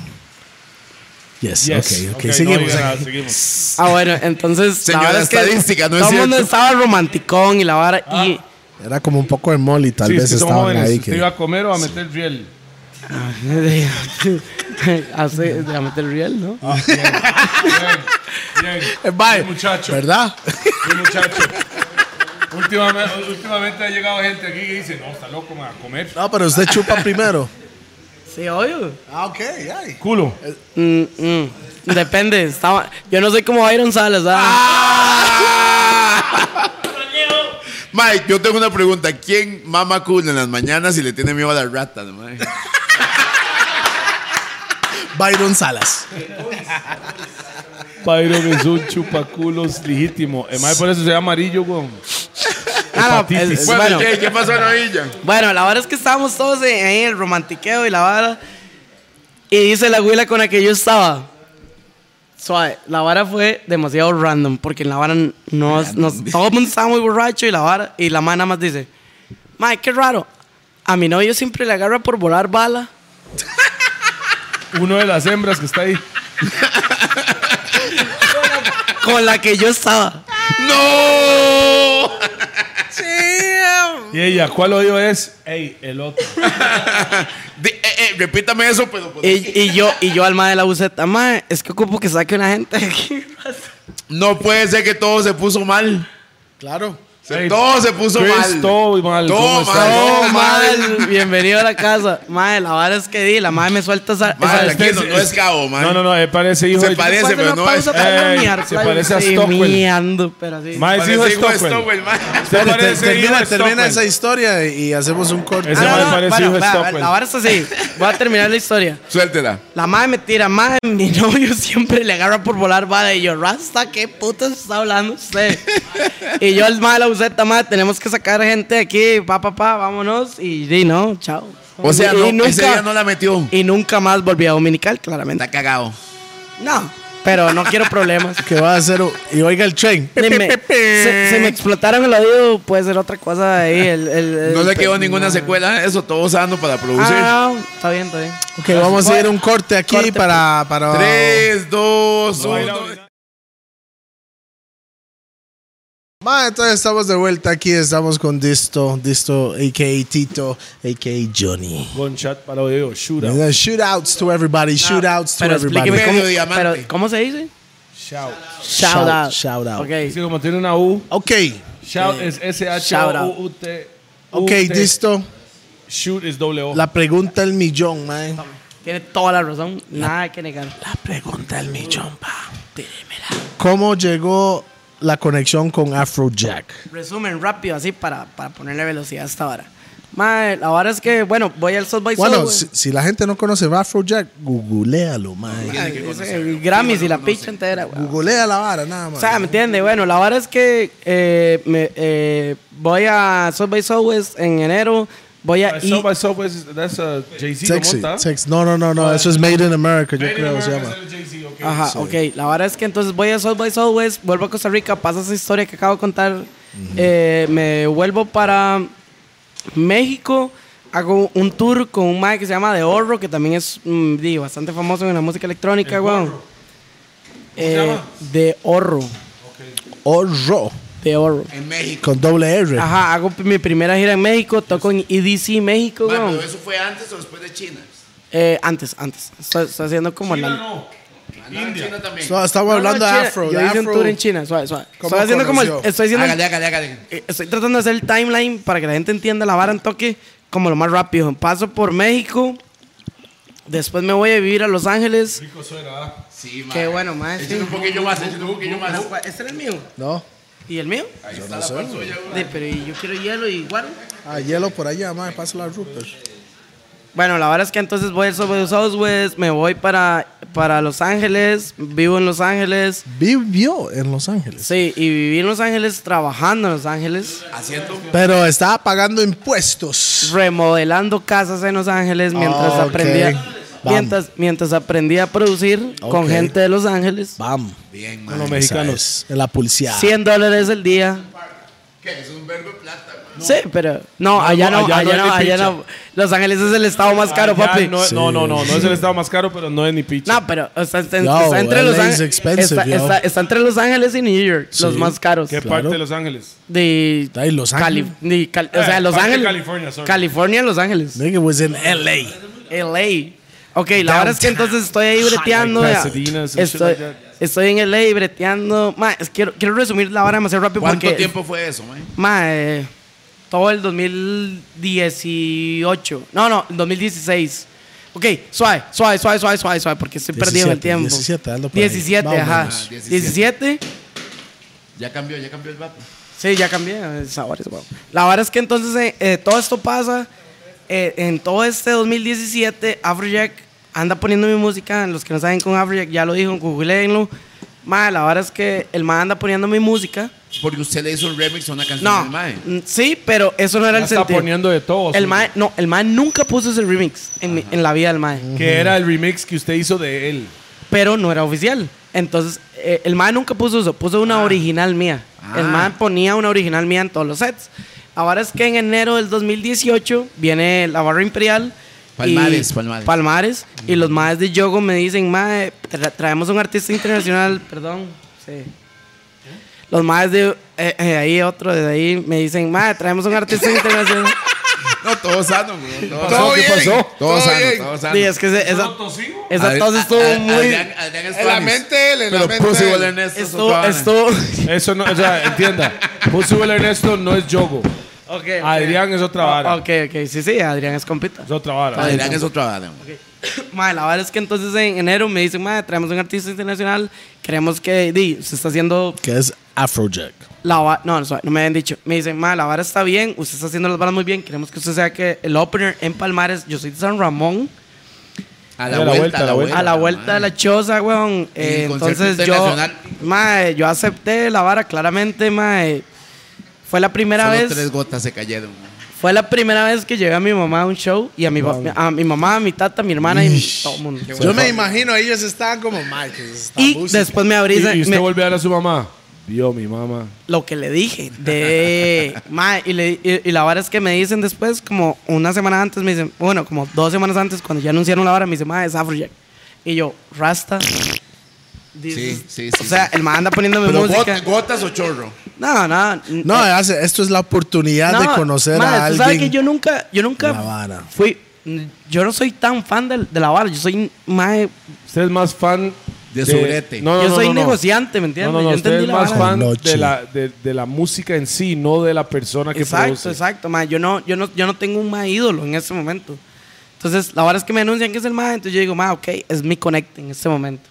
[SPEAKER 2] Yes,
[SPEAKER 4] Yes.
[SPEAKER 2] ok, ok,
[SPEAKER 4] no
[SPEAKER 2] seguimos.
[SPEAKER 4] diga nada, seguimos.
[SPEAKER 5] Ah, bueno, entonces la
[SPEAKER 3] Señora
[SPEAKER 5] verdad es que
[SPEAKER 3] estadística, no es
[SPEAKER 5] todo el mundo
[SPEAKER 3] cierto. Ah.
[SPEAKER 5] estaba romanticón y la vara <laughs> y...
[SPEAKER 2] Era como un poco de molly, tal
[SPEAKER 4] Sí, es
[SPEAKER 2] vez
[SPEAKER 4] que son
[SPEAKER 2] estaban
[SPEAKER 4] jóvenes.
[SPEAKER 2] ahí.
[SPEAKER 4] ¿Usted
[SPEAKER 2] que-
[SPEAKER 4] iba a comer o a meter riel?
[SPEAKER 5] Hace, a meter riel, ¿no?
[SPEAKER 3] Ah.
[SPEAKER 4] Bien,
[SPEAKER 2] Bye.
[SPEAKER 4] bien, muchacho.
[SPEAKER 2] ¿Verdad?
[SPEAKER 4] Sí, muchacho. últimamente, últimamente ha llegado gente aquí que dice, no, está loco, me va a comer.
[SPEAKER 2] No, pero usted
[SPEAKER 4] <laughs>
[SPEAKER 2] chupa primero.
[SPEAKER 5] Sí, obvio.
[SPEAKER 2] Ah, ok, ay.
[SPEAKER 4] Culo.
[SPEAKER 5] Mm, mm. Depende. estaba- yo no soy como Byron Salas. ¿sabes?
[SPEAKER 3] Ah, Mike, yo tengo una pregunta. ¿Quién mama cool en las mañanas y le tiene miedo a las ratas? mae?
[SPEAKER 2] Byron Salas.
[SPEAKER 4] Byron es un chupaculos legítimo. Además, por eso se llama amarillo, weón.
[SPEAKER 5] Ah, no,
[SPEAKER 4] Hepatitis.
[SPEAKER 5] es- es-
[SPEAKER 3] Bueno,
[SPEAKER 5] bueno,
[SPEAKER 3] ¿qué, ¿qué pasó en la villa?
[SPEAKER 5] bueno, la verdad es que estábamos todos en- ahí en el romantiqueo y la vara. Y dice la güila con la que yo estaba. Suave, la vara fue demasiado random porque en la vara no, no- todo el mundo estaba muy borracho y la vara y la mana nada más dice, Mae, qué raro. A mi novio siempre le agarra por volar bala.
[SPEAKER 4] Uno de las hembras que está ahí.
[SPEAKER 5] Con la que yo estaba.
[SPEAKER 3] ¡No!
[SPEAKER 4] Y ella, ¿cuál oído es? Ey, el otro.
[SPEAKER 3] Di- eh, eh, repítame eso, pero... pues,
[SPEAKER 5] Y, y yo, y yo al mae de la buceta, mae, es que ocupo que saque una gente de <laughs> aquí.
[SPEAKER 3] No puede ser que todo se puso mal.
[SPEAKER 2] Claro.
[SPEAKER 3] Se- todo se puso
[SPEAKER 4] Chris,
[SPEAKER 3] mal.
[SPEAKER 4] todo mal.
[SPEAKER 3] Todo
[SPEAKER 4] ¿Cómo
[SPEAKER 3] mal.
[SPEAKER 4] estás?
[SPEAKER 5] Oh,
[SPEAKER 3] Todo mal.
[SPEAKER 5] madre, bienvenido a la casa. Madre, la vara es que di, la madre me suelta esa.
[SPEAKER 3] Madre,
[SPEAKER 5] esa-
[SPEAKER 3] aquí no, no es cabo, man.
[SPEAKER 4] No, no, no, eh, parece hijo
[SPEAKER 3] Se
[SPEAKER 4] de...
[SPEAKER 3] parece,
[SPEAKER 5] Después de
[SPEAKER 3] pero
[SPEAKER 5] una
[SPEAKER 3] no es-
[SPEAKER 5] pausa para
[SPEAKER 4] Ey,
[SPEAKER 5] miar,
[SPEAKER 4] Eh, se
[SPEAKER 5] play,
[SPEAKER 4] parece a
[SPEAKER 5] sí,
[SPEAKER 4] Stockwell.
[SPEAKER 5] miando, pero Ah, así.
[SPEAKER 4] Ma, es
[SPEAKER 3] Parece
[SPEAKER 4] hijo de
[SPEAKER 3] hijo de
[SPEAKER 4] Stockwell.
[SPEAKER 3] Stockwell, mae.
[SPEAKER 4] Usted parece hijo
[SPEAKER 2] termina
[SPEAKER 4] de
[SPEAKER 2] termina esa
[SPEAKER 4] Stockwell.
[SPEAKER 2] historia y hacemos un corte.
[SPEAKER 4] Ese
[SPEAKER 5] Ah,
[SPEAKER 4] mae
[SPEAKER 5] no, no,
[SPEAKER 4] parece
[SPEAKER 5] bueno,
[SPEAKER 4] hijo de
[SPEAKER 5] vea, vea,
[SPEAKER 4] Stockwell.
[SPEAKER 5] La vara es así. Voy a terminar la historia.
[SPEAKER 3] Suéltela.
[SPEAKER 5] La madre me tira, madre, <laughs> mi novio siempre le agarra por volar bala. Y yo, Rasta, ¿qué puta está hablando usted? y yo, el madre, la buceta, madre, tenemos que sacar gente de aquí, pa, pa, pa, vámonos. Y di, no, chao.
[SPEAKER 3] O sea,
[SPEAKER 5] Y
[SPEAKER 3] no, ese día no la metió.
[SPEAKER 5] Y nunca más volví a Dominical, claramente.
[SPEAKER 3] Está cagado.
[SPEAKER 5] No, pero no quiero problemas.
[SPEAKER 2] que va a hacer o- y oiga el tren.
[SPEAKER 5] Ni me- se, se me explotaron el oído, puede ser otra cosa ahí. El, el- el-
[SPEAKER 3] No le quedó
[SPEAKER 5] el-
[SPEAKER 3] ninguna secuela, eso todo usando para producir.
[SPEAKER 5] Ah, no, está bien, está bien.
[SPEAKER 2] Ok, vamos a ir a un corte aquí
[SPEAKER 5] Corte.
[SPEAKER 2] para, para.
[SPEAKER 3] Tres, dos, uno.
[SPEAKER 2] Ma, entonces estamos de vuelta aquí, estamos con Disto, Disto, a.k.a. Tito, a.k.a. Johnny.
[SPEAKER 4] Con chat para oído, shootout.
[SPEAKER 2] And then Shootouts to everybody,
[SPEAKER 4] Ah,
[SPEAKER 2] shootouts to
[SPEAKER 5] Ah, Pero
[SPEAKER 2] everybody.
[SPEAKER 5] explíqueme cómo,
[SPEAKER 3] Medio diamante.
[SPEAKER 5] pero, ¿cómo se dice? Shout.
[SPEAKER 2] Shout,
[SPEAKER 5] Shout out.
[SPEAKER 2] shout out.
[SPEAKER 4] Es
[SPEAKER 5] Ok.
[SPEAKER 4] que como tiene una U,
[SPEAKER 2] Ok,
[SPEAKER 4] shout es s h
[SPEAKER 5] Shout
[SPEAKER 4] o
[SPEAKER 5] out.
[SPEAKER 4] u t
[SPEAKER 2] ok,
[SPEAKER 4] U-T,
[SPEAKER 2] Disto,
[SPEAKER 4] Shoot es doble O.
[SPEAKER 2] la pregunta del millón, mae.
[SPEAKER 5] Tiene toda la razón. Nada que negar.
[SPEAKER 2] La pregunta del millón, pa. ¿Cómo llegó la conexión con Afrojack?
[SPEAKER 5] Resumen rápido, así para, para ponerle velocidad a esta vara. Madre, la vara es que, bueno, voy al South by South.
[SPEAKER 2] Bueno,
[SPEAKER 5] güey.
[SPEAKER 2] si, si la gente no conoce Afrojack, googlealo, mae.
[SPEAKER 5] Ay, ese, el Grammys y la picha entera, güey.
[SPEAKER 2] Googlea la vara, nada
[SPEAKER 5] O
[SPEAKER 2] más.
[SPEAKER 5] sea, ¿me entiende? Bueno, la vara es que eh, me, eh, voy a South by Southwest en enero. Voy a...
[SPEAKER 4] By
[SPEAKER 5] y-
[SPEAKER 4] South by Southwest, that's a Jay-Z, ¿cómo
[SPEAKER 2] Sexy,
[SPEAKER 4] está?
[SPEAKER 2] sexy. No, no, no, no, eso es Made in America, yo creo que se llama.
[SPEAKER 4] Ah,
[SPEAKER 5] Ajá, ok. La verdad es que entonces voy a South by Southwest, vuelvo a Costa Rica, pasa esa historia que acabo de contar. eh, me vuelvo para México, hago un tour con un mae que se llama De Horro, que también es mm, di, bastante famoso en la música electrónica, weón. Eh, de Horro,
[SPEAKER 2] Oro,
[SPEAKER 5] de Horro.
[SPEAKER 4] Eh.
[SPEAKER 3] En México.
[SPEAKER 2] con doble R.
[SPEAKER 5] Ajá, hago mi primera gira en México, toco en EDC México,
[SPEAKER 3] Ma,
[SPEAKER 5] weón.
[SPEAKER 3] pero eso fue antes o después de China.
[SPEAKER 5] Eh, antes, antes. Estoy, estoy haciendo como la-
[SPEAKER 3] Ah, no, China también.
[SPEAKER 2] So, estamos
[SPEAKER 5] No, no,
[SPEAKER 2] hablando de
[SPEAKER 5] China.
[SPEAKER 2] Afro.
[SPEAKER 5] Yo
[SPEAKER 2] de
[SPEAKER 5] hice un
[SPEAKER 2] Afro.
[SPEAKER 5] tour en China, suave, suave.
[SPEAKER 2] ¿Cómo
[SPEAKER 5] Estoy haciendo como el-
[SPEAKER 2] conoció?
[SPEAKER 5] estoy haciendo
[SPEAKER 3] Hágale, hágale, hágale.
[SPEAKER 5] Eh, Estoy tratando de hacer el timeline para que la gente entienda la vara en toque como lo más rápido. Paso por México, después me voy a vivir a Los Ángeles.
[SPEAKER 3] Sí, ma.
[SPEAKER 5] Qué bueno, mae,
[SPEAKER 3] Échale
[SPEAKER 5] sí.
[SPEAKER 3] un poquillo más, échale un poquillo más.
[SPEAKER 5] ¿Este era el mío?
[SPEAKER 2] No.
[SPEAKER 5] ¿Y el mío?
[SPEAKER 3] Ahí está la parte suya, güey.
[SPEAKER 5] De, pero ¿y yo quiero hielo y guaro.
[SPEAKER 2] Ah, hielo por allá, madre, pasa la Rupert.
[SPEAKER 5] Bueno, la verdad es que entonces voy al Subway Southwest, me voy para, para Los Ángeles, vivo en Los Ángeles.
[SPEAKER 2] Vivió en Los Ángeles.
[SPEAKER 5] Sí, y viví en Los Ángeles trabajando en Los Ángeles,
[SPEAKER 3] Haciendo.
[SPEAKER 2] Pero estaba pagando impuestos.
[SPEAKER 5] remodelando casas en Los Ángeles mientras
[SPEAKER 2] Ah, ok.
[SPEAKER 5] aprendía.
[SPEAKER 2] Bam.
[SPEAKER 5] Mientras, mientras aprendía a producir con
[SPEAKER 2] Ok.
[SPEAKER 5] gente de Los Ángeles.
[SPEAKER 2] Bam.
[SPEAKER 3] Bien, ma.
[SPEAKER 4] Con los mexicanos.
[SPEAKER 2] Esa es La policía.
[SPEAKER 5] 100 dólares el día.
[SPEAKER 3] ¿Qué? Eso es un verbo de plata, güey.
[SPEAKER 5] Sí, pero. No, allá no,
[SPEAKER 4] allá
[SPEAKER 5] allá
[SPEAKER 4] no
[SPEAKER 5] no,
[SPEAKER 4] es de
[SPEAKER 5] allá
[SPEAKER 4] pincha.
[SPEAKER 5] no. Los Ángeles es el estado más caro,
[SPEAKER 4] Allá
[SPEAKER 5] papi.
[SPEAKER 4] No,
[SPEAKER 5] No,
[SPEAKER 4] no, no, no, no es el estado más caro, pero no es ni picha.
[SPEAKER 5] pero o sea, está,
[SPEAKER 2] Yo,
[SPEAKER 5] está entre Los
[SPEAKER 2] LA is
[SPEAKER 5] Ángeles.
[SPEAKER 2] expensive,
[SPEAKER 5] está,
[SPEAKER 2] yo.
[SPEAKER 5] está- está entre Los Ángeles y New York, los
[SPEAKER 2] Sí.
[SPEAKER 5] más caros.
[SPEAKER 4] ¿Qué
[SPEAKER 2] Claro.
[SPEAKER 4] parte de Los Ángeles?
[SPEAKER 5] De.
[SPEAKER 2] Está ahí Los
[SPEAKER 5] Cali-
[SPEAKER 2] Ángeles.
[SPEAKER 5] de Cal- o
[SPEAKER 4] Eh,
[SPEAKER 5] sea, Los
[SPEAKER 4] parte de
[SPEAKER 5] Ángeles.
[SPEAKER 4] California, sorry.
[SPEAKER 5] California, Los Ángeles.
[SPEAKER 2] Nigga was in LA.
[SPEAKER 5] LA. Ok, la verdad es que entonces estoy ahí breteando.
[SPEAKER 4] Like
[SPEAKER 5] ya.
[SPEAKER 4] Pasadena, some shit
[SPEAKER 5] Estoy,
[SPEAKER 4] like that.
[SPEAKER 5] estoy en LA breteando. Ma, es- quiero, quiero resumir la hora demasiado rápido
[SPEAKER 3] ¿Cuánto
[SPEAKER 5] porque.
[SPEAKER 3] tiempo fue eso, man?
[SPEAKER 5] Mae, todo el 2018. No, no, el 2016. Ok, suave, suave, suave, suave, suave, suave, porque estoy perdido en
[SPEAKER 2] 17,
[SPEAKER 5] el tiempo.
[SPEAKER 2] 17, hazlo por ahí.
[SPEAKER 5] 17,
[SPEAKER 2] Más o
[SPEAKER 5] ajá.
[SPEAKER 2] menos.
[SPEAKER 5] 17.
[SPEAKER 3] Ya cambió, ya cambió el vato.
[SPEAKER 5] Sí, ya cambié. Sabores, guau. La verdad es que entonces eh, eh, todo esto pasa. eh, en todo este 2017, Afrojack anda poniendo mi música. Los que no saben con Afrojack, ya lo dijo, googleenlo. Mae, la verdad es que el mae anda poniendo mi música.
[SPEAKER 3] Porque usted le hizo un remix a una canción
[SPEAKER 5] No, <laughs>
[SPEAKER 3] del mae.
[SPEAKER 5] mm, sí, pero eso no era
[SPEAKER 4] Ya
[SPEAKER 5] el
[SPEAKER 4] está
[SPEAKER 5] sentido.
[SPEAKER 4] poniendo de todo.
[SPEAKER 5] El
[SPEAKER 4] suyo.
[SPEAKER 5] mae, no, el mae nunca puso ese remix en, mi- en la vida del
[SPEAKER 7] Mm.
[SPEAKER 5] mae,
[SPEAKER 4] Que era el remix que usted hizo de él.
[SPEAKER 5] pero no era oficial. Entonces, eh, el mae nunca puso eso, puso
[SPEAKER 3] Ah.
[SPEAKER 5] una original mía. El mae ponía una original mía en todos los sets. Ahora es que en enero del 2018 viene la barra imperial. y-
[SPEAKER 3] Palmares, Palmares. Mm.
[SPEAKER 5] Palmares, Y los maes de Yogo me dicen, mae, tra- traemos un artista internacional, <laughs> perdón. Sí. Los maes de eh, eh, ahí, otro de ahí, me dicen, mae, traemos un artista internacional.
[SPEAKER 3] No, todo sano, güey. Todo,
[SPEAKER 4] pasó? ¿Qué pasó?
[SPEAKER 3] Todo, sano, todo sano.
[SPEAKER 5] Sí, es que ese- esa, esa
[SPEAKER 3] Adri-
[SPEAKER 5] tos estuvo
[SPEAKER 3] Ad- Ad-
[SPEAKER 5] muy.
[SPEAKER 3] Adrián- Adrián
[SPEAKER 6] En
[SPEAKER 3] es
[SPEAKER 6] la
[SPEAKER 3] Tuanis.
[SPEAKER 6] mente él, en la
[SPEAKER 3] Pero
[SPEAKER 6] mente
[SPEAKER 3] Pussy
[SPEAKER 6] él.
[SPEAKER 3] Will Ernesto es
[SPEAKER 5] Estuvo,
[SPEAKER 3] otra
[SPEAKER 5] estuvo.
[SPEAKER 4] Eso no, o sea, entienda. Pussywell Ernesto no es Yogo.
[SPEAKER 5] Ok, ok.
[SPEAKER 4] Adrián es otra vara.
[SPEAKER 5] Ok, ok, sí, sí, Adrián es compita.
[SPEAKER 4] Es otra
[SPEAKER 3] vara.
[SPEAKER 4] vara.
[SPEAKER 3] Adrián es otra vara, güey.
[SPEAKER 5] Madre, la verdad es que entonces en enero me dicen, madre, traemos un artista internacional, queremos que. Di, se está haciendo
[SPEAKER 2] Que es Afrojack.
[SPEAKER 5] la va- No, no, suave, no me habían dicho. Me dicen, madre, la vara está bien, usted está haciendo las varas muy bien, queremos que usted sea que el opener en Palmares, yo soy de San Ramón,
[SPEAKER 3] A la, vuelta, a la vuelta.
[SPEAKER 5] a la vuelta de la choza, weón. Eh,
[SPEAKER 3] el concierto
[SPEAKER 5] entonces yo.
[SPEAKER 3] internacional.
[SPEAKER 5] Madre, yo acepté la vara claramente, madre. Fue la primera
[SPEAKER 3] Solo
[SPEAKER 5] vez.
[SPEAKER 3] tres gotas se cayeron. güey.
[SPEAKER 5] Fue la primera vez que llevé a mi mamá a un show y a mi, pa- a mi mamá, a mi tata, a mi hermana y todo el mundo.
[SPEAKER 2] Yo me imagino, ellos estaban como, Mike, esta
[SPEAKER 5] y
[SPEAKER 2] música".
[SPEAKER 5] después me abrí
[SPEAKER 4] ¿Y, y usted
[SPEAKER 5] me-
[SPEAKER 4] volvió a ver a su mamá? Vio mi mamá.
[SPEAKER 5] lo que le dije. De, <laughs> ma, y, le- y- y la vara es que me dicen después, como una semana antes, me dicen, bueno, como dos semanas antes, cuando ya anunciaron la vara, me dicen, ma, es Afrojack. Y yo, Rasta. this
[SPEAKER 3] Sí,
[SPEAKER 5] is-"
[SPEAKER 3] sí, sí,
[SPEAKER 5] O sea,
[SPEAKER 3] sí.
[SPEAKER 5] el man anda poniéndome
[SPEAKER 3] Pero
[SPEAKER 5] música.
[SPEAKER 3] got- gotas o chorro.
[SPEAKER 5] No, no. n-
[SPEAKER 2] No,
[SPEAKER 5] eh,
[SPEAKER 2] hace- esto es la oportunidad de
[SPEAKER 5] no,
[SPEAKER 2] conocer
[SPEAKER 5] ma,
[SPEAKER 2] a
[SPEAKER 5] tú
[SPEAKER 2] alguien.
[SPEAKER 5] sabes que yo nunca, yo nunca
[SPEAKER 2] La vara.
[SPEAKER 5] fui, yo no soy tan fan del- de, la vara, yo soy mae,
[SPEAKER 4] Usted es más fan
[SPEAKER 3] De sobrete.
[SPEAKER 4] No, no,
[SPEAKER 5] yo
[SPEAKER 4] no,
[SPEAKER 5] soy
[SPEAKER 4] no, no.
[SPEAKER 5] negociante, ¿me entiendes?
[SPEAKER 4] No, no, no,
[SPEAKER 5] yo
[SPEAKER 4] usted
[SPEAKER 5] entendí
[SPEAKER 4] es
[SPEAKER 5] la
[SPEAKER 4] más
[SPEAKER 5] vara.
[SPEAKER 4] fan
[SPEAKER 2] Noche.
[SPEAKER 4] de la, de, de la música en sí, no de la persona que
[SPEAKER 5] exacto,
[SPEAKER 4] produce.
[SPEAKER 5] exacto, ma. Yo no, yo no, yo no tengo un ma ídolo en ese momento. Entonces, la verdad es que me anuncian que es el ma, entonces yo digo, ma, ok, es mi connect en ese momento.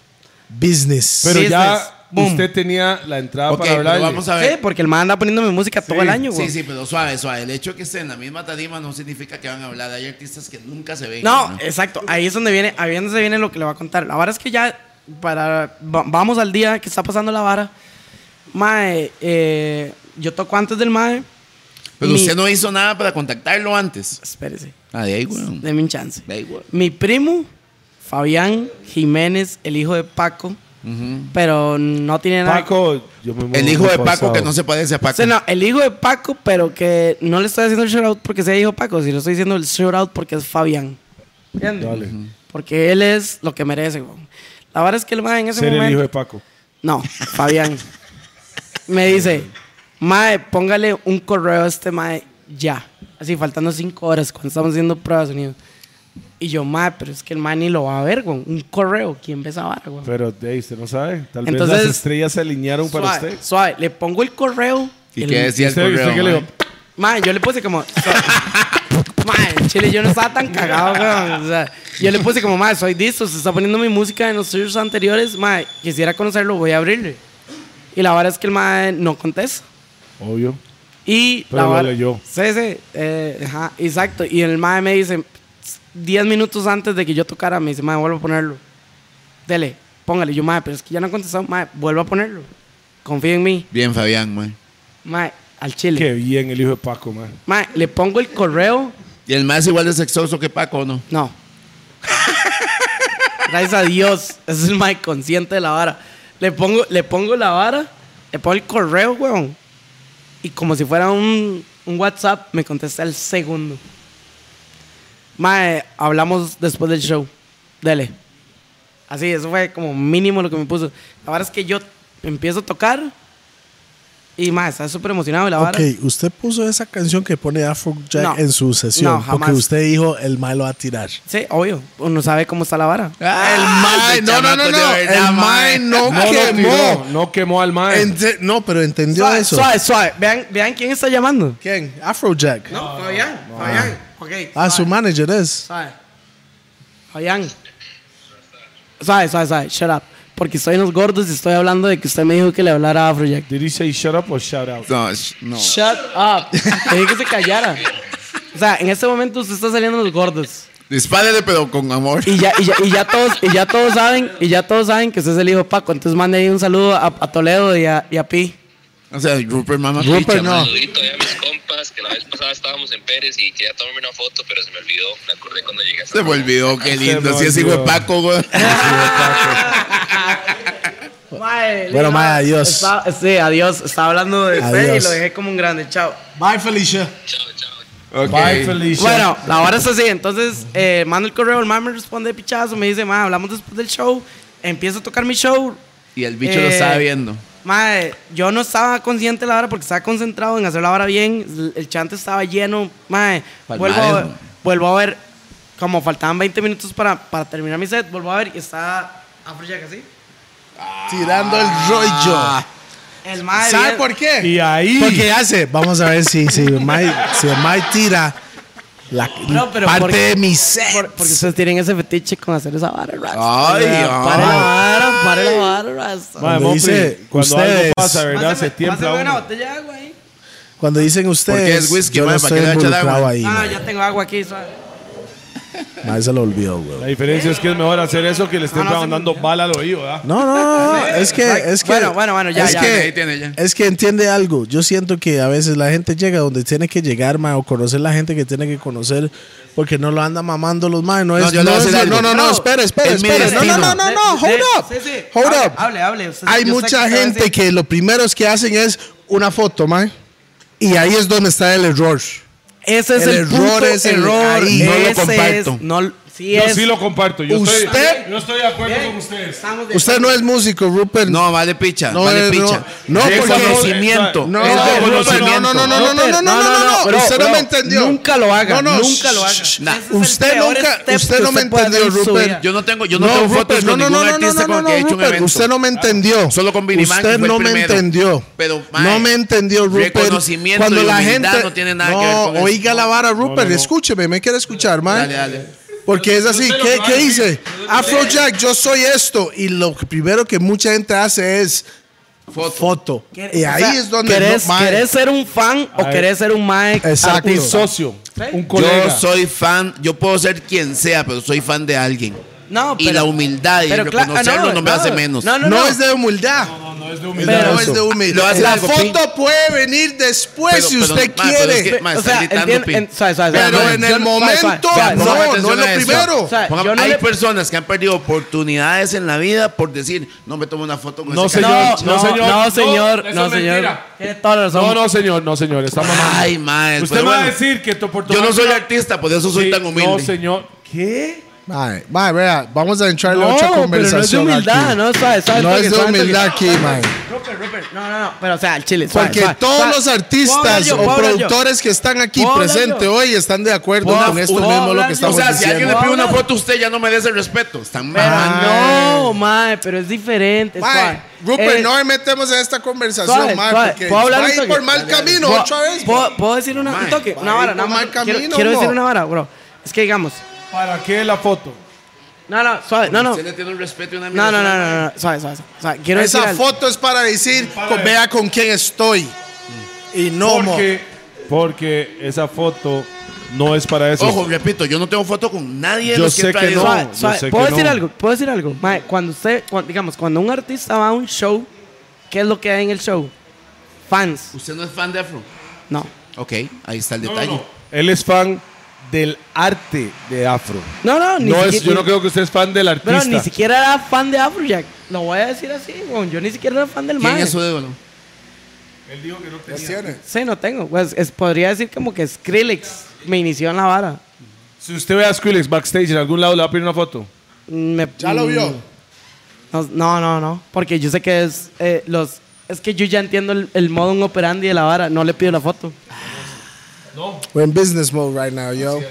[SPEAKER 2] Business.
[SPEAKER 4] Pero
[SPEAKER 5] Business.
[SPEAKER 4] ya
[SPEAKER 5] Boom.
[SPEAKER 4] usted tenía la entrada
[SPEAKER 3] Ok,
[SPEAKER 4] para
[SPEAKER 3] pero
[SPEAKER 4] hablar.
[SPEAKER 3] vamos a
[SPEAKER 5] Sí,
[SPEAKER 3] ver.
[SPEAKER 5] porque el ma anda poniéndome música todo
[SPEAKER 4] Sí,
[SPEAKER 5] el año, güey.
[SPEAKER 3] Sí, sí, pero suave, suave. El hecho de que esté en la misma tarima no significa que van a hablar. Hay artistas que nunca se ven.
[SPEAKER 5] No, eh, exacto, ahí es donde viene, ahí es donde se viene lo que le va a contar. La verdad es que ya, para, va- vamos al día que está pasando la vara. Mae, eh, yo toco antes del mae.
[SPEAKER 3] Pero
[SPEAKER 5] mi-
[SPEAKER 3] usted no hizo nada para contactarlo antes.
[SPEAKER 5] Espérese,
[SPEAKER 3] Ah, de ahí, weón.
[SPEAKER 5] Pues, denme un chance.
[SPEAKER 3] De ahí, weón.
[SPEAKER 5] Mi primo, Fabián Jiménez, el hijo de Paco, pero no tiene nada
[SPEAKER 4] Paco, yo me muero
[SPEAKER 3] El hijo de Paco
[SPEAKER 4] pasado.
[SPEAKER 3] que no se parece a
[SPEAKER 5] O
[SPEAKER 3] Paco.
[SPEAKER 5] sea, no, el hijo de Paco, pero que no le estoy haciendo el shoutout porque sea hijo de Paco, sino estoy diciendo el shoutout porque es Fabián. ¿Entiendes?
[SPEAKER 4] Dale.
[SPEAKER 5] Porque él es lo que merece, weón. La verdad es que el mae en ese
[SPEAKER 4] Ser
[SPEAKER 5] momento.
[SPEAKER 4] el hijo de Paco.
[SPEAKER 5] No, Fabián. me dice, mae, póngale un correo a este mae ya. Así, faltando cinco horas cuando estamos haciendo pruebas de sonido. Y yo, mae, pero es que el mae ni lo va a ver, weón. Un correo, ¿quién ve esa vara, weón?
[SPEAKER 4] Pero hey, usted no sabe. Tal vez
[SPEAKER 5] Entonces-
[SPEAKER 4] las estrellas se alinearon este para
[SPEAKER 5] Suave,
[SPEAKER 4] usted.
[SPEAKER 5] suave, le pongo el correo.
[SPEAKER 3] ¿Y
[SPEAKER 5] el
[SPEAKER 3] qué decía el
[SPEAKER 4] Usted-
[SPEAKER 3] correo?
[SPEAKER 4] usted que le-
[SPEAKER 3] man?
[SPEAKER 5] Mae, yo le puse como. so- <laughs> Mae, en Chile, yo no estaba tan cagado, weón. O sea, yo le puse como, mae, soy disto, se está poniendo mi música en los suyos anteriores, mae, quisiera conocerlo, voy a abrirle. Y la verdad es que el mae no contesta.
[SPEAKER 4] Obvio.
[SPEAKER 5] Y
[SPEAKER 4] Pero
[SPEAKER 5] la
[SPEAKER 4] lo
[SPEAKER 5] vara-
[SPEAKER 4] leyó.
[SPEAKER 5] Sí, sí. eh, ajá, exacto. Y el mae me dice, 10 minutos antes de que yo tocara, me dice, mae, vuelvo a ponerlo. Dele, póngale. Yo, mae, pero es que ya no contestó, mae, vuelvo a ponerlo. Confía en mí,
[SPEAKER 3] Bien, Fabián, man.
[SPEAKER 5] mae, al chile.
[SPEAKER 4] Qué bien el hijo de Paco, man.
[SPEAKER 5] Mae, le pongo el correo.
[SPEAKER 3] ¿Y el más igual de sexoso que Paco o no?
[SPEAKER 5] No. <laughs> Gracias a Dios. Ese es el más consciente de la vara. Le pongo, le pongo la vara, le pongo el correo, weón. Y como si fuera un, un WhatsApp, me contesta el segundo. Mae, hablamos después del show. Dele. Así, eso fue como mínimo lo que me puso. La vara es que yo empiezo a tocar. Y mae, está súper emocionado y la vara.
[SPEAKER 2] Ok, usted puso esa canción que pone Afrojack
[SPEAKER 5] No.
[SPEAKER 2] en su sesión.
[SPEAKER 5] No, jamás.
[SPEAKER 2] Porque usted dijo, el mal lo va a tirar.
[SPEAKER 5] Sí, obvio. Uno sabe cómo está la vara.
[SPEAKER 3] Ah,
[SPEAKER 2] el mae,
[SPEAKER 3] ese
[SPEAKER 2] no, no, no,
[SPEAKER 3] chamaco
[SPEAKER 2] no,
[SPEAKER 3] de verdad, eh.
[SPEAKER 2] el mae
[SPEAKER 3] man.
[SPEAKER 2] no
[SPEAKER 5] Ah,
[SPEAKER 4] No, no
[SPEAKER 2] quemó.
[SPEAKER 4] tiró, no quemó al mae.
[SPEAKER 2] Ente- no, pero entendió
[SPEAKER 5] Suave,
[SPEAKER 2] eso.
[SPEAKER 5] suave, suave. Vean, vean quién está llamando.
[SPEAKER 2] ¿Quién? Afrojack.
[SPEAKER 5] No, Fabián, Fabián. Ok.
[SPEAKER 2] Ah, su
[SPEAKER 5] suave,
[SPEAKER 2] manager es.
[SPEAKER 5] suave. Fabián. Suave, suave, suave. Shut up. Porque estoy en los gordos y estoy hablando de que usted me dijo que le hablara a Afrojack.
[SPEAKER 4] Did he say shut up or shout out?
[SPEAKER 3] No, sh- no.
[SPEAKER 5] Shut up. Le dije que se callara. O sea, en este momento usted está saliendo en los gordos.
[SPEAKER 3] Dispárele, pero con amor.
[SPEAKER 5] Y ya, y ya, y ya todos, y ya todos saben, y ya todos saben que usted es el hijo de Paco. Entonces mande ahí un saludo a, a Toledo y a, y a Pi.
[SPEAKER 3] O sea, Rupert Mama
[SPEAKER 2] Rupert,
[SPEAKER 3] picha,
[SPEAKER 2] no.
[SPEAKER 3] man.
[SPEAKER 8] saludito ahí a mis compas, que la vez pasada estábamos en Pérez y quería tomarme una foto, pero se me olvidó. Me acordé cuando llegué a
[SPEAKER 3] Se me olvidó, qué
[SPEAKER 4] me
[SPEAKER 3] lindo. Si es hijo de
[SPEAKER 4] olvidó.
[SPEAKER 3] Paco, güey.
[SPEAKER 2] Bueno, mae, adiós.
[SPEAKER 5] Está- sí, adiós. Estaba hablando de usted y
[SPEAKER 2] Adiós.
[SPEAKER 5] lo dejé como un grande. Chao.
[SPEAKER 2] Bye, Felicia.
[SPEAKER 8] Chao, chao.
[SPEAKER 3] Ok.
[SPEAKER 4] Bye, Felicia.
[SPEAKER 5] Bueno, la hora es así. Entonces, eh, mando el correo, el man me responde de pichazo, me dice, ma, hablamos después del show. Empiezo a tocar mi show.
[SPEAKER 3] Y el bicho lo
[SPEAKER 5] Eh,
[SPEAKER 3] estaba viendo.
[SPEAKER 5] Madre, yo no estaba consciente de la hora porque estaba concentrado en hacer la hora bien. El- El chante estaba lleno. Madre,
[SPEAKER 3] Palmares,
[SPEAKER 5] vuelvo, a-
[SPEAKER 3] ¿no?
[SPEAKER 5] vuelvo a ver, como faltaban 20 minutos para, para terminar mi set, vuelvo a ver y está Afrojack así. Ah.
[SPEAKER 2] Tirando el rollo.
[SPEAKER 5] El madre.
[SPEAKER 2] ¿Sabe por qué?
[SPEAKER 4] Y ahí.
[SPEAKER 2] Porque hace, vamos a ver si, si, Mai, si Mai tira la
[SPEAKER 5] No, pero
[SPEAKER 2] parte
[SPEAKER 5] porque-
[SPEAKER 2] de mi set.
[SPEAKER 5] porque ustedes tienen ese fetiche con hacer esa vara,
[SPEAKER 2] Ah.
[SPEAKER 5] rasta.
[SPEAKER 3] Ay, ah.
[SPEAKER 5] Para la
[SPEAKER 3] ay.
[SPEAKER 5] vara, para la vara, rasta.
[SPEAKER 4] Mae,
[SPEAKER 2] Cuando
[SPEAKER 4] Mopri,
[SPEAKER 2] dice
[SPEAKER 4] cuando algo
[SPEAKER 2] ustedes-
[SPEAKER 4] pasa, ¿verdad? Se
[SPEAKER 5] Pásame- pásame
[SPEAKER 4] tiembla
[SPEAKER 5] una
[SPEAKER 4] uno.
[SPEAKER 5] botella de agua ahí.
[SPEAKER 2] Cuando dicen ustedes,
[SPEAKER 3] es whisky,
[SPEAKER 2] yo no
[SPEAKER 3] mae, ¿para
[SPEAKER 2] estoy
[SPEAKER 3] qué le va a echar
[SPEAKER 2] involucrado
[SPEAKER 3] agua?
[SPEAKER 2] ahí.
[SPEAKER 5] Ah,
[SPEAKER 2] mae.
[SPEAKER 5] ya tengo agua aquí, suave.
[SPEAKER 2] Mae se lo olvidó, güey.
[SPEAKER 4] La diferencia es que es mejor hacer eso que le estén
[SPEAKER 5] Ah, no, se me
[SPEAKER 4] dando bala al oído, ¿verdad?
[SPEAKER 2] No, no, no, es que, es que,
[SPEAKER 5] Bueno, bueno, bueno, ya,
[SPEAKER 2] es
[SPEAKER 5] ya,
[SPEAKER 2] que,
[SPEAKER 3] ya, ahí tiene ya.
[SPEAKER 2] es que entiende algo. Yo siento que a veces la gente llega donde tiene que llegar, ma, o conocer la gente que tiene que conocer, porque no lo anda mamando los ma, no es, no,
[SPEAKER 3] yo le voy a
[SPEAKER 2] es-
[SPEAKER 3] decir
[SPEAKER 2] no,
[SPEAKER 3] algo.
[SPEAKER 2] no, no, espera, espera,
[SPEAKER 3] Es mi
[SPEAKER 2] espera, no, no,
[SPEAKER 3] destino.
[SPEAKER 2] no, no, no,
[SPEAKER 5] De-
[SPEAKER 2] hold
[SPEAKER 5] de-
[SPEAKER 2] up,
[SPEAKER 5] sí, sí.
[SPEAKER 2] hold
[SPEAKER 5] Hable,
[SPEAKER 2] up.
[SPEAKER 5] hable, hable. Usted-
[SPEAKER 2] Hay
[SPEAKER 5] yo sé
[SPEAKER 2] mucha
[SPEAKER 5] que usted va a
[SPEAKER 2] gente
[SPEAKER 5] decir-
[SPEAKER 2] que lo primero que hacen es una foto, ma, y ahí es donde está el error.
[SPEAKER 5] Ese es
[SPEAKER 2] El
[SPEAKER 5] el,
[SPEAKER 2] error
[SPEAKER 5] punto,
[SPEAKER 2] es el-
[SPEAKER 5] error.
[SPEAKER 2] ahí.
[SPEAKER 3] No lo
[SPEAKER 5] Ese
[SPEAKER 3] comparto.
[SPEAKER 5] es- no, sí
[SPEAKER 4] Yo
[SPEAKER 5] es.
[SPEAKER 4] sí lo comparto. Yo,
[SPEAKER 2] Usted-
[SPEAKER 4] estoy, yo estoy de acuerdo
[SPEAKER 5] Bien.
[SPEAKER 4] con ustedes.
[SPEAKER 5] Estamos de
[SPEAKER 2] Usted no es músico, Rupert.
[SPEAKER 3] No, vale picha,
[SPEAKER 2] No,
[SPEAKER 3] vale
[SPEAKER 2] eh,
[SPEAKER 3] picha.
[SPEAKER 2] no, no,
[SPEAKER 3] es
[SPEAKER 2] porque-
[SPEAKER 3] conocimiento.
[SPEAKER 2] No,
[SPEAKER 3] es de
[SPEAKER 2] no, no,
[SPEAKER 3] conocimiento.
[SPEAKER 2] no, no, no, no, no, no, no, no, no,
[SPEAKER 5] bro,
[SPEAKER 2] usted no
[SPEAKER 5] bro,
[SPEAKER 2] me entendió.
[SPEAKER 5] Nunca lo haga,
[SPEAKER 2] No, no,
[SPEAKER 5] nunca lo haga.
[SPEAKER 2] shh, shh,
[SPEAKER 5] Ese
[SPEAKER 3] nah.
[SPEAKER 5] es el
[SPEAKER 2] Usted
[SPEAKER 5] peor
[SPEAKER 2] nunca-
[SPEAKER 5] step
[SPEAKER 2] usted
[SPEAKER 5] que
[SPEAKER 2] no me
[SPEAKER 5] puede hacer en
[SPEAKER 2] entendió,
[SPEAKER 5] su
[SPEAKER 2] Rupert.
[SPEAKER 5] vida.
[SPEAKER 3] Yo no tengo, yo no, tengo fotos
[SPEAKER 2] Rupert,
[SPEAKER 3] con ningún artista con el que he hecho un
[SPEAKER 2] Rupert,
[SPEAKER 3] evento. Ah,
[SPEAKER 2] Usted no me entendió.
[SPEAKER 3] Solo con Vinny Mac, que
[SPEAKER 2] Usted
[SPEAKER 3] fue el
[SPEAKER 2] no me
[SPEAKER 3] primero.
[SPEAKER 2] entendió.
[SPEAKER 3] Pero, mae,
[SPEAKER 2] no me entendió, Rupert.
[SPEAKER 3] reconocimiento
[SPEAKER 2] Cuando
[SPEAKER 3] y
[SPEAKER 2] la
[SPEAKER 3] humildad
[SPEAKER 2] gente
[SPEAKER 3] no tiene nada que ver con eso.
[SPEAKER 2] oiga la vara, Rupert.
[SPEAKER 4] no, no.
[SPEAKER 2] Escúcheme, me quiere escuchar, man.
[SPEAKER 3] Dale, dale.
[SPEAKER 2] Porque es así.
[SPEAKER 4] sé lo
[SPEAKER 2] ¿Qué,
[SPEAKER 4] que va a
[SPEAKER 2] qué
[SPEAKER 4] decir.
[SPEAKER 2] dice? Afrojack, yo soy esto. Y lo primero que mucha gente hace es
[SPEAKER 3] Foto.
[SPEAKER 2] foto.
[SPEAKER 5] Quiere-
[SPEAKER 2] Y
[SPEAKER 5] o
[SPEAKER 2] ahí
[SPEAKER 5] sea,
[SPEAKER 2] es donde
[SPEAKER 5] ¿Querés,
[SPEAKER 2] no, mae.
[SPEAKER 5] querés ser un fan o
[SPEAKER 4] Ay.
[SPEAKER 5] querés ser un mae?
[SPEAKER 2] Exacto.
[SPEAKER 4] Un
[SPEAKER 5] artista?
[SPEAKER 4] socio, un colega.
[SPEAKER 3] Yo soy fan, yo puedo ser quien sea, pero soy fan de alguien.
[SPEAKER 5] No,
[SPEAKER 3] y la humildad y
[SPEAKER 5] pero cla- ah, no,
[SPEAKER 3] reconocerlo no, me
[SPEAKER 5] no,
[SPEAKER 3] hace menos.
[SPEAKER 5] No, no,
[SPEAKER 2] No
[SPEAKER 5] no.
[SPEAKER 2] es de humildad.
[SPEAKER 5] Pero-
[SPEAKER 2] no es de
[SPEAKER 3] Lo
[SPEAKER 2] humildad.
[SPEAKER 3] hace
[SPEAKER 2] La
[SPEAKER 3] algo,
[SPEAKER 2] foto puede venir después
[SPEAKER 3] Pero-
[SPEAKER 2] si
[SPEAKER 3] pero,
[SPEAKER 2] usted
[SPEAKER 3] mae, pero es
[SPEAKER 2] quiere.
[SPEAKER 3] que- Ma,
[SPEAKER 5] o
[SPEAKER 3] está
[SPEAKER 5] sea,
[SPEAKER 3] gritando,
[SPEAKER 5] entiende-
[SPEAKER 3] Pi.
[SPEAKER 5] en- suave, suave, suave,
[SPEAKER 2] Pero en
[SPEAKER 5] suave. Yo-
[SPEAKER 2] el
[SPEAKER 5] suave, suave,
[SPEAKER 2] momento,
[SPEAKER 5] suave,
[SPEAKER 3] Pongan
[SPEAKER 2] no,
[SPEAKER 3] atención
[SPEAKER 2] no es
[SPEAKER 3] a
[SPEAKER 2] lo
[SPEAKER 3] esto.
[SPEAKER 2] primero.
[SPEAKER 5] O sea,
[SPEAKER 3] Pongan-
[SPEAKER 5] yo no
[SPEAKER 3] hay
[SPEAKER 5] le-
[SPEAKER 3] personas que han perdido oportunidades en la vida por decir, no me tomo una foto con
[SPEAKER 4] No,
[SPEAKER 3] ese
[SPEAKER 4] señor.
[SPEAKER 3] cara".
[SPEAKER 5] No,
[SPEAKER 4] No,
[SPEAKER 5] no,
[SPEAKER 4] señor.
[SPEAKER 5] no,
[SPEAKER 4] No,
[SPEAKER 5] señor,
[SPEAKER 4] eso
[SPEAKER 5] no,
[SPEAKER 4] es
[SPEAKER 5] señor.
[SPEAKER 4] mentira.
[SPEAKER 5] Tiene toda la razón.
[SPEAKER 4] No, no, señor, no, señor. Está mamando.
[SPEAKER 3] Ay, mae,
[SPEAKER 4] Usted
[SPEAKER 3] pero
[SPEAKER 4] me va a
[SPEAKER 3] bueno.
[SPEAKER 4] decir que to- por
[SPEAKER 3] Yo no
[SPEAKER 4] tomarse
[SPEAKER 3] soy
[SPEAKER 4] una-
[SPEAKER 3] artista, por eso soy
[SPEAKER 4] Sí,
[SPEAKER 3] tan humilde.
[SPEAKER 4] No, señor. ¿Qué?
[SPEAKER 2] Mae, mae, vea, vamos a entrar en
[SPEAKER 5] No,
[SPEAKER 2] otra
[SPEAKER 5] pero no es de
[SPEAKER 2] conversación.
[SPEAKER 5] humildad,
[SPEAKER 2] aquí.
[SPEAKER 5] no, suave, suave.
[SPEAKER 2] No
[SPEAKER 5] toque,
[SPEAKER 2] es de
[SPEAKER 5] suave, toque.
[SPEAKER 2] humildad aquí, mae.
[SPEAKER 5] Rupert, Rupert, no, no, no, pero o sea, al chile, suave,
[SPEAKER 2] Porque
[SPEAKER 5] suave,
[SPEAKER 2] todos
[SPEAKER 5] suave.
[SPEAKER 2] los
[SPEAKER 5] Puedo
[SPEAKER 2] artistas
[SPEAKER 5] hablar yo,
[SPEAKER 2] o
[SPEAKER 5] puedo hablar yo.
[SPEAKER 2] productores que están aquí
[SPEAKER 5] Puedo hablar
[SPEAKER 2] presentes
[SPEAKER 5] yo.
[SPEAKER 2] hoy están de acuerdo
[SPEAKER 5] Puedo-
[SPEAKER 2] con esto
[SPEAKER 5] puedo
[SPEAKER 2] mismo lo
[SPEAKER 5] hablar
[SPEAKER 2] que
[SPEAKER 5] yo.
[SPEAKER 3] o
[SPEAKER 2] estamos
[SPEAKER 3] sea, si alguien le
[SPEAKER 2] diciendo.
[SPEAKER 3] pide una
[SPEAKER 5] Habla.
[SPEAKER 3] foto, usted ya no merece el respeto. Están
[SPEAKER 5] Pero
[SPEAKER 3] mal.
[SPEAKER 5] no, mae, pero es diferente, suave.
[SPEAKER 2] Ah, Mae, Rupert,
[SPEAKER 5] Eh,
[SPEAKER 2] no me metemos en esta conversación,
[SPEAKER 5] suave,
[SPEAKER 2] mae,
[SPEAKER 5] suave.
[SPEAKER 2] porque
[SPEAKER 5] ¿Puedo hablar
[SPEAKER 2] va a
[SPEAKER 5] un
[SPEAKER 2] ir
[SPEAKER 5] toque?
[SPEAKER 2] por mal camino
[SPEAKER 5] ¿Puedo-
[SPEAKER 2] otra vez.
[SPEAKER 5] ¿Puedo, puedo decir una, un
[SPEAKER 3] Mae,
[SPEAKER 5] toque? Una
[SPEAKER 2] va
[SPEAKER 5] vara,
[SPEAKER 2] por
[SPEAKER 5] nada más.
[SPEAKER 2] mal camino,
[SPEAKER 5] quiero, quiero decir
[SPEAKER 2] no.
[SPEAKER 5] una vara, bro. Es que digamos,
[SPEAKER 4] ¿Para qué la foto?
[SPEAKER 5] no, no, suave, no, no.
[SPEAKER 3] Usted le tiene un respeto y una
[SPEAKER 5] No, no, no,
[SPEAKER 3] admiración.
[SPEAKER 5] no, no, suave, suave, suave. suave. Quiero decir
[SPEAKER 2] Esa
[SPEAKER 5] algo.
[SPEAKER 2] foto es para decir,
[SPEAKER 4] Para
[SPEAKER 2] con-
[SPEAKER 4] ver.
[SPEAKER 2] vea con quién estoy. Y no, mo.
[SPEAKER 4] Porque, porque esa foto no es para eso.
[SPEAKER 3] Ojo, repito, yo no tengo foto con nadie de
[SPEAKER 4] Yo
[SPEAKER 3] los que
[SPEAKER 4] sé
[SPEAKER 3] he
[SPEAKER 4] que
[SPEAKER 3] traído.
[SPEAKER 4] no.
[SPEAKER 5] Suave,
[SPEAKER 4] yo
[SPEAKER 5] suave.
[SPEAKER 4] sé que
[SPEAKER 5] ¿Puedo decir
[SPEAKER 4] no.
[SPEAKER 5] algo? ¿Puedo decir algo? Mae, cuando usted, cuan- digamos, cuando un artista va a un show, ¿qué es lo que hay en el show? Fans.
[SPEAKER 3] ¿Usted no es fan de Afro?
[SPEAKER 5] No.
[SPEAKER 3] Ok, ahí está el
[SPEAKER 4] No, no,
[SPEAKER 3] detalle.
[SPEAKER 4] no. Él es fan del arte de Afro.
[SPEAKER 5] No, no, ni
[SPEAKER 4] No es,
[SPEAKER 5] siquiera-
[SPEAKER 4] yo no creo que usted es fan del
[SPEAKER 5] Pero
[SPEAKER 4] artista.
[SPEAKER 5] ni siquiera era fan de Afrojack. Lo voy a decir así, weón. Yo ni siquiera era fan del
[SPEAKER 3] ¿Quién
[SPEAKER 5] mae.
[SPEAKER 3] es su ídolo?
[SPEAKER 5] Sí, no tengo. Pues, es- podría decir como que Skrillex me inició en la vara.
[SPEAKER 4] Si usted ve a Skrillex backstage en algún lado, le va a pedir una foto.
[SPEAKER 5] Me- Mm.
[SPEAKER 2] Ya lo vio.
[SPEAKER 5] No, no, no, no. Porque yo sé que es eh, los... Es que yo ya entiendo el, el modum operandi de la vara. No le pido la foto.
[SPEAKER 2] We're in business mode right now, yo.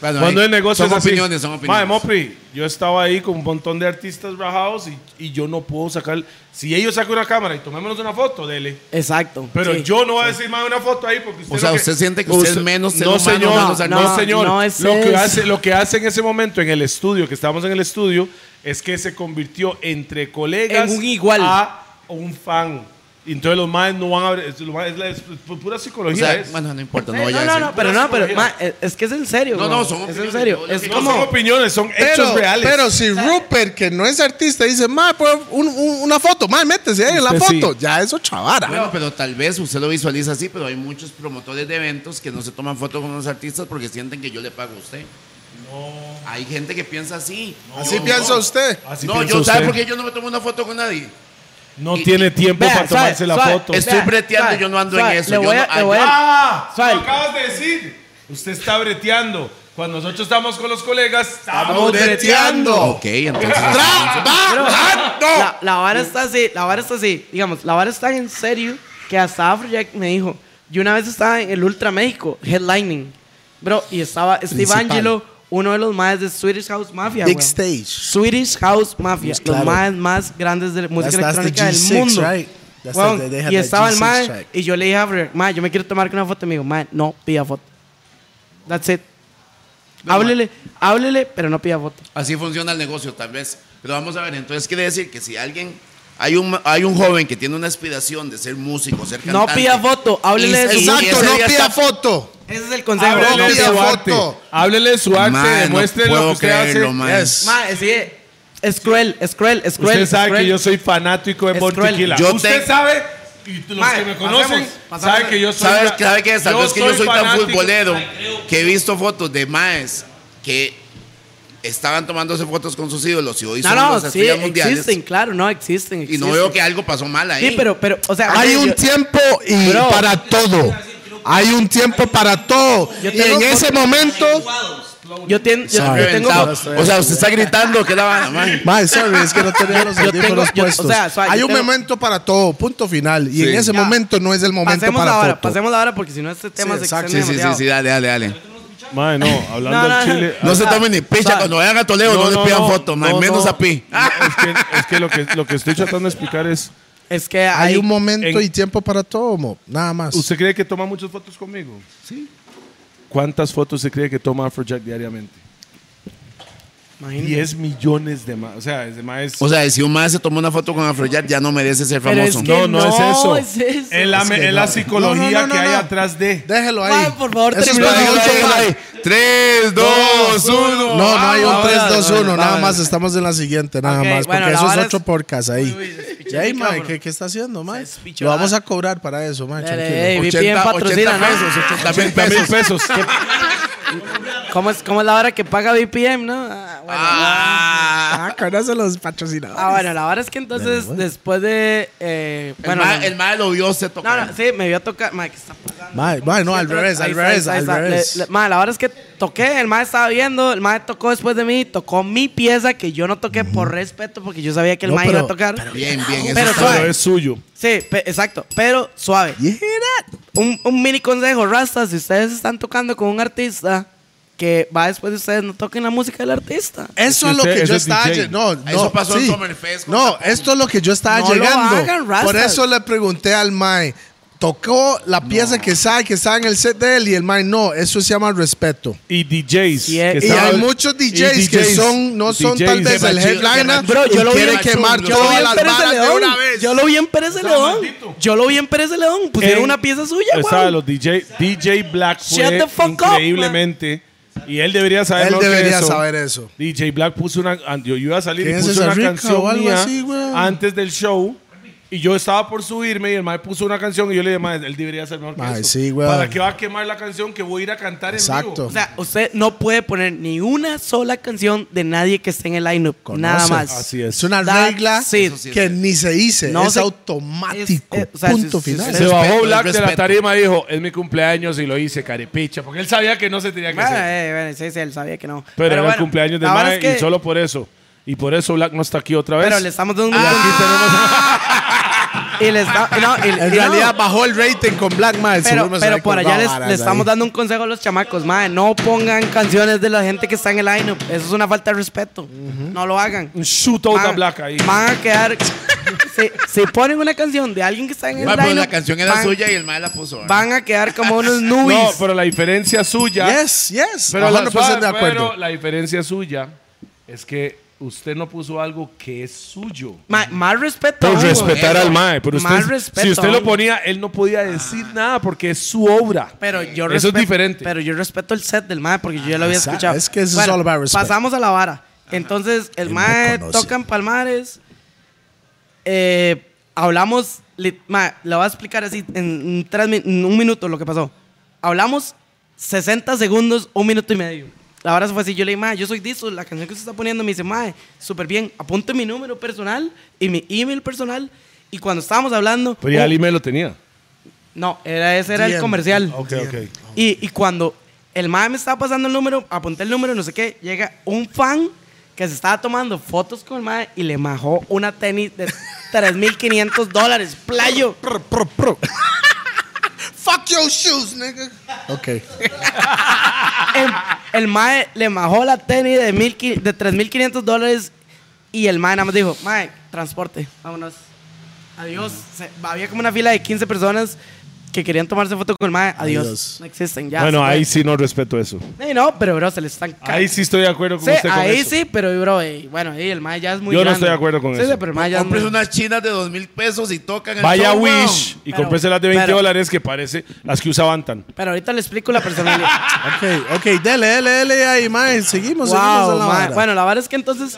[SPEAKER 3] Bueno,
[SPEAKER 4] Cuando
[SPEAKER 3] ahí-
[SPEAKER 4] el negocio
[SPEAKER 3] son
[SPEAKER 4] es así.
[SPEAKER 3] opiniones, son
[SPEAKER 4] Mae,
[SPEAKER 3] opiniones.
[SPEAKER 4] Mopri, yo estaba ahí con un montón de artistas rajados y, y yo no puedo sacar. Si ellos sacan una cámara y tomémonos una foto, dele.
[SPEAKER 5] Exacto.
[SPEAKER 4] Pero
[SPEAKER 5] sí.
[SPEAKER 4] yo no voy a decir más una foto ahí porque usted
[SPEAKER 3] O sea,
[SPEAKER 4] lo que-
[SPEAKER 3] usted siente que usted es menos ser
[SPEAKER 4] no,
[SPEAKER 3] humano,
[SPEAKER 4] señor,
[SPEAKER 3] menos
[SPEAKER 4] no,
[SPEAKER 5] artista. No,
[SPEAKER 4] señor.
[SPEAKER 5] no es
[SPEAKER 4] lo que
[SPEAKER 5] eso.
[SPEAKER 4] hace lo que hace en ese momento en el estudio, que estábamos en el estudio, es que se convirtió entre colegas
[SPEAKER 5] En un igual.
[SPEAKER 4] a un fan. Y entonces los más no van a ver, es, lo más- es la- es pu- pura
[SPEAKER 3] O
[SPEAKER 4] psicología.
[SPEAKER 3] sea,
[SPEAKER 4] Pues es.
[SPEAKER 3] bueno, no importa, no
[SPEAKER 5] Eh,
[SPEAKER 3] vaya
[SPEAKER 5] no,
[SPEAKER 3] a
[SPEAKER 5] no,
[SPEAKER 3] decir.
[SPEAKER 5] no, pero no, pero ma, eh, es que es en serio.
[SPEAKER 3] No,
[SPEAKER 5] bro.
[SPEAKER 3] no, son
[SPEAKER 5] Es en
[SPEAKER 3] opiniones,
[SPEAKER 5] serio.
[SPEAKER 3] yo lo
[SPEAKER 5] Es
[SPEAKER 3] que-
[SPEAKER 4] no
[SPEAKER 5] como.
[SPEAKER 4] son opiniones, son hechos
[SPEAKER 2] Pero,
[SPEAKER 4] reales.
[SPEAKER 2] pero si Rupert, que no es artista, dice, ma, pues, un- un- una foto, ma, métese ahí en la
[SPEAKER 4] Usted sí.
[SPEAKER 2] foto. Ya eso chavara.
[SPEAKER 3] Bueno, pero tal vez usted lo visualiza así, pero hay muchos promotores de eventos que no se toman fotos con los artistas porque sienten que yo le pago a usted. No. Hay gente que piensa así.
[SPEAKER 2] Así
[SPEAKER 3] Yo
[SPEAKER 2] piensa
[SPEAKER 3] no.
[SPEAKER 2] usted.
[SPEAKER 4] Así
[SPEAKER 3] no,
[SPEAKER 4] piensa
[SPEAKER 3] yo
[SPEAKER 4] usted.
[SPEAKER 3] ¿sabe por qué yo no me tomo una foto con nadie?
[SPEAKER 4] no
[SPEAKER 3] y-
[SPEAKER 4] tiene tiempo
[SPEAKER 5] Vea,
[SPEAKER 4] para
[SPEAKER 5] suave,
[SPEAKER 4] tomarse la
[SPEAKER 5] suave,
[SPEAKER 4] foto.
[SPEAKER 3] Estoy
[SPEAKER 5] vea,
[SPEAKER 3] breteando,
[SPEAKER 5] suave,
[SPEAKER 3] yo no ando
[SPEAKER 5] suave,
[SPEAKER 3] en eso,
[SPEAKER 5] Le
[SPEAKER 3] yo
[SPEAKER 5] voy
[SPEAKER 3] no-
[SPEAKER 5] a. le voy a-
[SPEAKER 4] Ah,
[SPEAKER 5] Suave.
[SPEAKER 4] lo acabas de decir. Usted está breteando. Cuando nosotros estamos con los colegas, estamos
[SPEAKER 2] Estamos breteando.
[SPEAKER 3] Ok, entonces.
[SPEAKER 5] La, la vara está así, la vara está así. Digamos, la vara está en serio que hasta Afrojack me dijo. Yo una vez estaba en el Ultra México, headlining. Bro, y estaba Steve
[SPEAKER 2] Principal.
[SPEAKER 5] Angelo, uno de los más de Swedish House Mafia.
[SPEAKER 2] Big
[SPEAKER 5] weón.
[SPEAKER 2] stage.
[SPEAKER 5] Swedish House Mafia,
[SPEAKER 2] Pues claro.
[SPEAKER 5] los más, más grandes de música
[SPEAKER 2] That's- that's the
[SPEAKER 5] electrónica
[SPEAKER 2] G6,
[SPEAKER 5] del mundo.
[SPEAKER 2] right? That's
[SPEAKER 5] Weón,
[SPEAKER 2] the- they had
[SPEAKER 5] y
[SPEAKER 2] that
[SPEAKER 5] estaba el
[SPEAKER 2] G6
[SPEAKER 5] mae
[SPEAKER 2] track.
[SPEAKER 5] y yo le dije a Fred, mae, yo me quiero tomar una foto. Y me dijo, mae, no pida foto. That's it. háblele, háblele, pero no pida foto.
[SPEAKER 3] Así funciona el negocio, tal vez. Pero vamos a ver, entonces quiere decir que si alguien Hay un, hay un joven que tiene una aspiración de ser músico, ser
[SPEAKER 5] No
[SPEAKER 3] cantante.
[SPEAKER 5] pida foto, háblele de su
[SPEAKER 3] Exacto,
[SPEAKER 5] música.
[SPEAKER 3] ese
[SPEAKER 6] no
[SPEAKER 3] día
[SPEAKER 6] pida
[SPEAKER 3] está-
[SPEAKER 6] foto.
[SPEAKER 5] Ese es el consejo.
[SPEAKER 6] Ábrele
[SPEAKER 7] Ah, Háblele
[SPEAKER 6] Propia
[SPEAKER 7] su
[SPEAKER 6] foto.
[SPEAKER 7] arte. Háblele su arte.
[SPEAKER 3] Mae, no
[SPEAKER 7] demuestre lo
[SPEAKER 3] puedo
[SPEAKER 7] que usted
[SPEAKER 3] creerlo,
[SPEAKER 7] hace.
[SPEAKER 3] mae.
[SPEAKER 7] Yes.
[SPEAKER 5] Ma, sí, es cruel, es cruel, es cruel.
[SPEAKER 7] Usted
[SPEAKER 5] es
[SPEAKER 7] sabe
[SPEAKER 5] cruel.
[SPEAKER 7] que yo soy fanático de
[SPEAKER 5] Es
[SPEAKER 7] Bon
[SPEAKER 5] cruel.
[SPEAKER 7] Tequila.
[SPEAKER 3] Yo
[SPEAKER 7] Usted
[SPEAKER 3] te-
[SPEAKER 7] sabe, y los
[SPEAKER 5] Mae,
[SPEAKER 7] que me conocen,
[SPEAKER 5] pasemos, pasemos.
[SPEAKER 7] saben que yo soy.
[SPEAKER 3] ¿Sabes,
[SPEAKER 7] una-
[SPEAKER 3] ¿Sabes qué? Tal
[SPEAKER 7] yo
[SPEAKER 3] vez que yo soy tan
[SPEAKER 7] fanático.
[SPEAKER 3] futbolero que he visto fotos de maes que estaban tomándose fotos con sus ídolos y hoy
[SPEAKER 5] No,
[SPEAKER 3] son
[SPEAKER 5] no,
[SPEAKER 3] los
[SPEAKER 5] sí,
[SPEAKER 3] estrellas mundiales.
[SPEAKER 5] existen, claro, no, existen,
[SPEAKER 3] Y no
[SPEAKER 5] existen.
[SPEAKER 3] veo que algo pasó mal ahí.
[SPEAKER 5] Sí, pero, pero, o sea,
[SPEAKER 6] Hay
[SPEAKER 5] yo-
[SPEAKER 6] un
[SPEAKER 5] yo-
[SPEAKER 6] tiempo y
[SPEAKER 5] Bro.
[SPEAKER 6] para todo. Hay un tiempo para todo.
[SPEAKER 5] Yo
[SPEAKER 6] Y
[SPEAKER 5] tengo
[SPEAKER 6] en ese
[SPEAKER 5] fotos.
[SPEAKER 6] momento,
[SPEAKER 5] yo, tien- yo-
[SPEAKER 3] Está
[SPEAKER 5] yo tengo,
[SPEAKER 3] reventado. O sea, usted está gritando que la van mae.
[SPEAKER 2] <laughs> Mae, sorry, es que no tenía los
[SPEAKER 5] Yo tengo-
[SPEAKER 2] audífonos
[SPEAKER 5] yo- o
[SPEAKER 2] puestos.
[SPEAKER 5] sea, suave,
[SPEAKER 2] Hay
[SPEAKER 5] yo
[SPEAKER 2] un
[SPEAKER 5] tengo-
[SPEAKER 2] momento para todo, punto final. Y en ese
[SPEAKER 5] Ya.
[SPEAKER 2] momento no es el momento
[SPEAKER 5] pasemos
[SPEAKER 2] para
[SPEAKER 5] ahora,
[SPEAKER 2] foto.
[SPEAKER 5] pasemos ahora porque si no este tema
[SPEAKER 2] Sí,
[SPEAKER 5] se
[SPEAKER 2] exacto.
[SPEAKER 5] extiende
[SPEAKER 3] Sí, sí, sí,
[SPEAKER 5] demasiado.
[SPEAKER 3] sí, dale, dale, dale.
[SPEAKER 4] Mae, no, hablando
[SPEAKER 5] No, no,
[SPEAKER 4] del
[SPEAKER 5] <laughs>
[SPEAKER 4] chile.
[SPEAKER 5] no.
[SPEAKER 3] No se tomen ni
[SPEAKER 5] O sea,
[SPEAKER 3] picha cuando vayan a Toledo, no, les pidan fotos, mae,
[SPEAKER 4] no,
[SPEAKER 3] menos
[SPEAKER 4] no.
[SPEAKER 3] a Pi.
[SPEAKER 4] No, es que, es que lo que lo que estoy tratando de explicar es,
[SPEAKER 5] Es que hay,
[SPEAKER 2] Hay un momento
[SPEAKER 4] en-
[SPEAKER 2] y tiempo para todo, mo. nada más.
[SPEAKER 4] ¿usted cree que toma muchas fotos conmigo? Sí. ¿Cuántas fotos se cree que toma Afrojack diariamente?
[SPEAKER 5] Imagínate.
[SPEAKER 4] 10 millones de más. O sea, es de más.
[SPEAKER 3] O sea, si un mae se tomó una foto con Afrojack, ya no merece ser
[SPEAKER 5] Pero es
[SPEAKER 3] famoso.
[SPEAKER 5] que
[SPEAKER 4] no, no, es eso.
[SPEAKER 5] es eso.
[SPEAKER 4] Es la, es la psicología
[SPEAKER 2] No, no, no,
[SPEAKER 4] que
[SPEAKER 2] no,
[SPEAKER 4] hay
[SPEAKER 2] no.
[SPEAKER 4] atrás de.
[SPEAKER 2] Déjelo ahí.
[SPEAKER 5] Ma, por favor,
[SPEAKER 2] Eso es
[SPEAKER 5] termina
[SPEAKER 2] para
[SPEAKER 5] la
[SPEAKER 2] mucho
[SPEAKER 5] última.
[SPEAKER 2] más.
[SPEAKER 3] Tres, dos,
[SPEAKER 2] No,
[SPEAKER 3] uno.
[SPEAKER 2] no hay un
[SPEAKER 5] Ahora,
[SPEAKER 2] 3, 2,
[SPEAKER 5] ahora,
[SPEAKER 2] 1. Nada
[SPEAKER 5] ahora.
[SPEAKER 2] más estamos en la siguiente, nada
[SPEAKER 5] Ok,
[SPEAKER 2] más.
[SPEAKER 5] bueno,
[SPEAKER 2] Porque
[SPEAKER 5] la
[SPEAKER 2] eso
[SPEAKER 5] vara
[SPEAKER 2] es
[SPEAKER 5] es-
[SPEAKER 2] otro podcast ahí.
[SPEAKER 5] Uy, se pichó
[SPEAKER 2] Y
[SPEAKER 5] el
[SPEAKER 2] ahí, mae,
[SPEAKER 5] micrófono.
[SPEAKER 2] ¿qué, ¿qué está haciendo, mae?
[SPEAKER 5] Se pichó
[SPEAKER 2] Lo
[SPEAKER 5] la-
[SPEAKER 2] vamos a cobrar para eso, mae.
[SPEAKER 5] ah. Dale,
[SPEAKER 2] tranquilo.
[SPEAKER 5] ey, vi bien
[SPEAKER 3] 80
[SPEAKER 5] patrocina, ¿no?
[SPEAKER 3] pesos, 80 mil
[SPEAKER 4] 30 mil
[SPEAKER 3] pesos.
[SPEAKER 4] pesos.
[SPEAKER 5] ¿Cómo es, ¿Cómo es la hora que paga BPM, no? Ah, bueno,
[SPEAKER 3] Ah. pues.
[SPEAKER 2] Ah, conoce los patrocinadores.
[SPEAKER 5] Ah, bueno, la hora es que entonces, después de. eh, bueno,
[SPEAKER 3] el,
[SPEAKER 5] no.
[SPEAKER 3] mae, el mae lo vio, se tocó.
[SPEAKER 5] No, no, sí, me vio tocar. Mae, ¿qué está pasando?
[SPEAKER 2] Mae, mae, <laughs> no, al revés, al
[SPEAKER 5] Ahí está, ahí
[SPEAKER 2] revés,
[SPEAKER 5] está, ahí
[SPEAKER 2] al
[SPEAKER 5] está. Le-
[SPEAKER 2] revés.
[SPEAKER 5] le- mae, la hora es que toqué, el mae estaba viendo, el mae tocó después de mí, tocó mi pieza que yo no toqué por respeto porque yo sabía que el
[SPEAKER 2] No,
[SPEAKER 5] mae iba a
[SPEAKER 2] pero-
[SPEAKER 5] tocar.
[SPEAKER 3] Bien, bien, eso
[SPEAKER 5] Pero
[SPEAKER 3] está
[SPEAKER 5] suave.
[SPEAKER 4] Pero es suyo.
[SPEAKER 5] Sí, pe- exacto, pero suave. Un, un mini consejo, Rasta, si ustedes están tocando con un artista que va después de ustedes, no toquen la música del artista.
[SPEAKER 2] Eso es lo
[SPEAKER 4] Usted-
[SPEAKER 2] que
[SPEAKER 4] eso
[SPEAKER 2] yo
[SPEAKER 4] es
[SPEAKER 2] estaba
[SPEAKER 4] DJ.
[SPEAKER 2] lle- No, no,
[SPEAKER 3] Eso pasó en
[SPEAKER 2] sí.
[SPEAKER 3] Summerfest con
[SPEAKER 2] No,
[SPEAKER 3] Tapón.
[SPEAKER 2] esto es lo que yo estaba
[SPEAKER 5] No lo
[SPEAKER 2] llegando.
[SPEAKER 5] hagan, rastas.
[SPEAKER 2] Por eso le pregunté al Mae. Tocó la pieza que sabe que estaba en el set de él y el Mae no, eso se llama respeto.
[SPEAKER 4] Y DJs.
[SPEAKER 5] Sí, eh.
[SPEAKER 4] que
[SPEAKER 5] Y
[SPEAKER 2] Y
[SPEAKER 4] estaban-
[SPEAKER 2] hay muchos DJs, que
[SPEAKER 4] DJs,
[SPEAKER 2] son, no son
[SPEAKER 4] DJs,
[SPEAKER 2] tal vez el
[SPEAKER 3] machi-
[SPEAKER 2] headliner.
[SPEAKER 3] que Bro,
[SPEAKER 5] yo lo vi
[SPEAKER 2] quiere
[SPEAKER 3] en-
[SPEAKER 2] quemar
[SPEAKER 3] yo lo vi
[SPEAKER 2] todas
[SPEAKER 3] en
[SPEAKER 2] las
[SPEAKER 5] Pérez
[SPEAKER 2] varas de
[SPEAKER 5] León.
[SPEAKER 2] una vez.
[SPEAKER 5] Yo lo vi en Pérez de León.
[SPEAKER 4] maldito.
[SPEAKER 5] Yo lo vi en Pérez de León. Pusieron
[SPEAKER 4] en-
[SPEAKER 5] una pieza suya,
[SPEAKER 4] O sea,
[SPEAKER 5] güey.
[SPEAKER 4] los DJ, DJ Black fue
[SPEAKER 5] Shut the fuck up,
[SPEAKER 4] increíblemente. y él debería saber
[SPEAKER 2] Él
[SPEAKER 4] lo que
[SPEAKER 2] debería
[SPEAKER 4] eso.
[SPEAKER 2] saber eso.
[SPEAKER 4] DJ Black puso una. and- Yo iba a salir y
[SPEAKER 2] ¿Quién es
[SPEAKER 4] puso
[SPEAKER 2] esa
[SPEAKER 4] una
[SPEAKER 2] rica o
[SPEAKER 4] canción
[SPEAKER 2] algo
[SPEAKER 4] mía
[SPEAKER 2] así, güey?
[SPEAKER 4] antes del show. Y yo estaba por subirme y el mae puso una canción y yo le dije, mae, él debería ser mejor
[SPEAKER 2] Mae,
[SPEAKER 4] que eso.
[SPEAKER 2] sí, güey.
[SPEAKER 4] ¿Para qué va a quemar la canción que voy a ir a cantar en vivo?
[SPEAKER 2] Exacto.
[SPEAKER 5] O sea, usted no puede poner ni una sola canción de nadie que esté en el lineup. Nada
[SPEAKER 2] Conoce.
[SPEAKER 5] más.
[SPEAKER 4] Así es.
[SPEAKER 2] Es una
[SPEAKER 5] That's
[SPEAKER 2] regla
[SPEAKER 5] it.
[SPEAKER 2] que ni se dice,
[SPEAKER 5] No
[SPEAKER 2] es
[SPEAKER 5] se-
[SPEAKER 2] automático.
[SPEAKER 5] es- eh, o sea,
[SPEAKER 2] punto
[SPEAKER 5] si- si
[SPEAKER 2] final.
[SPEAKER 5] usted-
[SPEAKER 4] Se bajó
[SPEAKER 3] Respeto,
[SPEAKER 4] Black
[SPEAKER 3] el
[SPEAKER 4] de la
[SPEAKER 3] respeto.
[SPEAKER 4] tarima y dijo, es mi cumpleaños y lo hice, carepicha. Porque él sabía que no se tenía que
[SPEAKER 5] Bueno,
[SPEAKER 4] hacer.
[SPEAKER 5] eh, bueno, sí, sí, él sabía que no.
[SPEAKER 4] Pero, era el
[SPEAKER 5] bueno,
[SPEAKER 4] cumpleaños de
[SPEAKER 5] la verdad
[SPEAKER 4] Mae
[SPEAKER 5] es que-
[SPEAKER 4] y solo por eso. Y por eso Black no está aquí otra vez.
[SPEAKER 5] Pero le estamos dando un
[SPEAKER 4] Y Ah, aquí tenemos...
[SPEAKER 5] montón- <laughs> Y le está- no, y- y
[SPEAKER 2] En
[SPEAKER 5] no.
[SPEAKER 2] realidad bajó el rating con Black Mile.
[SPEAKER 5] Pero, pero por allá les, le estamos dando un consejo a los chamacos, madre, no pongan canciones de la gente que está en el lineup. Eso es una falta de respeto. No lo hagan.
[SPEAKER 4] Un shootout a Black ahí.
[SPEAKER 5] Van a quedar. si, si ponen una canción de alguien que está en el
[SPEAKER 3] Mae, pero la
[SPEAKER 5] lineup,
[SPEAKER 3] canción era
[SPEAKER 5] van,
[SPEAKER 3] suya y el mae la puso. ¿verdad?
[SPEAKER 5] Van a quedar como unos nubis.
[SPEAKER 4] <laughs> No, pero la diferencia suya.
[SPEAKER 2] Yes, yes.
[SPEAKER 4] Pero la,
[SPEAKER 2] 100%
[SPEAKER 4] suave,
[SPEAKER 2] de acuerdo.
[SPEAKER 4] pero la diferencia suya es que usted no puso algo que es suyo.
[SPEAKER 5] Ma- más respeto.
[SPEAKER 4] Por
[SPEAKER 5] aún, güey.
[SPEAKER 4] respetar al mae, pero usted,
[SPEAKER 5] Más respeto
[SPEAKER 4] si usted
[SPEAKER 5] aún.
[SPEAKER 4] lo ponía, él no podía decir nada porque es su obra.
[SPEAKER 5] Pero yo
[SPEAKER 4] Eso es
[SPEAKER 5] respeto-
[SPEAKER 4] diferente.
[SPEAKER 5] Pero yo respeto el set del mae porque yo ya lo había
[SPEAKER 2] Exacto.
[SPEAKER 5] escuchado.
[SPEAKER 2] Es que eso es all about respect.
[SPEAKER 5] Pasamos a la vara. Entonces, el
[SPEAKER 2] El
[SPEAKER 5] mae
[SPEAKER 2] mae conoce.
[SPEAKER 5] toca en Palmares. Eh, hablamos. lit- Mae, le voy a explicar así en, tres min- en un minuto lo que pasó. Hablamos 60 segundos, un minuto y medio. La vara se fue así. Yo le dije, mae, yo soy Diso. La canción que usted está poniendo me dice, mae, súper bien. Apunte mi número personal y mi email personal. Y cuando estábamos hablando.
[SPEAKER 4] Pero ya
[SPEAKER 5] un-
[SPEAKER 4] Alime lo tenía.
[SPEAKER 5] no, era, ese era el
[SPEAKER 2] DM.
[SPEAKER 5] comercial.
[SPEAKER 4] Ok, ok.
[SPEAKER 5] Y, y cuando el mae me estaba pasando el número, apunté el número, no sé qué, llega un fan que se estaba tomando fotos con el mae y le majó una tenis
[SPEAKER 4] <laughs>
[SPEAKER 5] de 3.500 dólares, playo.
[SPEAKER 6] Fuck your shoes, nigga.
[SPEAKER 2] Ok.
[SPEAKER 5] El, el mae le majó la tenis de, mil qui- de 3.500 dólares y el mae nada más dijo, mae, transporte, vámonos. Adiós. Se- había como una fila de 15 personas que querían tomarse foto con el mae, adiós.
[SPEAKER 2] Adiós.
[SPEAKER 5] No existen, ya.
[SPEAKER 4] bueno,
[SPEAKER 5] se
[SPEAKER 4] ahí
[SPEAKER 5] fue.
[SPEAKER 4] sí no respeto eso.
[SPEAKER 5] Ey, no, pero bro, se le están ca-
[SPEAKER 4] Ahí sí estoy de acuerdo con
[SPEAKER 5] Sí,
[SPEAKER 4] usted. con
[SPEAKER 5] ahí
[SPEAKER 4] eso.
[SPEAKER 5] sí, pero bro, ey, bueno, ey, el mae ya es muy
[SPEAKER 4] Yo no
[SPEAKER 5] grande.
[SPEAKER 4] estoy de acuerdo con
[SPEAKER 5] Sí,
[SPEAKER 4] eso.
[SPEAKER 5] Sí, pero el mae ya es muy-
[SPEAKER 3] Compres unas chinas de dos mil pesos y tocan el
[SPEAKER 4] Vaya
[SPEAKER 3] show, weón.
[SPEAKER 4] Wish y
[SPEAKER 5] Pero-
[SPEAKER 4] cómprese las de 20
[SPEAKER 5] pero-
[SPEAKER 4] dólares que parece las que usaban tan.
[SPEAKER 5] Pero ahorita le explico la personalidad.
[SPEAKER 2] Ok, ok, dele, dele, dele ahí, mae. Seguimos, seguimos
[SPEAKER 5] wow,
[SPEAKER 2] en la
[SPEAKER 5] mae.
[SPEAKER 2] vara.
[SPEAKER 5] Bueno, la verdad es que entonces...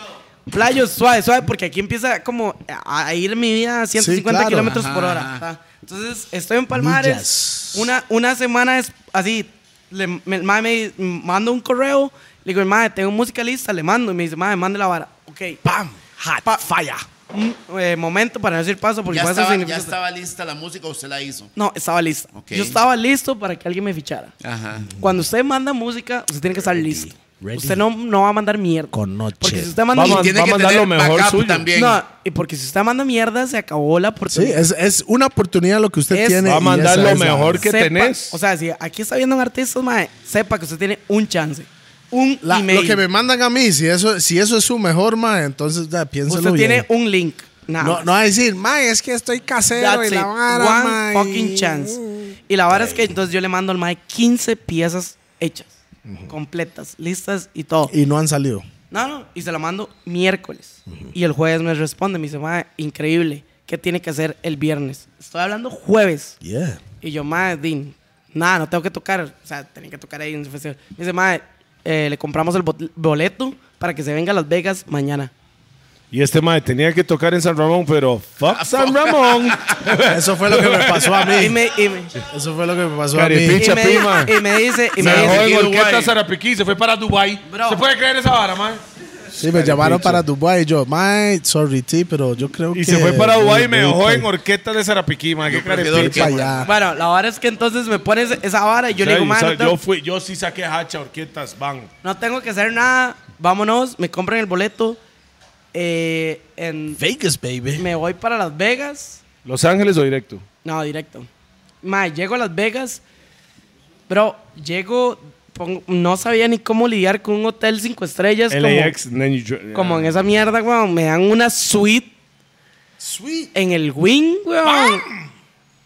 [SPEAKER 5] Playos, suave, suave, porque aquí empieza como a a ir mi vida a 150
[SPEAKER 2] claro.
[SPEAKER 5] kilómetros por hora. Ajá. Entonces, estoy en Palmares.
[SPEAKER 2] Millas.
[SPEAKER 5] Una, una semana es así. Le, me, el mae me mando un correo. Le digo, mae, tengo un musicalista, le mando. Y me dice, mae, mande la vara. Ok.
[SPEAKER 2] ¡Pam! ¡Hat! ¡Falla!
[SPEAKER 5] un eh, momento para no decir paso porque
[SPEAKER 3] Ya
[SPEAKER 5] paso
[SPEAKER 3] estaba, ya
[SPEAKER 5] significa-
[SPEAKER 3] estaba lista la música, usted la hizo.
[SPEAKER 5] No, estaba listo.
[SPEAKER 3] Ok.
[SPEAKER 5] Yo estaba listo para que alguien me fichara.
[SPEAKER 3] Ajá.
[SPEAKER 5] Cuando usted manda música, usted tiene que estar listo. Usted no, no va a mandar mierda.
[SPEAKER 2] Con noche.
[SPEAKER 5] Porque si usted manda
[SPEAKER 4] Vamos,
[SPEAKER 3] Y tiene
[SPEAKER 4] va a
[SPEAKER 3] que
[SPEAKER 4] mandar
[SPEAKER 3] tener
[SPEAKER 4] lo mejor
[SPEAKER 3] backup
[SPEAKER 4] suyo.
[SPEAKER 3] también.
[SPEAKER 5] No, y porque si usted manda mierda, se acabó la
[SPEAKER 2] Sí,
[SPEAKER 5] oportunidad.
[SPEAKER 2] es, es una oportunidad lo que usted
[SPEAKER 5] Es-
[SPEAKER 2] tiene.
[SPEAKER 4] Va a
[SPEAKER 2] y
[SPEAKER 4] mandar
[SPEAKER 2] esa
[SPEAKER 4] lo
[SPEAKER 2] es la
[SPEAKER 4] mejor
[SPEAKER 2] vara.
[SPEAKER 4] que
[SPEAKER 5] Sepa-
[SPEAKER 4] tenés.
[SPEAKER 5] O sea, si aquí está viendo un artista, mae, sepa que usted tiene un chance. Un
[SPEAKER 2] La-
[SPEAKER 5] email.
[SPEAKER 2] lo que me mandan a mí, si eso, si eso es su mejor, mae, entonces ya, piénselo
[SPEAKER 5] usted
[SPEAKER 2] bien.
[SPEAKER 5] tiene un link. Nada
[SPEAKER 2] No,
[SPEAKER 5] más.
[SPEAKER 2] no va a decir, mae, es que estoy casero
[SPEAKER 5] That's
[SPEAKER 2] y la
[SPEAKER 5] it.
[SPEAKER 2] vara,
[SPEAKER 5] One
[SPEAKER 2] mae".
[SPEAKER 5] fucking chance. Y la verdad es que entonces yo le mando al Mae 15 piezas hechas, completas, listas y todo.
[SPEAKER 2] Y no han salido.
[SPEAKER 5] no, no, y se la mando miércoles. Y el jueves me responde, me dice, Mae, increíble, ¿qué tiene que hacer el viernes? Estoy hablando jueves.
[SPEAKER 2] Yeah.
[SPEAKER 5] Y yo, Mae, Din, nada, no tengo que tocar. O sea, tenía que tocar ahí en el festival. Me dice, Mae, eh, le compramos el bot- boleto para que se venga a Las Vegas mañana.
[SPEAKER 4] Y este mae tenía que tocar en San Ramón, pero Ah, fuck San <laughs> Ramón.
[SPEAKER 2] Eso fue lo que me pasó a
[SPEAKER 5] <laughs> Y
[SPEAKER 2] mí.
[SPEAKER 5] me, y me,
[SPEAKER 2] Eso fue lo que me pasó a mí.
[SPEAKER 4] Caripicha.
[SPEAKER 5] y me,
[SPEAKER 4] prima.
[SPEAKER 5] y me dice, y me
[SPEAKER 7] Me
[SPEAKER 5] dice,
[SPEAKER 7] dejó en
[SPEAKER 3] Dubái.
[SPEAKER 7] Orquesta Sarapiquí, se fue para Dubai.
[SPEAKER 5] Bro.
[SPEAKER 7] ¿Se puede creer esa vara, man?
[SPEAKER 2] Sí, me llamaron para Dubai y yo, mae, sorry, ti, pero yo creo que...
[SPEAKER 4] Y se fue para Dubái y me
[SPEAKER 2] voy
[SPEAKER 4] dejó
[SPEAKER 2] pa-
[SPEAKER 4] en Orqueta de Sarapiquí, mae. Qué
[SPEAKER 3] Yo prefiero
[SPEAKER 4] carepicha.
[SPEAKER 3] orquesta.
[SPEAKER 2] pa' allá.
[SPEAKER 5] Bueno, la vara es que entonces me pones esa vara y yo
[SPEAKER 4] O sea,
[SPEAKER 5] le digo,
[SPEAKER 4] o sea,
[SPEAKER 5] "Mae, no,
[SPEAKER 4] yo,
[SPEAKER 5] tengo,
[SPEAKER 4] fui, yo sí saqué hacha, orquetas, van.
[SPEAKER 5] no tengo que hacer nada, vámonos, me compran el boleto, eh, en-
[SPEAKER 2] Vegas, baby.
[SPEAKER 5] me voy para Las Vegas,
[SPEAKER 4] Los Ángeles o directo.
[SPEAKER 5] no, directo. Mae, llego a Las Vegas, bro, llego, pongo- no sabía ni cómo lidiar con un hotel cinco estrellas, como,
[SPEAKER 4] LAX, then you dr-
[SPEAKER 5] como en esa mierda, weón, me dan una suite
[SPEAKER 2] Sweet.
[SPEAKER 5] en el wing, weón.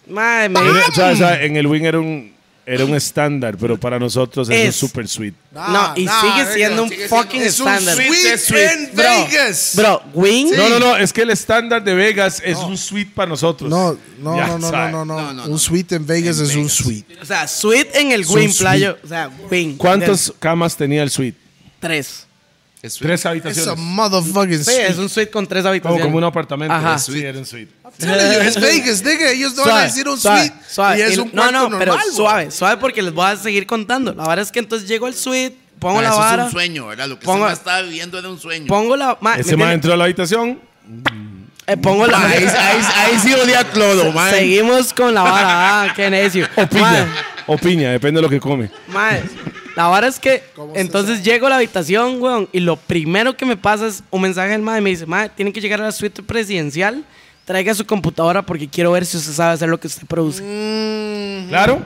[SPEAKER 5] Mae, me
[SPEAKER 4] Era- o sea, o sea, en el Wing era un era un estándar, pero para nosotros eso es
[SPEAKER 5] Es.
[SPEAKER 4] super sweet.
[SPEAKER 5] No, y sigue siendo un fucking
[SPEAKER 3] es un
[SPEAKER 5] estándar.
[SPEAKER 3] sweet de sweet.
[SPEAKER 2] en Vegas.
[SPEAKER 5] Bro, wing.
[SPEAKER 4] No, no, no, es que el estándar de Vegas es un sweet para nosotros.
[SPEAKER 2] No, no,
[SPEAKER 4] Ya
[SPEAKER 2] no, no,
[SPEAKER 4] sabe.
[SPEAKER 2] no, no, no,
[SPEAKER 3] No, no,
[SPEAKER 2] Un
[SPEAKER 3] no.
[SPEAKER 2] suite en Vegas
[SPEAKER 3] En
[SPEAKER 2] es un
[SPEAKER 3] Vegas.
[SPEAKER 2] suite.
[SPEAKER 5] O sea, suite en el wing,
[SPEAKER 2] suite.
[SPEAKER 5] playo. O sea, wing.
[SPEAKER 4] ¿Cuántas camas tenía el suite?
[SPEAKER 5] Tres.
[SPEAKER 4] Tres
[SPEAKER 2] It's a
[SPEAKER 4] habitaciones.
[SPEAKER 2] motherfucking
[SPEAKER 5] Sí, es
[SPEAKER 2] suite.
[SPEAKER 5] un suite con tres
[SPEAKER 4] Como,
[SPEAKER 5] habitaciones.
[SPEAKER 4] como <laughs> un apartamento.
[SPEAKER 5] Ajá.
[SPEAKER 4] Sí, era un suite.
[SPEAKER 5] <laughs>
[SPEAKER 2] Es Vegas, nigga. Ellos no van a
[SPEAKER 5] Suave,
[SPEAKER 2] decir un
[SPEAKER 5] suave,
[SPEAKER 2] suite
[SPEAKER 5] suave.
[SPEAKER 2] y es
[SPEAKER 5] Y-
[SPEAKER 2] un
[SPEAKER 5] No,
[SPEAKER 2] cuarto
[SPEAKER 5] no, pero
[SPEAKER 2] normal. güey.
[SPEAKER 5] suave, suave porque les voy a seguir contando. La verdad es que entonces llego al suite, pongo la
[SPEAKER 3] Ah, eso
[SPEAKER 5] vara,
[SPEAKER 3] es un sueño, ¿verdad? Lo que
[SPEAKER 5] Pongo-
[SPEAKER 3] se estaba viviendo era un sueño.
[SPEAKER 5] pongo la... ma-
[SPEAKER 4] Ese
[SPEAKER 5] ¿me
[SPEAKER 7] <laughs>
[SPEAKER 4] man
[SPEAKER 5] entiendes?
[SPEAKER 4] entró a la habitación.
[SPEAKER 5] Eh, pongo la...
[SPEAKER 3] Ahí,
[SPEAKER 5] <laughs>
[SPEAKER 3] ahí, ahí sí olía a clodo, man.
[SPEAKER 5] Seguimos con la vara. Ah, qué necio.
[SPEAKER 4] O piña.
[SPEAKER 5] Ma-
[SPEAKER 4] O piña, depende de lo que come.
[SPEAKER 5] Mae, la vara es que entonces llego a la habitación, weón, y lo primero que me pasa es un mensaje del mae. Me dice, mae, tienen que llegar a la suite presidencial, traiga su computadora porque quiero ver si usted sabe hacer lo que usted produce.
[SPEAKER 2] Mm,
[SPEAKER 4] Claro.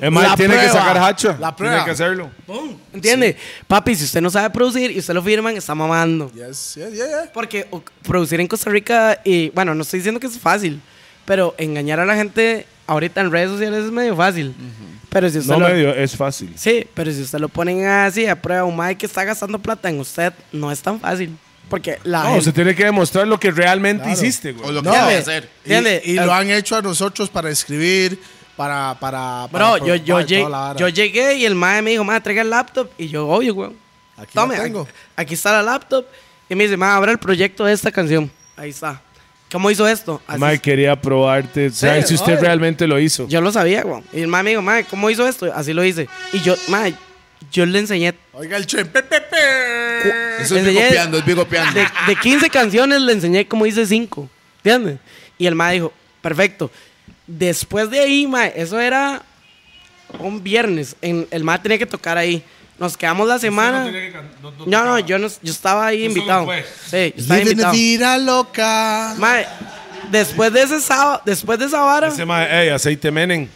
[SPEAKER 4] El man
[SPEAKER 5] La
[SPEAKER 4] tiene que
[SPEAKER 5] prueba.
[SPEAKER 4] sacar hacha.
[SPEAKER 2] La
[SPEAKER 4] Tiene
[SPEAKER 2] prueba.
[SPEAKER 4] que hacerlo.
[SPEAKER 5] ¿Entiende? Papi, si usted no sabe producir y usted lo firman, está mamando.
[SPEAKER 2] Yes, yeah, yeah, yeah.
[SPEAKER 5] Porque o- producir en Costa Rica, y bueno, no estoy diciendo que es fácil, pero engañar a la gente ahorita en redes sociales es medio fácil. Pero si usted
[SPEAKER 4] No
[SPEAKER 5] lo-
[SPEAKER 4] medio, es fácil.
[SPEAKER 5] Sí, pero si usted lo ponen así a prueba, un mae que está gastando plata en usted, no es tan fácil. Porque la
[SPEAKER 4] No,
[SPEAKER 5] gente-
[SPEAKER 4] se tiene que demostrar lo que realmente hiciste,
[SPEAKER 3] O
[SPEAKER 4] güey.
[SPEAKER 3] lo que
[SPEAKER 2] No.
[SPEAKER 3] iba a hacer.
[SPEAKER 2] Y-
[SPEAKER 5] ¿Entiende?
[SPEAKER 2] Y,
[SPEAKER 5] El-
[SPEAKER 2] lo han hecho a nosotros para escribir, para. para, para
[SPEAKER 5] Bro, yo, yo,
[SPEAKER 2] para toda
[SPEAKER 5] llegué,
[SPEAKER 2] la vara.
[SPEAKER 5] yo llegué y el mae me dijo, mae, traiga el laptop. Y yo, obvio, weón.
[SPEAKER 2] Aquí la
[SPEAKER 5] Tome, aquí-
[SPEAKER 2] tengo.
[SPEAKER 5] aquí está la laptop. Y me dice, mae, abra el proyecto de esta canción. Ahí está. ¿Cómo hizo esto? Así
[SPEAKER 4] Mike quería probarte, saber
[SPEAKER 5] Sí,
[SPEAKER 4] si usted
[SPEAKER 5] obvio.
[SPEAKER 4] realmente lo hizo.
[SPEAKER 5] Yo lo sabía, weón. Y el mae me dijo, mae, ¿cómo hizo esto? Así lo hice. Y yo, mae, yo le enseñé.
[SPEAKER 2] Oiga el chen. pe, pe, pe.
[SPEAKER 3] Eso
[SPEAKER 5] le
[SPEAKER 3] es
[SPEAKER 5] enseñé
[SPEAKER 3] bigopeando, es bigopeando.
[SPEAKER 5] de,
[SPEAKER 3] <laughs>
[SPEAKER 5] de 15 canciones le enseñé cómo hice 5. ¿Entiendes? Y el mae dijo, perfecto. Después de ahí, mae, eso era un viernes. En, el mae tenía que tocar ahí. Nos quedamos la semana. No, no, yo, no, yo estaba ahí invitado.
[SPEAKER 7] fue.
[SPEAKER 5] Sí, yo estaba
[SPEAKER 2] Living a
[SPEAKER 5] invitado.
[SPEAKER 2] vida loca.
[SPEAKER 5] Mae, después de ese sábado, después de esa vara,
[SPEAKER 4] Ese mae, "Ey, aceite menen.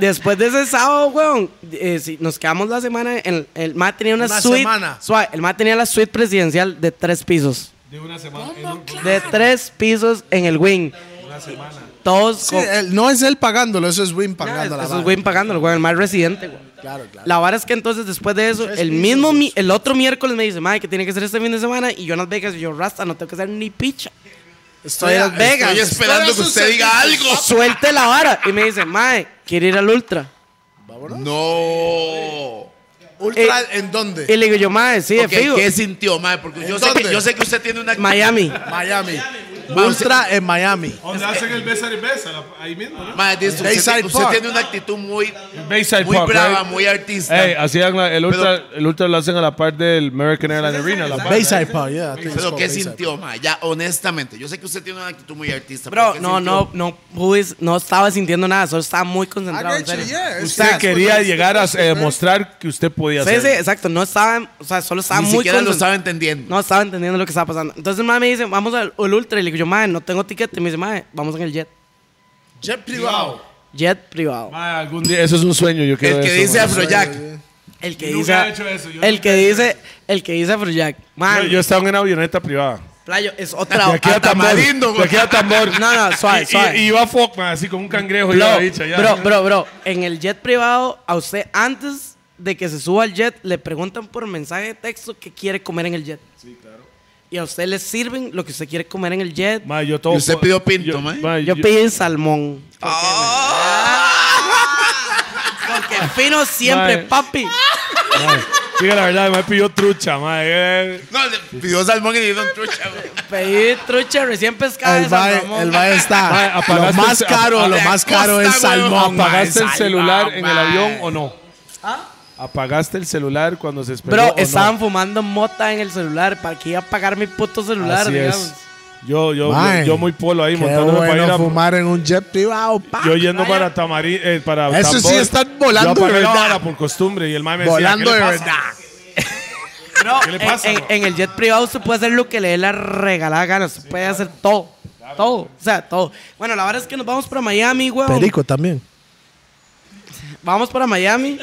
[SPEAKER 5] después de ese sábado, weón, eh, sí, nos quedamos la semana. El, el mae tenía una,
[SPEAKER 2] Una
[SPEAKER 5] suite.
[SPEAKER 2] semana.
[SPEAKER 5] suave, el mae tenía la suite presidencial de tres pisos.
[SPEAKER 7] De una semana. en un-
[SPEAKER 5] De tres pisos en el wing. todos.
[SPEAKER 2] Sí,
[SPEAKER 5] con-
[SPEAKER 2] él- no es él pagándolo, eso es Win
[SPEAKER 5] Ya,
[SPEAKER 2] pagando la
[SPEAKER 5] esos
[SPEAKER 2] vara.
[SPEAKER 5] güey pagándolo, güey, el más residente, güey.
[SPEAKER 2] Claro, claro.
[SPEAKER 5] La vara es que entonces después de eso, el mismo, mi- el otro miércoles me dice, madre, que tiene que ser este fin de semana, y yo en Las Vegas, y yo, Rasta, no tengo que hacer ni picha. Estoy en Las Vegas.
[SPEAKER 3] Estoy esperando que usted diga algo.
[SPEAKER 5] Suelte la vara. Y me dice, madre, quiere ir al Ultra.
[SPEAKER 3] No.
[SPEAKER 2] ¿Ultra
[SPEAKER 5] Eh,
[SPEAKER 2] en dónde?
[SPEAKER 5] Y le digo yo, madre, sí,
[SPEAKER 3] Ok,
[SPEAKER 5] de fijo.
[SPEAKER 3] ¿Qué sintió, mae? Porque yo sé, que,
[SPEAKER 2] ¿Dónde?
[SPEAKER 3] yo sé que usted tiene una.
[SPEAKER 5] Miami.
[SPEAKER 2] Miami. Ultra en Miami.
[SPEAKER 4] ¿Dónde hacen el besa y besa? la- Ahí mismo, ¿no?
[SPEAKER 3] Mae, de eso, usted,
[SPEAKER 2] Bayside
[SPEAKER 3] tiene- usted
[SPEAKER 2] Park.
[SPEAKER 3] tiene una actitud muy,
[SPEAKER 7] Bayside
[SPEAKER 3] muy
[SPEAKER 7] Park,
[SPEAKER 3] brava,
[SPEAKER 7] right?
[SPEAKER 3] muy artista.
[SPEAKER 7] Ey, hacían la- el, ultra, el ultra lo hacen a la par del American Airlines Arena. la par.
[SPEAKER 2] Bayside Park, yeah. I think it's
[SPEAKER 3] Pero
[SPEAKER 2] called
[SPEAKER 3] ¿qué
[SPEAKER 2] Bayside
[SPEAKER 3] sintió, mae? Ya, honestamente. Yo sé que usted tiene una actitud muy artista. pero
[SPEAKER 5] Bro,
[SPEAKER 3] ¿qué
[SPEAKER 5] no,
[SPEAKER 3] sintió?
[SPEAKER 5] no, no, pude- no estaba sintiendo nada, solo estaba muy concentrado. en
[SPEAKER 2] get you,
[SPEAKER 5] serio.
[SPEAKER 2] yeah, it's-
[SPEAKER 5] O sea,
[SPEAKER 7] Usted quería llegar a eh, mostrar que usted podía
[SPEAKER 5] Sí, sí,
[SPEAKER 7] hacer.
[SPEAKER 5] exacto. No estaba, o sea, solo estaba
[SPEAKER 3] Ni
[SPEAKER 5] muy
[SPEAKER 3] siquiera lo
[SPEAKER 5] concentrado.
[SPEAKER 3] estaba entendiendo.
[SPEAKER 5] No estaba entendiendo lo que estaba pasando. Entonces, madre me dice, vamos al al Ultra. Y le digo yo, madre, no tengo tiquete. Y me dice, madre, vamos en el jet.
[SPEAKER 2] Park. Jet privado.
[SPEAKER 5] Jet privado.
[SPEAKER 7] Mae, Ah, algún día, eso es un sueño, yo quiero
[SPEAKER 3] El que
[SPEAKER 7] eso,
[SPEAKER 3] dice
[SPEAKER 7] mae.
[SPEAKER 3] Afrojack.
[SPEAKER 5] El que
[SPEAKER 4] Yo nunca
[SPEAKER 5] dice.
[SPEAKER 4] he hecho eso, yo
[SPEAKER 5] el
[SPEAKER 4] nunca
[SPEAKER 5] que
[SPEAKER 4] he hecho
[SPEAKER 5] dice. El que dice Afrojack. Man,
[SPEAKER 7] Yo, yo estaba en una avioneta privada.
[SPEAKER 5] playo, es
[SPEAKER 7] De
[SPEAKER 5] otra.
[SPEAKER 7] aquí a tambor.
[SPEAKER 3] Tamarindo,
[SPEAKER 7] De
[SPEAKER 3] güey.
[SPEAKER 7] aquí a tambor.
[SPEAKER 5] No, no, suave,
[SPEAKER 7] Y- y-
[SPEAKER 5] suave.
[SPEAKER 7] Y iba a fuck, mae, así con un cangrejo. y
[SPEAKER 5] bro,
[SPEAKER 7] la bicha, ya.
[SPEAKER 5] bro, bro, bro. En el jet privado, a usted antes de que se suba al jet, le preguntan por mensaje de texto qué quiere comer en el jet. Sí, claro. Y a usted le sirven lo que usted quiere comer en el jet.
[SPEAKER 7] Mae, yo todo-
[SPEAKER 3] Y usted pidió pinto,
[SPEAKER 7] yo-
[SPEAKER 3] mae.
[SPEAKER 7] mae,
[SPEAKER 5] yo
[SPEAKER 7] yo-
[SPEAKER 5] pedí salmón.
[SPEAKER 7] Ah.
[SPEAKER 5] <laughs> Porque Fino siempre,
[SPEAKER 7] Mae.
[SPEAKER 5] papi.
[SPEAKER 7] Diga la verdad, me pidió trucha, mae. Eh,
[SPEAKER 3] No, le pidió salmón y le dieron trucha, güey.
[SPEAKER 5] Pedí trucha recién pescada de
[SPEAKER 2] El
[SPEAKER 5] San
[SPEAKER 2] bae,
[SPEAKER 5] Ramón.
[SPEAKER 2] el bae
[SPEAKER 7] Mae,
[SPEAKER 2] está. Lo
[SPEAKER 7] apagaste
[SPEAKER 2] más
[SPEAKER 7] el-
[SPEAKER 2] caro, lo
[SPEAKER 3] apagaste
[SPEAKER 2] más caro es
[SPEAKER 3] Costa, huevón.
[SPEAKER 2] salmón. mae.
[SPEAKER 7] ¿Apagaste el
[SPEAKER 3] salva,
[SPEAKER 7] celular en el
[SPEAKER 3] mae.
[SPEAKER 7] avión o no? ¿Apagaste el celular cuando se esperó?
[SPEAKER 5] Bro,
[SPEAKER 7] o no?
[SPEAKER 5] estaban fumando mota en el celular. ¿Para que iba a pagar mi puto celular,
[SPEAKER 7] Así
[SPEAKER 5] digamos?
[SPEAKER 7] es. Yo, yo,
[SPEAKER 2] Mae,
[SPEAKER 7] yo muy polo ahí,
[SPEAKER 2] Qué
[SPEAKER 7] montándome para ir
[SPEAKER 2] bueno
[SPEAKER 7] a-
[SPEAKER 2] fumar en un jet privado, pa.
[SPEAKER 7] Yo yendo para Tamarí, eh, para
[SPEAKER 2] Eso sí
[SPEAKER 7] está
[SPEAKER 2] están volando
[SPEAKER 7] yo
[SPEAKER 2] de
[SPEAKER 7] apagué la
[SPEAKER 2] verdad.
[SPEAKER 7] vara por costumbre y el mae me decía,
[SPEAKER 2] Volando
[SPEAKER 7] ¿qué
[SPEAKER 2] de
[SPEAKER 7] le pasa?
[SPEAKER 2] verdad.
[SPEAKER 5] Bro,
[SPEAKER 7] ¿Qué le pasa,
[SPEAKER 5] en, en-
[SPEAKER 7] bro?
[SPEAKER 5] en el jet privado usted puede hacer lo que le dé la regalada gana. Usted puede hacer todo. Todo. O sea, todo. Bueno, la verdad es que nos vamos para Miami, weón.
[SPEAKER 2] Perico también.
[SPEAKER 5] Vamos
[SPEAKER 2] <laughs>
[SPEAKER 5] para Miami.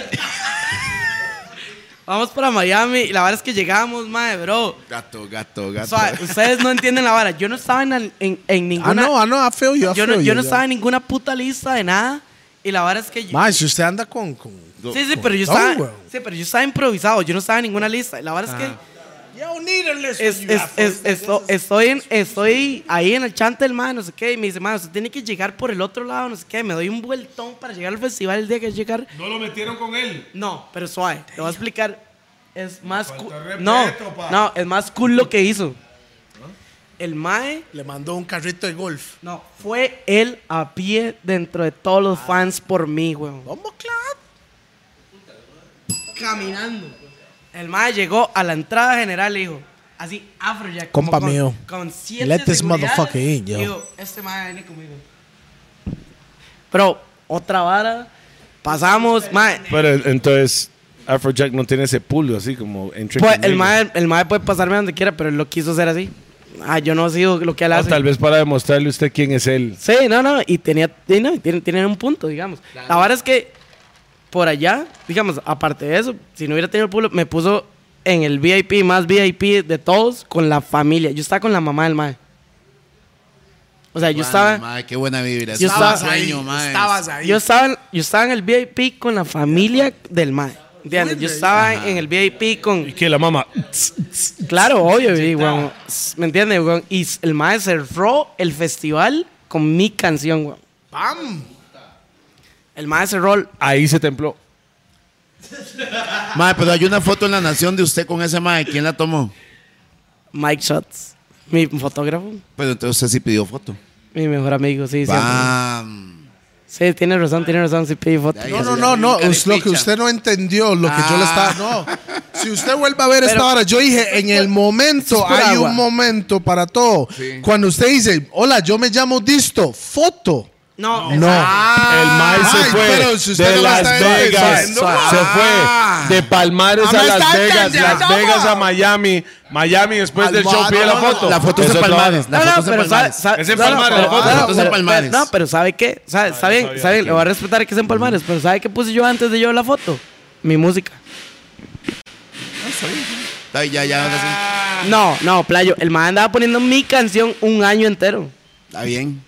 [SPEAKER 5] vamos para Miami. Y la verdad es que llegamos, madre, bro.
[SPEAKER 3] Gato, gato,
[SPEAKER 5] O
[SPEAKER 3] gato.
[SPEAKER 5] sea, ustedes no entienden la vara. Yo no estaba en, al- en- en
[SPEAKER 2] Ah,
[SPEAKER 5] ninguna.
[SPEAKER 2] no, ah, no, I feel you, I
[SPEAKER 5] yo, no,
[SPEAKER 2] feel
[SPEAKER 5] yo
[SPEAKER 2] you, yeah.
[SPEAKER 5] no estaba en ninguna puta lista de nada. Y la verdad es que. yo-
[SPEAKER 2] Mae, si usted anda con. con-
[SPEAKER 5] Sí, sí,
[SPEAKER 2] con
[SPEAKER 5] pero yo
[SPEAKER 2] todo,
[SPEAKER 5] estaba,
[SPEAKER 2] weón.
[SPEAKER 5] sí, pero yo estaba improvisado, yo no estaba en ninguna lista. La verdad
[SPEAKER 2] Ah.
[SPEAKER 5] es que es- es- es- esto- estoy, en- estoy ahí en el chante del man, no sé qué, y me dice, man, usted tiene que llegar por el otro lado, no sé qué, me doy un vueltón para llegar al festival el día que llegar.
[SPEAKER 4] No lo metieron con él.
[SPEAKER 5] No, pero suave, te voy a explicar. Es más cool.
[SPEAKER 4] Falta respeto,
[SPEAKER 5] No,
[SPEAKER 4] pa.
[SPEAKER 5] no, es más cool lo que hizo. El mae
[SPEAKER 2] Le mandó un carrito de golf.
[SPEAKER 5] no, fue él a pie dentro de todos
[SPEAKER 4] Ah.
[SPEAKER 5] los fans por mí, weón.
[SPEAKER 2] ¿Cómo, claro?
[SPEAKER 5] caminando. El mae llegó a la entrada general y dijo, así, Afrojack.
[SPEAKER 2] Compa
[SPEAKER 5] como con,
[SPEAKER 2] mío.
[SPEAKER 5] Con siete
[SPEAKER 2] Let this
[SPEAKER 5] seguridades,
[SPEAKER 2] motherfucker in, yo.
[SPEAKER 5] Dijo, este mae viene conmigo. Pero, otra vara. Pasamos, mae.
[SPEAKER 7] Pero entonces Afrojack no tiene ese pulo así como en
[SPEAKER 5] Pues, el mae, el mae puede pasarme donde quiera, pero él lo quiso hacer así. Ah, yo no sigo lo que él
[SPEAKER 7] O
[SPEAKER 5] hace.
[SPEAKER 7] tal vez para demostrarle a usted quién es él.
[SPEAKER 5] Sí, no, no, y tenía, y no, y tienen, tienen un punto, digamos. La verdad es que por allá, digamos, aparte de eso, si no hubiera tenido el pueblo, me puso en el VIP, más VIP de todos, con la familia. Yo estaba con la mamá del mae. O sea, yo estaba,
[SPEAKER 3] Mae, qué buena vibra.
[SPEAKER 5] Yo
[SPEAKER 3] Estaba
[SPEAKER 5] estaba-
[SPEAKER 3] sueño, mae.
[SPEAKER 5] yo estaba, en- yo estaba en el VIP con la familia del mae. ¿Entiendes? Yo estaba en el VIP con...
[SPEAKER 7] Y que la mamá.
[SPEAKER 5] Claro, obvio, y, weón, ¿me entiendes? weón? Y el mae cerró el festival con mi canción, weón.
[SPEAKER 2] ¡Pam!
[SPEAKER 5] El mae cerró
[SPEAKER 7] Ahí se templó.
[SPEAKER 3] Mae, pero hay una foto en La Nación de usted con ese mae. ¿Quién la tomó?
[SPEAKER 5] Mike Shots, mi fotógrafo,
[SPEAKER 3] Pero entonces usted sí pidió foto.
[SPEAKER 5] mi mejor amigo, sí, sí.
[SPEAKER 3] Bam.
[SPEAKER 5] Sí, tiene razón, tiene razón, sí pedí foto.
[SPEAKER 3] Ay,
[SPEAKER 2] No, no, no, no. Es lo que usted no entendió, lo que yo le
[SPEAKER 5] Ah.
[SPEAKER 2] estaba. No. Si usted vuelve a ver esta hora, yo dije, en el momento,
[SPEAKER 5] pura
[SPEAKER 2] hay
[SPEAKER 5] agua.
[SPEAKER 2] un momento para todo. Cuando usted dice, hola, yo me llamo Disto, foto.
[SPEAKER 5] No,
[SPEAKER 2] No.
[SPEAKER 5] Ah,
[SPEAKER 7] El mae
[SPEAKER 2] Ay,
[SPEAKER 7] se
[SPEAKER 2] pero si
[SPEAKER 7] fue
[SPEAKER 2] usted no
[SPEAKER 7] de
[SPEAKER 2] lo
[SPEAKER 7] Las
[SPEAKER 2] está
[SPEAKER 7] Vegas. Se
[SPEAKER 2] entendiendo.
[SPEAKER 7] fue de Palmares a
[SPEAKER 2] Ah, me
[SPEAKER 7] Las
[SPEAKER 2] está
[SPEAKER 7] Vegas,
[SPEAKER 2] entendiendo.
[SPEAKER 7] Las Vegas a Miami, Miami después del show
[SPEAKER 2] Palmares.
[SPEAKER 7] pide la
[SPEAKER 2] No, no,
[SPEAKER 7] foto.
[SPEAKER 3] La foto es de
[SPEAKER 7] Eso lo-
[SPEAKER 3] Palmares. La
[SPEAKER 5] No, no,
[SPEAKER 3] foto es de
[SPEAKER 5] pero sabe,
[SPEAKER 3] Palmares.
[SPEAKER 5] sabe-
[SPEAKER 7] Es en
[SPEAKER 5] no, no, pero-
[SPEAKER 7] Palmares, la foto,
[SPEAKER 5] no,
[SPEAKER 7] la
[SPEAKER 3] foto es en
[SPEAKER 5] pero-
[SPEAKER 3] Palmares.
[SPEAKER 5] No, pero ¿sabe qué? ¿Sabe, está bien, está bien, le voy a respetar que es en Palmares, pero ¿sabe qué puse yo antes de yo la foto? Mi música.
[SPEAKER 3] Ay, ya, ya, ahora sí.
[SPEAKER 5] No, no, playo, el man andaba poniendo mi canción un año entero.
[SPEAKER 3] Está bien.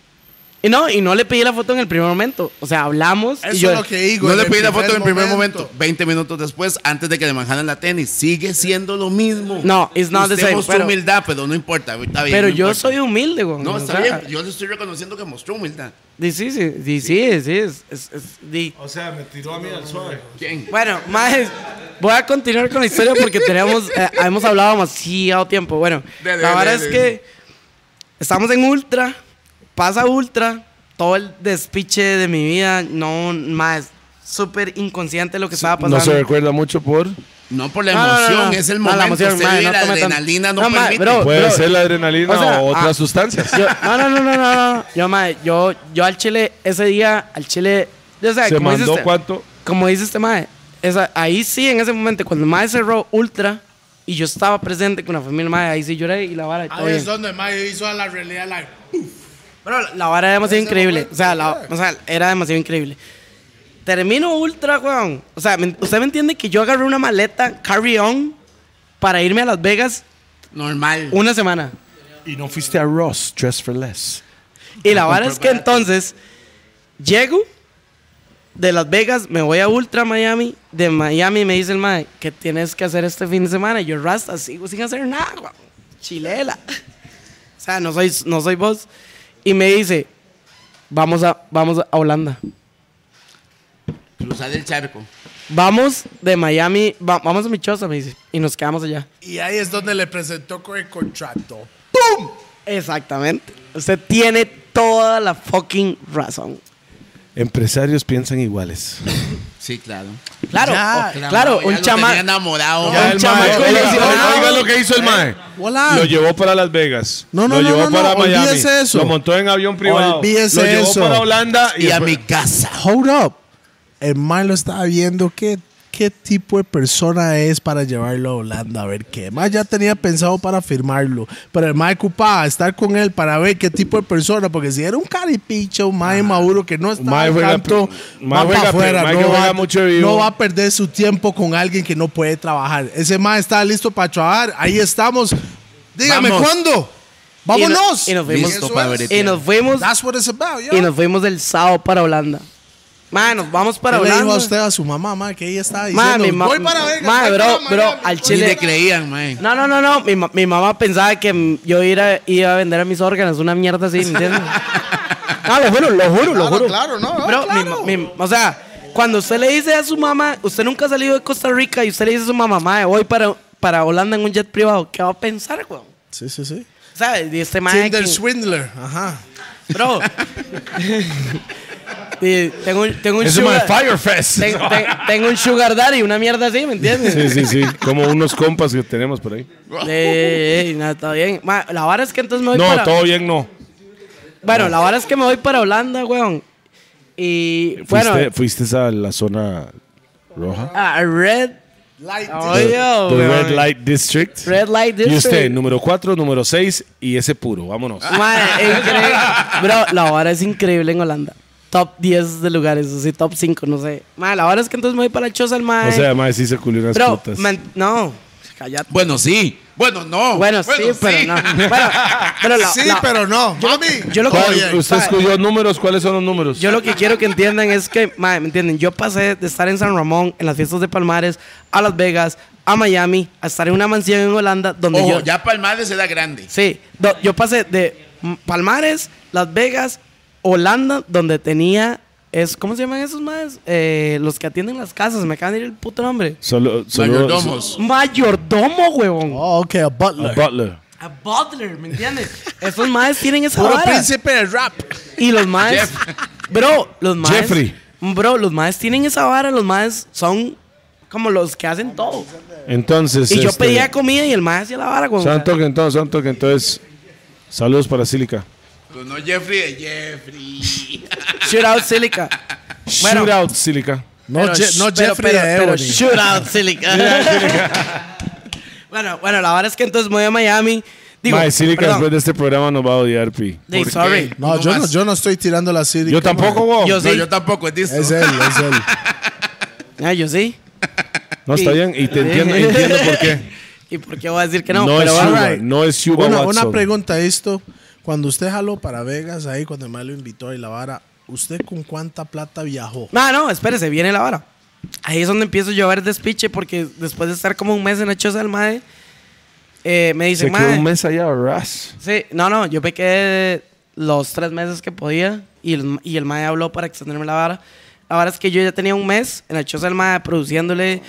[SPEAKER 5] Y no, y no le pedí la foto en el primer momento. O sea, hablamos.
[SPEAKER 2] Eso
[SPEAKER 5] y yo,
[SPEAKER 2] es lo que digo.
[SPEAKER 3] no
[SPEAKER 2] en
[SPEAKER 3] le
[SPEAKER 2] el
[SPEAKER 3] pedí la foto en el primer momento. 20 minutos después, antes de que le manjaran la tenis. Sigue siendo lo mismo.
[SPEAKER 5] No, it's not the
[SPEAKER 3] Usted
[SPEAKER 5] same,
[SPEAKER 3] mostró
[SPEAKER 5] pero-
[SPEAKER 3] humildad, pero no importa. está bien,
[SPEAKER 5] pero
[SPEAKER 3] no
[SPEAKER 5] yo
[SPEAKER 3] importa.
[SPEAKER 5] soy humilde, güey.
[SPEAKER 3] No,
[SPEAKER 5] o
[SPEAKER 3] está
[SPEAKER 5] sea,
[SPEAKER 3] bien. Yo le estoy reconociendo que mostró humildad.
[SPEAKER 5] di- Sí, sí, di- sí, sí, es- es- es- di-
[SPEAKER 7] O sea, me tiró a mí al suave.
[SPEAKER 3] ¿Quién?
[SPEAKER 5] Bueno, más voy a continuar con la historia porque tenemos, eh, hemos hablado demasiado tiempo. Bueno,
[SPEAKER 3] Dele,
[SPEAKER 5] la verdad
[SPEAKER 3] dele,
[SPEAKER 5] es
[SPEAKER 3] dele.
[SPEAKER 5] que estamos en Ultra, pasa Ultra, todo el despiche de mi vida, no más, súper inconsciente de lo que estaba pasando.
[SPEAKER 4] No se recuerda mucho por.
[SPEAKER 3] No por la
[SPEAKER 5] No, no, no,
[SPEAKER 3] emoción,
[SPEAKER 5] no.
[SPEAKER 3] es el
[SPEAKER 5] No, la
[SPEAKER 3] momento.
[SPEAKER 5] emoción,
[SPEAKER 3] Usted
[SPEAKER 5] madre,
[SPEAKER 3] vive
[SPEAKER 5] no
[SPEAKER 3] la
[SPEAKER 5] tome tanto.
[SPEAKER 3] adrenalina no,
[SPEAKER 5] No, madre,
[SPEAKER 3] permite. <laughs>
[SPEAKER 5] bro.
[SPEAKER 4] Puede
[SPEAKER 5] Pero-
[SPEAKER 4] ser la adrenalina
[SPEAKER 5] o
[SPEAKER 4] o,
[SPEAKER 5] sea,
[SPEAKER 4] otras
[SPEAKER 5] ah,
[SPEAKER 4] sustancias.
[SPEAKER 5] Yo- no, no, no, no, no, no. Yo, mae, yo, yo al chile, ese día, al chile, yo sé,
[SPEAKER 4] se
[SPEAKER 5] como dice
[SPEAKER 4] mandó
[SPEAKER 5] usted,
[SPEAKER 4] cuánto.
[SPEAKER 5] como dice este mae, esa- ahí sí, en ese momento, cuando el mae cerró Ultra y yo estaba presente con la familia mae, ahí sí lloré y la vara y
[SPEAKER 2] Ah,
[SPEAKER 5] todo bien.
[SPEAKER 2] donde más hizo a la realidad live.
[SPEAKER 5] Pero la vara era demasiado increíble. O sea, la- o sea, era demasiado increíble. Termino Ultra, weón. O sea, me- usted me entiende que yo agarré una maleta carry on para irme a Las Vegas
[SPEAKER 3] Normal.
[SPEAKER 5] una semana.
[SPEAKER 4] Y no fuiste a Ross, Dress for Less.
[SPEAKER 5] Y la vara es que entonces llego de Las Vegas, me voy a Ultra Miami. De Miami me dice el mae, ¿qué tienes que hacer este fin de semana? Y yo, Rasta, sigo sin hacer nada, guau. Chilela. O sea, no soy, no soy vos. Y me dice, vamos a, vamos a Holanda.
[SPEAKER 3] Cruzar el charco.
[SPEAKER 5] Vamos de Miami, va- vamos a Michosa, me dice. Y nos quedamos allá.
[SPEAKER 2] Y ahí es donde le presentó con el contrato.
[SPEAKER 5] Exactamente. Usted tiene toda la fucking razón.
[SPEAKER 4] Empresarios piensan iguales.
[SPEAKER 3] Sí, claro.
[SPEAKER 5] Claro,
[SPEAKER 3] Ya,
[SPEAKER 5] oh, claro,
[SPEAKER 3] ya
[SPEAKER 5] un
[SPEAKER 3] lo
[SPEAKER 5] chama-
[SPEAKER 3] tenía enamorado.
[SPEAKER 5] Ya,
[SPEAKER 3] man.
[SPEAKER 5] el chamaco
[SPEAKER 4] oiga,
[SPEAKER 5] lesionado.
[SPEAKER 4] oiga lo que hizo el mae.
[SPEAKER 2] Hola.
[SPEAKER 4] Lo llevó para Las Vegas.
[SPEAKER 2] No, no,
[SPEAKER 4] lo
[SPEAKER 2] no, no,
[SPEAKER 4] llevó
[SPEAKER 2] no,
[SPEAKER 4] para Miami.
[SPEAKER 2] olvídese eso.
[SPEAKER 4] Lo montó en avión privado.
[SPEAKER 2] Olvídese
[SPEAKER 4] lo llevó
[SPEAKER 2] eso.
[SPEAKER 4] para Holanda y,
[SPEAKER 3] Y a
[SPEAKER 4] después-
[SPEAKER 3] mi casa.
[SPEAKER 2] Hold up. El mae lo estaba viendo. ¿Qué, ¿Qué tipo de persona es para llevarlo a Holanda? A ver qué. El mae ya tenía pensado para firmarlo. Pero el mae ocupaba estar con él para ver qué tipo de persona. Porque si era un caripicho, un mae maduro que no estaba
[SPEAKER 4] Mae
[SPEAKER 2] al
[SPEAKER 4] juega
[SPEAKER 2] tanto,
[SPEAKER 4] pe- mae
[SPEAKER 2] va
[SPEAKER 4] juega
[SPEAKER 2] para
[SPEAKER 4] pe-
[SPEAKER 2] afuera.
[SPEAKER 4] mae que
[SPEAKER 2] No,
[SPEAKER 4] juega
[SPEAKER 2] va-
[SPEAKER 4] mucho vivo.
[SPEAKER 2] no va a perder su tiempo con alguien que no puede trabajar. Ese mae está listo para trabajar. Ahí estamos. Dígame,
[SPEAKER 3] Vamos.
[SPEAKER 2] ¿cuándo?
[SPEAKER 5] Y no-
[SPEAKER 2] ¡Vámonos!
[SPEAKER 5] Y nos fuimos.
[SPEAKER 3] Listo para ver
[SPEAKER 5] Y nos fuimos.
[SPEAKER 2] That's what it's about, yo.
[SPEAKER 5] Y nos fuimos del sábado para Holanda. Man, nos vamos para
[SPEAKER 2] ¿Qué le dijo a usted
[SPEAKER 5] Holanda.
[SPEAKER 2] a su mamá, ma, que ella estaba diciendo,
[SPEAKER 5] Man, mi ma-
[SPEAKER 2] voy para Vegas,
[SPEAKER 5] Man,
[SPEAKER 2] voy
[SPEAKER 5] bro,
[SPEAKER 2] para
[SPEAKER 5] bro,
[SPEAKER 2] Miami"?
[SPEAKER 5] al
[SPEAKER 3] Ni le
[SPEAKER 5] chile. <laughs>
[SPEAKER 3] creían, man.
[SPEAKER 5] No, no, no, no. Mi, ma- mi mamá pensaba que mm, yo iba, iba a vender a mis órganos, una mierda así, ¿me entiendes?
[SPEAKER 2] <laughs>
[SPEAKER 5] no, lo juro, lo juro, lo juro.
[SPEAKER 2] Claro, no, no,
[SPEAKER 5] Bro, mi
[SPEAKER 2] claro.
[SPEAKER 5] ma- mi- o sea, cuando usted le dice a su mamá, usted nunca ha salido de Costa Rica y usted le dice a su mamá, "Mae, voy para, para Holanda en un jet privado, ¿qué va a pensar, weón?
[SPEAKER 2] Sí, sí, sí.
[SPEAKER 5] ¿Sabes? Y este mae.
[SPEAKER 2] Tinder
[SPEAKER 5] que-
[SPEAKER 2] Swindler, ajá.
[SPEAKER 5] Bro. <laughs> Y tengo, un- tengo un
[SPEAKER 4] Ese mae
[SPEAKER 5] sugar.
[SPEAKER 4] Firefest.
[SPEAKER 5] <laughs> ten- ten- tengo un sugar daddy, una mierda así, ¿me entiendes?
[SPEAKER 4] Sí, sí, sí. Como unos compas que tenemos por ahí.
[SPEAKER 5] Eh, eh, nada, está bien. Ma, la vara es que entonces me voy
[SPEAKER 4] No,
[SPEAKER 5] para.
[SPEAKER 4] todo bien, no.
[SPEAKER 5] Bueno, la vara es que me voy para Holanda, weón. Y bueno,
[SPEAKER 4] Fuiste, fuiste a la zona roja.
[SPEAKER 5] a Red. Oye,
[SPEAKER 4] The
[SPEAKER 5] weón.
[SPEAKER 4] Red Light District.
[SPEAKER 5] Red Light
[SPEAKER 4] Y usted,
[SPEAKER 5] District.
[SPEAKER 4] número 4, número 6 y ese puro. Vámonos.
[SPEAKER 5] Madre, increíble. Bro, la hora es increíble en Holanda. Top 10 de lugares, o sea, top 5, no sé. Madre, la hora es que entonces me voy para Chosa el mae.
[SPEAKER 4] O sea, mae, sí se culió unas
[SPEAKER 5] eh. bro,
[SPEAKER 4] putas.
[SPEAKER 5] man- no, cállate.
[SPEAKER 3] Bueno, sí. Oh, Bueno, no.
[SPEAKER 5] Bueno, sí, pero no. Bueno, pero la-
[SPEAKER 2] Sí,
[SPEAKER 5] la-
[SPEAKER 2] pero no. Mami.
[SPEAKER 5] yo lo que-
[SPEAKER 4] ¿Cuál-
[SPEAKER 5] Oye,
[SPEAKER 4] usted
[SPEAKER 5] mae,
[SPEAKER 4] escogió números, ¿cuáles son los números?
[SPEAKER 5] Yo lo que quiero que entiendan es que, mae, ¿me entienden? Yo pasé de estar en San Ramón, en las fiestas de Palmares, a Las Vegas, a Miami, a estar en una mansión en Holanda donde
[SPEAKER 3] Ojo,
[SPEAKER 5] yo...
[SPEAKER 3] ya Palmares era grande.
[SPEAKER 5] Sí, do- yo pasé de mm, Palmares, Las Vegas, Holanda, donde tenía. Es, ¿Cómo se llaman esos más? los que atienden las casas, me acaban de ir el puto nombre.
[SPEAKER 4] Solo, solo,
[SPEAKER 3] Mayordomos.
[SPEAKER 5] Mayordomo, huevón.
[SPEAKER 2] Oh, ok, a
[SPEAKER 4] a
[SPEAKER 2] butler.
[SPEAKER 4] Butler.
[SPEAKER 5] A butler, ¿me entiendes? <laughs> Esos maes tienen esa
[SPEAKER 2] Puro
[SPEAKER 5] vara.
[SPEAKER 2] príncipe de rap.
[SPEAKER 5] Y los maes. Bro, los maes.
[SPEAKER 4] Jeffrey.
[SPEAKER 5] Bro, los maes tienen esa vara, los maes son como los que hacen todo.
[SPEAKER 4] Entonces.
[SPEAKER 5] Y yo
[SPEAKER 4] este,
[SPEAKER 5] pedía comida y el mae hacía la vara, huevón.
[SPEAKER 4] Santo que entonces, santo que entonces. Saludos para Silica.
[SPEAKER 3] Pero no Jeffrey de
[SPEAKER 5] <laughs>
[SPEAKER 3] Jeffrey.
[SPEAKER 5] Shoot out Silica. Bueno.
[SPEAKER 4] Shoot out, Silica.
[SPEAKER 2] No,
[SPEAKER 5] Pero
[SPEAKER 2] Je-
[SPEAKER 5] sh-
[SPEAKER 2] no
[SPEAKER 5] pero-
[SPEAKER 2] Jeffrey
[SPEAKER 5] pero-
[SPEAKER 2] de
[SPEAKER 5] pero
[SPEAKER 2] Ebony.
[SPEAKER 5] shoot out,
[SPEAKER 2] <laughs>
[SPEAKER 5] Silica. <laughs> bueno, bueno, la verdad es que entonces me voy a Miami. Digo,
[SPEAKER 4] mae, Silica
[SPEAKER 5] perdón,
[SPEAKER 4] después de este programa nos va a odiar, Pi.
[SPEAKER 5] de-
[SPEAKER 3] ¿Por
[SPEAKER 5] sorry.
[SPEAKER 3] qué?
[SPEAKER 2] No,
[SPEAKER 3] No
[SPEAKER 2] yo no,
[SPEAKER 3] más.
[SPEAKER 2] yo no estoy tirando la serie.
[SPEAKER 4] Yo tampoco, wow.
[SPEAKER 5] Yo
[SPEAKER 3] No,
[SPEAKER 5] sí.
[SPEAKER 3] yo tampoco, es disco.
[SPEAKER 2] Es él, es él.
[SPEAKER 5] <laughs> Ah, yo sí.
[SPEAKER 4] No, está bien. Y te
[SPEAKER 5] <laughs>
[SPEAKER 4] entiendo, entiendo por qué.
[SPEAKER 5] ¿Y por qué voy a decir que no?
[SPEAKER 4] No
[SPEAKER 5] pero
[SPEAKER 4] es
[SPEAKER 5] bueno,
[SPEAKER 4] Sugar, no es Sugar
[SPEAKER 2] Una,
[SPEAKER 4] Watson.
[SPEAKER 2] una pregunta esto. Cuando usted jaló para Vegas, ahí cuando el mae lo invitó y la vara, ¿usted con cuánta plata viajó?
[SPEAKER 5] No, no, espérese, viene la vara. Ahí es donde empiezo yo a ver despiche porque después de estar como un mes en la choza del mae, eh, me
[SPEAKER 4] Se
[SPEAKER 5] dicen,
[SPEAKER 4] quedó
[SPEAKER 5] mae.
[SPEAKER 4] un mes allá, ras.
[SPEAKER 5] Sí, no, no, yo me quedé los tres meses que podía y el, y el mae habló para extenderme la vara. La vara es que yo ya tenía un mes en la choza del mae produciéndole.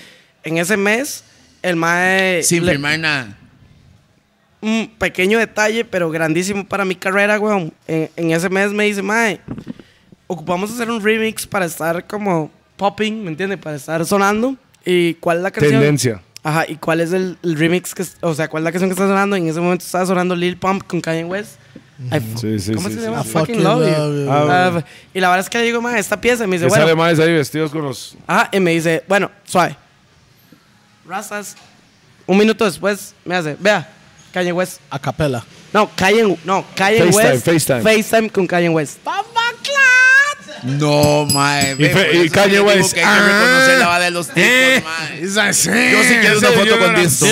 [SPEAKER 5] En ese mes, el mae.
[SPEAKER 3] <laughs> Sin
[SPEAKER 5] le-
[SPEAKER 3] firmar nada.
[SPEAKER 5] un pequeño detalle, pero grandísimo para mi carrera, weón. En, en ese mes me dice, mae, ocupamos hacer un remix para estar como popping, ¿me entiendes? Para estar sonando. ¿Y cuál es la canción?
[SPEAKER 4] Tendencia.
[SPEAKER 5] Ajá, ¿y cuál es el, el remix? Que, es- o sea, ¿cuál es la canción que está sonando? En ese momento estaba sonando Lil Pump con Kanye West. I fu-
[SPEAKER 4] Sí, sí,
[SPEAKER 5] ¿Cómo
[SPEAKER 4] sí,
[SPEAKER 5] se
[SPEAKER 4] sí,
[SPEAKER 5] llama?
[SPEAKER 2] sí.
[SPEAKER 5] Fucking Love You.
[SPEAKER 2] Fucking Love You.
[SPEAKER 5] Ah, f- y la verdad es que le digo, mae, esta pieza. Y me dice,
[SPEAKER 4] Que
[SPEAKER 5] bueno,
[SPEAKER 4] sale más ahí vestidos con los.
[SPEAKER 5] Ajá, y me dice, bueno, suave. Razas. Un minuto después me hace, vea, Kanye West.
[SPEAKER 2] A capela.
[SPEAKER 5] No, Kanye, no, Kanye
[SPEAKER 4] FaceTime,
[SPEAKER 5] West.
[SPEAKER 4] FaceTime.
[SPEAKER 5] con Kanye West.
[SPEAKER 3] No, mae.
[SPEAKER 4] Y
[SPEAKER 3] ve,
[SPEAKER 4] fe-
[SPEAKER 3] por
[SPEAKER 4] y
[SPEAKER 3] eso es que
[SPEAKER 4] Kanye
[SPEAKER 3] yo digo
[SPEAKER 4] West.
[SPEAKER 3] que hay que reconocer
[SPEAKER 2] Ah.
[SPEAKER 3] la vara de los ticos,
[SPEAKER 2] Eh,
[SPEAKER 3] mae. Yo sí quiero una foto con disco.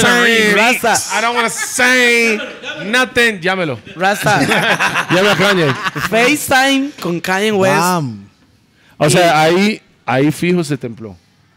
[SPEAKER 5] Raza.
[SPEAKER 4] I don't wanna say nothing. Llámelo.
[SPEAKER 2] <laughs>
[SPEAKER 5] Rasta,
[SPEAKER 4] Llámelo a Kanye.
[SPEAKER 5] FaceTime con Kanye West.
[SPEAKER 2] Bam.
[SPEAKER 4] O sea, ahí, ahí fijo se templó.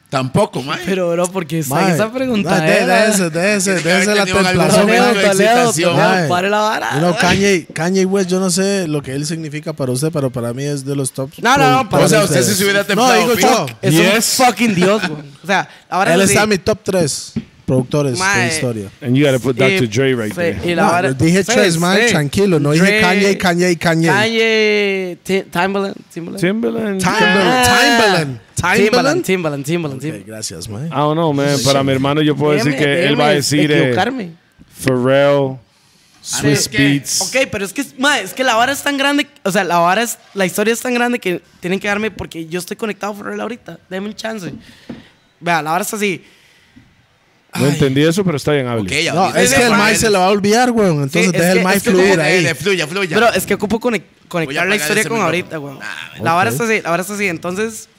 [SPEAKER 3] Tampoco, mae.
[SPEAKER 5] Pero, bro, porque está
[SPEAKER 2] Mae,
[SPEAKER 5] esa pregunta.
[SPEAKER 2] mae, de- de
[SPEAKER 5] era-
[SPEAKER 2] ese, de ese,
[SPEAKER 3] Tiene que
[SPEAKER 2] de ese
[SPEAKER 3] haber
[SPEAKER 2] la
[SPEAKER 3] tenido algún
[SPEAKER 2] templación.
[SPEAKER 3] momento
[SPEAKER 5] Toledo,
[SPEAKER 3] de
[SPEAKER 5] Toledo,
[SPEAKER 3] excitación.
[SPEAKER 5] Toledo.
[SPEAKER 2] Mae.
[SPEAKER 5] pare la vara.
[SPEAKER 2] You know, Kanye, Kanye West, yo no sé lo que él significa para usted, pero para mí es de los tops.
[SPEAKER 5] No, no, no, para
[SPEAKER 3] O sea,
[SPEAKER 5] mí
[SPEAKER 3] usted sí se hubiera templado.
[SPEAKER 2] No, digo yo.
[SPEAKER 3] fijo.
[SPEAKER 5] Es
[SPEAKER 4] Yes.
[SPEAKER 5] un fucking dios, güey. O sea, ahora
[SPEAKER 2] Él
[SPEAKER 5] sí.
[SPEAKER 2] está en mi top 3 productores de
[SPEAKER 5] Mae.
[SPEAKER 2] historia.
[SPEAKER 4] And you gotta put Dr.
[SPEAKER 5] Y-
[SPEAKER 4] Dre right
[SPEAKER 5] sí,
[SPEAKER 4] there.
[SPEAKER 5] Eh, y la
[SPEAKER 2] No,
[SPEAKER 5] vara-
[SPEAKER 2] dije
[SPEAKER 5] sí,
[SPEAKER 2] tres, mae,
[SPEAKER 5] sí.
[SPEAKER 2] tranquilo, no dije
[SPEAKER 5] Dre,
[SPEAKER 2] Kanye, Kanye, Kanye.
[SPEAKER 5] Kanye, Ti- Timbaland, Timbaland. Ah,
[SPEAKER 2] Timberland.
[SPEAKER 4] Timberland.
[SPEAKER 2] Timbaland. Timbaland.
[SPEAKER 5] Timbaland, Timbaland, Timbaland,
[SPEAKER 2] Ok,
[SPEAKER 5] Timbaland.
[SPEAKER 2] gracias, mae.
[SPEAKER 4] I don't know, man. Para mi hermano yo puedo decir
[SPEAKER 5] Déjeme-
[SPEAKER 4] que él va a
[SPEAKER 5] déjeme
[SPEAKER 4] decir eh,
[SPEAKER 5] equivocarme.
[SPEAKER 4] Pharrell, Swiss
[SPEAKER 3] es que-
[SPEAKER 4] Beats.
[SPEAKER 5] Ok, pero es que, ma, es que la vara es tan grande, o sea, la vara es, la historia es tan grande que tienen que darme porque yo estoy conectado por él ahorita. Deme un chance. Vea, la vara está así.
[SPEAKER 4] No entendí eso, pero está bien, hable.
[SPEAKER 3] Ok, ya,
[SPEAKER 2] No,
[SPEAKER 3] ahorita
[SPEAKER 2] es
[SPEAKER 3] ya
[SPEAKER 2] que el
[SPEAKER 3] para
[SPEAKER 2] mae
[SPEAKER 3] él.
[SPEAKER 2] se la va a olvidar, weón. Entonces
[SPEAKER 5] Sí, es
[SPEAKER 2] deja
[SPEAKER 5] que-
[SPEAKER 2] el mae
[SPEAKER 5] es que como-
[SPEAKER 2] fluir
[SPEAKER 3] Eh,
[SPEAKER 2] ahí.
[SPEAKER 3] eh, Fluya, fluya.
[SPEAKER 5] Pero es que ocupo conec- conectar la
[SPEAKER 3] apagar
[SPEAKER 5] historia
[SPEAKER 3] ese
[SPEAKER 5] con
[SPEAKER 3] micrófono.
[SPEAKER 5] ahorita, weón.
[SPEAKER 3] Ah,
[SPEAKER 5] la vara está así, la vara está así. Entonces,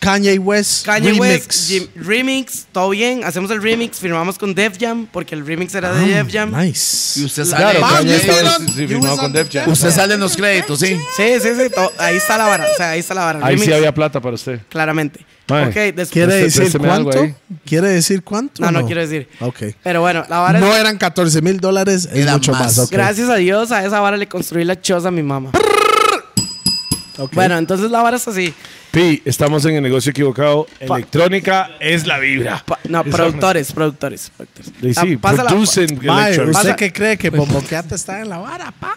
[SPEAKER 2] Kanye West.
[SPEAKER 5] Kanye
[SPEAKER 2] remix.
[SPEAKER 5] West, Jim- remix, todo bien, hacemos el remix, firmamos con Def Jam porque el remix era
[SPEAKER 4] Ah,
[SPEAKER 5] de Def Jam.
[SPEAKER 3] Y
[SPEAKER 2] Ah, Nice.
[SPEAKER 3] usted sale,
[SPEAKER 4] Claro, Kanye
[SPEAKER 3] Kanye
[SPEAKER 4] estaba
[SPEAKER 3] West.
[SPEAKER 4] sí, firmado con Def Jam.
[SPEAKER 3] usted sale en los créditos, sí.
[SPEAKER 5] Sí, sí, sí, to- ahí está la vara, o sea, ahí está la vara.
[SPEAKER 4] Ahí
[SPEAKER 5] remix,
[SPEAKER 4] sí había plata para usted.
[SPEAKER 5] Claramente.
[SPEAKER 4] Mae,
[SPEAKER 5] Ok, después.
[SPEAKER 2] ¿Quiere
[SPEAKER 4] Usted
[SPEAKER 2] decir
[SPEAKER 4] présteme algo
[SPEAKER 2] cuánto?
[SPEAKER 4] ahí.
[SPEAKER 2] ¿Quiere decir cuánto?
[SPEAKER 5] <laughs> No, no quiero decir.
[SPEAKER 2] Ok.
[SPEAKER 5] Pero bueno, la vara es-
[SPEAKER 2] No eran 14 mil dólares, es
[SPEAKER 3] Era
[SPEAKER 2] mucho más.
[SPEAKER 3] más.
[SPEAKER 2] ok.
[SPEAKER 5] Gracias a Dios, a esa vara le construí la choza a mi mamá.
[SPEAKER 2] Ok.
[SPEAKER 5] Bueno, entonces la vara es así.
[SPEAKER 4] Pi, estamos en el negocio equivocado. Electrónica es la vibra.
[SPEAKER 5] Pa- no, productores, productores, productores.
[SPEAKER 4] Y sí,
[SPEAKER 5] Ah, pasa la-
[SPEAKER 4] producen
[SPEAKER 2] Mae,
[SPEAKER 4] electronic.
[SPEAKER 2] ¿usted
[SPEAKER 5] Pasa-
[SPEAKER 2] qué cree que Bomboqueate está en la vara, pa?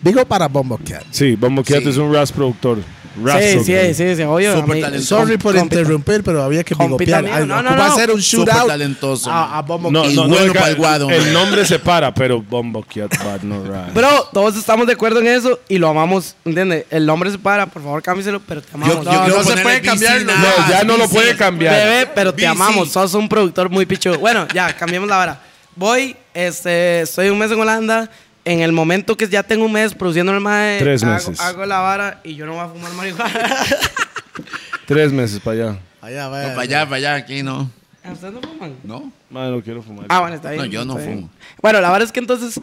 [SPEAKER 2] Digo para Bomboqueate.
[SPEAKER 4] Sí, vamos, quédate,
[SPEAKER 3] Sí.
[SPEAKER 4] es un ras productor. Ras
[SPEAKER 5] Sí,
[SPEAKER 4] productor.
[SPEAKER 5] sí, sí, sí, obvio.
[SPEAKER 3] Súper
[SPEAKER 5] a mí-
[SPEAKER 3] talentoso.
[SPEAKER 2] Sorry por
[SPEAKER 5] Compita.
[SPEAKER 2] interrumpir, pero había que
[SPEAKER 5] Compita
[SPEAKER 2] bigopear.
[SPEAKER 5] mío,
[SPEAKER 2] Ay,
[SPEAKER 5] no, no,
[SPEAKER 2] ocupa
[SPEAKER 5] no.
[SPEAKER 2] hacer un
[SPEAKER 3] Súper
[SPEAKER 2] shootout
[SPEAKER 3] talentoso.
[SPEAKER 2] a, a Bombo
[SPEAKER 4] No,
[SPEAKER 3] Y
[SPEAKER 4] no, no,
[SPEAKER 3] bueno
[SPEAKER 4] el ca-
[SPEAKER 3] pa'l guado,
[SPEAKER 4] el
[SPEAKER 3] man.
[SPEAKER 4] nombre se para, pero Bombo Cat Bad No Ras.
[SPEAKER 5] Bro, todos estamos de acuerdo en eso y lo amamos, ¿entiendes? El nombre se para, por favor, cámbiaselo, pero te amamos.
[SPEAKER 3] yo quiero ponerle
[SPEAKER 2] puede
[SPEAKER 3] BC
[SPEAKER 2] cambiarlo.
[SPEAKER 3] nada
[SPEAKER 4] no,
[SPEAKER 3] más,
[SPEAKER 4] ya no lo
[SPEAKER 3] BC.
[SPEAKER 4] puede cambiar.
[SPEAKER 5] Bebé, pero te
[SPEAKER 3] BC.
[SPEAKER 5] amamos. Sos un productor muy pichudo. Bueno, ya, cambiemos la vara. Voy, este, estoy un mes en Holanda. En el momento que ya tengo un mes produciendo el mae,
[SPEAKER 4] Tres
[SPEAKER 5] hago,
[SPEAKER 4] meses.
[SPEAKER 5] hago la vara y yo no voy a fumar marihuana. <laughs>
[SPEAKER 4] Tres meses para allá.
[SPEAKER 2] Allá,
[SPEAKER 3] No,
[SPEAKER 2] vaya.
[SPEAKER 3] para allá, para allá, aquí no.
[SPEAKER 5] ¿A ¿Ustedes no fuman?
[SPEAKER 3] No.
[SPEAKER 4] Madre, no quiero fumar.
[SPEAKER 5] Ah, bueno, está bien.
[SPEAKER 3] No, yo no
[SPEAKER 5] está bien.
[SPEAKER 3] fumo.
[SPEAKER 5] Bueno, la verdad es que entonces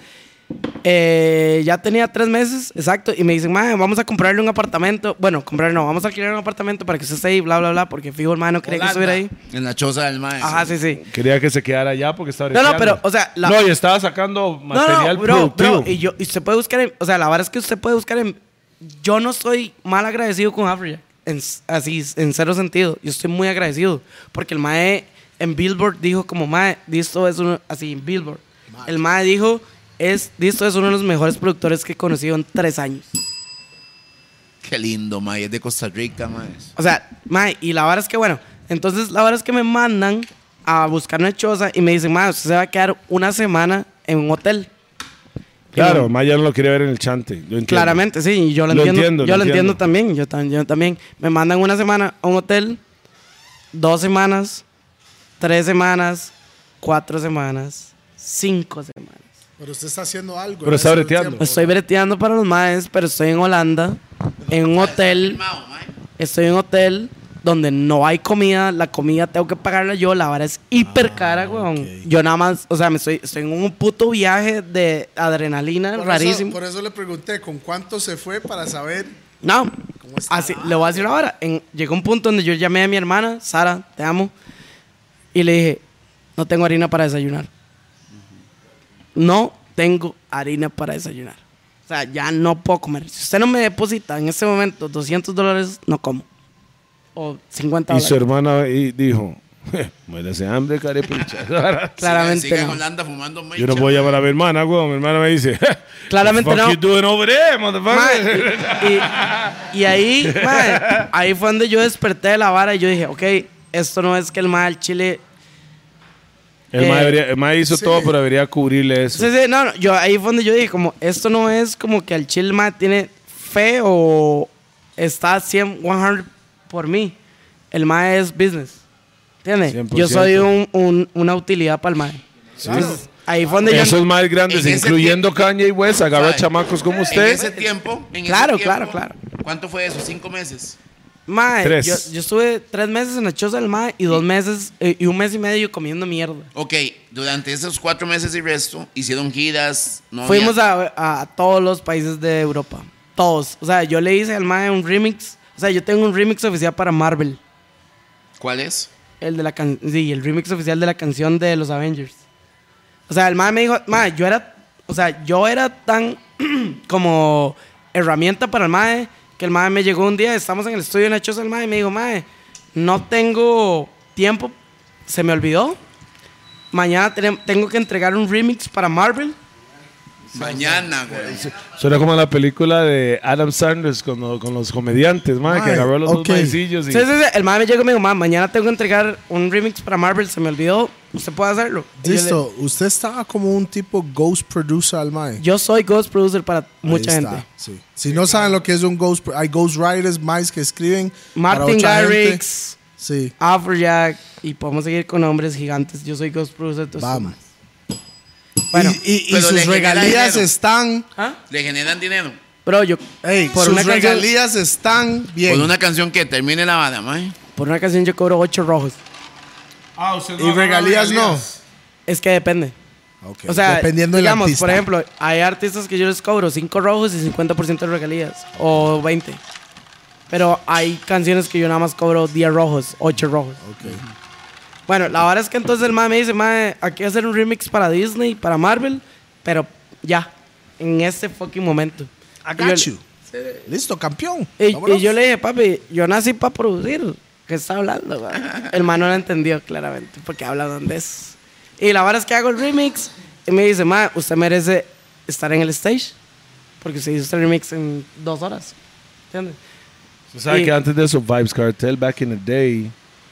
[SPEAKER 5] eh, ya tenía tres meses, exacto, y me dicen, "Mae, vamos a comprarle un apartamento. Bueno, comprar no, vamos a alquilar un apartamento para que usted esté ahí, bla, bla, bla, porque fijo, hermano, no quería que estuviera ahí.
[SPEAKER 3] En la choza del mae.
[SPEAKER 5] Ajá, sí, sí.
[SPEAKER 4] Quería que se quedara allá porque estaba
[SPEAKER 5] No, no,
[SPEAKER 4] breteando.
[SPEAKER 5] pero, o sea, la-
[SPEAKER 4] No, y estaba sacando
[SPEAKER 5] No, no,
[SPEAKER 4] material
[SPEAKER 5] no, bro,
[SPEAKER 4] productivo.
[SPEAKER 5] bro, y, yo, y usted puede buscar, en- o sea, la verdad es que usted puede buscar en... Yo no soy mal agradecido con Africa, en, s- así, en cero sentido. Yo estoy muy agradecido, porque el Mae en Billboard dijo como Mae, esto es uno, así, en Billboard. El Mae dijo, es, esto es uno de los mejores productores que he conocido en tres años.
[SPEAKER 3] Qué lindo, mae. Es de Costa Rica, mae.
[SPEAKER 5] O sea, mae, y la vara es que, bueno, entonces la vara es que me mandan a buscar una choza y me dicen, mae, usted se va a quedar una semana en un hotel.
[SPEAKER 4] claro, Maya no lo quería ver en el chante. yo entiendo.
[SPEAKER 5] Claramente, sí, y yo lo,
[SPEAKER 4] Lo
[SPEAKER 5] entiendo,
[SPEAKER 4] entiendo,
[SPEAKER 5] Yo
[SPEAKER 4] lo
[SPEAKER 5] lo entiendo,
[SPEAKER 4] entiendo.
[SPEAKER 5] también, yo también, yo también. Me mandan una semana a un hotel, dos semanas, tres semanas, cuatro semanas, cinco semanas.
[SPEAKER 2] Pero usted está haciendo algo.
[SPEAKER 4] Pero está breteando.
[SPEAKER 5] Pues Estoy breteando para los maes, pero estoy en Holanda, en un hotel,
[SPEAKER 3] Mao, mae.
[SPEAKER 5] estoy en un hotel, donde no hay comida, la comida tengo que pagarla yo, la vara es hiper
[SPEAKER 4] Ah,
[SPEAKER 5] cara, weón. Yo nada más, o sea, me estoy, estoy en un puto viaje de adrenalina
[SPEAKER 2] Por
[SPEAKER 5] rarísimo.
[SPEAKER 2] Eso, por eso le pregunté con cuánto se fue para saber.
[SPEAKER 5] No. Así, le voy a decir ahora. En, llegó un punto donde yo llamé a mi hermana, Sara, te amo, y le dije, no tengo harina para desayunar. No tengo harina para desayunar. O sea, ya no puedo comer. Si usted no me deposita en este momento 200 dólares, no como. O 50
[SPEAKER 4] Y su
[SPEAKER 5] dólares.
[SPEAKER 4] hermana y dijo, muérase hambre,
[SPEAKER 5] <laughs>
[SPEAKER 4] carepicha.
[SPEAKER 5] Claramente
[SPEAKER 3] Siga
[SPEAKER 5] no.
[SPEAKER 3] en Holanda fumando mecha.
[SPEAKER 4] Yo no puedo llamar a mi hermana, güey. Mi hermana me dice,
[SPEAKER 5] Claramente
[SPEAKER 4] "What the
[SPEAKER 5] no.
[SPEAKER 4] fuck you doing over there, motherfucker?"
[SPEAKER 5] Mae, y, y- y ahí, mae, ahí fue donde yo desperté de la vara y yo dije, ok, esto no es que el mal chile
[SPEAKER 4] <laughs> El mae
[SPEAKER 5] Eh,
[SPEAKER 4] debería- el mae hizo todo, pero debería cubrirle eso.
[SPEAKER 5] Sí, sí, no, no, yo ahí fue donde yo dije, como, esto no es como que al chill mae, tiene fe o está 100, 100 por mí. El mae es business. ¿Entiendes?
[SPEAKER 4] 100%.
[SPEAKER 5] Yo soy un, un- una utilidad para el mae.
[SPEAKER 4] Sí.
[SPEAKER 5] Entonces, ahí fue donde
[SPEAKER 4] Esos
[SPEAKER 5] yo.
[SPEAKER 4] más grandes,
[SPEAKER 3] en ese
[SPEAKER 4] incluyendo Kanye West, agarra
[SPEAKER 3] Mae.
[SPEAKER 4] chamacos como
[SPEAKER 3] En
[SPEAKER 4] usted.
[SPEAKER 3] ese tiempo. en ese
[SPEAKER 5] Claro,
[SPEAKER 3] tiempo,
[SPEAKER 5] claro, claro.
[SPEAKER 3] ¿Cuánto fue eso? ¿Cinco meses?
[SPEAKER 5] Mae,
[SPEAKER 4] Tres.
[SPEAKER 5] Yo, yo estuve tres meses en la choza del mae y dos meses eh, y un mes y medio comiendo mierda.
[SPEAKER 3] Ok, durante esos cuatro meses y resto, hicieron giras. No
[SPEAKER 5] Fuimos
[SPEAKER 3] había-
[SPEAKER 5] a, a todos los países de Europa. Todos. O sea, yo le hice al mae un remix. O sea, yo tengo un remix oficial para Marvel.
[SPEAKER 3] ¿Cuál es?
[SPEAKER 5] El de la can sí, el remix oficial de la canción de los Avengers. O sea, el mae me dijo, mae, yo era, o sea, yo era tan <clears throat> como herramienta para el mae que el mae me llegó un día, estamos en el estudio en la choza del mae y me dijo, mae, no tengo tiempo, se me olvidó. Mañana tenem- tengo que entregar un remix para Marvel.
[SPEAKER 3] Mañana, güey.
[SPEAKER 4] Suena como la película de Adam Sanders con, lo- con los comediantes, mae, que
[SPEAKER 2] Mae,
[SPEAKER 4] agarró los
[SPEAKER 2] ok.
[SPEAKER 4] dos maecillos y...
[SPEAKER 5] Sí, sí, sí. El mae me llegó y me dijo, mae, mañana tengo que entregar un remix para Marvel, se me olvidó, usted puede hacerlo. Y yo le-
[SPEAKER 2] Listo, usted estaba como un tipo ghost producer al mae.
[SPEAKER 5] Yo soy ghost producer para
[SPEAKER 2] Ahí
[SPEAKER 5] mucha
[SPEAKER 2] está,
[SPEAKER 5] gente.
[SPEAKER 2] sí. Si no saben lo que es un ghost, pro- hay ghost writers más que escriben. para
[SPEAKER 5] Martin
[SPEAKER 2] otra gente.
[SPEAKER 5] Garrix,
[SPEAKER 2] Sí,
[SPEAKER 5] Afrojack, y podemos seguir con nombres gigantes. Yo soy Ghost Producer. entonces-
[SPEAKER 2] vamos.
[SPEAKER 5] Bueno,
[SPEAKER 2] y y- y
[SPEAKER 3] pero le
[SPEAKER 2] sus
[SPEAKER 3] genera
[SPEAKER 2] regalías
[SPEAKER 3] dinero.
[SPEAKER 2] están.
[SPEAKER 5] ¿Ah?
[SPEAKER 3] Le generan dinero.
[SPEAKER 5] Bro, yo
[SPEAKER 2] Ey,
[SPEAKER 5] por,
[SPEAKER 2] sus
[SPEAKER 5] una canción,
[SPEAKER 2] regalías están bien.
[SPEAKER 3] Con una canción que termine la banda, mae.
[SPEAKER 5] por una canción yo cobro 8 rojos.
[SPEAKER 7] Ah, usted
[SPEAKER 2] Y regalías no.
[SPEAKER 5] Es que depende.
[SPEAKER 2] Ok,
[SPEAKER 5] O sea,
[SPEAKER 2] dependiendo del
[SPEAKER 5] digamos,
[SPEAKER 2] artista.
[SPEAKER 5] por ejemplo, hay artistas que yo les cobro 5 rojos y 50% de regalías, o 20. Pero hay canciones que yo nada más cobro 10 rojos, 8 rojos. Bueno, la verdad es que entonces el mae me dice, mae, aquí voy a hacer un remix para Disney, para Marvel, pero ya, en este fucking momento.
[SPEAKER 2] I
[SPEAKER 5] Y yo
[SPEAKER 2] got
[SPEAKER 5] le-
[SPEAKER 2] you. Listo, campeón.
[SPEAKER 5] Y,
[SPEAKER 2] Vámonos.
[SPEAKER 5] y yo le dije, papi, yo nací para producir. ¿Qué está hablando? güey? El man no lo entendió claramente, porque habla holandés. Y la verdad es que hago el remix y me dice, ma, usted merece estar en el stage, porque se hizo este remix en dos horas. ¿Entiendes?
[SPEAKER 4] Tú sabes
[SPEAKER 5] Sí.
[SPEAKER 4] que antes de eso, Vibes Cartel, back in the day,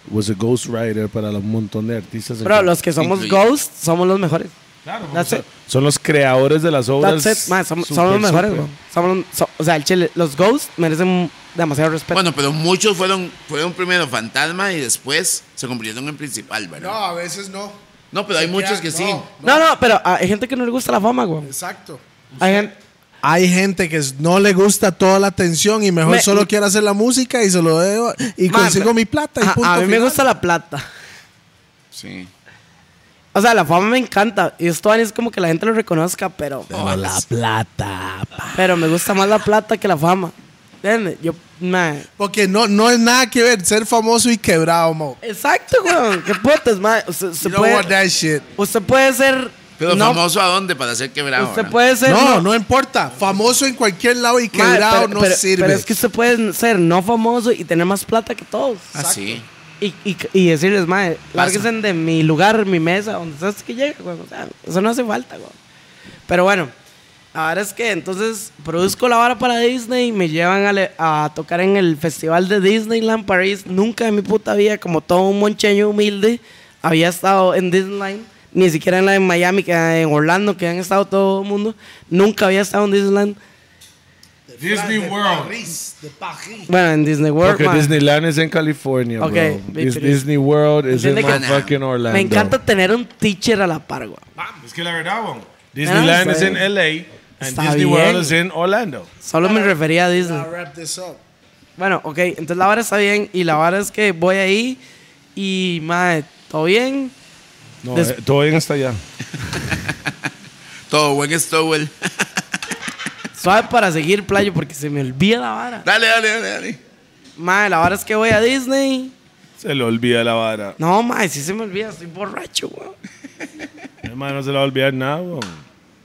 [SPEAKER 4] was a ghostwriter para un montón de artistas. en
[SPEAKER 5] Pero
[SPEAKER 4] Cali.
[SPEAKER 5] los que somos
[SPEAKER 3] Incluye-
[SPEAKER 5] Ghost somos los mejores.
[SPEAKER 7] Claro,
[SPEAKER 5] That's it.
[SPEAKER 4] Son los creadores de las obras.
[SPEAKER 5] That's it, ma, som-
[SPEAKER 4] Súper,
[SPEAKER 5] somos los mejores.
[SPEAKER 4] súper.
[SPEAKER 5] güey. Somos los- so- o sea, el chile, los Ghosts merecen demasiado respeto.
[SPEAKER 3] Bueno, pero muchos fueron, fueron primero fantasma y después se convirtieron en principal,
[SPEAKER 2] No,
[SPEAKER 3] ¿verdad?
[SPEAKER 2] a veces no.
[SPEAKER 3] No, pero hay muchos que
[SPEAKER 2] no.
[SPEAKER 3] sí.
[SPEAKER 5] no, no, pero ah, hay gente que no le gusta la fama, güey.
[SPEAKER 2] Exacto.
[SPEAKER 5] Hay gente...
[SPEAKER 2] Hay gente que no le gusta toda la atención y mejor
[SPEAKER 5] Me-
[SPEAKER 2] solo quiere hacer la música y se lo dejo y
[SPEAKER 5] Ma,
[SPEAKER 2] consigo
[SPEAKER 5] pero-
[SPEAKER 2] mi plata y
[SPEAKER 5] Ajá,
[SPEAKER 2] punto
[SPEAKER 5] a mí me
[SPEAKER 2] final.
[SPEAKER 5] gusta la plata.
[SPEAKER 3] Sí.
[SPEAKER 5] O sea, la fama me encanta. Y esto es como que la gente lo reconozca, pero.
[SPEAKER 3] Pero la
[SPEAKER 5] plata. Pero me gusta más la plata que la fama. ¿Entiendes? Yo. ma,
[SPEAKER 2] Porque no, no es nada que ver ser famoso y quebrado, mo.
[SPEAKER 5] Exacto, weón. Qué putas, ma. Usted, usted
[SPEAKER 2] You don't want
[SPEAKER 5] puede,
[SPEAKER 2] that shit.
[SPEAKER 5] usted puede ser.
[SPEAKER 3] Pero
[SPEAKER 5] no,
[SPEAKER 3] famoso a dónde para ser quebrado.
[SPEAKER 5] Usted
[SPEAKER 3] ¿verdad?
[SPEAKER 5] puede ser.
[SPEAKER 2] No, no importa. Famoso en cualquier lado y
[SPEAKER 5] ma,
[SPEAKER 2] quebrado
[SPEAKER 5] pero-
[SPEAKER 2] no
[SPEAKER 5] pero-
[SPEAKER 2] sirve.
[SPEAKER 5] Pero es que usted puede ser no famoso y tener más plata que todos.
[SPEAKER 3] Ah, sí.
[SPEAKER 5] Y, y, y decirles, mae, lárguense de mi lugar, mi mesa, donde ustedes que llega, güey. O sea, eso no hace falta, güey. Pero bueno, ahora es que entonces produzco la vara para Disney, me llevan a, le- a tocar en el festival de Disneyland París. Nunca en mi puta vida, como todo un moncheño humilde, había estado en Disneyland. Ni siquiera en la de Miami, que en Orlando, que han estado todo el mundo. Nunca había estado en Disneyland.
[SPEAKER 7] Disney World.
[SPEAKER 5] Bueno, en Disney World.
[SPEAKER 4] Porque
[SPEAKER 5] mae.
[SPEAKER 4] Disneyland es en California,
[SPEAKER 5] Ok,
[SPEAKER 4] bro.
[SPEAKER 5] Victory.
[SPEAKER 4] Dis- Disney World es en
[SPEAKER 5] Entiende que-
[SPEAKER 4] motherfucking Orlando.
[SPEAKER 5] Me encanta tener un teacher a la par, güey.
[SPEAKER 7] Es que la verdad, weón.
[SPEAKER 4] Disneyland
[SPEAKER 5] Ah,
[SPEAKER 4] es
[SPEAKER 5] está
[SPEAKER 4] en
[SPEAKER 5] bien.
[SPEAKER 4] LA and
[SPEAKER 5] Está
[SPEAKER 4] Disney
[SPEAKER 5] bien.
[SPEAKER 4] World es en Orlando.
[SPEAKER 5] Solo me refería a Disney.
[SPEAKER 2] wrap this up.
[SPEAKER 5] Bueno, ok, entonces la vara está bien y la vara es que voy ahí y, madre, todo bien.
[SPEAKER 4] No,
[SPEAKER 5] Des-
[SPEAKER 4] eh, todo bien hasta allá.
[SPEAKER 3] Todo buen Stowell. <laughs>
[SPEAKER 5] Suave para seguir, playo, porque se me olvida la vara.
[SPEAKER 3] dale, dale, dale, dale.
[SPEAKER 5] Madre, la vara es que voy a Disney.
[SPEAKER 4] Se le olvida la vara.
[SPEAKER 5] No, madre, sí se me olvida, estoy borracho, weón.
[SPEAKER 4] Hermano, no se le va a olvidar nada, weón.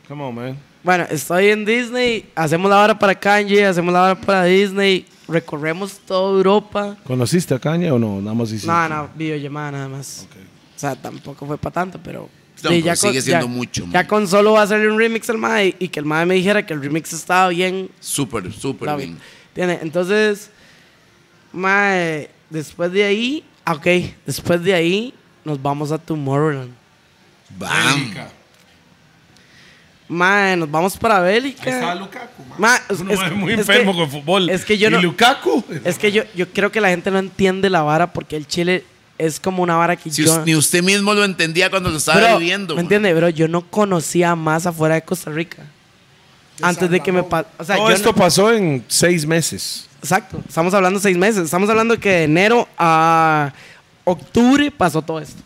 [SPEAKER 4] Come on, man.
[SPEAKER 5] Bueno, estoy en Disney, hacemos la hora para Kanye, hacemos la hora para Disney, recorremos toda Europa.
[SPEAKER 4] ¿Conociste a Caña o no? Nada más hiciste.
[SPEAKER 5] No, no, videollamada nada más. O sea, tampoco fue para tanto, pero.
[SPEAKER 3] No, pero sigue siendo mucho,
[SPEAKER 5] Ya
[SPEAKER 3] man.
[SPEAKER 5] con solo va a hacerle un remix al mae y que el mae me dijera que el remix estaba bien.
[SPEAKER 3] Súper, súper
[SPEAKER 5] estaba
[SPEAKER 3] bien.
[SPEAKER 5] ¿Entiende? Entonces, mae, después de ahí, ah, ok, después de ahí nos vamos a Tomorrowland.
[SPEAKER 3] Bam.
[SPEAKER 5] Mae, nos vamos para Bélgica.
[SPEAKER 7] Está Lukaku,
[SPEAKER 3] <laughs>
[SPEAKER 7] man.
[SPEAKER 5] Ma, es,
[SPEAKER 4] Uno
[SPEAKER 5] es-
[SPEAKER 4] es muy
[SPEAKER 5] es
[SPEAKER 4] enfermo
[SPEAKER 5] que-
[SPEAKER 4] con fútbol.
[SPEAKER 5] Es que yo
[SPEAKER 4] ¿Y
[SPEAKER 5] no.
[SPEAKER 4] Lukaku?
[SPEAKER 5] Es que yo, yo creo que la gente no entiende la vara porque el Chile es como una vara que
[SPEAKER 3] Si
[SPEAKER 5] yo.
[SPEAKER 3] us- ni usted mismo lo entendía cuando lo estaba
[SPEAKER 5] Bro,
[SPEAKER 3] viviendo.
[SPEAKER 5] ¿Me
[SPEAKER 3] man.
[SPEAKER 5] entiendes, bro? Yo no conocía más afuera de Costa Rica. Antes de que me pa- o sea,
[SPEAKER 4] Todo
[SPEAKER 5] yo
[SPEAKER 4] esto
[SPEAKER 5] no-
[SPEAKER 4] pasó en seis meses.
[SPEAKER 5] Exacto. Estamos hablando seis meses. Estamos hablando que de enero a octubre pasó todo esto.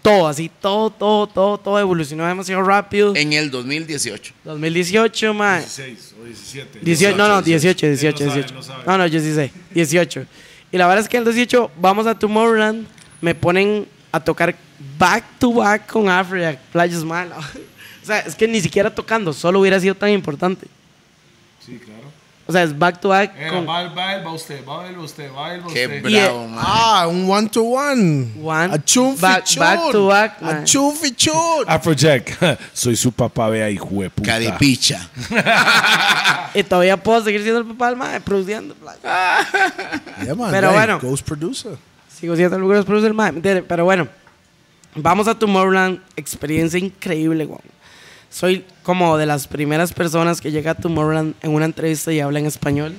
[SPEAKER 5] Todo, así, todo, todo, todo, todo evolucionó demasiado rápido.
[SPEAKER 3] En el 2018.
[SPEAKER 5] 2018, man.
[SPEAKER 7] 16 o 17.
[SPEAKER 5] 18, no, no, 18, 18,
[SPEAKER 7] Él no sabe,
[SPEAKER 5] 18.
[SPEAKER 7] él no sabe.
[SPEAKER 5] No, no, yo sí sé, 18. Y la verdad es que el 18 vamos a Tomorrowland, me ponen a tocar back to back con Afrojack, Playas Mal. <laughs> O sea, es que ni siquiera tocando, solo hubiera sido tan importante.
[SPEAKER 7] Sí, claro.
[SPEAKER 5] O sea, es back to back
[SPEAKER 7] Era,
[SPEAKER 5] con
[SPEAKER 7] va, él, va él, va usted, va él, va usted, va él, va
[SPEAKER 3] Qué
[SPEAKER 7] usted.
[SPEAKER 5] Y-
[SPEAKER 3] bravo, man.
[SPEAKER 2] Ah, un one to one.
[SPEAKER 5] One-
[SPEAKER 2] A chun
[SPEAKER 5] back- back to back,
[SPEAKER 2] A
[SPEAKER 5] man. Ah,
[SPEAKER 2] chun fi chun.
[SPEAKER 4] Afrojack, soy su papá, vea y puta.
[SPEAKER 3] Carepicha.
[SPEAKER 5] y todavía puedo seguir siendo el papá del mae, produciendo. playa.
[SPEAKER 2] Yeah, man,
[SPEAKER 5] Pero
[SPEAKER 2] right,
[SPEAKER 5] bueno.
[SPEAKER 2] Ghost producer.
[SPEAKER 5] Sigo siendo el grupo del mae, ¿me entiende? Pero bueno, vamos a Tomorrowland, experiencia increíble, guau. Soy como de las primeras personas que llega a Tomorrowland en una entrevista y habla en español.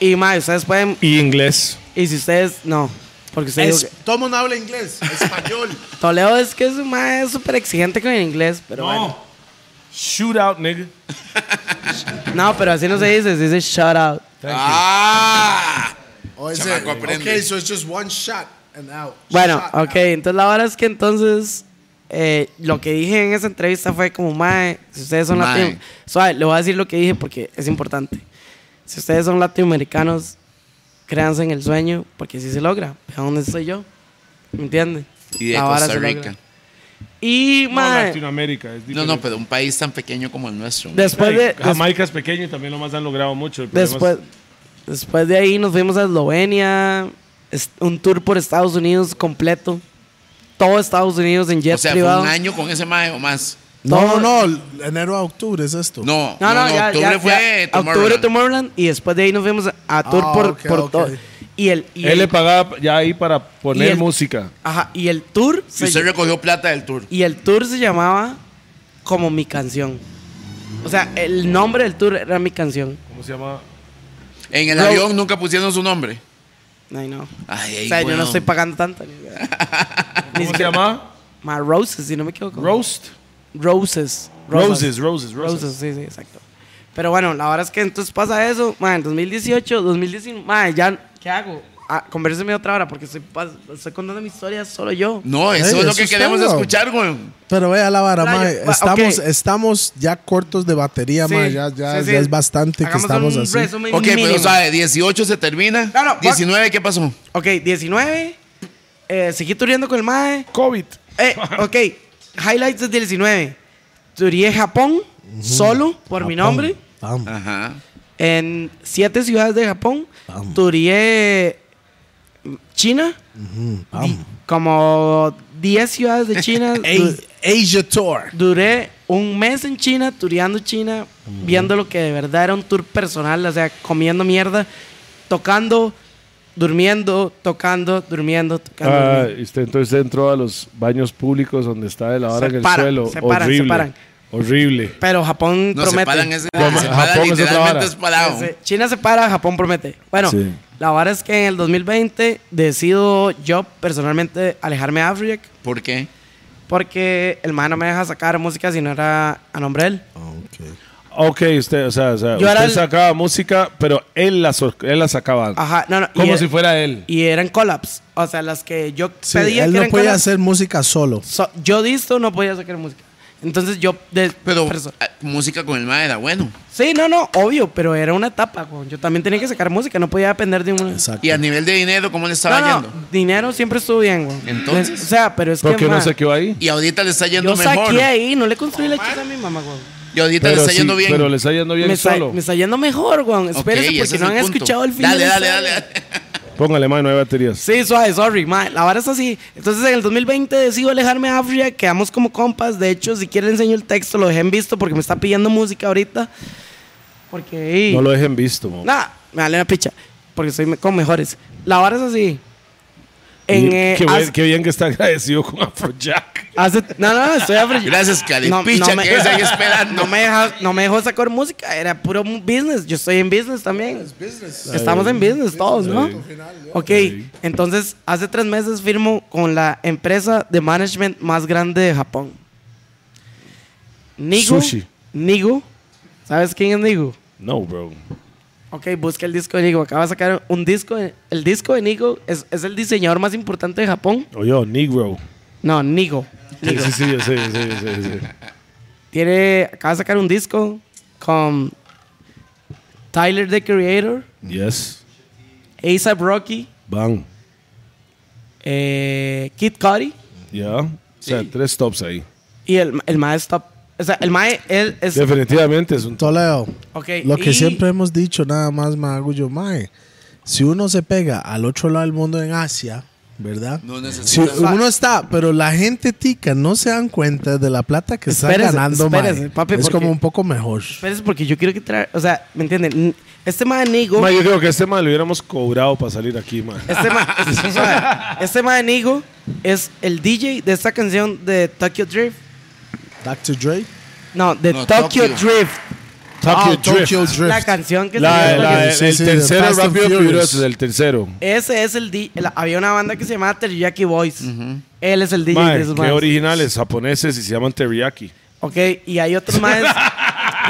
[SPEAKER 5] Y mae, ustedes pueden
[SPEAKER 4] Y inglés.
[SPEAKER 5] Y si ustedes, no. Porque ustedes.
[SPEAKER 2] Es- Todo mundo habla inglés, <laughs> español.
[SPEAKER 5] Toledo es que es un mae súper exigente con el inglés, pero
[SPEAKER 7] No,
[SPEAKER 5] bueno.
[SPEAKER 4] Shootout, nigga.
[SPEAKER 5] No, pero así no se dice, se dice shout out.
[SPEAKER 3] Ah.
[SPEAKER 2] O ese,
[SPEAKER 3] Chamaco aprende.
[SPEAKER 2] Okay, so it's just one shot and out.
[SPEAKER 5] Bueno,
[SPEAKER 2] Shot out.
[SPEAKER 5] ok, entonces la verdad es que entonces. eh, lo que dije en esa entrevista fue como, mae, si ustedes son
[SPEAKER 3] Mae.
[SPEAKER 5] latinos. Suave, le voy a decir lo que dije porque es importante. Si ustedes son latinoamericanos, créanse en el sueño, porque si se logra. ¿A dónde estoy yo? ¿Me entiende?
[SPEAKER 3] Y de
[SPEAKER 5] La vara
[SPEAKER 3] Costa
[SPEAKER 5] se logra.
[SPEAKER 3] Rica.
[SPEAKER 5] Y,
[SPEAKER 4] No,
[SPEAKER 5] mae,
[SPEAKER 4] Latinoamérica. Es
[SPEAKER 3] No,
[SPEAKER 4] diferente.
[SPEAKER 3] no, pero un país tan pequeño como el nuestro. man.
[SPEAKER 5] después de. des-
[SPEAKER 4] Jamaica es pequeño y también lo más han logrado mucho. El problema
[SPEAKER 5] Después, después de ahí nos fuimos a Eslovenia, es- un tour por Estados Unidos completo. Todo Estados Unidos en jet
[SPEAKER 3] O sea, fue
[SPEAKER 5] privado.
[SPEAKER 3] un año con ese mae o más.
[SPEAKER 2] No, no, no. Enero a octubre es esto.
[SPEAKER 3] No,
[SPEAKER 5] No, no, ya,
[SPEAKER 3] octubre
[SPEAKER 5] ya- ya.
[SPEAKER 3] fue
[SPEAKER 5] Octubre
[SPEAKER 3] Tomorrowland.
[SPEAKER 5] Tomorrowland y después de ahí nos fuimos a, a tour
[SPEAKER 2] Ah,
[SPEAKER 5] por,
[SPEAKER 2] ok,
[SPEAKER 5] por
[SPEAKER 2] ok.
[SPEAKER 5] todo. Y el, y
[SPEAKER 4] es- Él le
[SPEAKER 5] el-
[SPEAKER 4] pagaba ya ahí para poner
[SPEAKER 5] y el-
[SPEAKER 4] música.
[SPEAKER 5] ajá, y el tour
[SPEAKER 3] Y
[SPEAKER 5] se,
[SPEAKER 3] usted recogió plata del tour.
[SPEAKER 5] y el tour se llamaba como mi canción. O sea, el nombre del tour era mi canción.
[SPEAKER 4] ¿Cómo se llama?
[SPEAKER 3] En el
[SPEAKER 5] No.
[SPEAKER 3] avión nunca pusieron su nombre.
[SPEAKER 5] Ay, no.
[SPEAKER 3] Ay,
[SPEAKER 5] o
[SPEAKER 3] ay,
[SPEAKER 5] sea, yo
[SPEAKER 3] weón.
[SPEAKER 5] no estoy pagando tanto.
[SPEAKER 4] <laughs>
[SPEAKER 5] ni- Ni
[SPEAKER 4] ¿Cómo se
[SPEAKER 5] siquiera-
[SPEAKER 4] llama?
[SPEAKER 5] Ma, Roses, si no me equivoco.
[SPEAKER 4] Roast.
[SPEAKER 5] Roses.
[SPEAKER 4] Roses, roses, roses.
[SPEAKER 5] Roses, sí, sí, exacto. Pero bueno, la verdad es que entonces pasa eso, ma, en 2018, 2019, ma, ya, ¿qué hago? Ah, convérseme otra hora porque estoy, pas- estoy contando mi historia solo yo.
[SPEAKER 3] No, eso
[SPEAKER 2] Ey,
[SPEAKER 3] es lo
[SPEAKER 2] eso
[SPEAKER 3] que
[SPEAKER 2] está,
[SPEAKER 3] queremos
[SPEAKER 2] weón.
[SPEAKER 3] escuchar, güey.
[SPEAKER 2] Pero vea la vara,
[SPEAKER 5] Playo,
[SPEAKER 2] mae.
[SPEAKER 5] va,
[SPEAKER 2] Estamos,
[SPEAKER 5] ok.
[SPEAKER 2] estamos ya cortos de batería,
[SPEAKER 5] Sí,
[SPEAKER 2] mae. Ya, ya,
[SPEAKER 5] sí, sí.
[SPEAKER 2] ya es bastante
[SPEAKER 5] Hagamos
[SPEAKER 2] que estamos
[SPEAKER 5] un
[SPEAKER 2] así.
[SPEAKER 5] resumen
[SPEAKER 3] Ok, pero o
[SPEAKER 5] mínimo.
[SPEAKER 3] sea, 18 se termina.
[SPEAKER 5] No, no, va-
[SPEAKER 3] 19, ¿qué pasó?
[SPEAKER 5] Ok, 19, eh, seguí turiendo con el mae.
[SPEAKER 4] COVID.
[SPEAKER 5] Eh, ok, highlights del 19. Turié Japón, solo, por mi nombre.
[SPEAKER 2] Vamos.
[SPEAKER 3] Ajá.
[SPEAKER 5] en siete ciudades de Japón.
[SPEAKER 2] Vamos.
[SPEAKER 5] Turié China,
[SPEAKER 2] Vamos.
[SPEAKER 5] como 10 ciudades de
[SPEAKER 2] <laughs>
[SPEAKER 5] China. Du-
[SPEAKER 2] Asia Tour.
[SPEAKER 5] Duré un mes en China, tureando China, viendo lo que de verdad era un tour personal, o sea, comiendo mierda, tocando, durmiendo, tocando, durmiendo, tocando.
[SPEAKER 4] Ah,
[SPEAKER 5] durmiendo.
[SPEAKER 4] usted entonces entró a los baños públicos donde está de la hora
[SPEAKER 5] Se
[SPEAKER 4] en el
[SPEAKER 5] paran,
[SPEAKER 4] suelo.
[SPEAKER 5] se paran, se
[SPEAKER 4] Horrible.
[SPEAKER 5] paran.
[SPEAKER 4] Horrible.
[SPEAKER 5] Pero Japón
[SPEAKER 3] No, se
[SPEAKER 5] promete.
[SPEAKER 3] paran ese.
[SPEAKER 4] Toma,
[SPEAKER 3] se
[SPEAKER 4] Japón es
[SPEAKER 3] paran
[SPEAKER 4] otra
[SPEAKER 3] literalmente
[SPEAKER 4] vara.
[SPEAKER 3] es parado.
[SPEAKER 5] Ese- China se para, Japón promete. Bueno,
[SPEAKER 4] Sí.
[SPEAKER 5] la vara es que en el 2020 decido yo personalmente alejarme de Afriac
[SPEAKER 3] ¿Por qué?
[SPEAKER 5] porque el man no me deja sacar música si no era a nombre de él.
[SPEAKER 4] ok, usted, o sea, o sea,
[SPEAKER 5] Yo
[SPEAKER 4] usted
[SPEAKER 5] era el-
[SPEAKER 4] sacaba música, pero él la, sor- él la sacaba.
[SPEAKER 5] Ajá, no, no. y
[SPEAKER 7] Como
[SPEAKER 5] era-
[SPEAKER 7] si fuera él.
[SPEAKER 5] Y eran collabs. O sea, las que yo
[SPEAKER 2] Sí,
[SPEAKER 5] pedía
[SPEAKER 2] él
[SPEAKER 5] que
[SPEAKER 2] no
[SPEAKER 5] eran
[SPEAKER 2] podía
[SPEAKER 5] collabs,
[SPEAKER 2] hacer música solo.
[SPEAKER 5] so- yo disto no podía sacar música. Entonces yo. de-
[SPEAKER 3] Pero
[SPEAKER 5] perso-
[SPEAKER 3] ah, música con el mae era bueno.
[SPEAKER 5] sí, no, no, obvio, pero era una etapa. güey. Yo también tenía que sacar música, no podía depender de una.
[SPEAKER 2] Exacto.
[SPEAKER 3] Y a nivel de dinero, ¿cómo le estaba
[SPEAKER 5] No, no,
[SPEAKER 3] yendo?
[SPEAKER 5] dinero siempre estuvo bien, güey.
[SPEAKER 3] Entonces.
[SPEAKER 5] O sea, pero es
[SPEAKER 4] Porque
[SPEAKER 5] que.
[SPEAKER 4] no
[SPEAKER 5] ma,
[SPEAKER 4] se quedó ahí.
[SPEAKER 3] Y ahorita le está yendo
[SPEAKER 5] yo
[SPEAKER 3] mejor.
[SPEAKER 5] saqué ahí, no le construí la chucha a mi mamá, güey.
[SPEAKER 3] Y ahorita
[SPEAKER 4] Pero
[SPEAKER 3] le está
[SPEAKER 4] sí,
[SPEAKER 3] yendo bien.
[SPEAKER 4] Pero le está yendo bien
[SPEAKER 5] Me está,
[SPEAKER 4] solo.
[SPEAKER 5] me está yendo mejor, güey.
[SPEAKER 3] Ok,
[SPEAKER 5] Espérese,
[SPEAKER 3] ese
[SPEAKER 5] porque
[SPEAKER 3] es
[SPEAKER 5] no
[SPEAKER 3] el
[SPEAKER 5] han
[SPEAKER 3] punto.
[SPEAKER 5] escuchado el final.
[SPEAKER 3] Dale, dale, dale, dale.
[SPEAKER 4] Póngale más nueve baterías.
[SPEAKER 5] Sí, suave, sorry, ma. La vara es así. Entonces en el 2020 decido alejarme a África, quedamos como compas. De hecho, si quieren enseño el texto, lo dejen visto porque me está pidiendo música ahorita. Porque.
[SPEAKER 4] No lo dejen visto. mo.
[SPEAKER 5] Nah, me vale una picha. Porque soy me- con mejores. La vara es así.
[SPEAKER 4] Y
[SPEAKER 5] En, eh,
[SPEAKER 4] qué,
[SPEAKER 5] hace-
[SPEAKER 4] bien, qué bien que está <laughs> agradecido con Afrojack.
[SPEAKER 5] Hace, no, no, no, estoy afre-
[SPEAKER 3] Gracias, Caripicha, que es
[SPEAKER 5] <laughs>
[SPEAKER 3] ahí esperando.
[SPEAKER 5] No me, deja- no me dejó sacar música, era puro mu- business. Yo estoy en business también. Estamos en business todos, ¿no? Ok, entonces hace tres meses firmo con la empresa de management más grande de Japón. Nigo.
[SPEAKER 4] Sushi.
[SPEAKER 5] Nigo. ¿Sabes quién es Nigo?
[SPEAKER 4] No, bro.
[SPEAKER 5] Ok, busca el disco de Nigo. Acaba de sacar un disco. de- el disco de Nigo es, es el diseñador más importante de Japón.
[SPEAKER 4] O yo, Negro.
[SPEAKER 5] No, Nigo.
[SPEAKER 4] Sí, sí, sí, yo sé, yo sé, yo sé, yo sé.
[SPEAKER 5] Tiene, acaba de sacar un disco con Tyler the Creator,
[SPEAKER 4] Yes.
[SPEAKER 5] ASAP Rocky,
[SPEAKER 4] Bang.
[SPEAKER 5] eh, Kid Cudi
[SPEAKER 4] Ya. O sea, tres tops ahí.
[SPEAKER 5] y el, el mae es top. O sea, el mae él es.
[SPEAKER 4] Definitivamente es un top.
[SPEAKER 2] Toledo,
[SPEAKER 5] ok,
[SPEAKER 2] lo que
[SPEAKER 5] Eh, y-
[SPEAKER 2] siempre hemos dicho, nada más me hago yo, mae. Si uno se pega al otro lado del mundo en Asia, ¿verdad?
[SPEAKER 3] No
[SPEAKER 2] Si
[SPEAKER 3] necesita.
[SPEAKER 2] uno está, pero la gente tica no se dan cuenta de la plata que está
[SPEAKER 5] Espérese,
[SPEAKER 2] ganando, mae.
[SPEAKER 5] espérese, papi,
[SPEAKER 2] Es
[SPEAKER 5] porque-
[SPEAKER 2] como un poco mejor.
[SPEAKER 5] Espérese, porque yo quiero que traer. O sea, ¿me entienden? Este mae Nigo.
[SPEAKER 4] Ma, yo creo que este mal lo hubiéramos cobrado para salir aquí, man.
[SPEAKER 5] Este mae o sea, este mae Nigo es el DJ de esta canción de Tokyo Drift.
[SPEAKER 2] Dr. Dre.
[SPEAKER 5] No, de
[SPEAKER 3] No,
[SPEAKER 5] Tokyo,
[SPEAKER 3] Tokyo.
[SPEAKER 5] Drift.
[SPEAKER 4] Tokyo
[SPEAKER 2] Ah,
[SPEAKER 4] Drift.
[SPEAKER 2] Tokyo Drift.
[SPEAKER 5] La canción que
[SPEAKER 4] La,
[SPEAKER 5] salió en
[SPEAKER 4] la-
[SPEAKER 5] Tokyo
[SPEAKER 4] el,
[SPEAKER 2] Sí, sí, de
[SPEAKER 4] tercero,
[SPEAKER 2] Fast and
[SPEAKER 4] Rápido y
[SPEAKER 2] Furious.
[SPEAKER 4] Furioso, el tercero.
[SPEAKER 5] Ese es el DJ. Había una banda que se llamaba Teriyaki Boys. Él es el DJ
[SPEAKER 4] Mae,
[SPEAKER 5] de esos
[SPEAKER 4] qué
[SPEAKER 5] maes.
[SPEAKER 4] originales, japoneses y se llaman teriyaki.
[SPEAKER 5] Ok, y hay otros más.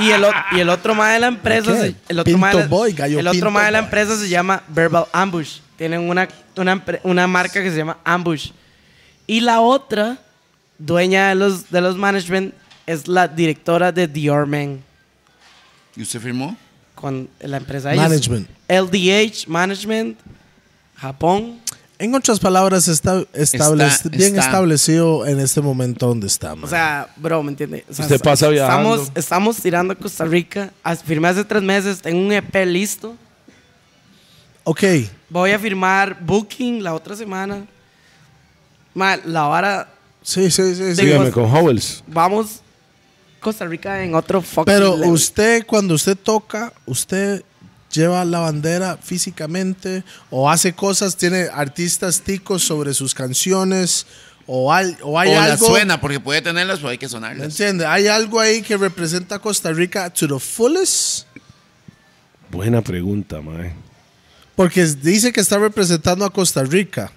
[SPEAKER 5] y, el, o- y el otro más de la empresa.
[SPEAKER 2] Ok.
[SPEAKER 5] se- el otro
[SPEAKER 2] Pinto
[SPEAKER 5] mae de la-
[SPEAKER 2] Boy, gallo
[SPEAKER 5] el otro
[SPEAKER 2] Pinto
[SPEAKER 5] mae de la
[SPEAKER 2] Boy.
[SPEAKER 5] empresa se llama Verbal Ambush. Tienen una, una, empre- una marca que se llama Ambush. Y la otra, dueña de los, de los management, es la directora de Dior Men.
[SPEAKER 3] ¿Y usted firmó?
[SPEAKER 5] Con la empresa de ellos.
[SPEAKER 2] Management.
[SPEAKER 5] LDH Management, Japón.
[SPEAKER 2] En otras palabras, está, establec-
[SPEAKER 3] Está-
[SPEAKER 2] bien
[SPEAKER 3] está.
[SPEAKER 2] establecido en este momento donde estamos.
[SPEAKER 5] O sea, bro, ¿me entiendes?
[SPEAKER 4] Usted pasa viajando.
[SPEAKER 5] Estamos, estamos tirando a Costa Rica. As- Firmé hace tres meses, tengo un EP listo.
[SPEAKER 2] ok,
[SPEAKER 5] Voy a firmar Booking la otra semana. Ma, la vara,
[SPEAKER 2] sí, sí, sí. sí.
[SPEAKER 5] Digo-
[SPEAKER 4] Sígame con Howells.
[SPEAKER 5] vamos Costa Rica en otro fucking
[SPEAKER 2] Pero
[SPEAKER 5] level.
[SPEAKER 2] usted, cuando usted toca, usted lleva la bandera físicamente o hace cosas, tiene artistas ticos sobre sus canciones o, al- o hay
[SPEAKER 3] o las
[SPEAKER 2] algo.
[SPEAKER 3] suena, porque puede tenerlas, pero hay que
[SPEAKER 2] ¿Me
[SPEAKER 3] sonarlas.
[SPEAKER 2] entiende? Hay algo ahí que representa a Costa Rica to the fullest.
[SPEAKER 4] Buena pregunta, mae.
[SPEAKER 2] Porque es- dice que está representando a Costa Rica,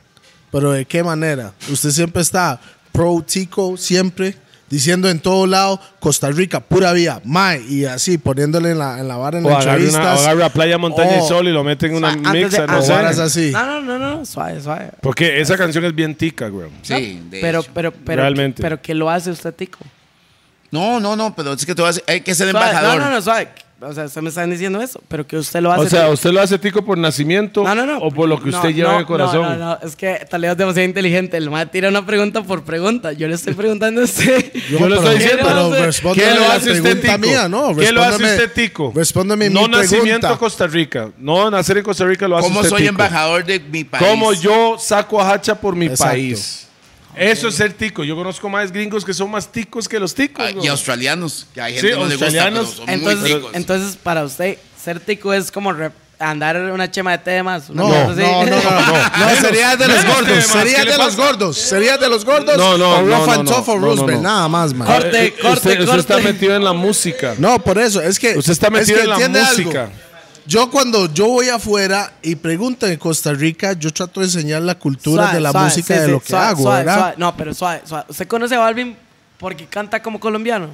[SPEAKER 2] pero ¿de qué manera? Usted siempre está pro tico, siempre diciendo en todo lado Costa Rica, pura vía, mae, y así poniéndole en la, en la vara en
[SPEAKER 4] O
[SPEAKER 2] las
[SPEAKER 4] agarra, una,
[SPEAKER 2] entrevistas.
[SPEAKER 4] o agarra playa, montaña y
[SPEAKER 2] O-
[SPEAKER 4] sol y lo meten en
[SPEAKER 5] Ma,
[SPEAKER 4] una
[SPEAKER 5] antes de-
[SPEAKER 4] mixa, no
[SPEAKER 5] antes
[SPEAKER 4] sé.
[SPEAKER 5] de-
[SPEAKER 2] varas así.
[SPEAKER 5] No, no, no, no, suave, suave.
[SPEAKER 4] Porque esa canción es bien tica, güey.
[SPEAKER 3] Sí, de
[SPEAKER 5] Pero,
[SPEAKER 3] hecho.
[SPEAKER 5] pero, pero,
[SPEAKER 4] Realmente.
[SPEAKER 5] pero ¿qué lo hace usted, tico?
[SPEAKER 3] No, no, no, pero es que tú vas- hay que ser
[SPEAKER 5] Suave,
[SPEAKER 3] embajador.
[SPEAKER 5] No, no, no, suave. O sea, usted me están diciendo eso, pero que usted lo hace.
[SPEAKER 4] O sea,
[SPEAKER 5] tico.
[SPEAKER 4] ¿usted lo hace tico por nacimiento
[SPEAKER 5] No, no, no.
[SPEAKER 4] o por lo que usted
[SPEAKER 5] No,
[SPEAKER 4] lleva
[SPEAKER 5] no,
[SPEAKER 4] en el corazón?
[SPEAKER 5] No, no, no. Es que Taleo es demasiado inteligente. El mae tira una pregunta por pregunta. Yo le estoy preguntando a usted.
[SPEAKER 4] Yo lo estoy diciendo.
[SPEAKER 5] pero
[SPEAKER 2] respóndeme
[SPEAKER 4] ¿Qué lo
[SPEAKER 2] la
[SPEAKER 4] hace usted
[SPEAKER 2] pregunta
[SPEAKER 4] tico?
[SPEAKER 2] mía, no,
[SPEAKER 4] ¿Qué lo hace
[SPEAKER 2] respóndeme-
[SPEAKER 4] usted tico?
[SPEAKER 2] respóndeme mi
[SPEAKER 4] No nacimiento
[SPEAKER 2] pregunta.
[SPEAKER 4] Costa Rica. No nacer en Costa Rica lo hace
[SPEAKER 3] ¿Cómo
[SPEAKER 4] usted
[SPEAKER 3] soy
[SPEAKER 4] tico?
[SPEAKER 3] embajador de mi país?
[SPEAKER 4] ¿Cómo yo saco a hacha por mi
[SPEAKER 2] Exacto.
[SPEAKER 4] país? Eso es ser tico. Yo conozco más gringos que son más ticos que los ticos.
[SPEAKER 3] Ah,
[SPEAKER 4] güey.
[SPEAKER 3] y australianos, que hay gente
[SPEAKER 4] Sí,
[SPEAKER 3] que no le gusta, pero
[SPEAKER 4] australianos.
[SPEAKER 3] son muy
[SPEAKER 5] Entonces,
[SPEAKER 3] ricos.
[SPEAKER 5] entonces, para usted, ser tico es como re- andar una chema de té de más. una
[SPEAKER 2] No,
[SPEAKER 5] cosa
[SPEAKER 2] no,
[SPEAKER 5] así.
[SPEAKER 2] no, no, no,
[SPEAKER 3] Ah,
[SPEAKER 2] no, sería de los
[SPEAKER 4] menos
[SPEAKER 2] gordos,
[SPEAKER 4] temas,
[SPEAKER 2] sería
[SPEAKER 4] Este ¿qué le
[SPEAKER 2] de los
[SPEAKER 4] pasa?
[SPEAKER 2] gordos, sería de los gordos.
[SPEAKER 4] No, no,
[SPEAKER 2] o
[SPEAKER 4] no,
[SPEAKER 2] Rough and
[SPEAKER 4] no, no,
[SPEAKER 2] Tough o
[SPEAKER 4] no, no,
[SPEAKER 2] Roosevelt,
[SPEAKER 4] no.
[SPEAKER 2] nada más, man.
[SPEAKER 5] <laughs> Corte,
[SPEAKER 4] Eh,
[SPEAKER 5] corte,
[SPEAKER 4] usted, usted
[SPEAKER 5] corte.
[SPEAKER 4] está metido en la música.
[SPEAKER 2] No, por eso, es que.
[SPEAKER 4] Usted está
[SPEAKER 2] es
[SPEAKER 4] metido
[SPEAKER 2] que
[SPEAKER 4] en la
[SPEAKER 2] entiende algo.
[SPEAKER 4] música.
[SPEAKER 2] Yo cuando yo voy afuera y pregunto en Costa Rica, yo trato de enseñar la cultura
[SPEAKER 5] Suave,
[SPEAKER 2] de la
[SPEAKER 5] suave,
[SPEAKER 2] música
[SPEAKER 5] sí,
[SPEAKER 2] de
[SPEAKER 5] sí,
[SPEAKER 2] lo que
[SPEAKER 5] suave,
[SPEAKER 2] hago,
[SPEAKER 5] suave,
[SPEAKER 2] ¿verdad?
[SPEAKER 5] suave. No, pero suave, suave. ¿Usted conoce a Balvin porque canta como colombiano?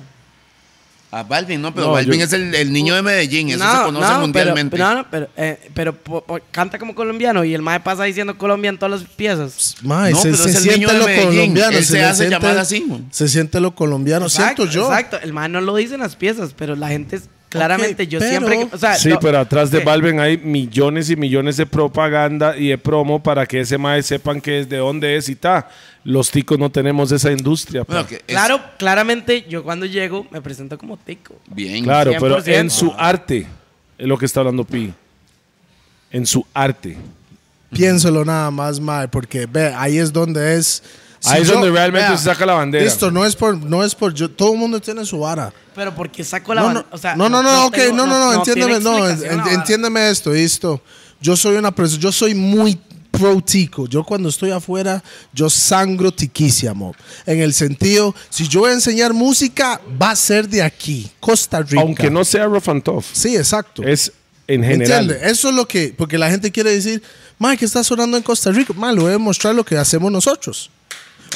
[SPEAKER 3] A Ah, Balvin, no, pero
[SPEAKER 4] No,
[SPEAKER 3] Balvin
[SPEAKER 4] yo-
[SPEAKER 3] es el, el niño de Medellín, eso se conoce
[SPEAKER 5] no,
[SPEAKER 3] mundialmente.
[SPEAKER 5] Pero, no, no, pero, eh, pero po- po- canta como colombiano y el mae pasa diciendo Colombia en todas las piezas.
[SPEAKER 2] Mae,
[SPEAKER 3] No,
[SPEAKER 2] se,
[SPEAKER 3] pero
[SPEAKER 2] se
[SPEAKER 3] es el niño
[SPEAKER 2] siente
[SPEAKER 3] de
[SPEAKER 2] lo
[SPEAKER 3] Medellín.
[SPEAKER 2] colombiano.
[SPEAKER 3] Él se
[SPEAKER 2] le
[SPEAKER 3] hace
[SPEAKER 2] siente-
[SPEAKER 3] llamar así, güey.
[SPEAKER 2] Se siente lo colombiano,
[SPEAKER 5] Exacto,
[SPEAKER 2] siento yo.
[SPEAKER 5] Exacto, el mae no lo dice en las piezas, pero la gente es- claramente yo
[SPEAKER 2] pero-
[SPEAKER 5] siempre... que- O sea,
[SPEAKER 4] Sí,
[SPEAKER 5] lo-
[SPEAKER 4] pero atrás de
[SPEAKER 5] sí.
[SPEAKER 4] Balvin hay millones y millones de propaganda y de promo para que ese mae sepan que es de dónde es y ta. Los ticos no tenemos esa industria. pa.
[SPEAKER 3] Bueno, que es-
[SPEAKER 5] Claro, claramente yo cuando llego me presento como tico.
[SPEAKER 3] Bien.
[SPEAKER 4] claro, pero
[SPEAKER 5] 100%.
[SPEAKER 4] en su arte es lo que está hablando Pi. En su arte.
[SPEAKER 2] Piénselo nada más, mae, porque ve, ahí es donde es. Si
[SPEAKER 4] Ahí es
[SPEAKER 2] yo-
[SPEAKER 4] donde realmente
[SPEAKER 2] vea,
[SPEAKER 4] se saca la bandera.
[SPEAKER 2] Listo, no es por, no es por yo, todo el mundo tiene su vara.
[SPEAKER 5] Pero porque saco la
[SPEAKER 2] No,
[SPEAKER 5] ban-
[SPEAKER 2] no,
[SPEAKER 5] o sea,
[SPEAKER 2] no, no, no, ok,
[SPEAKER 5] tengo-
[SPEAKER 2] no, no, no, entiéndeme,
[SPEAKER 5] tiene
[SPEAKER 2] no,
[SPEAKER 5] explicación
[SPEAKER 2] en-
[SPEAKER 5] la vara.
[SPEAKER 2] entiéndeme esto, esto. Yo soy una persona, yo soy muy pro tico. Yo cuando estoy afuera, yo sangro tiquísimo. En el sentido, si yo voy a enseñar música, va a ser de aquí, Costa Rica.
[SPEAKER 4] Aunque no sea rough and tough.
[SPEAKER 2] Sí, exacto.
[SPEAKER 4] Es en
[SPEAKER 2] ¿Me
[SPEAKER 4] general.
[SPEAKER 2] entiende? Eso es lo que, porque la gente quiere decir, Mike, está sonando en Costa Rica. Mae, le voy a mostrar lo que hacemos nosotros.